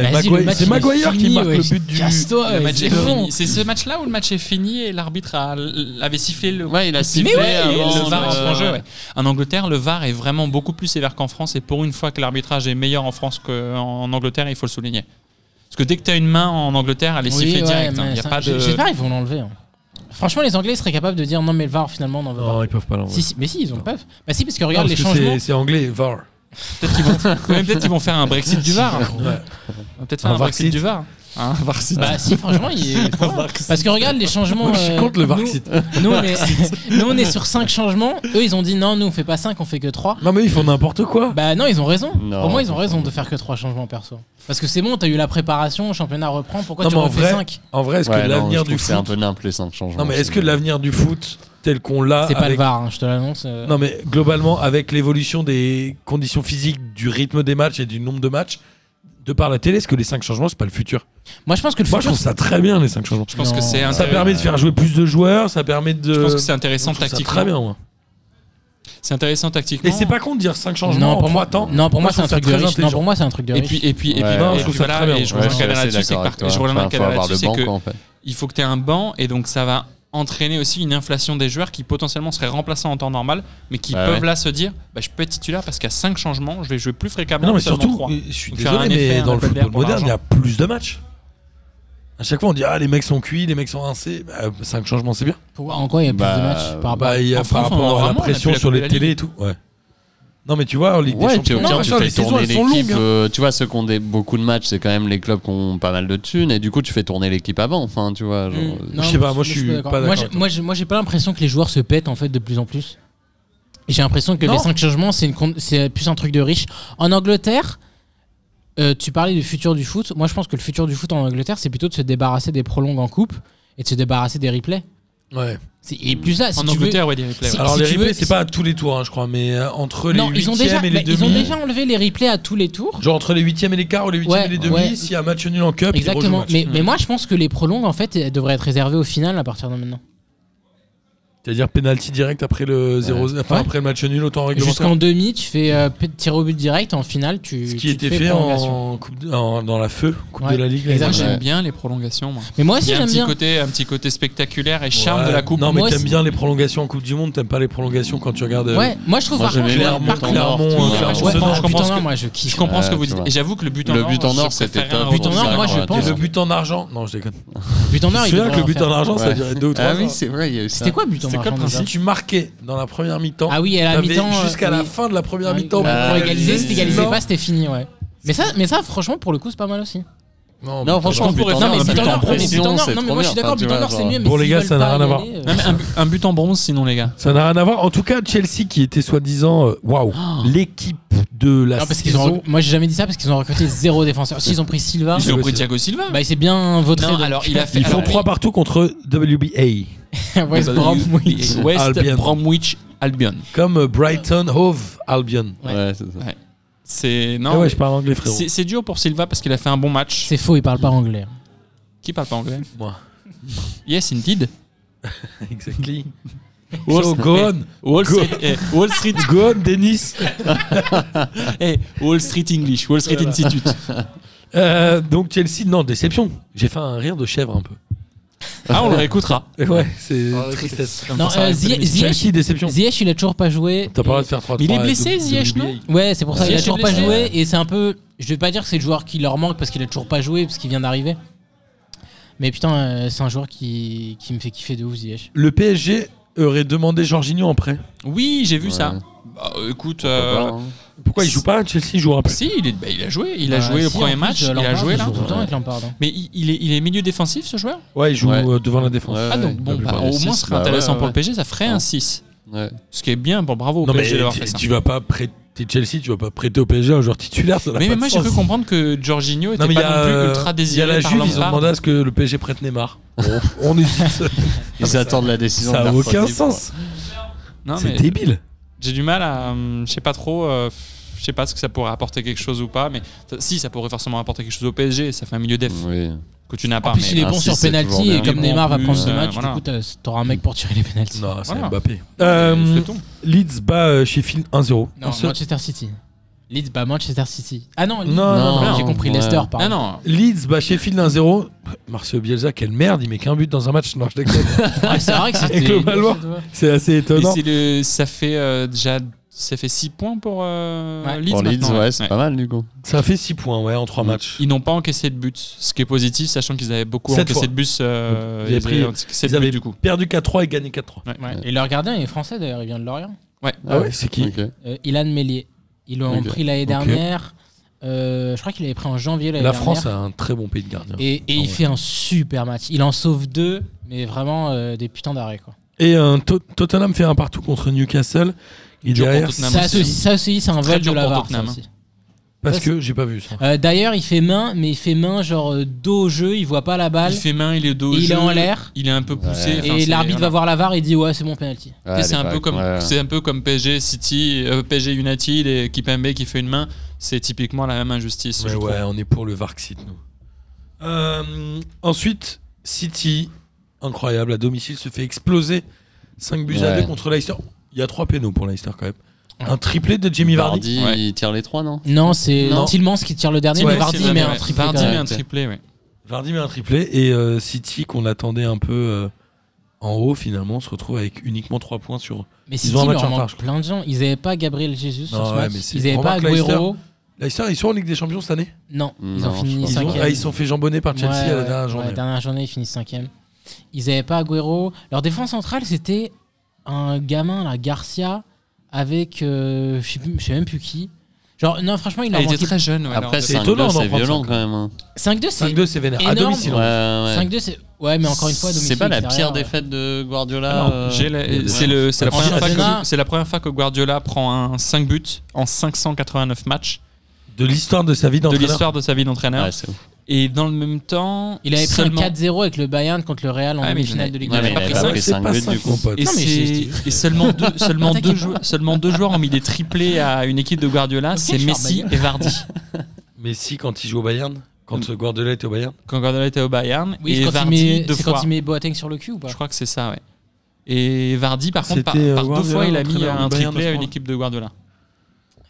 Speaker 4: Vas-y,
Speaker 3: Eh,
Speaker 5: Bah,
Speaker 3: Maguire-
Speaker 4: le match,
Speaker 3: c'est
Speaker 4: il est
Speaker 3: Maguire qui
Speaker 4: fini,
Speaker 3: marque
Speaker 4: ouais.
Speaker 3: le but du.
Speaker 4: Casse-toi,
Speaker 5: Le
Speaker 4: ouais,
Speaker 5: match
Speaker 4: c'est
Speaker 5: est
Speaker 4: bon.
Speaker 5: fini. C'est ce match-là où le match est fini et l'arbitre a- avait sifflé le.
Speaker 6: Ouais, il a
Speaker 5: sifflé
Speaker 6: sifflé avant euh,
Speaker 5: le VAR
Speaker 6: de-
Speaker 5: entre en jeu. ouais. En Angleterre, le VAR est vraiment beaucoup plus sévère qu'en France et pour une fois que l'arbitrage est meilleur en France qu'en Angleterre, il faut le souligner. Parce que dès que tu as une main en Angleterre, elle est
Speaker 4: Oui,
Speaker 5: sifflée
Speaker 4: ouais,
Speaker 5: direct. hein.
Speaker 4: mais
Speaker 5: Il y a
Speaker 4: ça-
Speaker 5: pas de.
Speaker 4: j'- J'espère qu'ils vont l'enlever. hein. Franchement, les Anglais seraient capables de dire non, mais le VAR, finalement, on en veut pas.
Speaker 3: Non, ils peuvent pas l'envoyer.
Speaker 4: Si, si, mais si, ils ont le peuvent. Bah si, parce que
Speaker 3: Non,
Speaker 4: regarde
Speaker 3: parce
Speaker 4: les
Speaker 3: que
Speaker 4: changements.
Speaker 3: c'est- C'est anglais, VAR.
Speaker 5: Peut-être qu'ils vont... Ouais, peut-être qu'ils vont faire un Brexit du
Speaker 3: [LAUGHS]
Speaker 5: VAR.
Speaker 3: Ouais.
Speaker 5: On va Peut-être faire
Speaker 3: Un
Speaker 5: un, Brexit
Speaker 3: Varxit.
Speaker 5: du VAR. hein. Un Varxit.
Speaker 4: Bah si, franchement, il est- Parce que regarde les changements.
Speaker 3: Moi, je suis
Speaker 4: euh,
Speaker 3: contre le
Speaker 4: nous-
Speaker 3: Varxit.
Speaker 4: Nous, on est... [LAUGHS] nous, on est sur 5 changements. Eux, ils ont dit non, nous, on fait pas 5, on fait que 3.
Speaker 3: Non, mais ils font n'importe quoi.
Speaker 4: Bah non, ils ont raison.
Speaker 6: Non.
Speaker 4: Pour moi, ils ont raison de faire que 3 changements perso. Parce que c'est bon, t'as eu la préparation, le championnat reprend. Pourquoi
Speaker 3: Non,
Speaker 4: tu
Speaker 3: mais en
Speaker 4: refais
Speaker 3: vrai,
Speaker 4: 5
Speaker 3: En vrai, est-ce
Speaker 6: Ouais,
Speaker 3: que
Speaker 6: non, je
Speaker 3: l'avenir
Speaker 6: trouve
Speaker 3: du
Speaker 6: que C'est un
Speaker 3: foot
Speaker 6: peu nimple les cinq changements.
Speaker 3: Non, mais est-ce que
Speaker 6: c'est-
Speaker 3: l'avenir du foot tel qu'on l'a.
Speaker 4: C'est pas le
Speaker 3: ah, avec-
Speaker 4: VAR, hein, je te l'annonce. euh.
Speaker 3: Non, mais globalement, avec l'évolution des conditions physiques, du rythme des matchs et du nombre de matchs, de par la télé, est-ce que les 5 changements, c'est pas le futur
Speaker 4: Moi, je pense que le
Speaker 3: Moi, je
Speaker 4: futur,
Speaker 3: trouve ça très bien, les 5 changements.
Speaker 5: Je pense
Speaker 4: Non.
Speaker 5: que c'est
Speaker 3: Ça
Speaker 5: intéressant.
Speaker 3: permet de faire jouer plus de joueurs, ça permet de.
Speaker 5: Je pense que c'est intéressant
Speaker 3: Je trouve ça
Speaker 5: tactiquement.
Speaker 3: Très bien, moi.
Speaker 5: C'est intéressant tactiquement.
Speaker 3: Et c'est pas con de dire 5 changements
Speaker 4: Non, pour
Speaker 3: en
Speaker 4: moi-
Speaker 3: trois temps.
Speaker 4: Non, pour moi,
Speaker 3: je
Speaker 4: c'est un
Speaker 3: trouve ça
Speaker 4: truc de
Speaker 3: très
Speaker 4: riche. Non,
Speaker 3: intelligent.
Speaker 4: pour moi, c'est un truc de
Speaker 5: Et
Speaker 4: riche.
Speaker 5: puis, et puis, et puis,
Speaker 6: Ouais,
Speaker 5: et
Speaker 6: non,
Speaker 5: puis
Speaker 6: je trouve
Speaker 3: ça
Speaker 5: voilà,
Speaker 3: très bien.
Speaker 5: et je
Speaker 6: Ouais,
Speaker 5: rejoins
Speaker 6: je suis
Speaker 5: Kader
Speaker 6: assez
Speaker 5: là-dessus, c'est que
Speaker 6: d'accord
Speaker 5: par-
Speaker 6: avec toi.
Speaker 5: je rejoins
Speaker 6: Enfin,
Speaker 5: Kader
Speaker 6: faut avoir
Speaker 5: là-dessus,
Speaker 6: le
Speaker 5: c'est
Speaker 6: banc,
Speaker 5: que
Speaker 6: quoi, en fait.
Speaker 5: il faut que tu aies un banc et donc ça va entraîner aussi une inflation des joueurs qui potentiellement seraient remplaçants en temps normal mais qui
Speaker 6: Bah
Speaker 5: peuvent
Speaker 6: ouais.
Speaker 5: là se dire bah, je peux être titulaire parce qu'à 5 changements je vais jouer plus fréquemment
Speaker 3: Mais non, mais
Speaker 5: que seulement
Speaker 3: surtout,
Speaker 4: euh,
Speaker 5: trois.
Speaker 3: je suis
Speaker 5: Donc, faire un
Speaker 3: désolé,
Speaker 5: effet,
Speaker 3: mais
Speaker 5: un
Speaker 3: dans le
Speaker 5: appel d'air
Speaker 3: football
Speaker 5: pour
Speaker 3: moderne, il y a plus de matchs. À chaque fois, on dit Ah, les mecs sont cuits, les mecs sont rincés. 5 changements, c'est bien.
Speaker 4: Pourquoi- En quoi il y a plus
Speaker 6: Bah,
Speaker 4: de matchs par rapport
Speaker 3: Bah, il y a
Speaker 5: En
Speaker 3: par
Speaker 5: France, on
Speaker 3: rapport
Speaker 5: a
Speaker 3: à la
Speaker 5: vraiment, on a
Speaker 3: pression
Speaker 5: plus la
Speaker 3: sur
Speaker 5: Coupe
Speaker 3: les
Speaker 5: de la Ligue.
Speaker 3: télés et tout. Ouais. Non, mais tu vois, en Ligue des
Speaker 6: Ouais, puis au
Speaker 3: Champions,
Speaker 6: pire, tu
Speaker 3: machin,
Speaker 6: fais
Speaker 3: les saisons,
Speaker 6: tourner
Speaker 3: elles sont
Speaker 6: l'équipe.
Speaker 3: longues. hein.
Speaker 6: euh, tu vois, ceux qui ont des, beaucoup de matchs, c'est quand même les clubs qui ont pas mal de thunes. Et du coup, tu fais tourner l'équipe avant. Enfin, tu vois. genre,
Speaker 4: Mm, non,
Speaker 3: euh, je sais pas, moi, je suis
Speaker 4: d'accord.
Speaker 3: pas
Speaker 4: Moi,
Speaker 3: d'accord.
Speaker 4: j'ai- Moi, j'ai- moi, j'ai pas l'impression que les joueurs se pètent en fait de plus en plus. J'ai l'impression que
Speaker 3: Non.
Speaker 4: les 5 changements, c'est une con- c'est plus un truc de riche. En Angleterre, euh, tu parlais du futur du foot. Moi, je pense que le futur du foot en Angleterre, c'est plutôt de se débarrasser des prolongues en coupe et de se débarrasser des replays.
Speaker 3: Ouais.
Speaker 4: C'est- Et plus là, si
Speaker 5: en
Speaker 4: tu veux.
Speaker 5: Angleterre, ouais, des replays.
Speaker 4: Si-
Speaker 5: ouais.
Speaker 3: Alors
Speaker 4: si
Speaker 3: les
Speaker 4: tu veux,
Speaker 3: replays, c'est
Speaker 4: si-
Speaker 3: pas à tous les tours, hein, je crois, mais euh, entre les
Speaker 4: Non, ils ont, déjà,
Speaker 3: huitièmes et les
Speaker 4: bah, ils ont
Speaker 3: demi.
Speaker 4: déjà enlevé les replays à tous les tours.
Speaker 3: Genre entre les huitièmes et les quarts ou les huitièmes
Speaker 4: Ouais,
Speaker 3: et les demi,
Speaker 4: ouais.
Speaker 3: s'il y a un match nul en cup, ils rejouent le
Speaker 4: Exactement.
Speaker 3: match.
Speaker 4: Mais,
Speaker 5: Mm.
Speaker 4: mais moi, je pense que les prolongues, en fait, elles devraient être réservées au final à partir de maintenant.
Speaker 3: C'est-à-dire penalty direct après le 0 enfin
Speaker 4: Ouais.
Speaker 3: après le match nul autant réglementaire.
Speaker 4: Jusqu'en demi, tu fais euh, p- tir au but direct. En finale, tu.
Speaker 3: Ce
Speaker 4: tu
Speaker 3: qui
Speaker 4: te
Speaker 3: était
Speaker 4: fais
Speaker 3: fait
Speaker 4: prolongation.
Speaker 3: en coupe de- en- dans la feu, coupe
Speaker 4: Ouais.
Speaker 3: de la ligue. l'année
Speaker 5: Moi,
Speaker 4: Exactement.
Speaker 5: j'aime
Speaker 6: Ouais.
Speaker 5: bien les prolongations. Moi.
Speaker 4: Mais moi aussi,
Speaker 5: Il y a un
Speaker 4: Ah, j'aime
Speaker 5: petit,
Speaker 4: bien.
Speaker 5: côté, un petit côté spectaculaire et
Speaker 3: Ouais.
Speaker 5: charme de la coupe.
Speaker 3: Non, mais
Speaker 4: Moi
Speaker 3: t'aimes
Speaker 4: aussi.
Speaker 3: bien les prolongations en Coupe du Monde, t'aimes pas les prolongations quand tu regardes. euh,
Speaker 4: Ouais, moi, je trouve
Speaker 6: Moi,
Speaker 4: par
Speaker 6: j'aimais
Speaker 4: contre,
Speaker 6: bien
Speaker 4: par
Speaker 6: le
Speaker 3: Clermont,
Speaker 6: but en
Speaker 4: contre-
Speaker 6: or,
Speaker 3: Clermont,
Speaker 6: tu
Speaker 3: euh,
Speaker 6: vois.
Speaker 3: Clermont,
Speaker 5: Ouais, je
Speaker 3: Sedan.
Speaker 5: comprends.
Speaker 4: le but en
Speaker 5: ce
Speaker 4: or,
Speaker 5: que-
Speaker 4: moi, je kiffe.
Speaker 5: Je comprends ce que
Speaker 6: Ouais,
Speaker 5: vous
Speaker 6: tu
Speaker 5: dites.
Speaker 6: vois.
Speaker 5: Et j'avoue que le but en
Speaker 6: Le
Speaker 5: or,
Speaker 6: but en
Speaker 5: je
Speaker 6: or, c'était
Speaker 5: préfère un
Speaker 6: top.
Speaker 5: rebond
Speaker 4: but en
Speaker 5: sur
Speaker 4: or,
Speaker 5: la
Speaker 4: moi,
Speaker 5: corde.
Speaker 4: je pense-
Speaker 3: Et le but en argent Non, je déconne.
Speaker 4: But en
Speaker 3: Tu
Speaker 4: or, il
Speaker 3: te souviens que
Speaker 4: devrait
Speaker 3: le
Speaker 4: en
Speaker 3: but
Speaker 4: faire.
Speaker 3: en argent, ça
Speaker 6: Ouais.
Speaker 3: durait 2 ou 3
Speaker 6: Ah oui, c'est vrai, il y a eu ça.
Speaker 4: C'était quoi, but en
Speaker 5: C'était
Speaker 4: or
Speaker 5: quoi le
Speaker 4: déjà
Speaker 5: principe
Speaker 3: Si tu marquais dans la première mi-temps,
Speaker 4: Ah oui, à la
Speaker 3: t'avais
Speaker 4: mi-temps. euh,
Speaker 3: jusqu'à la
Speaker 4: oui. Euh,
Speaker 3: fin de la première
Speaker 4: Ouais,
Speaker 3: mi-temps.
Speaker 4: pour
Speaker 6: bah,
Speaker 4: égaliser,
Speaker 6: oui.
Speaker 4: si t'égalisais
Speaker 3: Non.
Speaker 4: pas, c'était fini, ouais. Mais ça, mais ça, franchement, pour le coup, c'est pas mal aussi.
Speaker 3: Non,
Speaker 6: Non,
Speaker 3: putain,
Speaker 6: franchement,
Speaker 5: je pourrais
Speaker 6: but en
Speaker 5: faire
Speaker 6: or,
Speaker 5: un
Speaker 6: but
Speaker 5: but en
Speaker 6: en
Speaker 5: or,
Speaker 6: pression,
Speaker 4: mais but en or,
Speaker 6: c'est
Speaker 4: non, mais
Speaker 6: trop
Speaker 4: moi, je suis
Speaker 6: bien.
Speaker 4: d'accord, but
Speaker 6: Enfin,
Speaker 4: en
Speaker 6: tu
Speaker 4: or,
Speaker 6: vois,
Speaker 4: c'est
Speaker 6: genre-
Speaker 4: mieux. mais
Speaker 3: Bon, les
Speaker 4: s'ils
Speaker 3: gars,
Speaker 4: veulent
Speaker 3: ça n'a
Speaker 4: pas
Speaker 3: rien à
Speaker 4: y
Speaker 3: voir.
Speaker 4: aller, euh,
Speaker 5: Même un, bu- un but en bronze, sinon, les gars.
Speaker 3: Ça n'a rien à voir. En tout cas, Chelsea qui était soi-disant, euh, waouh, l'équipe de la
Speaker 4: Non, parce qu'ils
Speaker 3: saison.
Speaker 4: ont. Moi, j'ai jamais dit ça parce qu'ils ont recruté zéro défenseur. S'ils ont pris Silva,
Speaker 5: Ils ont
Speaker 3: ouais,
Speaker 5: pris
Speaker 3: c'est-
Speaker 5: Thiago Silva.
Speaker 4: Ah, bah, il s'est bien voté.
Speaker 5: Non, alors, il a fait-
Speaker 3: Ils font
Speaker 5: Alors,
Speaker 3: 3
Speaker 5: oui.
Speaker 3: partout contre WBA,
Speaker 4: West Brom, oui.
Speaker 5: West
Speaker 3: Albion.
Speaker 5: Bromwich Albion.
Speaker 3: comme euh, Brighton Hove Albion.
Speaker 6: Ouais, c'est ça.
Speaker 5: C'est
Speaker 3: Ah
Speaker 5: non.
Speaker 3: ouais, je parle anglais, frérot.
Speaker 5: C'est c'est dur pour Silva parce qu'il a fait un bon match.
Speaker 4: C'est faux, il parle pas anglais.
Speaker 5: Qui parle pas anglais
Speaker 3: Moi.
Speaker 5: Yes, indeed.
Speaker 3: Exactly. So Oh, go on,
Speaker 5: Wall
Speaker 3: Go.
Speaker 5: Street, eh, Wall Street,
Speaker 3: go on, Dennis.
Speaker 5: eh, Wall Street English, Wall Street
Speaker 3: Voilà.
Speaker 5: Institute.
Speaker 3: Euh, donc Chelsea, non, déception. J'ai fait un rire de chèvre un peu.
Speaker 5: Ah, on le réécoutera.
Speaker 3: Et Ouais, c'est
Speaker 2: Ah ouais,
Speaker 3: tristesse.
Speaker 5: Comme
Speaker 4: Non,
Speaker 5: ça, ça
Speaker 4: euh,
Speaker 5: reste
Speaker 4: Ziyech,
Speaker 5: pas limite.
Speaker 3: Chelsea, déception.
Speaker 4: Ziyech, il a toujours pas joué.
Speaker 3: T'as pas le droit de
Speaker 4: Et-
Speaker 3: faire 3-3.
Speaker 5: Mais il est blessé,
Speaker 3: de- de
Speaker 5: Ziyech,
Speaker 3: WBA.
Speaker 5: non
Speaker 4: Ouais, c'est pour ça, il a
Speaker 5: Ziyech est
Speaker 4: toujours pas
Speaker 5: blessé.
Speaker 4: joué. Et c'est un peu. Je vais pas dire que c'est le joueur qui leur manque parce qu'il a toujours pas joué, parce qu'il vient d'arriver. Mais putain, euh, c'est un joueur qui, qui me fait kiffer de ouf, Ziyech.
Speaker 3: Le PSG aurait demandé Jorginho en prêt.
Speaker 5: Oui, j'ai vu
Speaker 6: Ouais.
Speaker 5: ça. Bah, euh, écoute,
Speaker 6: Pourquoi
Speaker 5: euh,
Speaker 6: pas, hein.
Speaker 3: Pourquoi il joue pas Chelsea joue un prêt.
Speaker 5: si, il, est- bah, il a joué. Il a
Speaker 4: Bah,
Speaker 5: joué le
Speaker 4: si, en
Speaker 5: premier
Speaker 4: plus,
Speaker 5: match.
Speaker 4: euh,
Speaker 5: Il a
Speaker 4: Lampard,
Speaker 5: joué
Speaker 4: il
Speaker 5: là.
Speaker 4: joue tout le temps avec Lampard, hein.
Speaker 5: Mais il, il est, il est milieu défensif ce joueur
Speaker 3: Ouais, il joue
Speaker 6: Ouais.
Speaker 3: euh, devant la défense.
Speaker 6: Ouais,
Speaker 5: Ah
Speaker 6: ouais,
Speaker 5: donc bon,
Speaker 6: double
Speaker 5: bah,
Speaker 6: par
Speaker 5: au
Speaker 6: six,
Speaker 5: moins ce serait
Speaker 6: bah,
Speaker 5: intéressant
Speaker 6: ouais,
Speaker 5: pour le
Speaker 6: ouais.
Speaker 5: PSG, ça ferait un 6.
Speaker 6: Ouais.
Speaker 5: Ce qui est bien, bon, bravo au
Speaker 3: Non mais
Speaker 5: PSG d'avoir
Speaker 3: tu-
Speaker 5: fait ça.
Speaker 3: tu vas pas prêter Chelsea, tu vas pas prêter au PSG un joueur titulaire, ça n'a
Speaker 5: Mais,
Speaker 3: pas
Speaker 5: mais
Speaker 3: de
Speaker 5: moi j'ai
Speaker 3: sens.
Speaker 5: cru comprendre que Jorginho était
Speaker 3: Non mais il y
Speaker 5: pas
Speaker 3: a
Speaker 5: non plus
Speaker 3: euh,
Speaker 5: ultra
Speaker 3: il y
Speaker 5: désiré
Speaker 3: a la
Speaker 5: par
Speaker 3: Juve, ils ont
Speaker 5: Lampard.
Speaker 3: demandé à ce que le PSG prête Neymar. Bon, on [LAUGHS] hésite,
Speaker 6: Ils attendent la décision.
Speaker 3: ça
Speaker 6: de
Speaker 3: a
Speaker 6: leur
Speaker 3: aucun
Speaker 6: coach, quoi.
Speaker 3: sens.
Speaker 5: Non,
Speaker 3: C'est
Speaker 5: mais
Speaker 3: débile.
Speaker 5: J'ai du mal à. hum, Je sais pas trop. euh, Je sais pas ce que ça pourrait apporter quelque chose ou pas. Mais ça- si, ça pourrait forcément apporter quelque chose au PSG. Ça fait un milieu def
Speaker 6: Oui.
Speaker 5: que tu n'as
Speaker 4: En
Speaker 5: pas.
Speaker 4: plus,
Speaker 5: mais-
Speaker 4: il est
Speaker 6: Ah,
Speaker 4: bon
Speaker 6: si,
Speaker 4: sur
Speaker 6: c'est toujours
Speaker 4: penalty
Speaker 6: bien.
Speaker 4: et comme
Speaker 5: Il est bon
Speaker 4: Neymar
Speaker 5: en
Speaker 4: va
Speaker 5: plus,
Speaker 4: prendre ce
Speaker 5: euh,
Speaker 4: match,
Speaker 5: voilà.
Speaker 4: du coup, t'as- t'auras un mec pour tirer les penalties.
Speaker 3: Non, c'est
Speaker 5: Voilà.
Speaker 3: Mbappé. Euh,
Speaker 5: Souhaitons.
Speaker 3: Leeds bat euh, Sheffield 1-0.
Speaker 4: Non,
Speaker 3: Un seul-
Speaker 4: Manchester City. Leeds bat Manchester City. Ah non, Leeds.
Speaker 3: Non, non,
Speaker 6: non,
Speaker 4: j'ai compris
Speaker 6: ouais.
Speaker 4: Leicester, pardon.
Speaker 5: Non, non.
Speaker 3: Leeds bat Sheffield 1-0. Marcio Bielsa, quelle merde, il met qu'un but dans un match. Non, je déconne.
Speaker 4: Ouais, Ah, c'est
Speaker 5: [LAUGHS]
Speaker 4: vrai que c'était.
Speaker 3: Et globalement, [LAUGHS] c'est assez
Speaker 5: Et
Speaker 3: étonnant.
Speaker 5: c'est le- ça fait euh, déjà. Ça fait 6 points pour euh,
Speaker 4: Ouais.
Speaker 5: Leeds.
Speaker 6: Pour Leeds,
Speaker 5: maintenant,
Speaker 6: ouais, c'est
Speaker 5: ouais.
Speaker 6: pas mal du coup.
Speaker 3: Ça fait 6 points ouais, en 3 matchs.
Speaker 5: Ils n'ont pas encaissé de buts, ce qui est positif, sachant qu'ils avaient beaucoup
Speaker 3: Sept
Speaker 5: encaissé
Speaker 3: fois.
Speaker 5: de buts. euh,
Speaker 3: Ils avaient pris-
Speaker 5: encaissé
Speaker 3: Ils
Speaker 5: de buts,
Speaker 3: avaient
Speaker 5: du coup.
Speaker 3: perdu 4-3 et gagné 4-3.
Speaker 4: Ouais. Et leur gardien il est français d'ailleurs, il vient de Lorient.
Speaker 3: Ah ouais, c'est qui
Speaker 6: Ok.
Speaker 4: Euh, Ilan Mélier. Ils l'ont
Speaker 6: Ok.
Speaker 4: pris l'année dernière. Euh, je crois qu'il l'avait pris en janvier l'année
Speaker 3: La
Speaker 4: dernière.
Speaker 3: France a un très bon pays de gardien. Et,
Speaker 4: Et, et il
Speaker 3: ouais.
Speaker 4: fait un super match. Il en sauve deux, mais vraiment euh, des putains d'arrêts. quoi.
Speaker 3: un To- euh, Tottenham fait un partout contre Newcastle. Et
Speaker 5: Dur pour
Speaker 3: derrière,
Speaker 5: Tottenham
Speaker 4: Ça
Speaker 5: aussi.
Speaker 4: aussi, ça aussi, c'est un
Speaker 5: Très
Speaker 4: vol de
Speaker 5: dur
Speaker 4: la
Speaker 5: pour
Speaker 4: VAR,
Speaker 5: Tottenham, hein.
Speaker 4: ça aussi.
Speaker 3: parce
Speaker 4: ça, c'est-
Speaker 3: que j'ai pas vu ça.
Speaker 4: Euh, D'ailleurs, il fait main, mais il fait main genre euh, dos au jeu, il voit pas la balle,
Speaker 5: Il fait main, il est dos. au
Speaker 4: il est
Speaker 5: jeu,
Speaker 4: en l'air.
Speaker 5: Il est un hein. peu poussé.
Speaker 6: Ouais.
Speaker 5: enfin,
Speaker 4: et
Speaker 5: c'est-
Speaker 4: l'arbitre va
Speaker 5: voilà.
Speaker 4: voir la VAR et dit ouais, c'est bon penalty.
Speaker 6: Ouais,
Speaker 5: Tu sais, c'est
Speaker 6: à
Speaker 5: un peu
Speaker 6: l'époque,
Speaker 5: comme
Speaker 6: Ah, ouais.
Speaker 5: c'est un peu comme PSG City, euh, PSG United et Kipembe qui fait une main, c'est typiquement la même injustice.
Speaker 3: Mais
Speaker 5: je
Speaker 3: ouais,
Speaker 5: trouve.
Speaker 3: on est pour le Varxit, nous. Euh, ensuite, City, incroyable, à domicile, se fait exploser. 5 buts à
Speaker 6: Ouais.
Speaker 3: 2 contre Leicester. Il y a 3 pénaux pour Leicester quand même. Un triplé de Jimmy Vardy.
Speaker 6: Vardy,
Speaker 5: Ouais.
Speaker 6: il tire les trois, non
Speaker 4: Non, c'est
Speaker 3: Non.
Speaker 4: Tillmans qui tire le dernier,
Speaker 3: Ouais,
Speaker 4: mais Vardy
Speaker 5: c'est
Speaker 4: met
Speaker 5: vrai,
Speaker 4: un
Speaker 5: ouais.
Speaker 4: triplé.
Speaker 5: Vardy
Speaker 4: quand
Speaker 5: met
Speaker 4: même.
Speaker 5: un triplé, ouais.
Speaker 3: Vardy met un triplé et euh, City qu'on attendait un peu euh, en haut finalement on se retrouve avec uniquement 3 points sur
Speaker 4: Mais
Speaker 3: Ils
Speaker 4: City
Speaker 3: ont un match
Speaker 4: leur
Speaker 3: en retard,
Speaker 4: manque
Speaker 3: je crois.
Speaker 4: plein de gens. Ils n'avaient pas Gabriel Jesus sur
Speaker 3: Non,
Speaker 4: ce
Speaker 3: ouais,
Speaker 4: match.
Speaker 3: mais c'est-
Speaker 4: Ils n'avaient pas
Speaker 3: remarque,
Speaker 4: Agüero.
Speaker 3: Leicester ils sont en Ligue des Champions cette année
Speaker 4: Non, ils
Speaker 6: Non,
Speaker 4: ont fini
Speaker 6: je
Speaker 3: ils, ont,
Speaker 4: cinquième.
Speaker 3: ah, ils sont fait jambonner par Chelsea
Speaker 4: Ouais,
Speaker 3: à la
Speaker 4: ouais,
Speaker 3: dernière journée
Speaker 4: ouais, dernière journée, ils finissent cinquième. Ils n'avaient pas Agüero. Leur défense centrale, c'était un gamin, là, Garcia, avec euh, je sais plus- je sais même plus qui. Genre, non, franchement, il
Speaker 5: Ah, Il
Speaker 4: leur
Speaker 5: était
Speaker 4: manquait-
Speaker 5: très jeune. ouais,
Speaker 6: Après,
Speaker 5: alors,
Speaker 3: c'est
Speaker 6: c'est
Speaker 3: étonnant d'en
Speaker 6: c'est
Speaker 3: prendre
Speaker 6: violent
Speaker 3: cinq.
Speaker 6: quand même. hein.
Speaker 4: 5-2, c'est.
Speaker 3: 5-2 c'est vénère à
Speaker 4: énorme.
Speaker 3: domicile
Speaker 6: Ouais,
Speaker 3: en plus.
Speaker 4: 5-2,
Speaker 6: ouais.
Speaker 4: c'est. Ouais, mais encore une fois, à domicile.
Speaker 6: C'est pas la
Speaker 4: derrière, euh,
Speaker 6: pire
Speaker 4: ouais.
Speaker 6: défaite de
Speaker 5: alors,
Speaker 6: Guardiola. euh,
Speaker 5: j'ai la-
Speaker 6: il y a
Speaker 5: C'est
Speaker 6: des-
Speaker 5: le- c'est la,
Speaker 3: Attention,
Speaker 5: première fois
Speaker 4: Attention.
Speaker 5: que- c'est la première fois que Guardiola prend un 5 buts en 589 matchs
Speaker 3: de l'histoire de sa vie
Speaker 5: de
Speaker 3: d'entraîneur
Speaker 5: l'histoire de sa vie d'entraîneur.
Speaker 6: Ouais, c'est ouf.
Speaker 5: Et dans le même temps,
Speaker 4: Il avait pris un
Speaker 5: seulement-
Speaker 4: 4-0 avec le Bayern contre le Real en
Speaker 5: Ah, mais
Speaker 4: demi-finale
Speaker 5: il-
Speaker 4: de Ligue
Speaker 6: Ouais,
Speaker 4: des
Speaker 6: mais il
Speaker 4: Champions.
Speaker 5: ça,
Speaker 6: avait pas pris
Speaker 3: C'est
Speaker 6: 5
Speaker 3: pas
Speaker 6: buts
Speaker 3: ça,
Speaker 6: du
Speaker 3: mon
Speaker 6: coup.
Speaker 3: pote.
Speaker 5: Et,
Speaker 4: Non, mais
Speaker 5: c'est-
Speaker 4: c'est-
Speaker 5: et seulement, deux,
Speaker 4: [LAUGHS]
Speaker 5: seulement,
Speaker 4: T'inquiète
Speaker 5: deux
Speaker 4: pas.
Speaker 5: joueurs, seulement deux joueurs ont mis des triplés à une équipe de Guardiola,
Speaker 4: Ok,
Speaker 5: c'est
Speaker 4: je suis
Speaker 5: Messi
Speaker 4: Armagnol.
Speaker 5: et Vardy.
Speaker 3: Mais si, quand il joue au Bayern, quand ce Guardiola était au Bayern,
Speaker 5: Quand Guardiola était au Bayern,
Speaker 4: Oui,
Speaker 5: et
Speaker 4: c'est quand, il
Speaker 5: Vardy
Speaker 4: met-
Speaker 5: deux
Speaker 4: c'est
Speaker 5: fois.
Speaker 4: quand il met Boateng sur le cul ou pas
Speaker 5: Je crois que c'est ça, ouais. Et Vardy, par contre, par,
Speaker 3: C'était, euh,
Speaker 5: par deux
Speaker 3: Guardiola,
Speaker 5: fois, il a mis
Speaker 3: l'entraîneur du
Speaker 5: un
Speaker 3: Bayern
Speaker 5: triplé
Speaker 3: de
Speaker 5: à une
Speaker 3: France.
Speaker 5: équipe de Guardiola.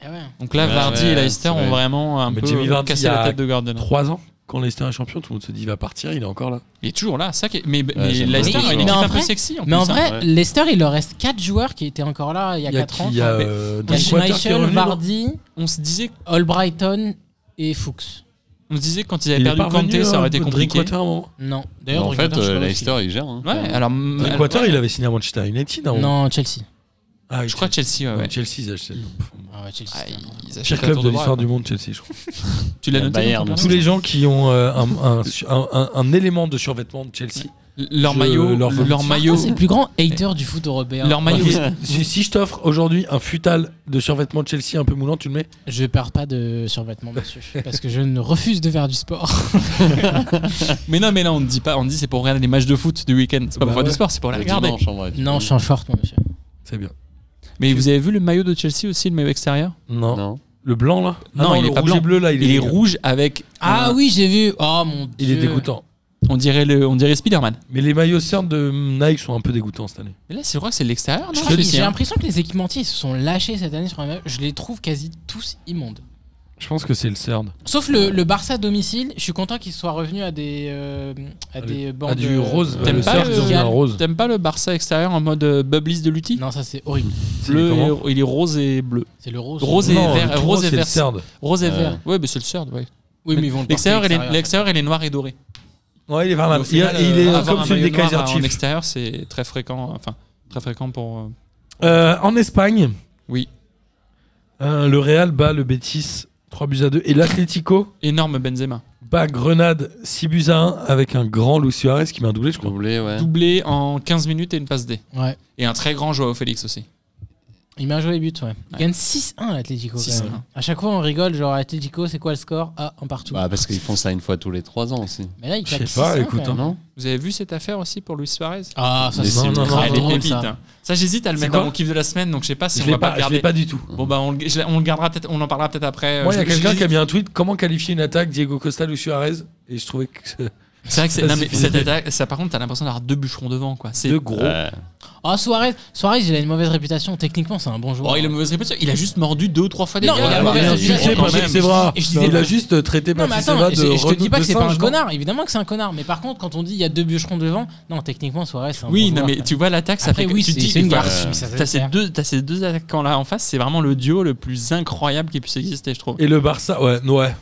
Speaker 4: Ah ouais.
Speaker 5: Donc là,
Speaker 6: Ouais,
Speaker 5: Vardy
Speaker 6: ouais,
Speaker 5: et Leicester
Speaker 6: c'est
Speaker 5: ont
Speaker 6: vrai.
Speaker 5: vraiment un
Speaker 3: Mais
Speaker 5: peu
Speaker 3: Jimmy Vardy,
Speaker 5: cassé
Speaker 3: il y a
Speaker 5: la tête de Guardiola.
Speaker 3: 3 ans, quand Leicester est champion, tout le monde se dit il va partir, il est encore là.
Speaker 5: Il est toujours là, ça qui est- Mais, mais
Speaker 6: j'aime
Speaker 5: Leicester
Speaker 6: beaucoup
Speaker 5: a une
Speaker 6: ça.
Speaker 5: équipe
Speaker 4: Mais en
Speaker 5: un peu
Speaker 4: vrai-
Speaker 5: sexy. En
Speaker 4: Mais en
Speaker 5: plus, hein.
Speaker 4: vrai,
Speaker 6: ouais.
Speaker 4: Leicester, il leur reste 4 joueurs qui étaient encore là il y a 4
Speaker 3: qui
Speaker 4: ans.
Speaker 3: Il y a
Speaker 4: Enfin,
Speaker 3: euh,
Speaker 4: il y a
Speaker 3: Dan Potter qui est
Speaker 4: Schmeichel,
Speaker 3: revenu, non
Speaker 4: Vardy,
Speaker 5: On se disait,
Speaker 4: Albrighton et Fuchs.
Speaker 5: on se disait que quand ils avaient
Speaker 3: Il est
Speaker 5: perdu
Speaker 3: pas
Speaker 5: Kanté,
Speaker 3: revenu,
Speaker 5: ça
Speaker 3: hein,
Speaker 5: aurait été compliqué.
Speaker 3: Drinkwater, à un moment.
Speaker 4: Non.
Speaker 6: Mais
Speaker 4: D'ailleurs,
Speaker 6: En fait,
Speaker 4: Drinkwater, je sais
Speaker 6: euh,
Speaker 4: pas où
Speaker 6: Leicester, il gère. hein.
Speaker 5: Ouais, alors.
Speaker 3: Drinkwater, il avait signé à Manchester United. à un
Speaker 4: c'est.
Speaker 3: moment.
Speaker 4: Non, Chelsea.
Speaker 3: Ah,
Speaker 5: Je crois que Chelsea, ouais, ouais.
Speaker 3: Chelsea, ils achètent.
Speaker 4: Ah ouais, Chelsea.
Speaker 5: Ah,
Speaker 4: c'était un-
Speaker 5: ils achètent
Speaker 3: Pire
Speaker 5: à
Speaker 3: club
Speaker 5: tour
Speaker 3: de
Speaker 5: bras, Ah,
Speaker 3: l'histoire
Speaker 5: quoi.
Speaker 3: du monde, Chelsea, je crois.
Speaker 5: Tu l'as
Speaker 6: Le
Speaker 5: noté
Speaker 6: Bayern
Speaker 5: ton
Speaker 6: aussi.
Speaker 3: Tous les gens qui ont euh, un, un- un- un- un élément de survêtement de Chelsea.
Speaker 5: Leur
Speaker 3: Je-
Speaker 5: maillot,
Speaker 3: leur
Speaker 5: leur,
Speaker 3: vomi.
Speaker 5: maillot,
Speaker 4: C'est le plus grand hater du foot européen.
Speaker 5: leur maillot.
Speaker 3: Ok, si, si je t'offre aujourd'hui un futal de survêtement de Chelsea un peu moulant, tu le mets
Speaker 4: Je parle pas de survêtement, monsieur, [LAUGHS] parce que je ne refuse de faire du sport. [LAUGHS]
Speaker 5: Mais non, mais là on ne dit pas, on dit c'est pour regarder les matchs de foot du week-end. C'est
Speaker 3: Bah
Speaker 5: pas pour faire
Speaker 3: ouais.
Speaker 5: du sport, c'est pour la
Speaker 6: Le
Speaker 5: regarder.
Speaker 6: dimanche, en vrai.
Speaker 4: Non, je suis en short, moi, monsieur.
Speaker 3: C'est bien.
Speaker 5: Mais vous avez vu le maillot de Chelsea aussi, le maillot extérieur
Speaker 3: Non.
Speaker 6: Non.
Speaker 3: Le blanc là Ah
Speaker 5: Non, il
Speaker 3: le
Speaker 5: est pas
Speaker 3: rouge
Speaker 5: blanc.
Speaker 3: et bleu là, il,
Speaker 5: Il, est rouge avec.
Speaker 4: Ah
Speaker 5: un-
Speaker 4: oui, j'ai vu. Oh mon dieu.
Speaker 3: Il est dégoûtant.
Speaker 5: On dirait le, on dirait Spider-Man.
Speaker 3: Mais les maillots CERN de Nike sont un peu dégoûtants cette année.
Speaker 5: Mais là, c'est vrai que c'est de l'extérieur,
Speaker 4: Je
Speaker 5: non
Speaker 4: crois que
Speaker 5: celui-ci,
Speaker 4: Ah J'ai
Speaker 5: hein
Speaker 4: l'impression que les équipementiers se sont lâchés cette année sur la même. Je les trouve quasi tous immondes.
Speaker 3: Je pense que c'est le CERN.
Speaker 4: Sauf le, le Barça à domicile, je suis content qu'ils soient revenus à des, euh, à des bandes.
Speaker 3: Ah, du
Speaker 4: euh,
Speaker 3: rose.
Speaker 5: T'aimes
Speaker 3: le
Speaker 5: pas
Speaker 3: CERN,
Speaker 5: le-
Speaker 3: ils ont mis un rose.
Speaker 5: T'aimes pas le Barça extérieur en mode euh, Bubblies de Lutti
Speaker 4: Non, ça c'est horrible.
Speaker 3: C'est
Speaker 5: Bleu,
Speaker 3: comment
Speaker 5: et- il est rose et bleu.
Speaker 4: C'est le rose.
Speaker 5: Rose et
Speaker 3: Non,
Speaker 5: vert,
Speaker 3: le tout
Speaker 5: rose
Speaker 3: rose,
Speaker 5: et
Speaker 3: c'est le
Speaker 5: vert.
Speaker 3: CERN.
Speaker 5: Rose et
Speaker 6: Euh.
Speaker 5: vert. Ouais, mais c'est le CERN, ouais.
Speaker 4: Oui, mais ils vont le porter
Speaker 5: L'extérieur, il est-
Speaker 4: extérieur.
Speaker 5: l'extérieur, il est noir et doré.
Speaker 3: Ouais, il est pas
Speaker 5: Mais
Speaker 3: mal.
Speaker 5: au
Speaker 3: Ah, Il,
Speaker 5: final,
Speaker 3: il
Speaker 5: euh,
Speaker 3: est
Speaker 5: avoir
Speaker 3: comme
Speaker 5: un
Speaker 3: celui
Speaker 5: maillot
Speaker 3: des
Speaker 5: noir
Speaker 3: Kaiser
Speaker 5: En
Speaker 3: Chiefs.
Speaker 5: extérieur, c'est très fréquent. Enfin, très fréquent pour. euh,
Speaker 3: Euh, en Espagne,
Speaker 5: Oui.
Speaker 3: euh, le Real bat le Betis 3 buts à 2 et l'Atlético
Speaker 5: Énorme Benzema.
Speaker 3: bat Grenade 6 buts à 1 avec un grand Luis Suarez qui met un doublé, je crois.
Speaker 6: Doublé, ouais.
Speaker 5: Doublé en 15 minutes et une passe D.
Speaker 4: Ouais.
Speaker 5: Et un très grand Joao Félix aussi.
Speaker 4: Il met un joli but, ouais. Il gagne 6-1 à l'Atletico.
Speaker 5: 6-1.
Speaker 4: À chaque fois, on rigole, genre Atletico, c'est quoi le score Ah, un partout.
Speaker 6: Bah, parce qu'ils font ça une fois tous les 3 ans aussi.
Speaker 4: Mais là, il
Speaker 3: Je sais
Speaker 4: tape
Speaker 3: pas,
Speaker 4: 6-1,
Speaker 3: écoute, hein.
Speaker 4: quand même.
Speaker 6: Non
Speaker 5: Vous avez vu cette affaire aussi pour Luis Suarez
Speaker 4: Ah, ça
Speaker 6: Mais
Speaker 4: c'est
Speaker 6: c'est
Speaker 4: une
Speaker 3: non,
Speaker 5: Ah,
Speaker 4: grave
Speaker 5: Elle est
Speaker 4: drôle,
Speaker 5: pépite.
Speaker 4: ça.
Speaker 5: hein. Ça, j'hésite à le
Speaker 3: C'est
Speaker 5: mettre dans
Speaker 3: quoi
Speaker 5: mon kiff de la semaine, donc je sais pas si
Speaker 3: je
Speaker 5: on
Speaker 3: l'ai
Speaker 5: va
Speaker 3: pas,
Speaker 5: pas, le
Speaker 3: je l'ai
Speaker 5: garder.
Speaker 3: pas du tout.
Speaker 5: Bon, bah, on le, je l'ai- on le gardera peut-être, on en parlera peut-être après. euh,
Speaker 3: Moi, il y a
Speaker 5: Je- je-
Speaker 3: quelqu'un
Speaker 5: je-
Speaker 3: qui a mis un tweet comment qualifier une attaque Diego Costa, Luis Suarez Et je trouvais que
Speaker 5: C'est vrai que c'est- non, mais
Speaker 3: Vas-y.
Speaker 5: cette attaque, ça, par contre, t'as l'impression d'avoir deux bûcherons devant, quoi. C'est
Speaker 3: deux gros.
Speaker 6: Ouais.
Speaker 4: Ah, Suarez, Suarez, il a une mauvaise réputation. Techniquement, c'est un bon joueur.
Speaker 5: Oh, il a mauvaise réputation. Il a juste mordu deux ou trois fois des
Speaker 4: Non,
Speaker 5: gars. Ah,
Speaker 4: il a
Speaker 5: Ouais,
Speaker 4: mauvaise
Speaker 5: ouais,
Speaker 4: réputation.
Speaker 5: ouais, quand
Speaker 4: Patrick
Speaker 5: même.
Speaker 4: Sévran.
Speaker 3: Sévra.
Speaker 4: Et je disais
Speaker 3: Il
Speaker 4: pas-
Speaker 3: a juste traité
Speaker 4: Non, mais
Speaker 3: Patrick
Speaker 4: attends,
Speaker 3: Sévra de
Speaker 4: je, je te
Speaker 3: redoute
Speaker 4: dis pas
Speaker 3: de
Speaker 4: que c'est pas un
Speaker 3: singe, hein. non
Speaker 4: connard. Évidemment que c'est un connard. Mais par contre, quand on dit il y a deux bûcherons devant, non, techniquement, Suarez, c'est un bon
Speaker 5: Oui, non,
Speaker 4: joueur,
Speaker 5: mais
Speaker 4: quoi.
Speaker 5: tu vois l'attaque, ça
Speaker 4: Après,
Speaker 5: fait que
Speaker 4: oui,
Speaker 5: tu
Speaker 4: c'est-
Speaker 5: te dis
Speaker 4: c'est une
Speaker 5: enfin,
Speaker 4: garce, mais ça, ça
Speaker 5: T'as
Speaker 4: sert.
Speaker 5: ces deux, t'as ces deux attaquants là en face, c'est vraiment le duo le plus incroyable qui puisse exister, je trouve.
Speaker 3: Et le Barça, ouais, ouais.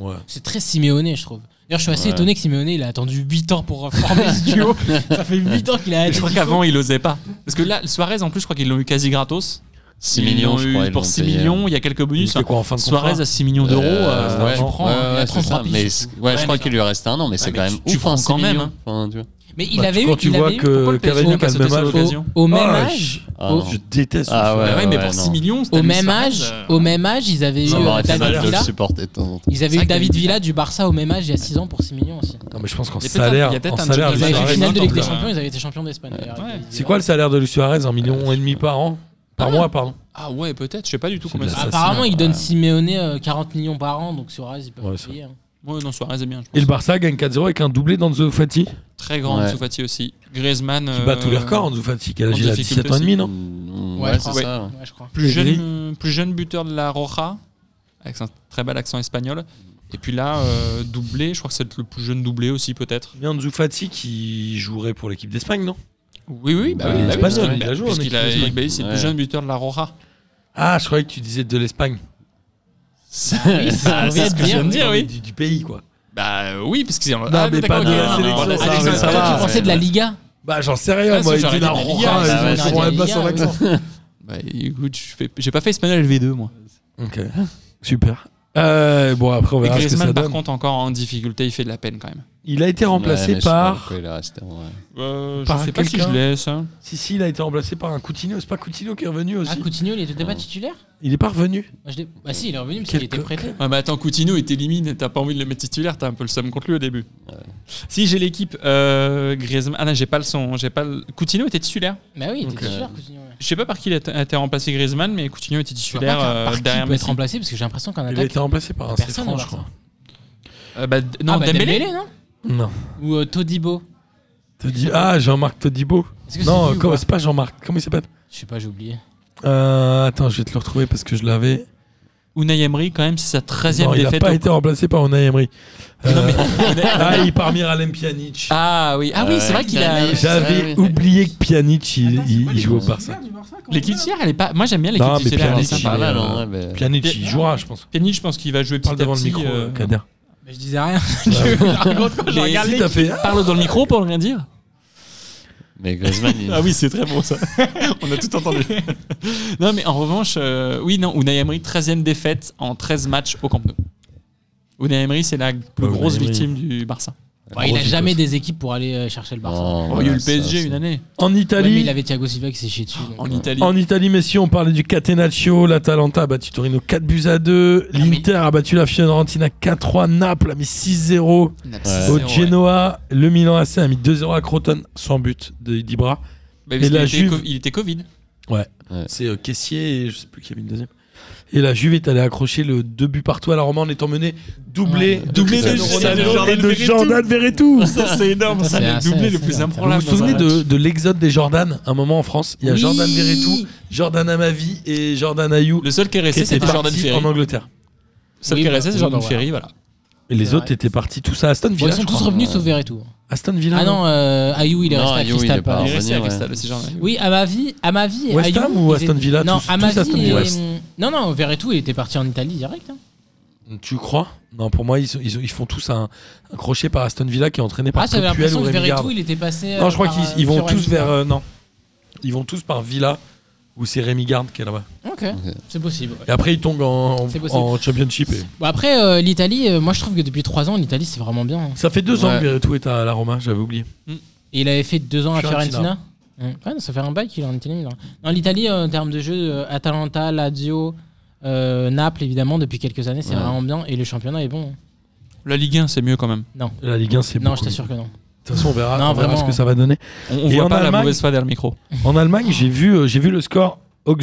Speaker 3: Ouais.
Speaker 4: C'est très Simeone, je trouve. D'ailleurs, je suis assez
Speaker 6: Ouais.
Speaker 4: étonné que Simeone, il a attendu 8 ans pour former ce
Speaker 5: [LAUGHS]
Speaker 4: duo. ça fait 8 ans qu'il a
Speaker 5: Et je crois qu'avant il osait pas, parce que là, Suarez en plus, je crois qu'ils l'ont eu quasi gratos.
Speaker 6: 6
Speaker 5: Ils
Speaker 6: millions,
Speaker 5: l'ont
Speaker 6: je
Speaker 5: eu
Speaker 6: crois. ils
Speaker 5: pour
Speaker 6: l'ont
Speaker 5: 6
Speaker 6: payé.
Speaker 5: millions, il y a quelques bonus. hein.
Speaker 3: C'était quoi en fin de contrat
Speaker 5: Suarez à 6 millions d'euros,
Speaker 6: Euh,
Speaker 5: euh,
Speaker 6: ouais,
Speaker 5: tu prends,
Speaker 6: ouais,
Speaker 5: hein.
Speaker 6: ouais,
Speaker 4: a
Speaker 6: c'est
Speaker 4: 33
Speaker 6: ça.
Speaker 4: piges.
Speaker 6: Mais c'est- ouais, je
Speaker 5: Ouais,
Speaker 6: crois
Speaker 5: mais-
Speaker 6: qu'il lui restait un an, mais c'est
Speaker 5: mais
Speaker 6: quand
Speaker 5: tu-
Speaker 6: même
Speaker 5: tu
Speaker 6: ouf,
Speaker 5: prends
Speaker 6: hein,
Speaker 5: quand
Speaker 6: 6
Speaker 5: même,
Speaker 6: millions.
Speaker 5: hein.
Speaker 6: Enfin, tu vois.
Speaker 4: Mais il
Speaker 3: Bah,
Speaker 4: avait
Speaker 3: quand
Speaker 4: eu.
Speaker 3: tu
Speaker 4: il
Speaker 3: vois
Speaker 4: avait eu-
Speaker 5: Pourquoi
Speaker 3: que
Speaker 5: le PSG
Speaker 3: Cavani
Speaker 5: n'a pas
Speaker 3: a le
Speaker 5: sauté
Speaker 3: même
Speaker 5: sur
Speaker 3: âge.
Speaker 5: l'occasion
Speaker 4: Au même
Speaker 3: Ah,
Speaker 4: âge.
Speaker 6: Ah,
Speaker 4: au-
Speaker 6: non.
Speaker 3: Je déteste.
Speaker 6: Ah,
Speaker 3: ce
Speaker 5: Bah
Speaker 3: film.
Speaker 5: ouais,
Speaker 6: Ouais,
Speaker 5: mais
Speaker 6: ouais,
Speaker 5: pour
Speaker 6: non.
Speaker 5: 6 millions,
Speaker 4: Au
Speaker 5: t'as mis
Speaker 4: même
Speaker 5: Suarez,
Speaker 4: âge,
Speaker 5: euh,
Speaker 4: au même âge, ils avaient eu
Speaker 6: Ça
Speaker 4: euh,
Speaker 6: m'aurait fait
Speaker 4: David
Speaker 6: mal de le
Speaker 4: Villa.
Speaker 6: supporter de temps en temps.
Speaker 4: Ils avaient
Speaker 5: C'est
Speaker 4: eu
Speaker 5: vrai
Speaker 4: David
Speaker 5: que David
Speaker 4: Villa
Speaker 5: Villa-
Speaker 4: du Barça au même âge il y a 6 ans pour 6 millions aussi.
Speaker 3: Non, mais je pense qu'en
Speaker 5: Il y a peut-être un- il
Speaker 3: salaire,
Speaker 5: y a
Speaker 3: en
Speaker 5: peut-être un
Speaker 3: salaire,
Speaker 5: John
Speaker 3: Luis
Speaker 4: Ils
Speaker 5: Suarez,
Speaker 4: avaient fait
Speaker 5: non,
Speaker 4: finale de
Speaker 5: non,
Speaker 4: Ligue des
Speaker 5: non.
Speaker 4: Champions, ils avaient été champions d'Espagne. d'ailleurs,
Speaker 5: ouais.
Speaker 4: avec David
Speaker 3: C'est
Speaker 4: Villa.
Speaker 3: quoi le salaire de Luis Suarez Un million et demi par an Par mois, pardon.
Speaker 5: Ah ouais, peut-être, je sais pas du tout
Speaker 3: C'est
Speaker 5: combien
Speaker 3: de la
Speaker 5: ça.
Speaker 3: ça,
Speaker 4: Apparemment,
Speaker 3: c'est-
Speaker 4: ils donnent Simeone euh, 40 millions par an, donc Suarez, ils peuvent
Speaker 3: Ouais,
Speaker 4: le
Speaker 3: ça.
Speaker 4: payer. hein.
Speaker 5: Ouais, non, Suarez est bien. je
Speaker 3: Et
Speaker 5: pense.
Speaker 3: le Barça gagne 4-0 avec un doublé d'Anzo Fati, qui
Speaker 5: Très grand
Speaker 6: Ouais.
Speaker 5: Ansu Fati aussi. Griezmann. euh, Qui
Speaker 3: bat tous les records. Anzo Fati, qui a
Speaker 5: en
Speaker 3: il a
Speaker 5: difficulté
Speaker 3: 17 ans et demi, non
Speaker 6: Mm,
Speaker 4: Ouais, je
Speaker 6: Ouais, c'est
Speaker 4: crois.
Speaker 6: ça. ouais.
Speaker 4: Ouais, je crois.
Speaker 5: Plus
Speaker 3: Pedri.
Speaker 5: jeune, euh, plus jeune buteur de la Roja, avec un très bel accent espagnol. Et puis là, euh, doublé, je crois que c'est le plus jeune doublé aussi, peut-être.
Speaker 3: Bien Anzo Fati qui jouerait pour l'équipe d'Espagne, non
Speaker 5: Oui, oui, bah
Speaker 6: Bah
Speaker 5: oui,
Speaker 6: oui,
Speaker 5: bah oui,
Speaker 6: l'espagnol,
Speaker 5: parce que-
Speaker 3: il a joué en
Speaker 5: parce
Speaker 3: équipe
Speaker 5: qu'il a-
Speaker 3: d'Espagne.
Speaker 5: bah oui, c'est le plus
Speaker 6: Ouais.
Speaker 5: jeune buteur de la [LAUGHS] Roja.
Speaker 3: Ah, je croyais que tu disais de l'Espagne.
Speaker 4: Oui, c'est
Speaker 5: Ah, c'est
Speaker 4: ce que je viens de dire.
Speaker 5: dire,
Speaker 3: Non,
Speaker 5: oui.
Speaker 3: mais Du, du pays, quoi.
Speaker 5: Bah euh, oui, parce que c'est.
Speaker 3: Non, mais pas de
Speaker 6: la
Speaker 5: Alexandre
Speaker 6: sélection,
Speaker 5: Alexandre
Speaker 6: ça arrive, ça
Speaker 5: Alexandre-
Speaker 6: va.
Speaker 4: Tu pensais de la Liga
Speaker 3: Bah, j'en sais rien,
Speaker 5: Ah,
Speaker 3: moi.
Speaker 5: ça,
Speaker 3: Il
Speaker 5: j'aurais
Speaker 3: dit la
Speaker 5: dit la
Speaker 3: Roja,
Speaker 6: Liga,
Speaker 3: ils
Speaker 6: ouais,
Speaker 3: ont- ils ont
Speaker 4: j'aurais
Speaker 3: un
Speaker 4: dit
Speaker 3: bas
Speaker 4: la
Speaker 3: sans
Speaker 4: Liga,
Speaker 3: l'accent.
Speaker 5: Bah écoute, je fais- j'ai pas fait espagnol LV2, moi.
Speaker 3: Ok, super. Euh, bon, après, on
Speaker 5: Et
Speaker 3: verra ce que ça
Speaker 5: Griezmann, par
Speaker 3: donne.
Speaker 5: contre, encore en difficulté, il fait de la peine quand même.
Speaker 3: Il a été remplacé par.
Speaker 6: Il est resté, ouais.
Speaker 5: Euh, je
Speaker 3: Par
Speaker 5: sais pas si je hein.
Speaker 3: quelqu'un
Speaker 5: l'ai, ça.
Speaker 3: Si, si, il a été remplacé par un Coutinho. C'est pas Coutinho qui est revenu aussi.
Speaker 4: Ah, Coutinho, il était pas titulaire
Speaker 3: Il est pas revenu.
Speaker 4: Moi, je l'ai- Bah si, il est revenu parce qu'il
Speaker 3: Quel
Speaker 4: était
Speaker 3: coq.
Speaker 4: prêté.
Speaker 5: Ouais, Ah, mais attends, Coutinho, il t'élimine et t'as pas envie de le mettre titulaire, t'as un peu le seum contre lui au début. Si, j'ai l'équipe. Euh, Griezmann. Ah non, j'ai pas le son. J'ai pas le- Coutinho était titulaire.
Speaker 4: Bah oui, il
Speaker 3: Donc,
Speaker 4: était
Speaker 3: euh,
Speaker 4: titulaire, Coutinho. ouais.
Speaker 5: Je sais pas par qui il a t- a été remplacé Griezmann, mais Coutinho était
Speaker 4: Je vois pas
Speaker 5: titulaire
Speaker 4: par-
Speaker 5: euh,
Speaker 4: par qui
Speaker 5: derrière
Speaker 4: il peut être
Speaker 5: Messi.
Speaker 4: remplacé parce que j'ai l'impression qu'en
Speaker 3: Il a
Speaker 4: attaque.
Speaker 3: été remplacé par un
Speaker 4: Personne
Speaker 3: Cétran,
Speaker 4: au
Speaker 3: je crois.
Speaker 5: Euh, bah, d- non,
Speaker 4: Ah, bah,
Speaker 5: Dembélé.
Speaker 4: non
Speaker 3: Non.
Speaker 4: Ou euh, Todibo.
Speaker 3: Todi- Ah, Jean-Marc Todibo.
Speaker 4: Est-ce que c'est
Speaker 3: Non,
Speaker 4: lui ou
Speaker 3: comment-
Speaker 4: pas
Speaker 3: c'est pas Jean-Marc. Comment il s'appelle
Speaker 4: Je sais pas, j'ai oublié.
Speaker 3: Euh, Attends, je vais te le retrouver parce que je l'avais.
Speaker 5: Unai Emery, quand même, c'est sa 13
Speaker 3: Non,
Speaker 5: e
Speaker 3: il a
Speaker 5: défaite.
Speaker 3: pas
Speaker 5: au-
Speaker 3: été remplacé par Unai Emery.
Speaker 5: Non, mais-
Speaker 3: [LAUGHS] Ah, il par Miralem Pjanic.
Speaker 5: Ah oui, ah, oui c'est vrai qu'il a.
Speaker 3: J'avais oublié que Pjanic, il, il- il joue au Barça.
Speaker 5: L'équipe titulaire, elle est pas. Moi, j'aime bien
Speaker 3: Non,
Speaker 5: l'équipe
Speaker 3: mais
Speaker 5: titulaire.
Speaker 3: Pjanic,
Speaker 5: c'est
Speaker 3: il
Speaker 5: sympa.
Speaker 6: Pas
Speaker 3: est,
Speaker 6: mal,
Speaker 3: euh,
Speaker 6: en vrai, hein, mais-
Speaker 3: Pjanic, il jouera, je pense.
Speaker 5: Pjanic, je pense qu'il va jouer petit
Speaker 3: Parle devant
Speaker 5: à
Speaker 3: le
Speaker 5: petit.
Speaker 3: micro,
Speaker 5: euh,
Speaker 3: Kader.
Speaker 4: Mais je disais hein. rien.
Speaker 5: je regarde
Speaker 3: Si,
Speaker 5: les-
Speaker 3: t'as fait. ah,
Speaker 5: Parle dans le micro pour rien dire.
Speaker 6: Mais Griezmann, il-
Speaker 5: Ah oui, c'est très bon ça. [LAUGHS] On a tout entendu. [LAUGHS] non, mais en revanche, euh, oui, non, Unai Emery, 13e défaite en 13 matchs au Camp Nou. Unai Emery, c'est la plus
Speaker 3: Bah, Unai
Speaker 5: grosse
Speaker 3: Emery.
Speaker 5: victime du Barça.
Speaker 4: Ouais, il a
Speaker 3: Grosse
Speaker 4: jamais
Speaker 3: écosse.
Speaker 4: des équipes pour aller euh, chercher le Barça.
Speaker 6: Non,
Speaker 5: Oh, il y a eu
Speaker 6: voilà,
Speaker 5: le PSG
Speaker 6: ça,
Speaker 5: une
Speaker 6: c'est-
Speaker 5: année.
Speaker 3: En
Speaker 4: Ouais, mais
Speaker 3: Italie,
Speaker 4: il avait Thiago Silva qui s'est chié dessus. donc,
Speaker 5: En
Speaker 4: euh,
Speaker 5: Italie.
Speaker 3: en Italie, messieurs, on parlait du Catenaccio. L'Atalanta a battu Torino 4 buts à 2.
Speaker 4: mais-
Speaker 3: L'Inter a battu la Fiorentina 4-3. Naples a mis 6-0
Speaker 6: Ouais.
Speaker 3: au Genoa. Le Milan AC a mis 2-0 à Croton sans but de d'Ibra.
Speaker 5: Bah, parce
Speaker 3: Et la
Speaker 5: qu'il était
Speaker 3: Juve-
Speaker 5: co- il était Covid.
Speaker 3: C'est euh, Caissier et je sais plus qui a mis le deuxième. Et la Juve est allée accrocher le 2 buts partout à la Roma en étant menée
Speaker 4: Ouais.
Speaker 3: doublé, doublé de
Speaker 5: Doublé de Cristiano
Speaker 3: Ronaldo et
Speaker 5: Ronaldo
Speaker 3: de
Speaker 5: et de
Speaker 3: Jordan Veretout.
Speaker 5: [LAUGHS] Ça, c'est énorme.
Speaker 4: C'est
Speaker 5: C'est le
Speaker 4: assez-
Speaker 5: doublé le
Speaker 4: assez
Speaker 5: plus
Speaker 4: énorme.
Speaker 3: Vous
Speaker 5: improbable.
Speaker 3: vous souvenez
Speaker 5: dans un
Speaker 3: de,
Speaker 5: match.
Speaker 3: de l'exode des Jordan un moment en France Il y a
Speaker 4: Oui.
Speaker 3: Jordan Veretout, Jordan Amavi et Jordan Ayou
Speaker 5: Le seul qui est
Speaker 3: qui
Speaker 5: resté,
Speaker 3: étaient
Speaker 5: c'était Jordan
Speaker 3: partis
Speaker 5: Ferry.
Speaker 3: en Angleterre.
Speaker 5: Le seul
Speaker 4: Oui,
Speaker 5: qui est
Speaker 4: bah,
Speaker 5: resté, c'est
Speaker 4: oui,
Speaker 5: Jordan
Speaker 4: bah, voilà.
Speaker 5: Ferry, voilà.
Speaker 3: Et les
Speaker 4: C'est
Speaker 3: autres
Speaker 4: vrai.
Speaker 3: étaient partis tous à Aston
Speaker 4: Bon, ils
Speaker 3: Villa.
Speaker 4: sont
Speaker 3: je
Speaker 4: tous
Speaker 3: crois.
Speaker 4: revenus sauf Veretout.
Speaker 3: Aston Villa.
Speaker 4: Ah non, euh, Ayou, il est
Speaker 6: Non,
Speaker 4: resté à
Speaker 6: Ayou, il
Speaker 4: Crystal
Speaker 6: est pas
Speaker 5: Il est
Speaker 4: Palace.
Speaker 5: resté
Speaker 6: revenir,
Speaker 5: à
Speaker 6: ouais.
Speaker 5: Cristal aussi, Jordan.
Speaker 4: Oui, à ma vie, à ma vie.
Speaker 3: West
Speaker 4: Ayou,
Speaker 3: Ham ou
Speaker 4: ils
Speaker 3: Aston
Speaker 4: étaient-
Speaker 3: Villa,
Speaker 4: Non,
Speaker 3: tous-
Speaker 4: à
Speaker 3: tous
Speaker 4: ma
Speaker 3: Aston
Speaker 4: vie.
Speaker 3: Villa. West.
Speaker 4: et- Non, non, Veretout, il était parti en Italie direct. hein.
Speaker 3: Tu crois Non, pour moi, ils, sont- ils sont- ils font tous un, un crochet par Aston Villa qui est entraîné par
Speaker 4: Ah, j'avais
Speaker 3: Clopuel
Speaker 4: l'impression
Speaker 3: ou
Speaker 4: que
Speaker 3: Rémi Garde.
Speaker 4: Veretout, il était passé. euh,
Speaker 3: Non, je crois
Speaker 4: par,
Speaker 3: qu'ils
Speaker 4: euh,
Speaker 3: ils vont
Speaker 4: Fiorentina.
Speaker 3: tous vers. euh, non. Ils vont tous par Villa où c'est Rémi Garde qui est là-bas.
Speaker 4: Ok, c'est possible. ouais.
Speaker 3: Et après, ils tombent en,
Speaker 4: C'est
Speaker 3: en,
Speaker 4: possible.
Speaker 3: Championship. et-
Speaker 4: Bon, après, euh, l'Italie, euh, moi je trouve que depuis 3 ans, l'Italie c'est vraiment bien. hein.
Speaker 3: Ça fait deux
Speaker 6: Ouais.
Speaker 3: ans que Veretout est à la Roma, j'avais oublié.
Speaker 4: Et il avait fait 2 ans à
Speaker 3: Fiorentina.
Speaker 4: Fiorentina. Hum. Ouais, ça fait un bail qu'il est en Italie. là. Non, l'Italie, euh, en termes de jeu, euh, Atalanta, Lazio, euh, Naples, évidemment, depuis quelques années, c'est
Speaker 6: Ouais.
Speaker 4: vraiment bien. Et le championnat est bon. hein.
Speaker 5: La Ligue 1, c'est mieux quand même.
Speaker 3: La Ligue 1, c'est
Speaker 4: Non,
Speaker 3: beaucoup
Speaker 4: je t'assure que non.
Speaker 3: mieux. De toute façon, on verra,
Speaker 4: Non,
Speaker 3: on verra
Speaker 4: vraiment.
Speaker 3: ce que ça va donner.
Speaker 5: On, on
Speaker 3: Et
Speaker 5: voit
Speaker 3: en
Speaker 5: pas la
Speaker 3: Allemagne-
Speaker 5: mauvaise foi derrière le micro.
Speaker 3: En Allemagne, j'ai vu, euh, j'ai vu le score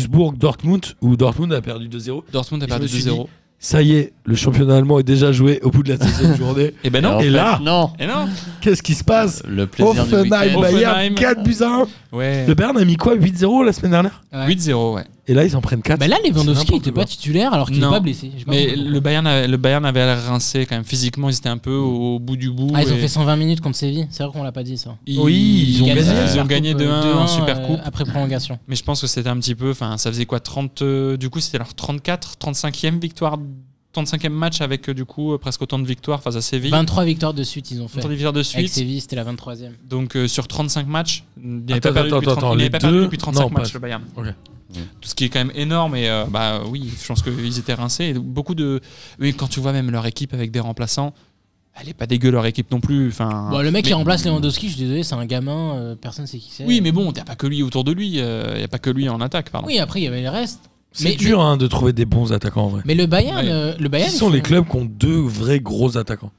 Speaker 3: Augsbourg-Dortmund, où Dortmund a perdu 2-0.
Speaker 5: Dortmund a
Speaker 3: Et je me
Speaker 5: perdu
Speaker 3: suis
Speaker 5: 2-0.
Speaker 3: Ça y est, le championnat allemand est déjà joué au bout de la deuxième journée.
Speaker 5: Eh ben
Speaker 6: Et en
Speaker 5: non.
Speaker 3: Et
Speaker 6: fait,
Speaker 3: là-
Speaker 6: Non
Speaker 5: Eh non.
Speaker 3: Qu'est-ce qui se passe
Speaker 6: Le plaisir du
Speaker 3: Offenheim,
Speaker 6: week-end.
Speaker 3: Bayern,
Speaker 5: Hoffenheim.
Speaker 3: 4 buts à 1.
Speaker 5: Ouais.
Speaker 3: Le Bayern a mis quoi 8-0 la semaine dernière
Speaker 4: Ouais.
Speaker 5: 8-0, ouais.
Speaker 3: Et là, ils en prennent 4.
Speaker 4: Bah là, Lewandowski
Speaker 3: Ah, n'importe
Speaker 4: n'était
Speaker 3: quoi.
Speaker 4: pas titulaire alors qu'il n'est
Speaker 5: Non.
Speaker 4: pas blessé. Je sais pas
Speaker 5: Mais
Speaker 4: pourquoi.
Speaker 5: le Bayern, avait, le Bayern avait l'air rincé quand même. Physiquement, ils étaient un peu au bout du bout.
Speaker 4: Ah, ils ont
Speaker 5: et
Speaker 4: fait 120 minutes contre Séville. C'est vrai qu'on l'a pas dit ça.
Speaker 5: ils-
Speaker 3: Oui, ils ont
Speaker 5: ils
Speaker 3: gagné.
Speaker 5: Ils ont
Speaker 4: Supercoupe,
Speaker 5: gagné
Speaker 4: euh,
Speaker 5: 2-1 en
Speaker 4: 2-1,
Speaker 5: Super
Speaker 4: euh,
Speaker 5: Coupe.
Speaker 4: Après prolongation.
Speaker 5: Mais je pense que c'était un petit peu. Enfin, ça faisait quoi 30, euh, Du coup, c'était leur 34, 35e victoire. 35e match avec euh, du coup euh, presque autant de victoires face à Séville.
Speaker 4: 23 victoires de suite, ils ont fait.
Speaker 5: 23 victoires de
Speaker 4: Avec
Speaker 5: suite.
Speaker 4: Séville, c'était la 23ème.
Speaker 5: Donc euh, sur 35 matchs, il n'avait
Speaker 3: Attends,
Speaker 5: pas perdu
Speaker 3: attends,
Speaker 5: depuis 30
Speaker 3: attends,
Speaker 5: il n'avait
Speaker 3: les
Speaker 5: pas perdu
Speaker 3: deux-
Speaker 5: depuis 35
Speaker 3: non,
Speaker 5: matchs
Speaker 3: pas-
Speaker 5: le Bayern.
Speaker 3: Ok.
Speaker 5: Tout ce qui est quand même énorme et euh, bah oui, je pense qu'ils étaient rincés. Et donc, beaucoup de, mais quand tu vois même leur équipe avec des remplaçants, elle est pas dégueu leur équipe non plus. Enfin,
Speaker 3: Bah,
Speaker 4: Bon, le mec
Speaker 5: Ah. mais-
Speaker 4: qui remplace Lewandowski, je suis désolé, c'est un gamin, euh, personne sait qui c'est.
Speaker 5: Oui, mais bon, t'as pas que lui autour de lui, il y a pas que lui en attaque, pardon.
Speaker 4: Oui, après, il y avait le reste.
Speaker 3: C'est
Speaker 4: Mais-
Speaker 3: dur hein, de trouver des bons attaquants en vrai.
Speaker 4: Mais le Bayern.
Speaker 5: Ouais.
Speaker 4: euh, le Bayern
Speaker 3: Qui sont
Speaker 4: ils
Speaker 3: les
Speaker 4: font-
Speaker 3: clubs qui ont deux vrais gros attaquants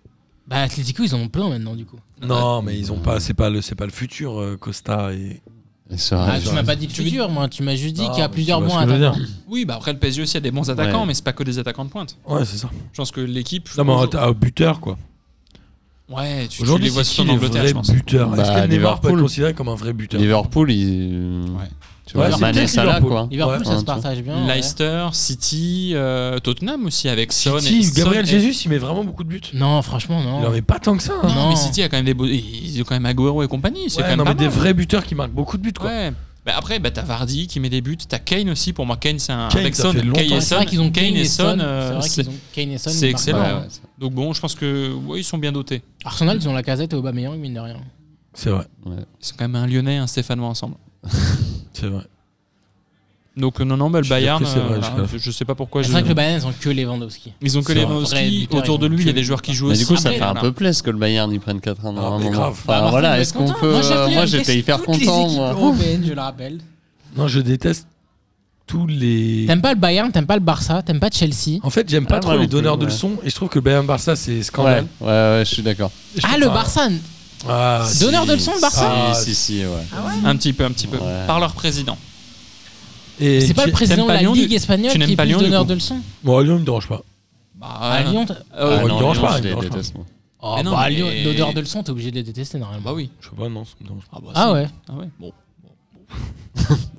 Speaker 4: Bah, Atletico, ils en ont plein maintenant, du coup.
Speaker 3: Non, mais ils ont pas. C'est pas le. C'est pas le futur euh, Costa et.
Speaker 6: Et sur-
Speaker 4: Ah,
Speaker 3: ils
Speaker 4: tu
Speaker 3: ont
Speaker 4: m'as
Speaker 3: raison.
Speaker 4: pas dit le futur, moi. Tu m'as juste dit
Speaker 3: Non,
Speaker 4: qu'il y a
Speaker 3: mais
Speaker 4: plusieurs
Speaker 3: tu vois
Speaker 4: bons
Speaker 3: ce que je veux
Speaker 4: attaquants.
Speaker 5: Oui, bah après le PSG aussi a des bons attaquants, mais c'est pas que des attaquants de pointe.
Speaker 3: Ouais, c'est ça.
Speaker 5: Je pense que l'équipe.
Speaker 3: Non, mais en- à buteur quoi.
Speaker 5: Ouais, tu, tu
Speaker 3: Aujourd'hui,
Speaker 5: les vois
Speaker 3: c'est qui
Speaker 5: surtout en
Speaker 3: les
Speaker 5: Angleterre,
Speaker 3: vrais
Speaker 5: je pense.
Speaker 3: buteurs Est-ce
Speaker 6: Bah,
Speaker 3: que Neymar peut être
Speaker 6: Liverpool. Bah,
Speaker 3: considéré comme un vrai buteur
Speaker 6: Liverpool, il.
Speaker 5: Ouais.
Speaker 6: Tu vois,
Speaker 3: Ouais, c'est
Speaker 6: Mané,
Speaker 3: peut-être
Speaker 6: Salah,
Speaker 3: Liverpool.
Speaker 6: quoi.
Speaker 4: Liverpool,
Speaker 3: Ouais,
Speaker 4: ça se
Speaker 6: un truc.
Speaker 4: partage bien. ouais.
Speaker 5: Leicester, City, euh, Tottenham aussi avec Son. et-
Speaker 3: City,
Speaker 5: Son
Speaker 3: Gabriel
Speaker 5: et-
Speaker 3: Jesus, il met vraiment beaucoup de buts.
Speaker 4: Non, franchement, non.
Speaker 3: Il en met pas tant que ça. hein.
Speaker 4: Non,
Speaker 5: Non, mais City a quand même des beaux. Ils ont quand même Agüero et compagnie. C'est
Speaker 3: Ouais,
Speaker 5: quand même
Speaker 3: non,
Speaker 5: pas
Speaker 3: mais des
Speaker 5: mal. hein.
Speaker 3: vrais buteurs qui marquent beaucoup de buts quoi.
Speaker 5: Ouais. Bah après, bah, t'as Vardy qui met des buts, t'as Kane aussi. Pour moi, Kane, c'est un.
Speaker 3: Kane,
Speaker 5: avec
Speaker 3: ça
Speaker 5: Son,
Speaker 3: fait longtemps.
Speaker 5: Kane et
Speaker 4: Ouais, C'est
Speaker 5: Son.
Speaker 4: vrai qu'ils ont
Speaker 5: Kane et Son. euh,
Speaker 4: C'est vrai
Speaker 5: c'est-
Speaker 4: qu'ils ont Kane et Son.
Speaker 5: c'est
Speaker 4: ils marquent
Speaker 5: excellent.
Speaker 4: pas.
Speaker 6: Ouais, ouais, c'est-
Speaker 5: Donc bon, je pense que. Ouais, ils sont bien dotés.
Speaker 4: Arsenal, ils ont la casette et Aubameyang, mine de rien.
Speaker 3: C'est vrai.
Speaker 5: Ils sont quand même un Lyonnais et un Stéphanois ensemble.
Speaker 3: C'est vrai.
Speaker 5: Donc euh, non, non, bah, le
Speaker 3: Je suis
Speaker 5: Bayern,
Speaker 3: surpris, c'est
Speaker 5: euh,
Speaker 3: vrai,
Speaker 5: voilà,
Speaker 3: je-
Speaker 5: je, je sais pas pourquoi.
Speaker 4: C'est
Speaker 5: Je...
Speaker 4: vrai que le Bayern, ils ont que Lewandowski.
Speaker 5: Ils ont que
Speaker 3: C'est
Speaker 5: les
Speaker 3: un
Speaker 4: vrai buteur,
Speaker 5: autour
Speaker 4: ils
Speaker 5: de
Speaker 4: ont
Speaker 5: lui, il
Speaker 4: que
Speaker 5: y a des
Speaker 4: lui.
Speaker 5: joueurs qui jouent
Speaker 6: Mais
Speaker 5: aussi.
Speaker 6: du coup, ça
Speaker 4: Après, Bah,
Speaker 6: fait un
Speaker 5: voilà.
Speaker 6: peu plaise que le Bayern y prenne 4-1
Speaker 3: Ah,
Speaker 6: dans un
Speaker 3: mais
Speaker 6: moment.
Speaker 3: grave.
Speaker 6: Enfin, voilà, est-ce qu'on peut. euh, Moi, j'étais hyper content, moi.
Speaker 4: je le rappelle.
Speaker 3: Non, je déteste tous les.
Speaker 4: T'aimes pas le Bayern, t'aimes pas le Barça, t'aimes pas Chelsea.
Speaker 3: En fait, j'aime pas
Speaker 6: Ah,
Speaker 3: trop
Speaker 6: moi
Speaker 3: les
Speaker 6: non plus,
Speaker 3: donneurs de
Speaker 6: ouais.
Speaker 3: leçons et je trouve que le Bayern Barça c'est
Speaker 6: Ouais, ouais,
Speaker 3: scandale.
Speaker 6: ouais, je suis d'accord.
Speaker 3: Je
Speaker 4: Ah,
Speaker 3: trouve
Speaker 4: le
Speaker 3: ça-
Speaker 4: Barça
Speaker 3: Ah, si.
Speaker 4: Donneur de leçons, le Barça
Speaker 3: Ah,
Speaker 6: Si, si, si, ouais.
Speaker 5: Un petit peu, un petit peu.
Speaker 6: Ouais.
Speaker 5: Par leur président.
Speaker 3: Et
Speaker 4: C'est pas le
Speaker 3: j'ai-
Speaker 4: président de
Speaker 5: pas
Speaker 4: la
Speaker 5: Lyon,
Speaker 4: Ligue
Speaker 5: tu-
Speaker 4: espagnole
Speaker 5: tu n'aimes
Speaker 4: qui est
Speaker 5: pas
Speaker 4: plus
Speaker 5: Lyon, du
Speaker 4: donneur
Speaker 5: coup
Speaker 4: de leçons
Speaker 3: Bon, à Lyon, il me dérange pas.
Speaker 5: Bah,
Speaker 4: À
Speaker 5: euh,
Speaker 4: Lyon, t'as-
Speaker 5: euh,
Speaker 6: Ah
Speaker 3: il
Speaker 6: non,
Speaker 3: dérange
Speaker 6: Lyon,
Speaker 3: pas,
Speaker 6: je
Speaker 3: il
Speaker 6: les
Speaker 3: dérange pas.
Speaker 6: déteste, moi.
Speaker 4: Oh,
Speaker 5: Mais non,
Speaker 4: bah,
Speaker 5: mais-
Speaker 4: Lyon, l'odeur de leçon, t'es obligé de les détester normalement.
Speaker 5: bah oui.
Speaker 3: Je sais pas, non, ça me dérange pas.
Speaker 4: Ah ouais,
Speaker 5: Ah ouais. Bon.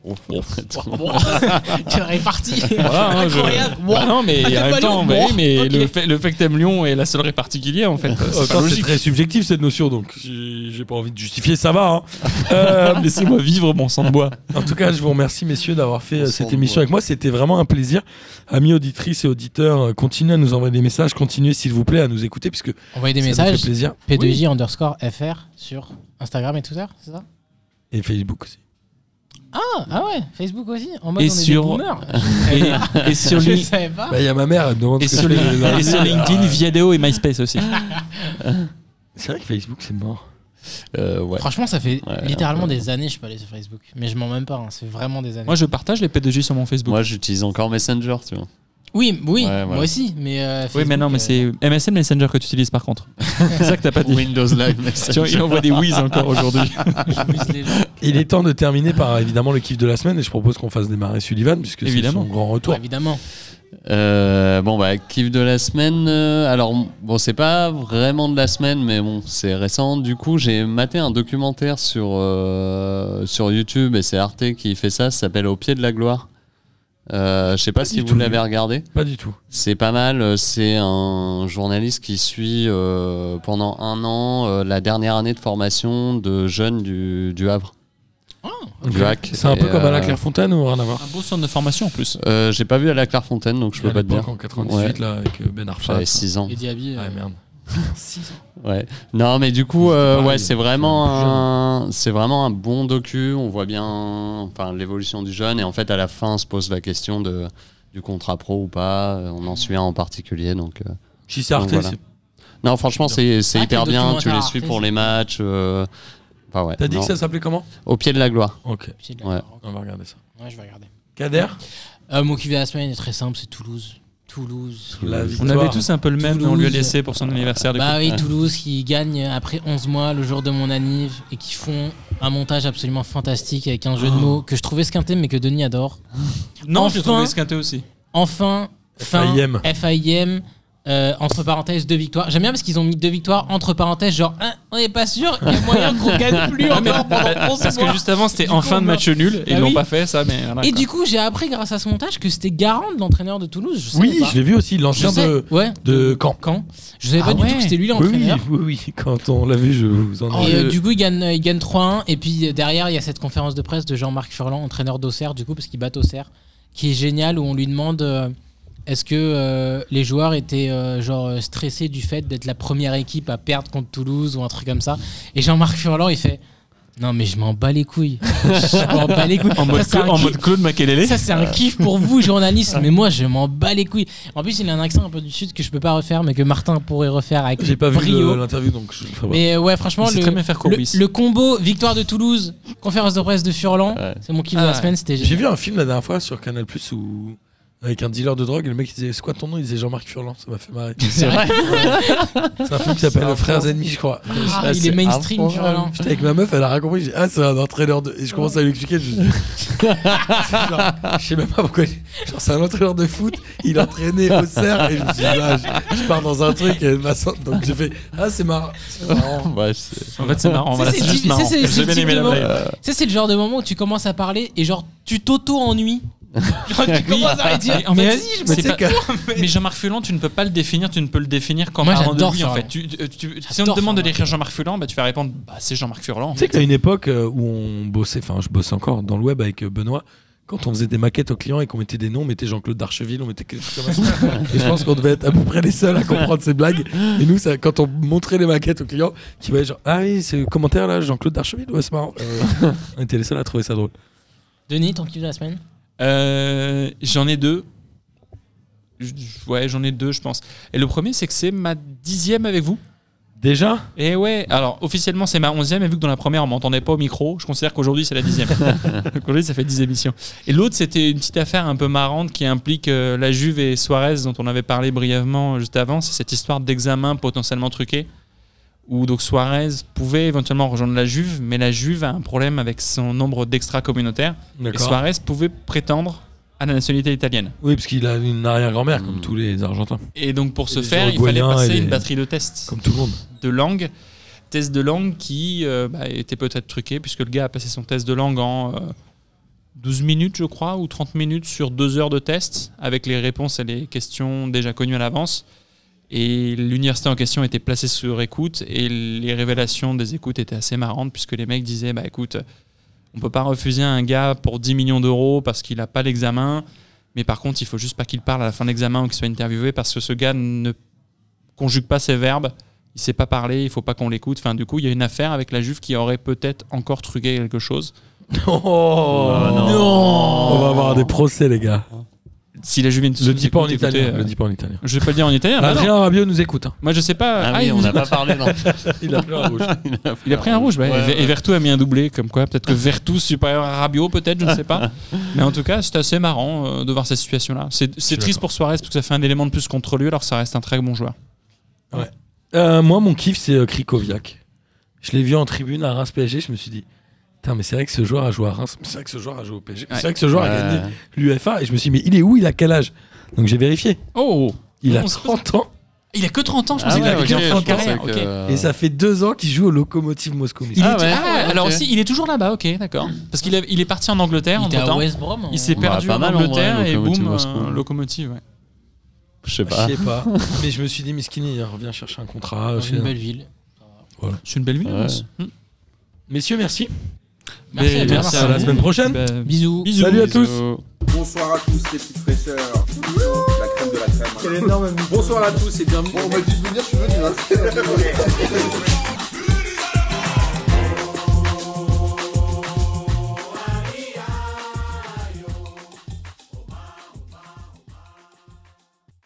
Speaker 6: Oh, oh, putain.
Speaker 4: tu [LAUGHS] réparti.
Speaker 5: Voilà, hein, je-
Speaker 4: Incroyable.
Speaker 5: Bah non, mais
Speaker 4: Ah, t'aimes
Speaker 5: en
Speaker 4: pas
Speaker 5: même temps,
Speaker 4: Lyon
Speaker 5: bah oui,
Speaker 4: Bon,
Speaker 5: mais
Speaker 4: ok.
Speaker 5: le, fait, le fait que t'aimes Lyon est la seule répartie qu'il y ait,
Speaker 4: [LAUGHS]
Speaker 5: en fait.
Speaker 3: En même
Speaker 5: C'est pas
Speaker 3: temps, C'est
Speaker 5: logique.
Speaker 3: très subjectif cette notion, donc j'ai j'ai pas envie de justifier, ça va. [LAUGHS] hein. Euh,
Speaker 5: [LAUGHS] Laissez-moi vivre mon sang de bois.
Speaker 3: En tout cas, je vous remercie, messieurs, d'avoir fait
Speaker 6: On
Speaker 3: euh,
Speaker 6: s'en
Speaker 3: cette
Speaker 6: doit.
Speaker 3: émission avec moi. C'était vraiment un plaisir. Amis auditrices et auditeurs, euh, continuez à nous envoyer des messages. Continuez, s'il vous plaît, à nous écouter, puisque
Speaker 4: Envoyez des
Speaker 3: ça nous fait
Speaker 4: messages
Speaker 3: plaisir.
Speaker 4: P2J underscore FR sur Instagram et Twitter, c'est ça
Speaker 3: Et Facebook aussi.
Speaker 4: ah, ah ouais, Facebook aussi, en mode
Speaker 5: Et
Speaker 4: on est
Speaker 5: sur-
Speaker 4: des [LAUGHS] boomers.
Speaker 5: Et, [LAUGHS] et sur,
Speaker 4: Je
Speaker 5: Lin-
Speaker 4: savais pas.
Speaker 3: Bah, Il y a ma mère, elle me demande
Speaker 5: et
Speaker 3: ce que
Speaker 5: sur
Speaker 3: je
Speaker 5: Lin-
Speaker 3: fais les lundis.
Speaker 5: et sur LinkedIn, Viadeo et MySpace aussi.
Speaker 3: C'est vrai que Facebook, c'est mort.
Speaker 6: [LAUGHS] Euh, ouais.
Speaker 4: Franchement, ça fait
Speaker 6: Ouais,
Speaker 4: littéralement
Speaker 6: un peu.
Speaker 4: des années que je suis pas allé sur Facebook. Mais je m'en même pas, hein, c'est vraiment des années.
Speaker 5: Moi, je partage les P2J sur mon Facebook.
Speaker 6: Moi, j'utilise encore Messenger, tu vois.
Speaker 4: Oui, oui,
Speaker 6: Ouais,
Speaker 4: moi
Speaker 6: voilà.
Speaker 4: aussi. Mais euh,
Speaker 5: oui,
Speaker 4: Facebook,
Speaker 5: mais non, mais
Speaker 4: euh,
Speaker 5: c'est MSN Messenger que tu utilises par contre. [LAUGHS] c'est ça que t'as pas dit.
Speaker 3: [LAUGHS]
Speaker 6: Windows Live
Speaker 5: Tu vois, il
Speaker 6: Messenger.
Speaker 5: envoie des whiz encore aujourd'hui.
Speaker 4: je vise les gens.
Speaker 3: Il est temps de terminer par évidemment le kiff de la semaine et je propose qu'on fasse démarrer Sullivan, puisque c'est
Speaker 5: Évidemment.
Speaker 3: son grand
Speaker 4: Ouais,
Speaker 3: retour.
Speaker 4: évidemment.
Speaker 6: Euh, bon, bah, kiff de la semaine. euh, alors, bon, c'est pas vraiment de la semaine, mais bon, c'est récent. Du coup, j'ai maté un documentaire sur, euh, sur YouTube et c'est Arte qui fait ça. Ça s'appelle Au pied de la gloire. Euh, je sais pas
Speaker 3: Pas
Speaker 6: si
Speaker 3: du
Speaker 6: vous
Speaker 3: tout,
Speaker 6: l'avez
Speaker 3: lui.
Speaker 6: regardé.
Speaker 3: Pas du tout.
Speaker 6: C'est pas mal. euh, C'est un journaliste qui suit euh, pendant un an euh, la dernière année de formation de jeunes du, du Havre. Du
Speaker 3: Ah, Ok.
Speaker 6: hack.
Speaker 3: C'est un peu
Speaker 6: Et,
Speaker 3: comme à la
Speaker 6: euh,
Speaker 3: Clairefontaine ou rien à voir
Speaker 5: Un beau centre de formation en plus.
Speaker 6: Euh, j'ai pas vu à la Clairefontaine, donc je peux
Speaker 3: À
Speaker 6: pas te
Speaker 3: l'époque,
Speaker 6: dire.
Speaker 3: En 98,
Speaker 6: Ouais.
Speaker 3: là, avec euh, Ben Arfa.
Speaker 6: J'avais
Speaker 3: tout ça.
Speaker 6: 6 ans.
Speaker 4: Et Diaby. euh,
Speaker 3: Ouais, merde.
Speaker 6: Ouais. Non, mais du coup, euh,
Speaker 3: pareil,
Speaker 6: ouais, c'est
Speaker 3: c'est plus jeune.
Speaker 6: vraiment, un- c'est vraiment un bon docu. On voit bien, enfin, l'évolution du jeune. Et en fait, à la fin, on se pose la question de du contrat pro ou pas. Euh, On en suit un en particulier, donc. euh,
Speaker 3: Si c'est Arte,
Speaker 6: Donc, voilà.
Speaker 3: c'est-
Speaker 6: Non, franchement, c'est c'est
Speaker 4: Ah,
Speaker 6: hyper
Speaker 4: quel
Speaker 6: bien. Tu les
Speaker 4: documentaire
Speaker 6: suis
Speaker 4: Arte,
Speaker 6: pour
Speaker 4: c'est-
Speaker 6: les matchs. euh, Enfin ouais.
Speaker 3: t'as dit
Speaker 6: non.
Speaker 3: que ça s'appelait comment
Speaker 6: Au pied de
Speaker 3: [LAUGHS]
Speaker 6: la gloire.
Speaker 3: Ok,
Speaker 4: c'est de la-
Speaker 6: Ouais.
Speaker 3: on va regarder ça.
Speaker 4: Ouais, je vais regarder.
Speaker 3: Kader
Speaker 4: Euh, mon QV de la semaine est très simple, c'est Toulouse. Toulouse.
Speaker 3: La
Speaker 5: On
Speaker 3: victoire.
Speaker 5: avait tous un peu le même, mais on lui a
Speaker 4: Toulouse.
Speaker 5: laissé pour son anniversaire du coup.
Speaker 4: Bah oui, Toulouse qui gagne après 11 mois le jour de mon anniv et qui font un montage absolument fantastique avec un jeu de mots que je trouvais esquinté mais que Denis adore.
Speaker 5: Non, je l'ai
Speaker 4: Enfin.
Speaker 5: trouvé esquinté aussi.
Speaker 4: Enfin, fin,
Speaker 3: FIM.
Speaker 4: FIM, euh, entre parenthèses, deux victoires. J'aime bien parce qu'ils ont mis deux victoires entre parenthèses, genre Hein, on n'est pas sûr, il y a moyen qu'on gagne plus encore pendant 11
Speaker 5: Bah, Parce que
Speaker 4: mois.
Speaker 5: juste avant, c'était
Speaker 4: Du
Speaker 5: en
Speaker 4: coup,
Speaker 5: fin de
Speaker 4: on
Speaker 5: match nul. et
Speaker 4: Bah
Speaker 5: Ils l'ont
Speaker 4: oui.
Speaker 5: pas fait, ça, mais. voilà,
Speaker 4: Et
Speaker 5: quoi.
Speaker 4: du coup, j'ai appris grâce à ce montage que c'était Garand, l'entraîneur de Toulouse. Je savais
Speaker 3: Oui,
Speaker 4: pas.
Speaker 3: je l'ai vu aussi,
Speaker 4: je
Speaker 3: l'ancien
Speaker 4: sais.
Speaker 3: de,
Speaker 4: ouais.
Speaker 3: de Caen.
Speaker 4: Quand Je savais
Speaker 5: Ah
Speaker 4: pas du
Speaker 5: ouais.
Speaker 4: tout que c'était lui
Speaker 3: Oui, oui,
Speaker 4: l'entraîneur.
Speaker 3: oui, oui, quand on l'a vu, je vous en ai.
Speaker 4: Et euh,
Speaker 5: le-
Speaker 4: du coup, il gagne, il gagne 3-1. Et puis euh, derrière, il y a cette conférence de presse de Jean-Marc Furlan, entraîneur d'Auxerre, du coup, parce qu'il bat Auxerre, qui est génial, où on lui demande euh, est-ce que euh, les joueurs étaient euh, genre euh, stressés du fait d'être la première équipe à perdre contre Toulouse ou un truc comme ça. Et Jean-Marc Furlan, il fait non, mais je m'en bats les couilles. [LAUGHS] je m'en bats les couilles.
Speaker 5: En
Speaker 4: Ça,
Speaker 5: mode,
Speaker 4: c'est un
Speaker 5: en
Speaker 4: kiff.
Speaker 5: mode Claude Makelele.
Speaker 4: Ça, c'est un kiff pour vous, journalistes, mais moi, je m'en bats les couilles. En plus, il a un accent un peu du sud que je peux pas refaire, mais que Martin pourrait refaire avec
Speaker 3: J'ai pas vu
Speaker 4: brio.
Speaker 3: le- l'interview, donc je le ferai pas.
Speaker 4: Mais euh, ouais, franchement,
Speaker 5: Il sait
Speaker 4: le,
Speaker 5: très bien faire Courbis.
Speaker 4: le, le combo victoire de Toulouse, conférence de presse de Furlan,
Speaker 6: Ouais.
Speaker 4: c'est mon kiff de
Speaker 5: Ah
Speaker 4: la
Speaker 5: ouais.
Speaker 4: semaine, c'était
Speaker 3: J'ai
Speaker 4: génial.
Speaker 3: vu un film la dernière fois sur Canal Plus où. Avec un dealer de drogue, et le mec il disait C'est quoi ton nom Il disait Jean-Marc Furlan, ça m'a fait marrer. [LAUGHS] C'est vrai C'est un film qui s'appelle Frères ennemis, je crois.
Speaker 4: Ah,
Speaker 6: Ah,
Speaker 4: il
Speaker 6: c'est
Speaker 4: est mainstream, Furlan.
Speaker 3: J'étais avec ma meuf, elle a rien compris. J'ai dit, ah, c'est un entraîneur de. Et je commence à lui expliquer. Je, C'est [LAUGHS] genre, je sais même pas pourquoi. Genre, c'est un entraîneur de foot. Il entraînait au cerf. Et je me suis dit, ah, je, je pars dans un truc. Et ma so- Donc j'ai fait, ah, c'est marrant. C'est marrant.
Speaker 6: Ouais, c'est-
Speaker 5: En fait, c'est marrant.
Speaker 4: Ça,
Speaker 5: Voilà,
Speaker 4: c'est
Speaker 5: c'est
Speaker 4: le
Speaker 5: juste
Speaker 4: type-
Speaker 5: marrant.
Speaker 4: ça, c'est le
Speaker 5: J'ai bien
Speaker 4: type
Speaker 5: aimé
Speaker 4: de
Speaker 5: la
Speaker 4: moment.
Speaker 5: blague.
Speaker 4: Ça, c'est le genre de moment où tu commences à parler et genre, tu t'auto-ennuies. Genre, tu commences à dire,
Speaker 5: en fait,
Speaker 4: vas-y, je me
Speaker 5: c'est
Speaker 4: sais
Speaker 5: pas-
Speaker 4: pas.
Speaker 5: [LAUGHS] Mais Jean-Marc Fulan, tu ne peux pas le définir, tu ne peux le définir qu'en
Speaker 4: Moi,
Speaker 5: parlant de
Speaker 4: j'adore
Speaker 5: lui en
Speaker 4: Furlan.
Speaker 5: fait. Tu- tu- tu- si on
Speaker 4: J'adore
Speaker 5: te demande de
Speaker 4: Furlan.
Speaker 5: décrire Jean-Marc Fulan, bah, tu vas répondre bah, c'est Jean-Marc Furlan.
Speaker 3: Tu sais qu'à une époque euh, où on bossait, enfin, je bossais encore dans le web avec euh, Benoît. Quand on faisait des maquettes aux clients et qu'on mettait des noms, on mettait Jean-Claude Darcheville, on mettait quelque chose comme ça. et je pense qu'on devait être à peu près les seuls à comprendre ces blagues. Et nous, ça, quand on montrait les maquettes aux clients, qui voyaient genre, ah oui, c'est le commentaire là, Jean-Claude Darcheville, ouais, c'est marrant. Euh, on était les seuls à trouver ça drôle.
Speaker 4: Denis, ton kiff de la semaine
Speaker 5: Euh, j'en ai deux. Je- je- Ouais, j'en ai deux, je pense. Et le premier, c'est que c'est ma dixième avec vous.
Speaker 3: Déjà
Speaker 5: Et Eh ouais, alors officiellement, c'est ma onzième, et vu que dans la première, on m'entendait pas au micro, je considère qu'aujourd'hui, c'est la
Speaker 3: [LAUGHS]
Speaker 5: dixième. Donc Aujourd'hui, ça fait dix émissions. Et l'autre, c'était une petite affaire un peu marrante qui implique euh, la Juve et Suarez, dont on avait parlé brièvement euh, juste avant. C'est cette histoire d'examen potentiellement truqué, où donc Suarez pouvait éventuellement rejoindre la Juve, mais la Juve a un problème avec son nombre d'extra communautaires. Et
Speaker 3: D'accord.
Speaker 5: Suarez pouvait prétendre à la nationalité italienne.
Speaker 3: Oui, parce qu'il a une arrière-grand-mère, comme
Speaker 6: Mm.
Speaker 3: tous les Argentins,
Speaker 5: Et donc pour ce
Speaker 3: les
Speaker 5: faire, il fallait
Speaker 3: Uruguayens
Speaker 5: passer
Speaker 3: et les-
Speaker 5: une batterie de tests
Speaker 3: comme tout le monde.
Speaker 5: de langue. Test de langue qui euh, bah, était peut-être truqué, puisque le gars a passé son test de langue en euh, 12 minutes, je crois, ou 30 minutes sur 2 heures de test, avec les réponses et les questions déjà connues à l'avance. Et l'université en question était placée sur écoute, et les révélations des écoutes étaient assez marrantes, puisque les mecs disaient Bah écoute, on peut pas refuser un gars pour 10 millions d'euros parce qu'il n'a pas l'examen, mais par contre, il faut juste pas qu'il parle à la fin de l'examen ou qu'il soit interviewé, parce que ce gars ne conjugue pas ses verbes il sait pas parler, il faut pas qu'on l'écoute. Enfin, du coup, il y a une affaire avec la Juve qui aurait peut-être encore truqué quelque chose.
Speaker 3: Oh
Speaker 6: non.
Speaker 3: On va avoir des procès, les gars.
Speaker 5: Si la Juve vient de
Speaker 3: Le
Speaker 5: nous
Speaker 3: dis pas en
Speaker 5: écouter, écoutez,
Speaker 3: italien.
Speaker 5: euh,
Speaker 3: Le dis pas Ah, en italien.
Speaker 5: Je vais pas le dire en italien. bah non.
Speaker 3: Adrien Rabiot nous écoute.
Speaker 5: [LAUGHS]
Speaker 3: hein.
Speaker 5: Moi, je sais pas.
Speaker 6: Ah
Speaker 5: Ah,
Speaker 6: oui,
Speaker 5: il,
Speaker 6: on n'a pas parlé. Non.
Speaker 3: Il a pris un rouge.
Speaker 5: [LAUGHS] il a pris un rouge. ouais.
Speaker 6: Ouais,
Speaker 5: et, Ver- et Vertu a mis un doublé, comme quoi. Peut-être que Vertu supérieur à Rabiot, peut-être, je ne
Speaker 3: [LAUGHS]
Speaker 5: sais pas. Mais en tout cas, c'est assez marrant euh, de voir cette situation-là. C'est c'est triste
Speaker 3: d'accord.
Speaker 5: pour Suarez parce que ça fait un élément de plus contre lui, alors que ça reste un très bon joueur.
Speaker 3: Euh, moi, mon kiff, c'est euh, Krikoviak. Je l'ai vu en tribune à Reims PSG. Je me suis dit, putain, mais c'est vrai que ce joueur a joué à Reims. mais C'est vrai que ce joueur a joué au PSG. mais
Speaker 5: Ouais.
Speaker 3: C'est vrai que ce joueur a
Speaker 6: Ouais.
Speaker 3: gagné l'UFA. Et je me suis dit, mais il est où Il a quel âge Donc j'ai vérifié.
Speaker 5: Oh
Speaker 3: Il a
Speaker 5: On se-
Speaker 3: 30 ans
Speaker 5: Il a que 30 ans, je
Speaker 6: Ah
Speaker 5: pensais
Speaker 6: ouais,
Speaker 5: qu'il
Speaker 6: ok,
Speaker 5: avait
Speaker 6: je
Speaker 5: une
Speaker 6: pensais
Speaker 5: carrière.
Speaker 6: que- euh,
Speaker 5: ok.
Speaker 3: et ça fait deux ans qu'il joue au Locomotive Moscou.
Speaker 5: Il
Speaker 6: Ah
Speaker 5: était-
Speaker 6: ouais,
Speaker 5: ah,
Speaker 6: ok.
Speaker 5: alors si, il est toujours là-bas, ok, d'accord. Parce qu'il a- il est parti en Angleterre
Speaker 4: Il
Speaker 5: en
Speaker 4: était à
Speaker 5: temps.
Speaker 4: West Brom. hein. en-
Speaker 5: Il s'est
Speaker 6: Bah,
Speaker 5: perdu
Speaker 6: pas
Speaker 5: en
Speaker 6: mal, en vrai,
Speaker 5: Angleterre et
Speaker 6: Locomotive
Speaker 5: boum,
Speaker 6: Moscou.
Speaker 5: euh, locomotive. ouais.
Speaker 6: Je sais
Speaker 3: Je
Speaker 6: pas.
Speaker 3: sais pas. mais je me suis dit, mais Skinny, il revient chercher un contrat.
Speaker 4: dans
Speaker 3: chez-
Speaker 4: une belle ville.
Speaker 5: C'est une belle ville.
Speaker 6: Ouais.
Speaker 5: Lens. Hmm.
Speaker 3: Messieurs, merci.
Speaker 4: Merci
Speaker 5: Mais
Speaker 4: à toi.
Speaker 5: merci
Speaker 3: à la
Speaker 5: vous.
Speaker 3: semaine prochaine.
Speaker 5: Bah,
Speaker 4: Bisous.
Speaker 5: bisous.
Speaker 3: Salut à
Speaker 5: Bisous.
Speaker 2: Bonsoir à tous les petites fraîcheurs. La crème hein. de la crème. Bonsoir à tous et bienvenue. on m'a dit de venir, je suis venu.